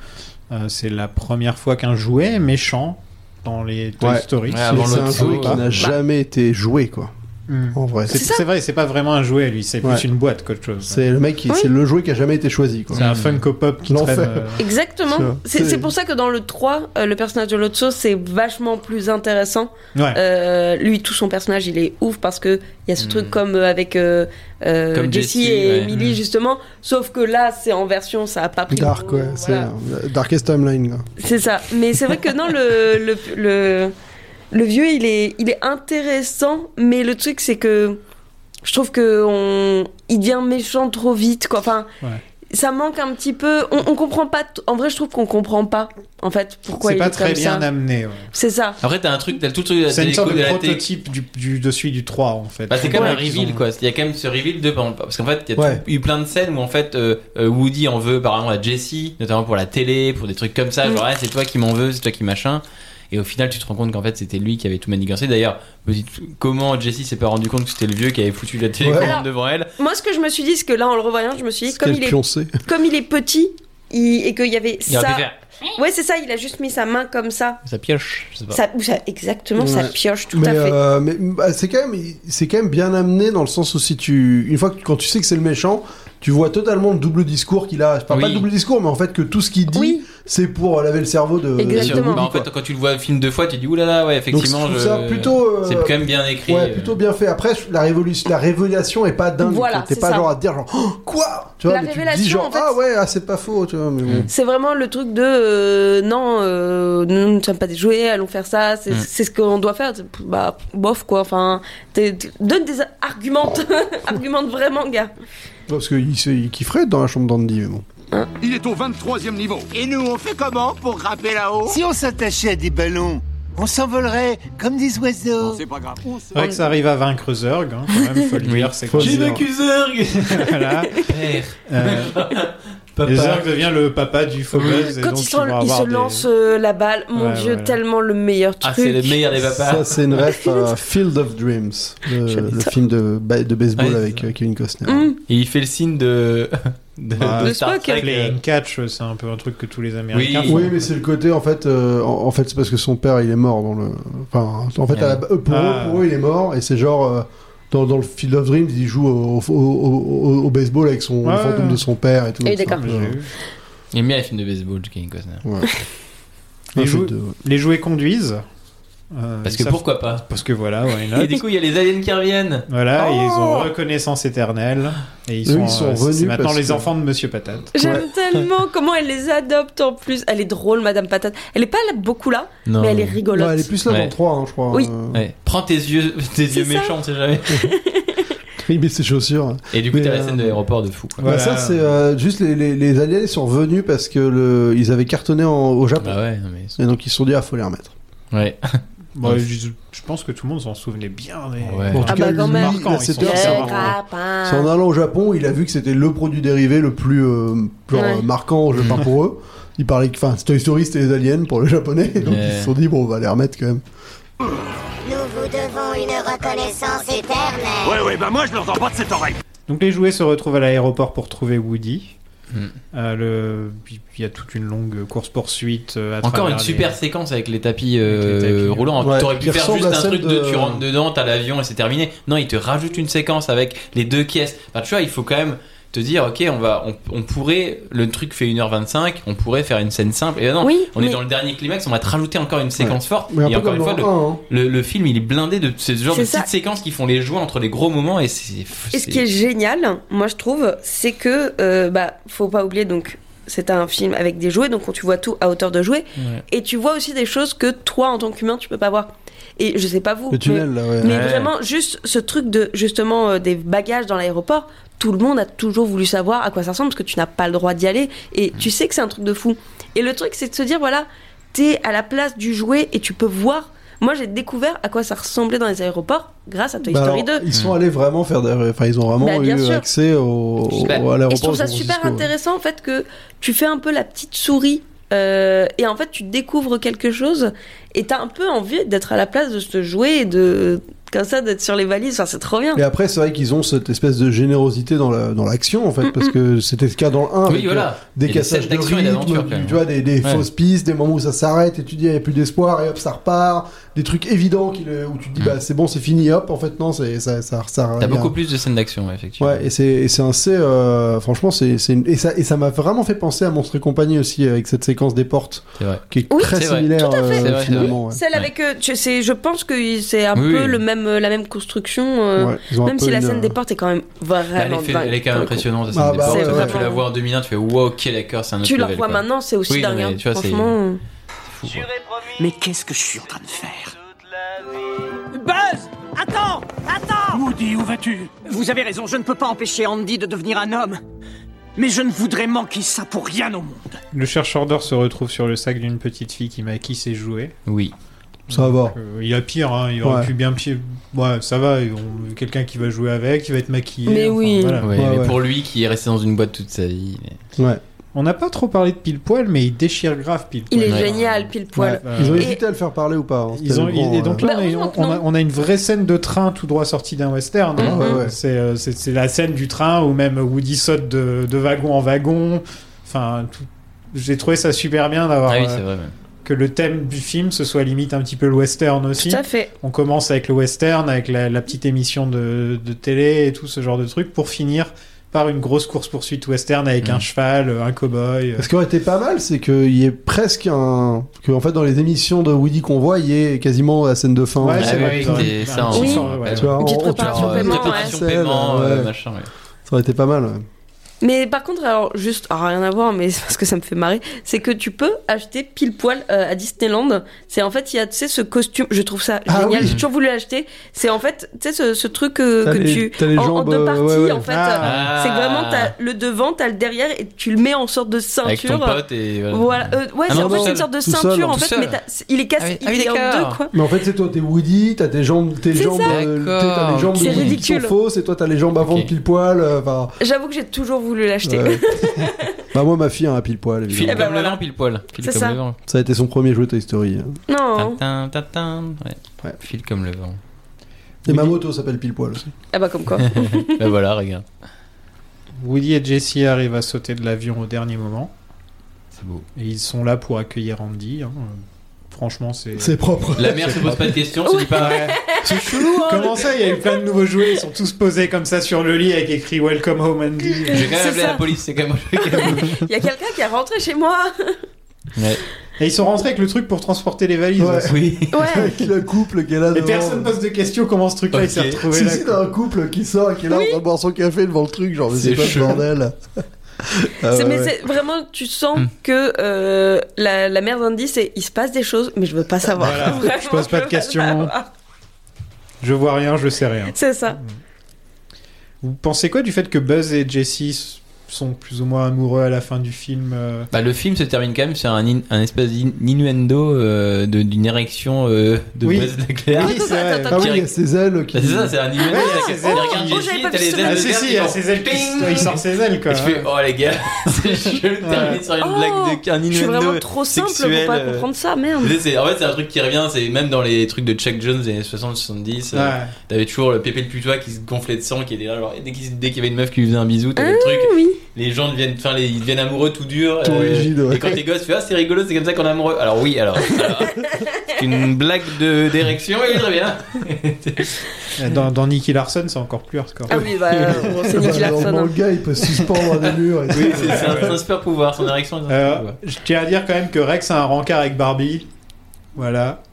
Speaker 7: Euh, c'est la première fois qu'un jouet est méchant dans les Toy
Speaker 8: Ouais.
Speaker 7: Story.
Speaker 3: Ouais,
Speaker 7: si
Speaker 3: avant
Speaker 7: je
Speaker 8: C'est
Speaker 7: me
Speaker 8: un
Speaker 3: l'autre
Speaker 8: jouet
Speaker 7: trompe
Speaker 8: qui
Speaker 7: pas.
Speaker 8: n'a jamais été joué quoi
Speaker 7: Mm.
Speaker 8: en vrai.
Speaker 7: C'est
Speaker 8: C'est
Speaker 7: c'est vrai, c'est pas vraiment un jouet lui, c'est
Speaker 8: Ouais.
Speaker 7: plus une boîte qu'autre chose.
Speaker 8: c'est le mec qui
Speaker 9: Oui.
Speaker 8: c'est le jouet qui a jamais été choisi quoi.
Speaker 7: C'est un Funko Pop qui traîne.
Speaker 8: L'enfer.
Speaker 7: euh,
Speaker 9: Exactement.
Speaker 8: C'est-
Speaker 9: C'est
Speaker 8: c'est-
Speaker 9: c'est pour ça que dans le 3, euh, le personnage de Lotso, c'est vachement plus intéressant.
Speaker 7: Ouais.
Speaker 9: Euh, lui, tout son personnage, il est ouf parce que il y a ce
Speaker 7: Hmm.
Speaker 3: Mm.
Speaker 9: truc comme euh, avec euh, euh,
Speaker 3: Comme
Speaker 9: Jessie
Speaker 3: Jessie,
Speaker 9: et
Speaker 3: ouais.
Speaker 9: Emily
Speaker 7: Hmm.
Speaker 3: Mm.
Speaker 9: justement. Sauf que là, c'est en version, ça a pas pris. le
Speaker 8: Dark
Speaker 9: coup,
Speaker 8: ouais,
Speaker 9: voilà.
Speaker 8: c'est euh, Darkest Timeline quoi.
Speaker 9: C'est ça. Mais c'est vrai que non, le le, le Le vieux, il est, il est intéressant, mais le truc, c'est que je trouve que on, il devient méchant trop vite, quoi. Enfin, ça manque un petit peu. On, on comprend pas. t- En vrai, je trouve qu'on comprend pas, en fait, pourquoi
Speaker 7: C'est
Speaker 9: il
Speaker 7: pas
Speaker 9: est
Speaker 7: très
Speaker 9: comme
Speaker 7: bien
Speaker 9: ça.
Speaker 7: amené. ouais.
Speaker 9: C'est ça.
Speaker 3: Après, t'as un truc, t'as tout le truc de la
Speaker 7: C'est une
Speaker 3: téléco,
Speaker 7: sorte
Speaker 3: de,
Speaker 7: de,
Speaker 3: la télé-
Speaker 7: prototype du, du, de celui du 3 en fait.
Speaker 3: Bah, c'est
Speaker 7: Ouais,
Speaker 3: quand même un
Speaker 7: qu'ils
Speaker 3: reveal
Speaker 7: ont-
Speaker 3: quoi. Il y a quand même ce reveal de par exemple, parce qu'en fait il y a
Speaker 7: Ouais.
Speaker 3: tout- eu plein de scènes où en fait euh, euh, Woody en veut par exemple à Jessie, notamment pour la télé, pour des trucs comme ça. Genre
Speaker 9: Mm.
Speaker 3: Ah, c'est toi qui m'en veux, c'est toi qui machin. Et au final tu te rends compte qu'en fait c'était lui qui avait tout manigancé. D'ailleurs petite- comment Jessie s'est pas rendu compte que c'était le vieux qui avait foutu la télécommande
Speaker 9: Ouais. Alors-
Speaker 3: devant elle.
Speaker 9: Moi, ce que je me suis dit, c'est que là, en le revoyant, je me suis dit, comme il, est,
Speaker 3: pioncé.
Speaker 9: comme il est petit, il- et qu'il y avait
Speaker 3: Il aurait
Speaker 9: ça.
Speaker 3: pu faire.
Speaker 9: Ouais, c'est ça, il a juste mis sa main comme ça.
Speaker 3: Ça pioche. Je sais pas.
Speaker 9: Ça, ou ça- exactement, ça
Speaker 8: Ouais.
Speaker 9: pioche tout
Speaker 8: mais,
Speaker 9: à fait.
Speaker 8: euh, mais bah, c'est quand même, c'est quand même bien amené dans le sens où si tu, une fois que quand tu sais que c'est le méchant, tu vois totalement le double discours qu'il a. Enfin, pas le double discours, mais en fait que tout ce qu'il dit, c'est pour laver le cerveau de. de Woody,
Speaker 3: Bah, en
Speaker 8: quoi.
Speaker 3: fait quand tu le vois le film deux fois tu dis oulala ouais effectivement
Speaker 8: Donc, je
Speaker 3: je-
Speaker 8: trouve ça plutôt, euh,
Speaker 3: c'est quand même bien écrit. euh.
Speaker 8: Ouais, plutôt bien fait. Après, la révolution, la révélation est pas dingue.
Speaker 9: Voilà,
Speaker 8: T'es
Speaker 9: c'est
Speaker 8: pas
Speaker 9: ça.
Speaker 8: genre à te dire genre Oh, quoi, tu vois,
Speaker 9: La
Speaker 8: mais tu te
Speaker 9: révélation,
Speaker 8: dis genre
Speaker 9: en fait,
Speaker 8: ah ouais, ah, c'est pas faux, tu vois. Mais
Speaker 3: Mm.
Speaker 8: bon.
Speaker 9: C'est vraiment le truc de euh, non, euh, nous ne sommes pas des jouets, allons faire ça, c'est
Speaker 8: Mm.
Speaker 9: c'est ce qu'on doit faire. C'est- Bah, bof quoi, enfin, t'es- t'es- donne des arguments, (laughs) argumente vraiment, gars.
Speaker 8: Parce qu'il se- il kifferait être dans la chambre d'Andy, mais bon.
Speaker 13: Il est au 23e niveau. Et nous, on fait comment pour grimper là-haut
Speaker 14: Si on s'attachait à des ballons, on s'envolerait comme des oiseaux.
Speaker 13: C'est pas grave.
Speaker 7: C'est vrai que ça arrive à vaincre Zurg, hein, quand même, faut le dire. c'est
Speaker 3: Faut
Speaker 7: quoi
Speaker 3: le dire.
Speaker 7: Zurg (laughs) Voilà. Euh, et Zurg devient le papa du faux buzz. et
Speaker 9: Quand
Speaker 7: donc
Speaker 9: ils sont-
Speaker 7: vont
Speaker 9: ils se
Speaker 7: avoir des-
Speaker 9: lancent euh, la balle, mon
Speaker 7: Ouais,
Speaker 9: dieu,
Speaker 7: voilà.
Speaker 9: tellement le meilleur truc.
Speaker 3: Ah, c'est le meilleur des papas.
Speaker 8: Ça, c'est une
Speaker 9: (laughs)
Speaker 8: ref à Field of Dreams, le, le film de, ba- de baseball
Speaker 3: Ouais,
Speaker 8: avec euh, Kevin Costner.
Speaker 9: Mm. Hum,
Speaker 3: Et il fait le signe de (laughs) de,
Speaker 7: Bah,
Speaker 3: de Star Trek, euh,
Speaker 7: Playing catch, c'est un peu un truc que tous les Américains font.
Speaker 8: Oui, mais c'est le côté en fait. euh, en, en fait, c'est parce que son père il est mort dans le. Enfin, en fait, à la- euh, pour,
Speaker 7: Ah.
Speaker 8: eux, pour eux, il est mort et c'est genre euh, dans, dans le Field of Dreams, il joue au, au- au- au- au baseball avec son
Speaker 7: Ouais.
Speaker 8: le fantôme de son père et tout.
Speaker 9: Ah oui,
Speaker 8: C'est un
Speaker 9: d'accord.
Speaker 8: peu-
Speaker 3: Il aime bien les films de baseball de Kevin Costner.
Speaker 8: Ouais.
Speaker 7: Les,
Speaker 8: Un
Speaker 7: jou-
Speaker 8: fait de-
Speaker 7: les jouets conduisent. Euh,
Speaker 3: Parce
Speaker 7: ils
Speaker 3: que
Speaker 7: savent-
Speaker 3: pourquoi pas
Speaker 7: Parce que voilà,
Speaker 8: (laughs)
Speaker 7: why not
Speaker 3: Et du coup, il y a les aliens qui reviennent.
Speaker 7: Voilà,
Speaker 3: Oh
Speaker 7: et ils ont reconnaissance éternelle. Et ils
Speaker 8: Eux,
Speaker 7: sont,
Speaker 8: ils sont
Speaker 7: euh, c'est
Speaker 8: revenus
Speaker 7: maintenant
Speaker 8: parce
Speaker 7: les
Speaker 8: que-
Speaker 7: enfants de Monsieur Patate.
Speaker 9: J'aime tellement comment elle les adopte en plus. Elle est drôle, Madame Patate. Elle est pas là- beaucoup là, mais elle est rigolote.
Speaker 8: Ouais, elle est plus là
Speaker 3: Ouais.
Speaker 8: dans 3, je crois.
Speaker 9: Oui.
Speaker 8: Euh,
Speaker 3: Ouais. Prends tes yeux, tes yeux méchants, on sait jamais.
Speaker 8: Oui, mais ses chaussures.
Speaker 3: Et du coup,
Speaker 8: Mais,
Speaker 3: t'as la
Speaker 8: euh,
Speaker 3: scène de l'aéroport de fou. Quoi.
Speaker 8: Bah, ça, c'est euh, juste les, les, les aliens, ils sont revenus parce que le, ils avaient cartonné en- au Japon.
Speaker 3: Bah ouais, non, mais-
Speaker 8: Et donc, ils se sont dit, ah, faut les remettre.
Speaker 3: Ouais.
Speaker 7: Bon, je, je pense que tout le monde s'en souvenait bien. Mais...
Speaker 3: Ouais.
Speaker 8: En tout
Speaker 9: Ah bah, quand même.
Speaker 8: lui, là,
Speaker 7: ils
Speaker 8: c'était-
Speaker 7: sont
Speaker 8: c'est
Speaker 7: marquants.
Speaker 8: en-
Speaker 9: Ah.
Speaker 8: c'est en allant au Japon, il a vu que c'était le produit dérivé le plus euh, genre,
Speaker 9: Ouais.
Speaker 8: euh, marquant, je sais pas pour eux. Il parlait que, enfin, Toy Story, c'était les aliens pour les japonais. Et donc,
Speaker 3: Ouais.
Speaker 8: ils se sont dit, bon, on va les remettre quand même.
Speaker 12: Nous vous devons une reconnaissance éternelle.
Speaker 11: Ouais, ouais, bah moi, je l'entends pas de cette oreille.
Speaker 7: Donc les jouets se retrouvent à l'aéroport pour trouver Woody.
Speaker 3: Hmm.
Speaker 7: Euh, le... puis Il y a toute une longue course-poursuite. euh, à
Speaker 3: Encore
Speaker 7: travers
Speaker 3: une
Speaker 7: les-
Speaker 3: super séquence avec les tapis, euh, roulants.
Speaker 7: Ouais,
Speaker 3: T'aurais pu
Speaker 7: qui
Speaker 3: faire
Speaker 7: ressemble
Speaker 3: juste
Speaker 7: à
Speaker 3: un
Speaker 7: celle
Speaker 3: truc de...
Speaker 7: de-
Speaker 3: tu rentres dedans, t'as l'avion et c'est terminé. Non, ils te rajoutent une séquence avec les deux caisses. Enfin, tu vois, il faut quand même te dire, ok, on va, on, on pourrait, le truc fait 1h25, on pourrait faire une scène simple. Et non,
Speaker 9: Oui,
Speaker 3: on est
Speaker 9: mais-
Speaker 3: dans le dernier climax, on va te rajouter encore une séquence forte.
Speaker 8: Mais un
Speaker 3: et
Speaker 8: peu
Speaker 3: encore une
Speaker 8: comme
Speaker 3: fois,
Speaker 8: dans
Speaker 3: le,
Speaker 8: un, hein.
Speaker 3: le- le film, il est blindé de ce genre de
Speaker 9: C'est ça.
Speaker 3: petites séquences qui font les joies entre les gros moments et c'est.
Speaker 9: Et ce qui est génial, moi je trouve, c'est que, euh, bah, faut pas oublier, donc, c'est un film avec des jouets, donc tu vois tout à hauteur de jouets,
Speaker 3: Ouais.
Speaker 9: et tu vois aussi des choses que toi, en tant qu'humain, tu peux pas voir. Et je sais pas vous.
Speaker 8: Le tunnel, là, ouais.
Speaker 9: mais
Speaker 8: Ouais.
Speaker 9: vraiment, juste ce truc de, justement, euh, des bagages dans l'aéroport, tout le monde a toujours voulu savoir à quoi ça ressemble, parce que tu n'as pas le droit d'y aller, et tu sais que c'est un truc de fou. Et le truc, c'est de se dire, voilà, t'es à la place du jouet, et tu peux voir. Moi, j'ai découvert à quoi ça ressemblait dans les aéroports grâce à Toy
Speaker 8: Bah,
Speaker 9: Story
Speaker 8: alors,
Speaker 9: 2.
Speaker 8: Ils sont allés vraiment faire des... Enfin, ils ont vraiment
Speaker 9: Bah, bien
Speaker 8: eu
Speaker 9: sûr.
Speaker 8: accès au, au-
Speaker 9: Bah,
Speaker 8: à l'aéroport.
Speaker 9: et je trouve ça
Speaker 8: de San
Speaker 9: super
Speaker 8: Francisco, ouais.
Speaker 9: intéressant en fait que tu fais un peu la petite souris euh, et en fait tu découvres quelque chose et t'as un peu envie d'être à la place de ce jouet et de comme ça d'être sur les valises. Enfin, c'est trop bien.
Speaker 8: Et après, c'est vrai qu'ils ont cette espèce de générosité dans la- dans l'action, en fait, parce que c'était le cas dans le 1,
Speaker 3: Oui,
Speaker 8: avec,
Speaker 3: voilà.
Speaker 8: euh, des
Speaker 3: Il y a des
Speaker 8: cassages
Speaker 3: scènes
Speaker 8: de
Speaker 3: d'action et d'aventure,
Speaker 8: rythme,
Speaker 3: quand même.
Speaker 8: du- tu vois, des, des
Speaker 3: Ouais.
Speaker 8: fausses pistes, des moments où ça s'arrête, et tu dis, il n'y a plus d'espoir, et hop, ça repart, des trucs évidents qui le- où tu te dis, bah, c'est bon, c'est fini, hop, en fait, non, c'est- ça... ça, ça
Speaker 3: Mm. T'as
Speaker 8: il y a-
Speaker 3: beaucoup plus de scènes d'action, ouais, effectivement.
Speaker 8: Ouais, et c'est et c'est un C, euh, franchement, c'est c'est une- et ça et ça m'a vraiment fait penser à Monstre et compagnie aussi, avec cette séquence des portes,
Speaker 3: C'est vrai.
Speaker 8: qui est
Speaker 3: Oui,
Speaker 8: très
Speaker 3: c'est vrai.
Speaker 8: similaire,
Speaker 3: Tout à fait.
Speaker 8: euh,
Speaker 3: C'est vrai, c'est
Speaker 8: finalement.
Speaker 3: vrai.
Speaker 8: ouais.
Speaker 9: Celle avec, euh, tu sais, je pense que c'est un
Speaker 3: Oui,
Speaker 9: peu
Speaker 3: oui.
Speaker 9: le même, euh, la même construction, euh,
Speaker 8: Ouais, ils ont un
Speaker 9: même
Speaker 8: peu
Speaker 9: si la
Speaker 8: une,
Speaker 9: scène
Speaker 8: euh,
Speaker 9: des portes est quand même
Speaker 3: Bah, elle,
Speaker 9: vraiment
Speaker 3: est fait-
Speaker 9: dingue.
Speaker 3: elle est quand même impressionnante. cette
Speaker 8: Ah,
Speaker 3: scène des
Speaker 8: bah,
Speaker 3: portes.
Speaker 8: ouais,
Speaker 3: Quand
Speaker 8: ouais.
Speaker 3: tu la vois en 2001, tu fais wow, quel acteur, c'est un autre
Speaker 9: Tu la
Speaker 3: level,
Speaker 9: revois
Speaker 3: quoi.
Speaker 9: maintenant, c'est aussi
Speaker 3: Oui, non,
Speaker 9: dingue.
Speaker 3: mais
Speaker 9: hein.
Speaker 3: tu vois, c'est-
Speaker 9: Franchement,
Speaker 3: c'est fou, quoi.
Speaker 11: Mais qu'est-ce que je suis en train de faire
Speaker 1: Buzz Attends Attends
Speaker 11: Woody, où vas-tu
Speaker 1: Vous avez raison, je ne peux pas empêcher Andy de devenir un homme. Mais je ne voudrais manquer ça pour rien au monde.
Speaker 7: Le chercheur d'or se retrouve sur le sac d'une petite fille qui m'a qui s'est joué.
Speaker 3: Oui.
Speaker 8: Ça va.
Speaker 7: Euh, il a pire, hein, il aurait
Speaker 8: Ouais.
Speaker 7: pu bien pire. Ouais, ça va, ils ont- quelqu'un qui va jouer avec, qui va être maquillé. enfin, voilà.
Speaker 3: Ouais,
Speaker 7: Ouais,
Speaker 3: mais
Speaker 7: ouais.
Speaker 3: Pour lui qui est resté dans une boîte toute sa vie. il est-
Speaker 7: On n'a pas trop parlé de pile poil, mais il déchire grave pile poil.
Speaker 9: Il est génial, pile poil.
Speaker 7: Ouais,
Speaker 8: Ils ont
Speaker 7: euh,
Speaker 8: hésité à le faire parler ou pas. hein,
Speaker 7: Ils ont,
Speaker 8: c'était le grand,
Speaker 7: et donc
Speaker 8: euh,
Speaker 7: là, on
Speaker 9: Bah,
Speaker 7: a- on, a, on a une vraie scène de train tout droit sortie d'un western.
Speaker 9: Mm-hmm.
Speaker 7: hein.
Speaker 8: Ouais, ouais.
Speaker 7: C'est, euh, c'est- c'est la scène du train où même Woody saute de, de wagon en wagon. Enfin, tout- j'ai trouvé ça super bien d'avoir.
Speaker 3: Ah oui,
Speaker 7: euh,
Speaker 3: c'est vrai. ouais.
Speaker 7: que le thème du film, ce soit limite un petit peu le western aussi.
Speaker 9: Tout à fait.
Speaker 7: On commence avec le western, avec la, la petite émission de, de télé et tout ce genre de truc, pour finir par une grosse course-poursuite western avec un cheval, euh, un cow-boy. euh.
Speaker 8: Ce qui aurait été pas mal, c'est qu'il y ait presque un. Que, en fait, dans les émissions de Woody qu'on voit, il y ait quasiment la scène de fin.
Speaker 7: Ouais, c'est
Speaker 3: Ah
Speaker 7: vrai,
Speaker 3: oui,
Speaker 7: ils auraient-
Speaker 3: c'est ça,
Speaker 7: un
Speaker 3: on
Speaker 7: petit
Speaker 3: s'en
Speaker 7: sort, ouais.
Speaker 3: rappelle.
Speaker 8: Tu vois,
Speaker 9: Une petite
Speaker 8: on- on-
Speaker 9: préparation
Speaker 3: Genre, euh,
Speaker 9: paiement,
Speaker 3: préparation
Speaker 8: ouais.
Speaker 3: paiement, euh,
Speaker 8: Ouais.
Speaker 3: machin, ouais.
Speaker 8: Ça aurait été pas mal. ouais.
Speaker 9: Mais par contre, alors juste, ah, rien à voir, mais (laughs) c'est parce que ça me fait marrer, c'est que tu peux acheter pile poil euh, à Disneyland. C'est en fait, il y a, tu sais, ce costume, je trouve ça
Speaker 8: Ah
Speaker 9: génial,
Speaker 8: oui.
Speaker 9: j'ai toujours voulu l'acheter. C'est en fait, tu sais, ce, ce truc euh,
Speaker 8: T'as
Speaker 9: que
Speaker 8: les-
Speaker 9: tu.
Speaker 8: t'as les
Speaker 9: en, en
Speaker 8: jambes,
Speaker 9: deux
Speaker 8: euh,
Speaker 9: parties,
Speaker 8: ouais, ouais.
Speaker 9: en fait.
Speaker 3: Ah.
Speaker 9: euh, C'est vraiment, t'as le devant, t'as le derrière, et tu le mets en sorte de
Speaker 3: Avec
Speaker 9: ceinture.
Speaker 3: ton pote et. voilà.
Speaker 9: Voilà, euh, ouais,
Speaker 3: Ah
Speaker 9: c'est-
Speaker 3: non,
Speaker 9: en fait,
Speaker 3: tout
Speaker 9: c'est une
Speaker 3: seul.
Speaker 9: sorte de
Speaker 8: Tout seul,
Speaker 9: ceinture, en
Speaker 3: tout
Speaker 9: fait,
Speaker 3: seul.
Speaker 9: mais t'as- il est
Speaker 3: Ah
Speaker 9: cassé,
Speaker 3: oui,
Speaker 9: il
Speaker 3: ah oui,
Speaker 9: est en
Speaker 3: d'accord.
Speaker 9: deux, quoi.
Speaker 8: Mais en fait, c'est toi, t'es Woody, t'as tes jambes, tes
Speaker 9: C'est
Speaker 8: jambes,
Speaker 9: ça.
Speaker 8: euh, t'es- t'as les jambes de
Speaker 9: C'est
Speaker 8: Woody qui
Speaker 9: ridicule.
Speaker 8: sont fausses, et toi, t'as les jambes avant
Speaker 3: Ok.
Speaker 8: de pile poil. euh, Enfin,
Speaker 9: J'avoue que j'ai toujours voulu l'acheter.
Speaker 8: ouais. (laughs) bah moi, ma fille a un pile poil.
Speaker 3: File
Speaker 9: Eh
Speaker 3: comme
Speaker 9: ben
Speaker 3: le
Speaker 9: voilà.
Speaker 3: vent, pile poil. File
Speaker 9: C'est
Speaker 3: comme
Speaker 9: ça.
Speaker 3: le vent.
Speaker 8: Ça a été son premier jeu Toy Story. hein.
Speaker 9: (laughs) Non.
Speaker 3: Tintin, tintin. Ouais.
Speaker 8: Ouais.
Speaker 3: File comme le vent. (laughs)
Speaker 8: Et ma moto s'appelle pile poil aussi.
Speaker 9: Ah bah, comme quoi.
Speaker 3: ben voilà, regarde.
Speaker 7: Woody et Jesse arrivent à sauter de l'avion au dernier moment.
Speaker 3: C'est beau.
Speaker 7: Et ils sont là pour accueillir Andy. hein. Franchement, c'est. (laughs)
Speaker 8: C'est (laughs) propre.
Speaker 3: La mère se pose pas de questions, se dit pas.
Speaker 7: C'est chelou,
Speaker 8: hein.
Speaker 7: Comment ça Il y a eu plein de nouveaux jouets, ils sont tous posés comme ça sur le lit avec écrit Welcome home Andy.
Speaker 3: J'ai quand même
Speaker 9: C'est
Speaker 3: appelé
Speaker 9: ça.
Speaker 3: la police, c'est quand même.
Speaker 7: (laughs)
Speaker 9: Il y a quelqu'un qui est rentré chez moi.
Speaker 3: Ouais.
Speaker 7: Et ils sont rentrés avec le truc pour transporter les valises.
Speaker 8: Ouais.
Speaker 3: Oui.
Speaker 8: (laughs)
Speaker 9: Ouais.
Speaker 8: Avec le couple qui est là
Speaker 7: Et
Speaker 8: devant.
Speaker 7: personne pose de questions comment ce truc-là il s'est
Speaker 3: Ok.
Speaker 7: retrouvé
Speaker 8: Si,
Speaker 7: là.
Speaker 8: si,
Speaker 7: quoi.
Speaker 8: t'as un couple qui sort et qui est là en train de boire son café devant le truc, genre, mais
Speaker 3: C'est
Speaker 8: c'est pas le
Speaker 3: chelou.
Speaker 8: bordel. Ah
Speaker 9: C'est-
Speaker 8: ouais,
Speaker 9: mais
Speaker 8: ouais.
Speaker 9: c'est vraiment, tu sens
Speaker 3: Hmm.
Speaker 9: que euh, la, la mère d'Andy, c'est il se passe des choses, mais je veux pas savoir.
Speaker 7: Voilà.
Speaker 9: (laughs) Vraiment,
Speaker 7: Je pose pas de
Speaker 9: veux
Speaker 7: questions.
Speaker 9: savoir.
Speaker 7: Je vois rien, je sais rien.
Speaker 9: C'est ça.
Speaker 7: Vous pensez quoi du fait que Buzz et Jesse s- sont plus ou moins amoureux à la fin du film euh,
Speaker 3: Bah, le film se termine quand même sur un, in- un espèce d'in- d'innuendo euh, de- d'une érection euh, de
Speaker 7: Oui.
Speaker 3: Buzz Leclerc.
Speaker 7: Oui, c'est vrai.
Speaker 8: Ah oui, il y a ses ailes qui.
Speaker 3: Bah, c'est ça, c'est un innuendo.
Speaker 7: Ouais,
Speaker 3: c'est
Speaker 7: c'est
Speaker 3: ça.
Speaker 7: ça.
Speaker 3: Regarde
Speaker 9: Oh,
Speaker 3: Jessie,
Speaker 9: j'avais pas
Speaker 3: t'as
Speaker 9: vu
Speaker 3: les
Speaker 9: ce
Speaker 3: ailes
Speaker 7: Ah
Speaker 3: de
Speaker 7: si,
Speaker 3: Buzz
Speaker 7: si, il y a
Speaker 3: qui
Speaker 7: ses ailes qui
Speaker 3: font
Speaker 7: s- il sort ses ailes quoi. Oh.
Speaker 3: Et je fais, oh les
Speaker 7: (laughs)
Speaker 3: gars, (laughs) je le termine sur une blague de, un innuendo.
Speaker 9: je suis vraiment trop simple
Speaker 3: sexuel,
Speaker 9: pour pas
Speaker 3: euh.
Speaker 9: comprendre ça, merde.
Speaker 3: Tu sais, c'est- en fait, c'est un truc qui revient, c'est même dans les trucs de Chuck Jones des années 60-70. euh,
Speaker 7: Ouais.
Speaker 3: T'avais toujours le pépé de putois qui se gonflait de sang, qui était là, genre, dès qu'il dès qu'il y avait une meuf qui lui faisait un bisou, t'avais le truc.
Speaker 9: Oui.
Speaker 3: Les gens deviennent, enfin, les- ils deviennent amoureux tout dur. euh,
Speaker 8: Tout rigide, ouais.
Speaker 3: Et quand t'es gosse, tu fais, ah, c'est rigolo, c'est comme ça qu'on est amoureux. Alors oui, alors.
Speaker 9: (laughs)
Speaker 3: alors, c'est une blague de- d'érection, oui, très bien.
Speaker 7: Dans, dans Nicky Larson, c'est encore plus hardcore.
Speaker 9: Ah oui, bah, euh, c'est Nicky
Speaker 8: Bah,
Speaker 9: Larson.
Speaker 8: Normalement,
Speaker 9: hein.
Speaker 8: le gars, il peut se suspendre à des murs et tout.
Speaker 3: Oui, c'est c'est un, c'est un super pouvoir, son érection est un super
Speaker 7: Euh,
Speaker 3: pouvoir.
Speaker 7: je tiens à dire quand même que Rex a un rencard avec Barbie. Voilà.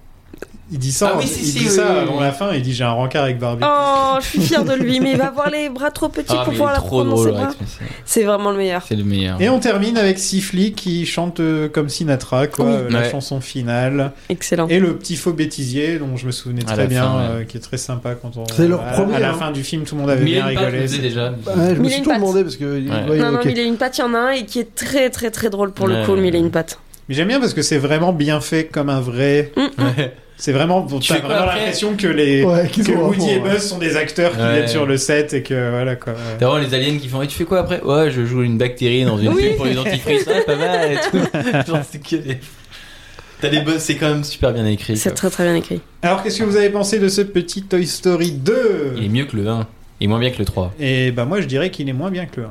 Speaker 7: Il dit ça,
Speaker 3: Ah oui,
Speaker 7: il
Speaker 3: si, si,
Speaker 7: dit
Speaker 3: oui,
Speaker 7: ça
Speaker 3: oui, oui.
Speaker 7: avant la fin, il dit j'ai un rencard avec Barbie.
Speaker 9: Oh, je suis fière de lui, mais il va avoir les bras trop petits
Speaker 3: Ah, mais il
Speaker 9: pour
Speaker 3: est
Speaker 9: pouvoir la
Speaker 3: trop
Speaker 9: prendre dans
Speaker 3: drôle,
Speaker 9: ses
Speaker 3: le
Speaker 9: bras.
Speaker 3: Rex, mais c'est-
Speaker 9: C'est vraiment le meilleur.
Speaker 3: C'est le meilleur.
Speaker 7: Et on termine avec Sifli qui chante euh, comme Sinatra, quoi,
Speaker 9: Oui.
Speaker 7: euh, la
Speaker 3: Ouais.
Speaker 7: chanson finale.
Speaker 9: Excellent.
Speaker 7: Et le petit faux bêtisier dont je me souvenais
Speaker 3: À
Speaker 7: très
Speaker 3: la
Speaker 7: bien,
Speaker 3: fin, ouais.
Speaker 7: euh, qui est très sympa quand on.
Speaker 8: C'est leur
Speaker 7: à,
Speaker 8: premier,
Speaker 7: À la
Speaker 8: hein.
Speaker 7: fin du film, tout le monde avait
Speaker 3: Mille
Speaker 7: bien
Speaker 3: et une pattes,
Speaker 7: rigolé.
Speaker 3: je faisais
Speaker 7: c'est-
Speaker 3: déjà.
Speaker 8: Ouais, je me
Speaker 9: Mille et
Speaker 8: suis
Speaker 9: une
Speaker 8: tout
Speaker 9: pattes.
Speaker 8: demandé parce que.
Speaker 3: Ouais.
Speaker 8: ouais,
Speaker 9: non, non,
Speaker 8: ok.
Speaker 9: mille et une pattes, il y en a un et qui est très très très drôle pour
Speaker 3: Ouais.
Speaker 9: le coup, mille et une pattes.
Speaker 7: Mais j'aime bien parce que c'est vraiment bien fait comme un vrai.
Speaker 9: Mm,
Speaker 3: Ouais.
Speaker 7: C'est vraiment. bon,
Speaker 3: Tu
Speaker 7: T'as
Speaker 3: fais quoi
Speaker 7: vraiment
Speaker 3: après
Speaker 7: l'impression que les.
Speaker 8: Ouais, qu'ils
Speaker 7: que
Speaker 8: ont un
Speaker 7: Woody
Speaker 8: rapport,
Speaker 7: et
Speaker 8: ouais.
Speaker 7: Buzz sont des acteurs qui
Speaker 3: Ouais.
Speaker 7: viennent sur le set et que voilà quoi. ouais.
Speaker 3: T'as vraiment les aliens qui font Et tu fais quoi après Ouais, je joue une bactérie dans une pub pour les dentifrices, ouais, pas mal et
Speaker 9: (laughs)
Speaker 3: tout. Genre, c'est que des- T'as des boss, c'est quand même super bien écrit.
Speaker 9: C'est
Speaker 3: quoi.
Speaker 9: très très bien écrit.
Speaker 7: Alors qu'est-ce que vous avez pensé de ce petit Toy Story 2
Speaker 3: Il est mieux que le 1 et moins bien que le 3.
Speaker 7: Et bah moi je dirais qu'il est moins bien que le 1.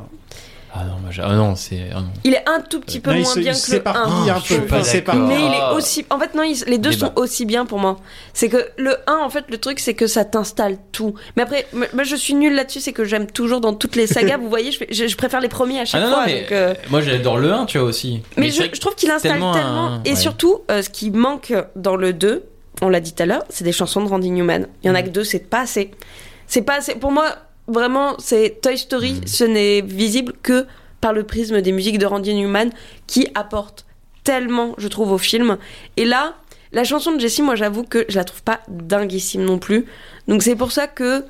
Speaker 3: Ah non, moi, j'ai- ah non, c'est. ah non.
Speaker 9: Il est un tout petit peu
Speaker 7: Non, il
Speaker 9: moins
Speaker 7: se-
Speaker 9: bien
Speaker 7: il
Speaker 9: que le 1.
Speaker 7: s'éparpille un
Speaker 3: je suis
Speaker 7: peu.
Speaker 3: pas
Speaker 7: il s'éparpille.
Speaker 3: d'accord.
Speaker 9: Mais il
Speaker 3: Ah.
Speaker 9: est aussi. En fait, non, ils- les deux
Speaker 3: Débat.
Speaker 9: sont aussi bien pour moi. C'est que le 1, en fait, le truc, c'est que ça t'installe tout. Mais après, m- moi, je suis nulle là-dessus, c'est que j'aime toujours dans toutes les
Speaker 3: (laughs)
Speaker 9: sagas. vous voyez, je, fais- je- je préfère les premiers à
Speaker 3: Ah
Speaker 9: chaque
Speaker 3: non, non,
Speaker 9: fois.
Speaker 3: mais.
Speaker 9: donc, euh,
Speaker 3: Moi j'adore le 1, tu vois aussi.
Speaker 9: mais
Speaker 3: c'est
Speaker 9: je,
Speaker 3: vrai que
Speaker 9: je trouve qu'il installe tellement.
Speaker 3: tellement un-
Speaker 9: Et
Speaker 3: ouais.
Speaker 9: surtout, euh, ce qui manque dans le 2, on l'a dit tout à l'heure, c'est des chansons de Randy Newman.
Speaker 3: Mm.
Speaker 9: Il y en a que deux, c'est pas assez. C'est pas assez. Pour moi, vraiment, c'est Toy
Speaker 3: Mm.
Speaker 9: Story, ce n'est visible que par le prisme des musiques de Randy Newman qui apporte tellement, je trouve, au film. Et là, La chanson de Jessie, moi j'avoue que je la trouve pas dinguissime non plus. Donc c'est pour ça que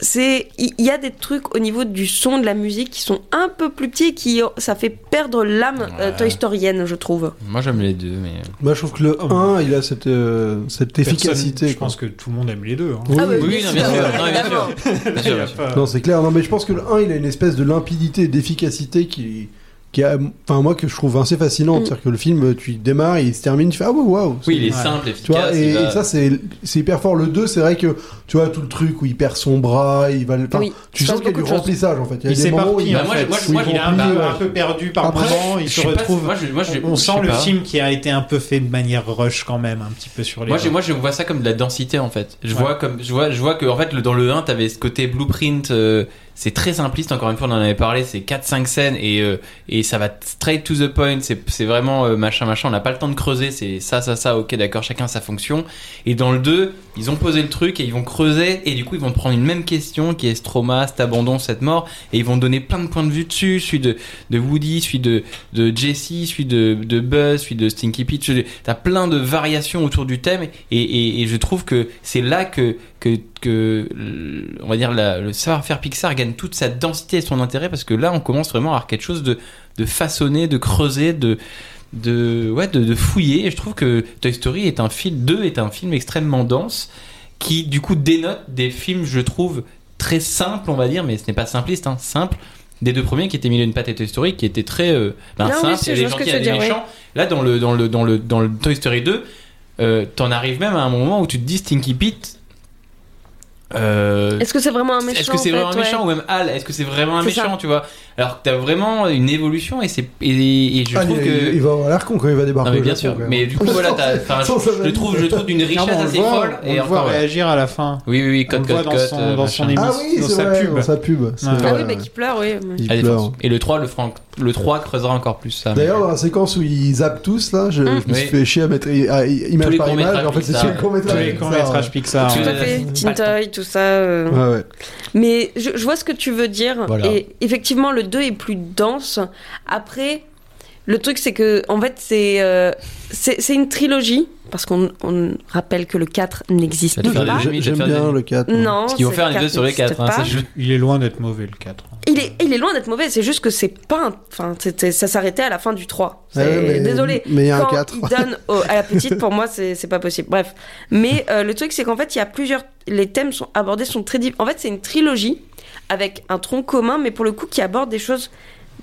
Speaker 9: c'est il y, y a des trucs au niveau du son de la musique qui sont un peu plus petits et qui euh, ça fait perdre l'âme euh, Toy Storyenne, je trouve.
Speaker 3: Moi j'aime les deux, mais.
Speaker 8: Moi, je trouve que le 1, il a cette, euh, cette efficacité.
Speaker 7: Je pense que tout le monde aime les deux. hein.
Speaker 9: Ah bah oui,
Speaker 3: Oui, non, bien sûr. Non, bien sûr. Bien sûr,
Speaker 7: (laughs) Il y a
Speaker 3: bien sûr.
Speaker 7: pas-
Speaker 8: Non, c'est clair. Non, mais je pense que le 1, il a une espèce de limpidité et d'efficacité qui, qui a, enfin, moi, que je trouve assez fascinante.
Speaker 9: Mm.
Speaker 8: C'est-à-dire que le film, tu démarres, il se termine, tu fais, ah ouais, waouh.
Speaker 3: Oui, il est
Speaker 8: c'est-
Speaker 3: simple,
Speaker 8: Tu vois,
Speaker 3: efficace.
Speaker 8: et,
Speaker 3: il va-
Speaker 8: et ça, c'est c'est hyper fort. Le 2, c'est vrai que, tu vois, tout le truc où il perd son bras, il va le. enfin,
Speaker 9: Oui,
Speaker 8: tu
Speaker 9: il se
Speaker 8: sens
Speaker 9: passe
Speaker 8: qu'il y a du
Speaker 9: beaucoup de choses.
Speaker 8: remplissage, en fait. Il y a
Speaker 7: Il hein.
Speaker 8: des moments où il
Speaker 7: s'éparpille.
Speaker 3: Bah,
Speaker 7: en
Speaker 3: moi,
Speaker 7: fait.
Speaker 3: moi,
Speaker 7: Oui,
Speaker 3: moi,
Speaker 7: il
Speaker 3: j'ai
Speaker 7: est un
Speaker 3: pas-
Speaker 7: peu, un peu perdu par
Speaker 8: Après,
Speaker 7: moment. Il
Speaker 3: je
Speaker 7: se
Speaker 3: sais pas,
Speaker 7: retrouve.
Speaker 3: moi, je- moi, je-
Speaker 7: on
Speaker 3: je
Speaker 7: sent
Speaker 3: sais
Speaker 7: le
Speaker 3: pas.
Speaker 7: film qui a été un peu fait de manière rush quand même, un petit peu sur les.
Speaker 3: Moi, je, moi, je vois ça comme de la densité en fait. Je
Speaker 7: Ouais.
Speaker 3: vois comme, je vois, je vois que en fait, le, dans le 1, t'avais ce côté blueprint. euh, c'est très simpliste. Encore une fois, on en avait parlé. C'est 4-5 scènes et euh, et ça va straight to the point. C'est c'est vraiment euh, machin machin. On n'a pas le temps de creuser. C'est ça ça ça. Ok, d'accord. Chacun sa fonction. Et dans le 2, ils ont posé le truc et ils vont creuser et du coup, ils vont prendre une même question qui est ce trauma, cet abandon, cette mort et ils vont donner plein de points de vue dessus. Celui de de Woody, celui de de Jesse, celui de, de Buzz, celui de Stinky Pete. celui- T'as plein de variations autour du thème et, et, et je trouve que c'est là que, que, que le- on va dire la- le savoir-faire Pixar gagne toute sa densité et son intérêt parce que là on commence vraiment à avoir quelque chose de, de façonné, de creusé, de de ouais de, de fouiller et je trouve que Toy Story est un film 2 est un film extrêmement dense qui du coup dénote des films je trouve très simples on va dire mais ce n'est pas simpliste hein, simple des deux premiers qui étaient Mille et une pattes et Toy Story qui étaient très euh, ben,
Speaker 9: Non, oui,
Speaker 3: simples il
Speaker 9: si,
Speaker 3: y a
Speaker 9: je
Speaker 3: des
Speaker 9: vois ce que
Speaker 3: gentils il y
Speaker 9: tu
Speaker 3: a
Speaker 9: veux
Speaker 3: des
Speaker 9: dire, oui.
Speaker 3: méchants là dans le dans le dans le dans le Toy Story 2 euh, t'en arrives même à un moment où tu te dis Stinky Pete euh,
Speaker 9: Est-ce que c'est vraiment un méchant
Speaker 3: est-ce que c'est
Speaker 9: en
Speaker 3: vraiment un
Speaker 9: fait, ouais.
Speaker 3: méchant ou même Al Est-ce que c'est vraiment un
Speaker 9: C'est ça.
Speaker 3: méchant, tu vois Alors que t'as vraiment une évolution et c'est et, et je
Speaker 8: Ah,
Speaker 3: trouve
Speaker 8: il,
Speaker 3: que
Speaker 8: il va avoir l'air con quand il va débarquer.
Speaker 3: non mais
Speaker 8: au
Speaker 3: bien
Speaker 8: Japon,
Speaker 3: sûr.
Speaker 8: quand même.
Speaker 3: Mais du coup voilà,
Speaker 7: (laughs)
Speaker 3: t'as-
Speaker 8: (laughs)
Speaker 3: enfin,
Speaker 8: Sans
Speaker 3: je, je
Speaker 8: savane.
Speaker 3: trouve je trouve d'une richesse
Speaker 7: Clairement, on le
Speaker 3: assez
Speaker 7: voit-
Speaker 3: folle
Speaker 7: on
Speaker 3: et
Speaker 7: le voit
Speaker 3: encore. ouais.
Speaker 7: réagir à la fin.
Speaker 3: Oui oui oui,
Speaker 7: On le
Speaker 3: code
Speaker 7: voit
Speaker 3: code
Speaker 7: dans
Speaker 3: code.
Speaker 7: son
Speaker 3: euh,
Speaker 7: dans son
Speaker 3: machin.
Speaker 8: Ah
Speaker 7: émission,
Speaker 8: oui,
Speaker 7: dans
Speaker 8: c'est
Speaker 7: sa
Speaker 8: vrai,
Speaker 7: pub.
Speaker 8: dans sa pub. c'est
Speaker 7: Ah
Speaker 9: Ah
Speaker 8: vrai,
Speaker 9: oui, bah
Speaker 8: ouais.
Speaker 9: qui pleure, oui. mais-
Speaker 8: Il
Speaker 3: Allez,
Speaker 8: pleure.
Speaker 3: fonce.
Speaker 7: hein.
Speaker 3: Et le 3 le Franck le 3 creusera encore plus ça. mais-
Speaker 8: D'ailleurs, dans la séquence où ils zappent tous, là, je,
Speaker 9: Hum.
Speaker 8: je me suis
Speaker 3: Oui.
Speaker 8: fait chier à mettre à- à- image
Speaker 3: les
Speaker 8: par image.
Speaker 3: courts-métrages
Speaker 8: En fait, c'est
Speaker 3: Pixar,
Speaker 8: tous les courts-métrages.
Speaker 7: Tous les
Speaker 8: Pixar,
Speaker 7: courts métrages Pixar. hein.
Speaker 3: Tout
Speaker 9: Tout
Speaker 7: ouais.
Speaker 9: à fait,
Speaker 3: Pas
Speaker 9: Teen
Speaker 3: le temps.
Speaker 9: Toy, tout ça. euh.
Speaker 8: ouais. Ouais, ouais.
Speaker 9: Mais je, je vois ce que tu veux dire.
Speaker 3: Voilà.
Speaker 9: Et effectivement, le 2 est plus dense. Après, le truc, c'est que, en fait, c'est euh, c'est c'est une trilogie. Parce qu'on on rappelle que le 4 n'existe
Speaker 3: Ça te fait
Speaker 9: pas.
Speaker 3: Ah,
Speaker 8: J'ai-
Speaker 3: mais
Speaker 8: J'aime
Speaker 3: t'as fait
Speaker 8: bien
Speaker 3: des-
Speaker 8: le 4. ouais.
Speaker 9: Non.
Speaker 3: Ce qu'ils vont
Speaker 9: c'est
Speaker 3: faire
Speaker 9: le
Speaker 3: les deux sur les
Speaker 9: n'existe
Speaker 3: 4 hein,
Speaker 9: pas.
Speaker 3: c'est juste-
Speaker 7: Ah, Il est loin d'être mauvais le 4.
Speaker 9: Il est, il est loin d'être mauvais, c'est juste que c'est pas. un- Enfin, c'était- ça s'arrêtait à la fin du 3. C'est-
Speaker 8: Ah Ouais, mais-
Speaker 9: Désolé.
Speaker 8: mais il y a un
Speaker 9: Quand
Speaker 8: quatre.
Speaker 9: il donne au- à la petite, pour moi, c'est c'est pas possible. Bref.
Speaker 8: (laughs)
Speaker 9: Mais euh, le truc, c'est qu'en fait, il y a plusieurs. Les thèmes sont abordés sont très différents. En fait, c'est une trilogie avec un tronc commun, mais pour le coup, qui aborde des choses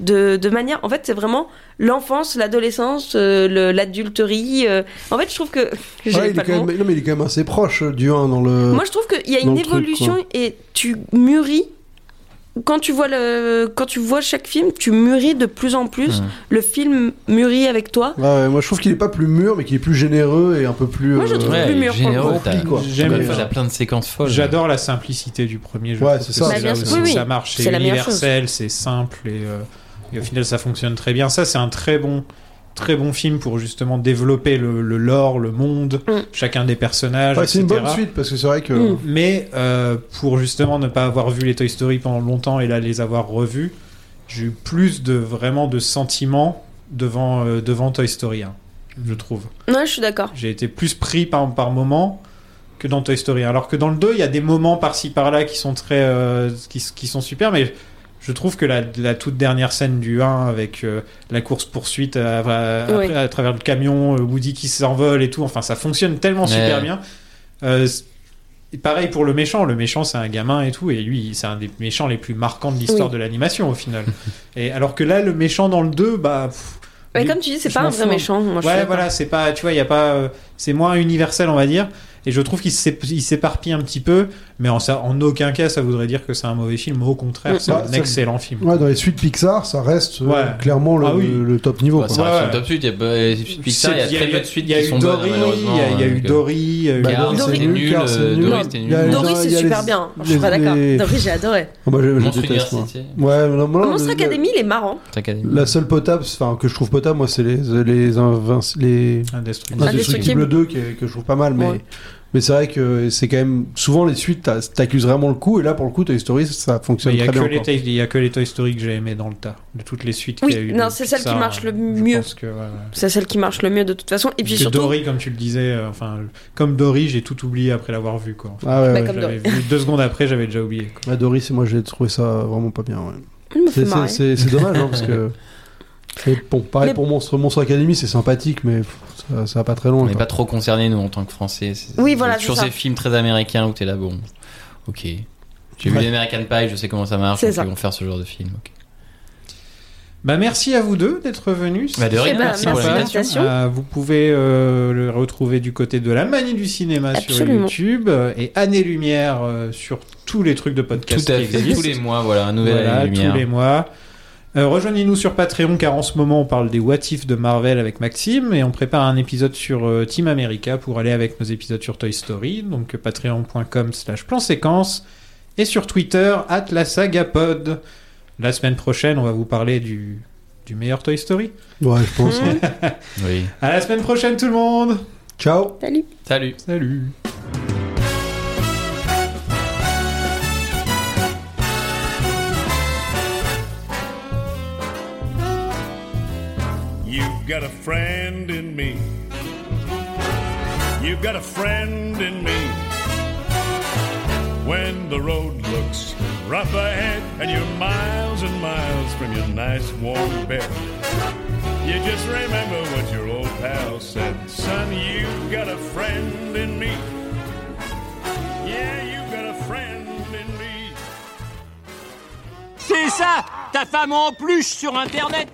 Speaker 9: de, de manière. En fait, c'est vraiment l'enfance, l'adolescence, euh, le- l'adulterie. euh. En fait, je trouve que. (laughs) j'ai
Speaker 8: Ouais, il
Speaker 9: pas
Speaker 8: est
Speaker 9: le
Speaker 8: quand
Speaker 9: mot.
Speaker 8: même, non, mais il est quand même assez proche euh, du 1 dans le.
Speaker 9: Moi, je trouve qu'il y a
Speaker 8: dans
Speaker 9: une
Speaker 8: le truc,
Speaker 9: évolution
Speaker 8: quoi.
Speaker 9: et tu mûris. Quand tu, vois le, quand tu vois chaque film, tu mûris de plus en plus.
Speaker 3: Ouais.
Speaker 9: Le film mûrit avec toi.
Speaker 8: Ouais, ouais, moi, je trouve qu'il est pas plus mûr, mais qu'il est plus généreux et un peu plus.
Speaker 9: Moi, je trouve
Speaker 3: Ouais,
Speaker 9: plus mûr,
Speaker 3: généreux,
Speaker 9: pour
Speaker 8: le coup.
Speaker 3: t'as-
Speaker 8: Quoi.
Speaker 7: J'aime
Speaker 3: encore une
Speaker 7: bien.
Speaker 3: fois, t'as plein de séquences folles.
Speaker 7: J'adore la simplicité du premier. Je
Speaker 8: Ouais,
Speaker 7: trouve
Speaker 8: c'est
Speaker 7: que
Speaker 8: ça.
Speaker 7: c'est
Speaker 9: Oh Bah, bien
Speaker 7: là
Speaker 9: sûr,
Speaker 7: aussi
Speaker 9: oui,
Speaker 7: où
Speaker 9: oui.
Speaker 7: ça marche.
Speaker 9: C'est
Speaker 7: C'est
Speaker 9: la meilleure chose.
Speaker 7: universel, c'est simple et, euh, et au final ça fonctionne très bien. Ça, c'est un très bon, très bon film pour justement développer le, le lore, le monde,
Speaker 9: Mm.
Speaker 7: chacun des personnages.
Speaker 8: Ouais, c'est une
Speaker 7: etc..
Speaker 8: bonne suite parce que c'est vrai que.
Speaker 9: Mm.
Speaker 7: Mais euh, pour justement ne pas avoir vu les Toy Story pendant longtemps et là les avoir revus, j'ai eu plus de vraiment de sentiments devant euh, devant Toy Story 1, je trouve.
Speaker 9: Ouais, je suis d'accord.
Speaker 7: J'ai été plus pris par, par moment que dans Toy Story. Alors que dans le 2, il y a des moments par-ci par-là qui sont très euh, qui, s- qui sont super, mais je trouve que la, la toute dernière scène du 1 avec euh, la course poursuite à, à-
Speaker 9: Oui.
Speaker 7: après, à travers le camion, euh, Woody qui s'envole et tout, enfin ça fonctionne tellement
Speaker 3: Ouais.
Speaker 7: super bien. Euh, c- et pareil pour le méchant, le méchant c'est un gamin et tout, et lui c'est un des méchants les plus marquants de l'histoire
Speaker 9: Oui.
Speaker 7: de l'animation au final. et alors que là, le méchant dans le 2, bah. pff,
Speaker 9: Mais
Speaker 7: lui-
Speaker 9: comme tu dis, c'est
Speaker 7: je
Speaker 9: pas
Speaker 7: m'en
Speaker 9: un vrai
Speaker 7: fous
Speaker 9: méchant. Moi, je suis
Speaker 7: ouais,
Speaker 9: d'accord.
Speaker 7: voilà, c'est pas, tu vois, il y a pas, euh, c'est moins universel, on va dire. Et je trouve qu'il s'ép- il s'éparpille un petit peu, mais en, ça, en aucun cas, ça voudrait dire que c'est un mauvais film. Au contraire,
Speaker 9: Mm.
Speaker 7: c'est
Speaker 8: Ouais,
Speaker 7: un
Speaker 8: ça-
Speaker 7: excellent film.
Speaker 8: Ouais, dans les suites Pixar, ça reste euh,
Speaker 7: Ouais.
Speaker 8: clairement le,
Speaker 7: Ah oui.
Speaker 8: le top niveau.
Speaker 3: Bah,
Speaker 8: quoi.
Speaker 3: ça reste
Speaker 7: Ouais.
Speaker 3: sur le top suite. Il y a, euh, Pixar, il y a très peu de suites
Speaker 7: il y a
Speaker 3: qui
Speaker 7: eu
Speaker 3: sont bonnes,
Speaker 7: Dory,
Speaker 3: malheureusement.
Speaker 7: Il y a- il y a
Speaker 3: hein,
Speaker 7: eu
Speaker 3: donc, euh,
Speaker 7: Dory, il y a eu-
Speaker 8: Bah,
Speaker 3: Car,
Speaker 8: Dory,
Speaker 9: c'était
Speaker 8: c'est
Speaker 3: nul,
Speaker 8: Car, c'est
Speaker 3: euh,
Speaker 8: nul.
Speaker 3: Dory, c'était
Speaker 8: Il y a
Speaker 3: nul.
Speaker 8: les-
Speaker 9: Dory, c'est
Speaker 8: il y a
Speaker 9: super
Speaker 8: les-
Speaker 9: bien. Je
Speaker 8: les-
Speaker 9: suis pas d'accord.
Speaker 8: les- Oh,
Speaker 9: Dory, j'ai adoré.
Speaker 8: Ah, Moi, je, je
Speaker 3: Monstre
Speaker 8: déteste. moi.
Speaker 3: Université.
Speaker 8: Ouais, non, non, non,
Speaker 9: Monstre
Speaker 8: mais-
Speaker 9: Academy, il est marrant.
Speaker 3: Monstre Academy.
Speaker 8: La seule potable, enfin que je trouve potable, moi, c'est les les invinci- les
Speaker 7: Indestructible. Ah,
Speaker 9: Indestructible.
Speaker 8: Indestructible 2 qui est- que je trouve pas mal, mais
Speaker 9: Ouais.
Speaker 8: Mais c'est vrai que c'est quand même souvent les suites, t'as- t'accuses vraiment le coup. Et là, pour le coup, Toy Story, ça
Speaker 7: Mais
Speaker 8: fonctionne
Speaker 7: Bah, Il y a
Speaker 8: très
Speaker 7: que
Speaker 8: bien.
Speaker 7: les
Speaker 8: encore.
Speaker 7: Toy- il y a que les Toy Story que j'ai aimé dans le tas, de toutes les suites qu'il y a
Speaker 9: Oui,
Speaker 7: eu.
Speaker 9: non,
Speaker 7: de
Speaker 9: c'est celle qui
Speaker 7: Pixar,
Speaker 9: marche le
Speaker 7: euh,
Speaker 9: mieux.
Speaker 7: parce que, voilà.
Speaker 9: C'est celle qui marche le mieux de toute façon. Et puis
Speaker 7: Parce que
Speaker 9: surtout,
Speaker 7: Dory, comme tu le disais, euh, enfin, comme Dory, j'ai tout oublié après l'avoir vu. Quoi.
Speaker 8: Ah ouais, Bah, ouais. comme
Speaker 7: J'avais
Speaker 9: Dory.
Speaker 7: vu deux secondes après, j'avais déjà oublié. quoi.
Speaker 8: La Doris, moi, j'ai trouvé ça vraiment pas bien. ouais.
Speaker 9: Il me fait
Speaker 8: C'est-
Speaker 9: marrer.
Speaker 8: C'est c'est- c'est dommage, hein, parce (laughs) que. Et bon, pareil
Speaker 9: Mais-
Speaker 8: pour Monstre, Monstre Academy, c'est sympathique, mais pff, ça, ça va pas très loin.
Speaker 3: On n'est
Speaker 8: quoi.
Speaker 3: pas trop concernés, nous, en tant que Français. C'est-
Speaker 9: Oui,
Speaker 3: c'est
Speaker 9: voilà,
Speaker 3: Sur
Speaker 9: c'est ça.
Speaker 3: ces films très américains où t'es là, bon, ok. J'ai vu
Speaker 7: Ouais.
Speaker 3: les American Pie, je sais comment ça marche,
Speaker 9: C'est
Speaker 3: donc
Speaker 9: ça.
Speaker 3: ils vont faire ce genre de film. ok.
Speaker 7: Bah, merci à vous deux d'être venus.
Speaker 3: Bah, de rien,
Speaker 7: C'était
Speaker 3: merci
Speaker 7: sympa.
Speaker 3: pour l'invitation.
Speaker 7: Euh, vous pouvez euh, le retrouver du côté de la manie du cinéma
Speaker 3: Absolument.
Speaker 7: sur YouTube euh, et Année Lumière euh, sur tous les trucs de podcast
Speaker 3: Tout à
Speaker 7: qui
Speaker 3: fait,
Speaker 7: existent.
Speaker 3: tous les mois, voilà, un nouvel
Speaker 7: Voilà,
Speaker 3: Année Lumière.
Speaker 7: tous les mois. Euh, Rejoignez-nous sur Patreon car en ce moment on parle des what if de Marvel avec Maxime et on prépare un épisode sur euh, Team America pour aller avec nos épisodes sur Toy Story donc euh, patreon.com slash plan séquence et sur Twitter at la sagapod la semaine prochaine on va vous parler du, du meilleur Toy Story
Speaker 8: Ouais, je pense. hein. ouais.
Speaker 3: Oui.
Speaker 7: à la semaine prochaine tout le monde
Speaker 8: Ciao
Speaker 9: Salut.
Speaker 3: Salut.
Speaker 7: Salut
Speaker 1: You've got a friend in me. You've got a friend in me. When the road looks rough ahead and you're miles and miles from your nice warm bed, you just remember what your old pal said. Son, you've got a friend in me. Yeah, you've got a friend in me.
Speaker 14: C'est ça Ta femme en plus sur Internet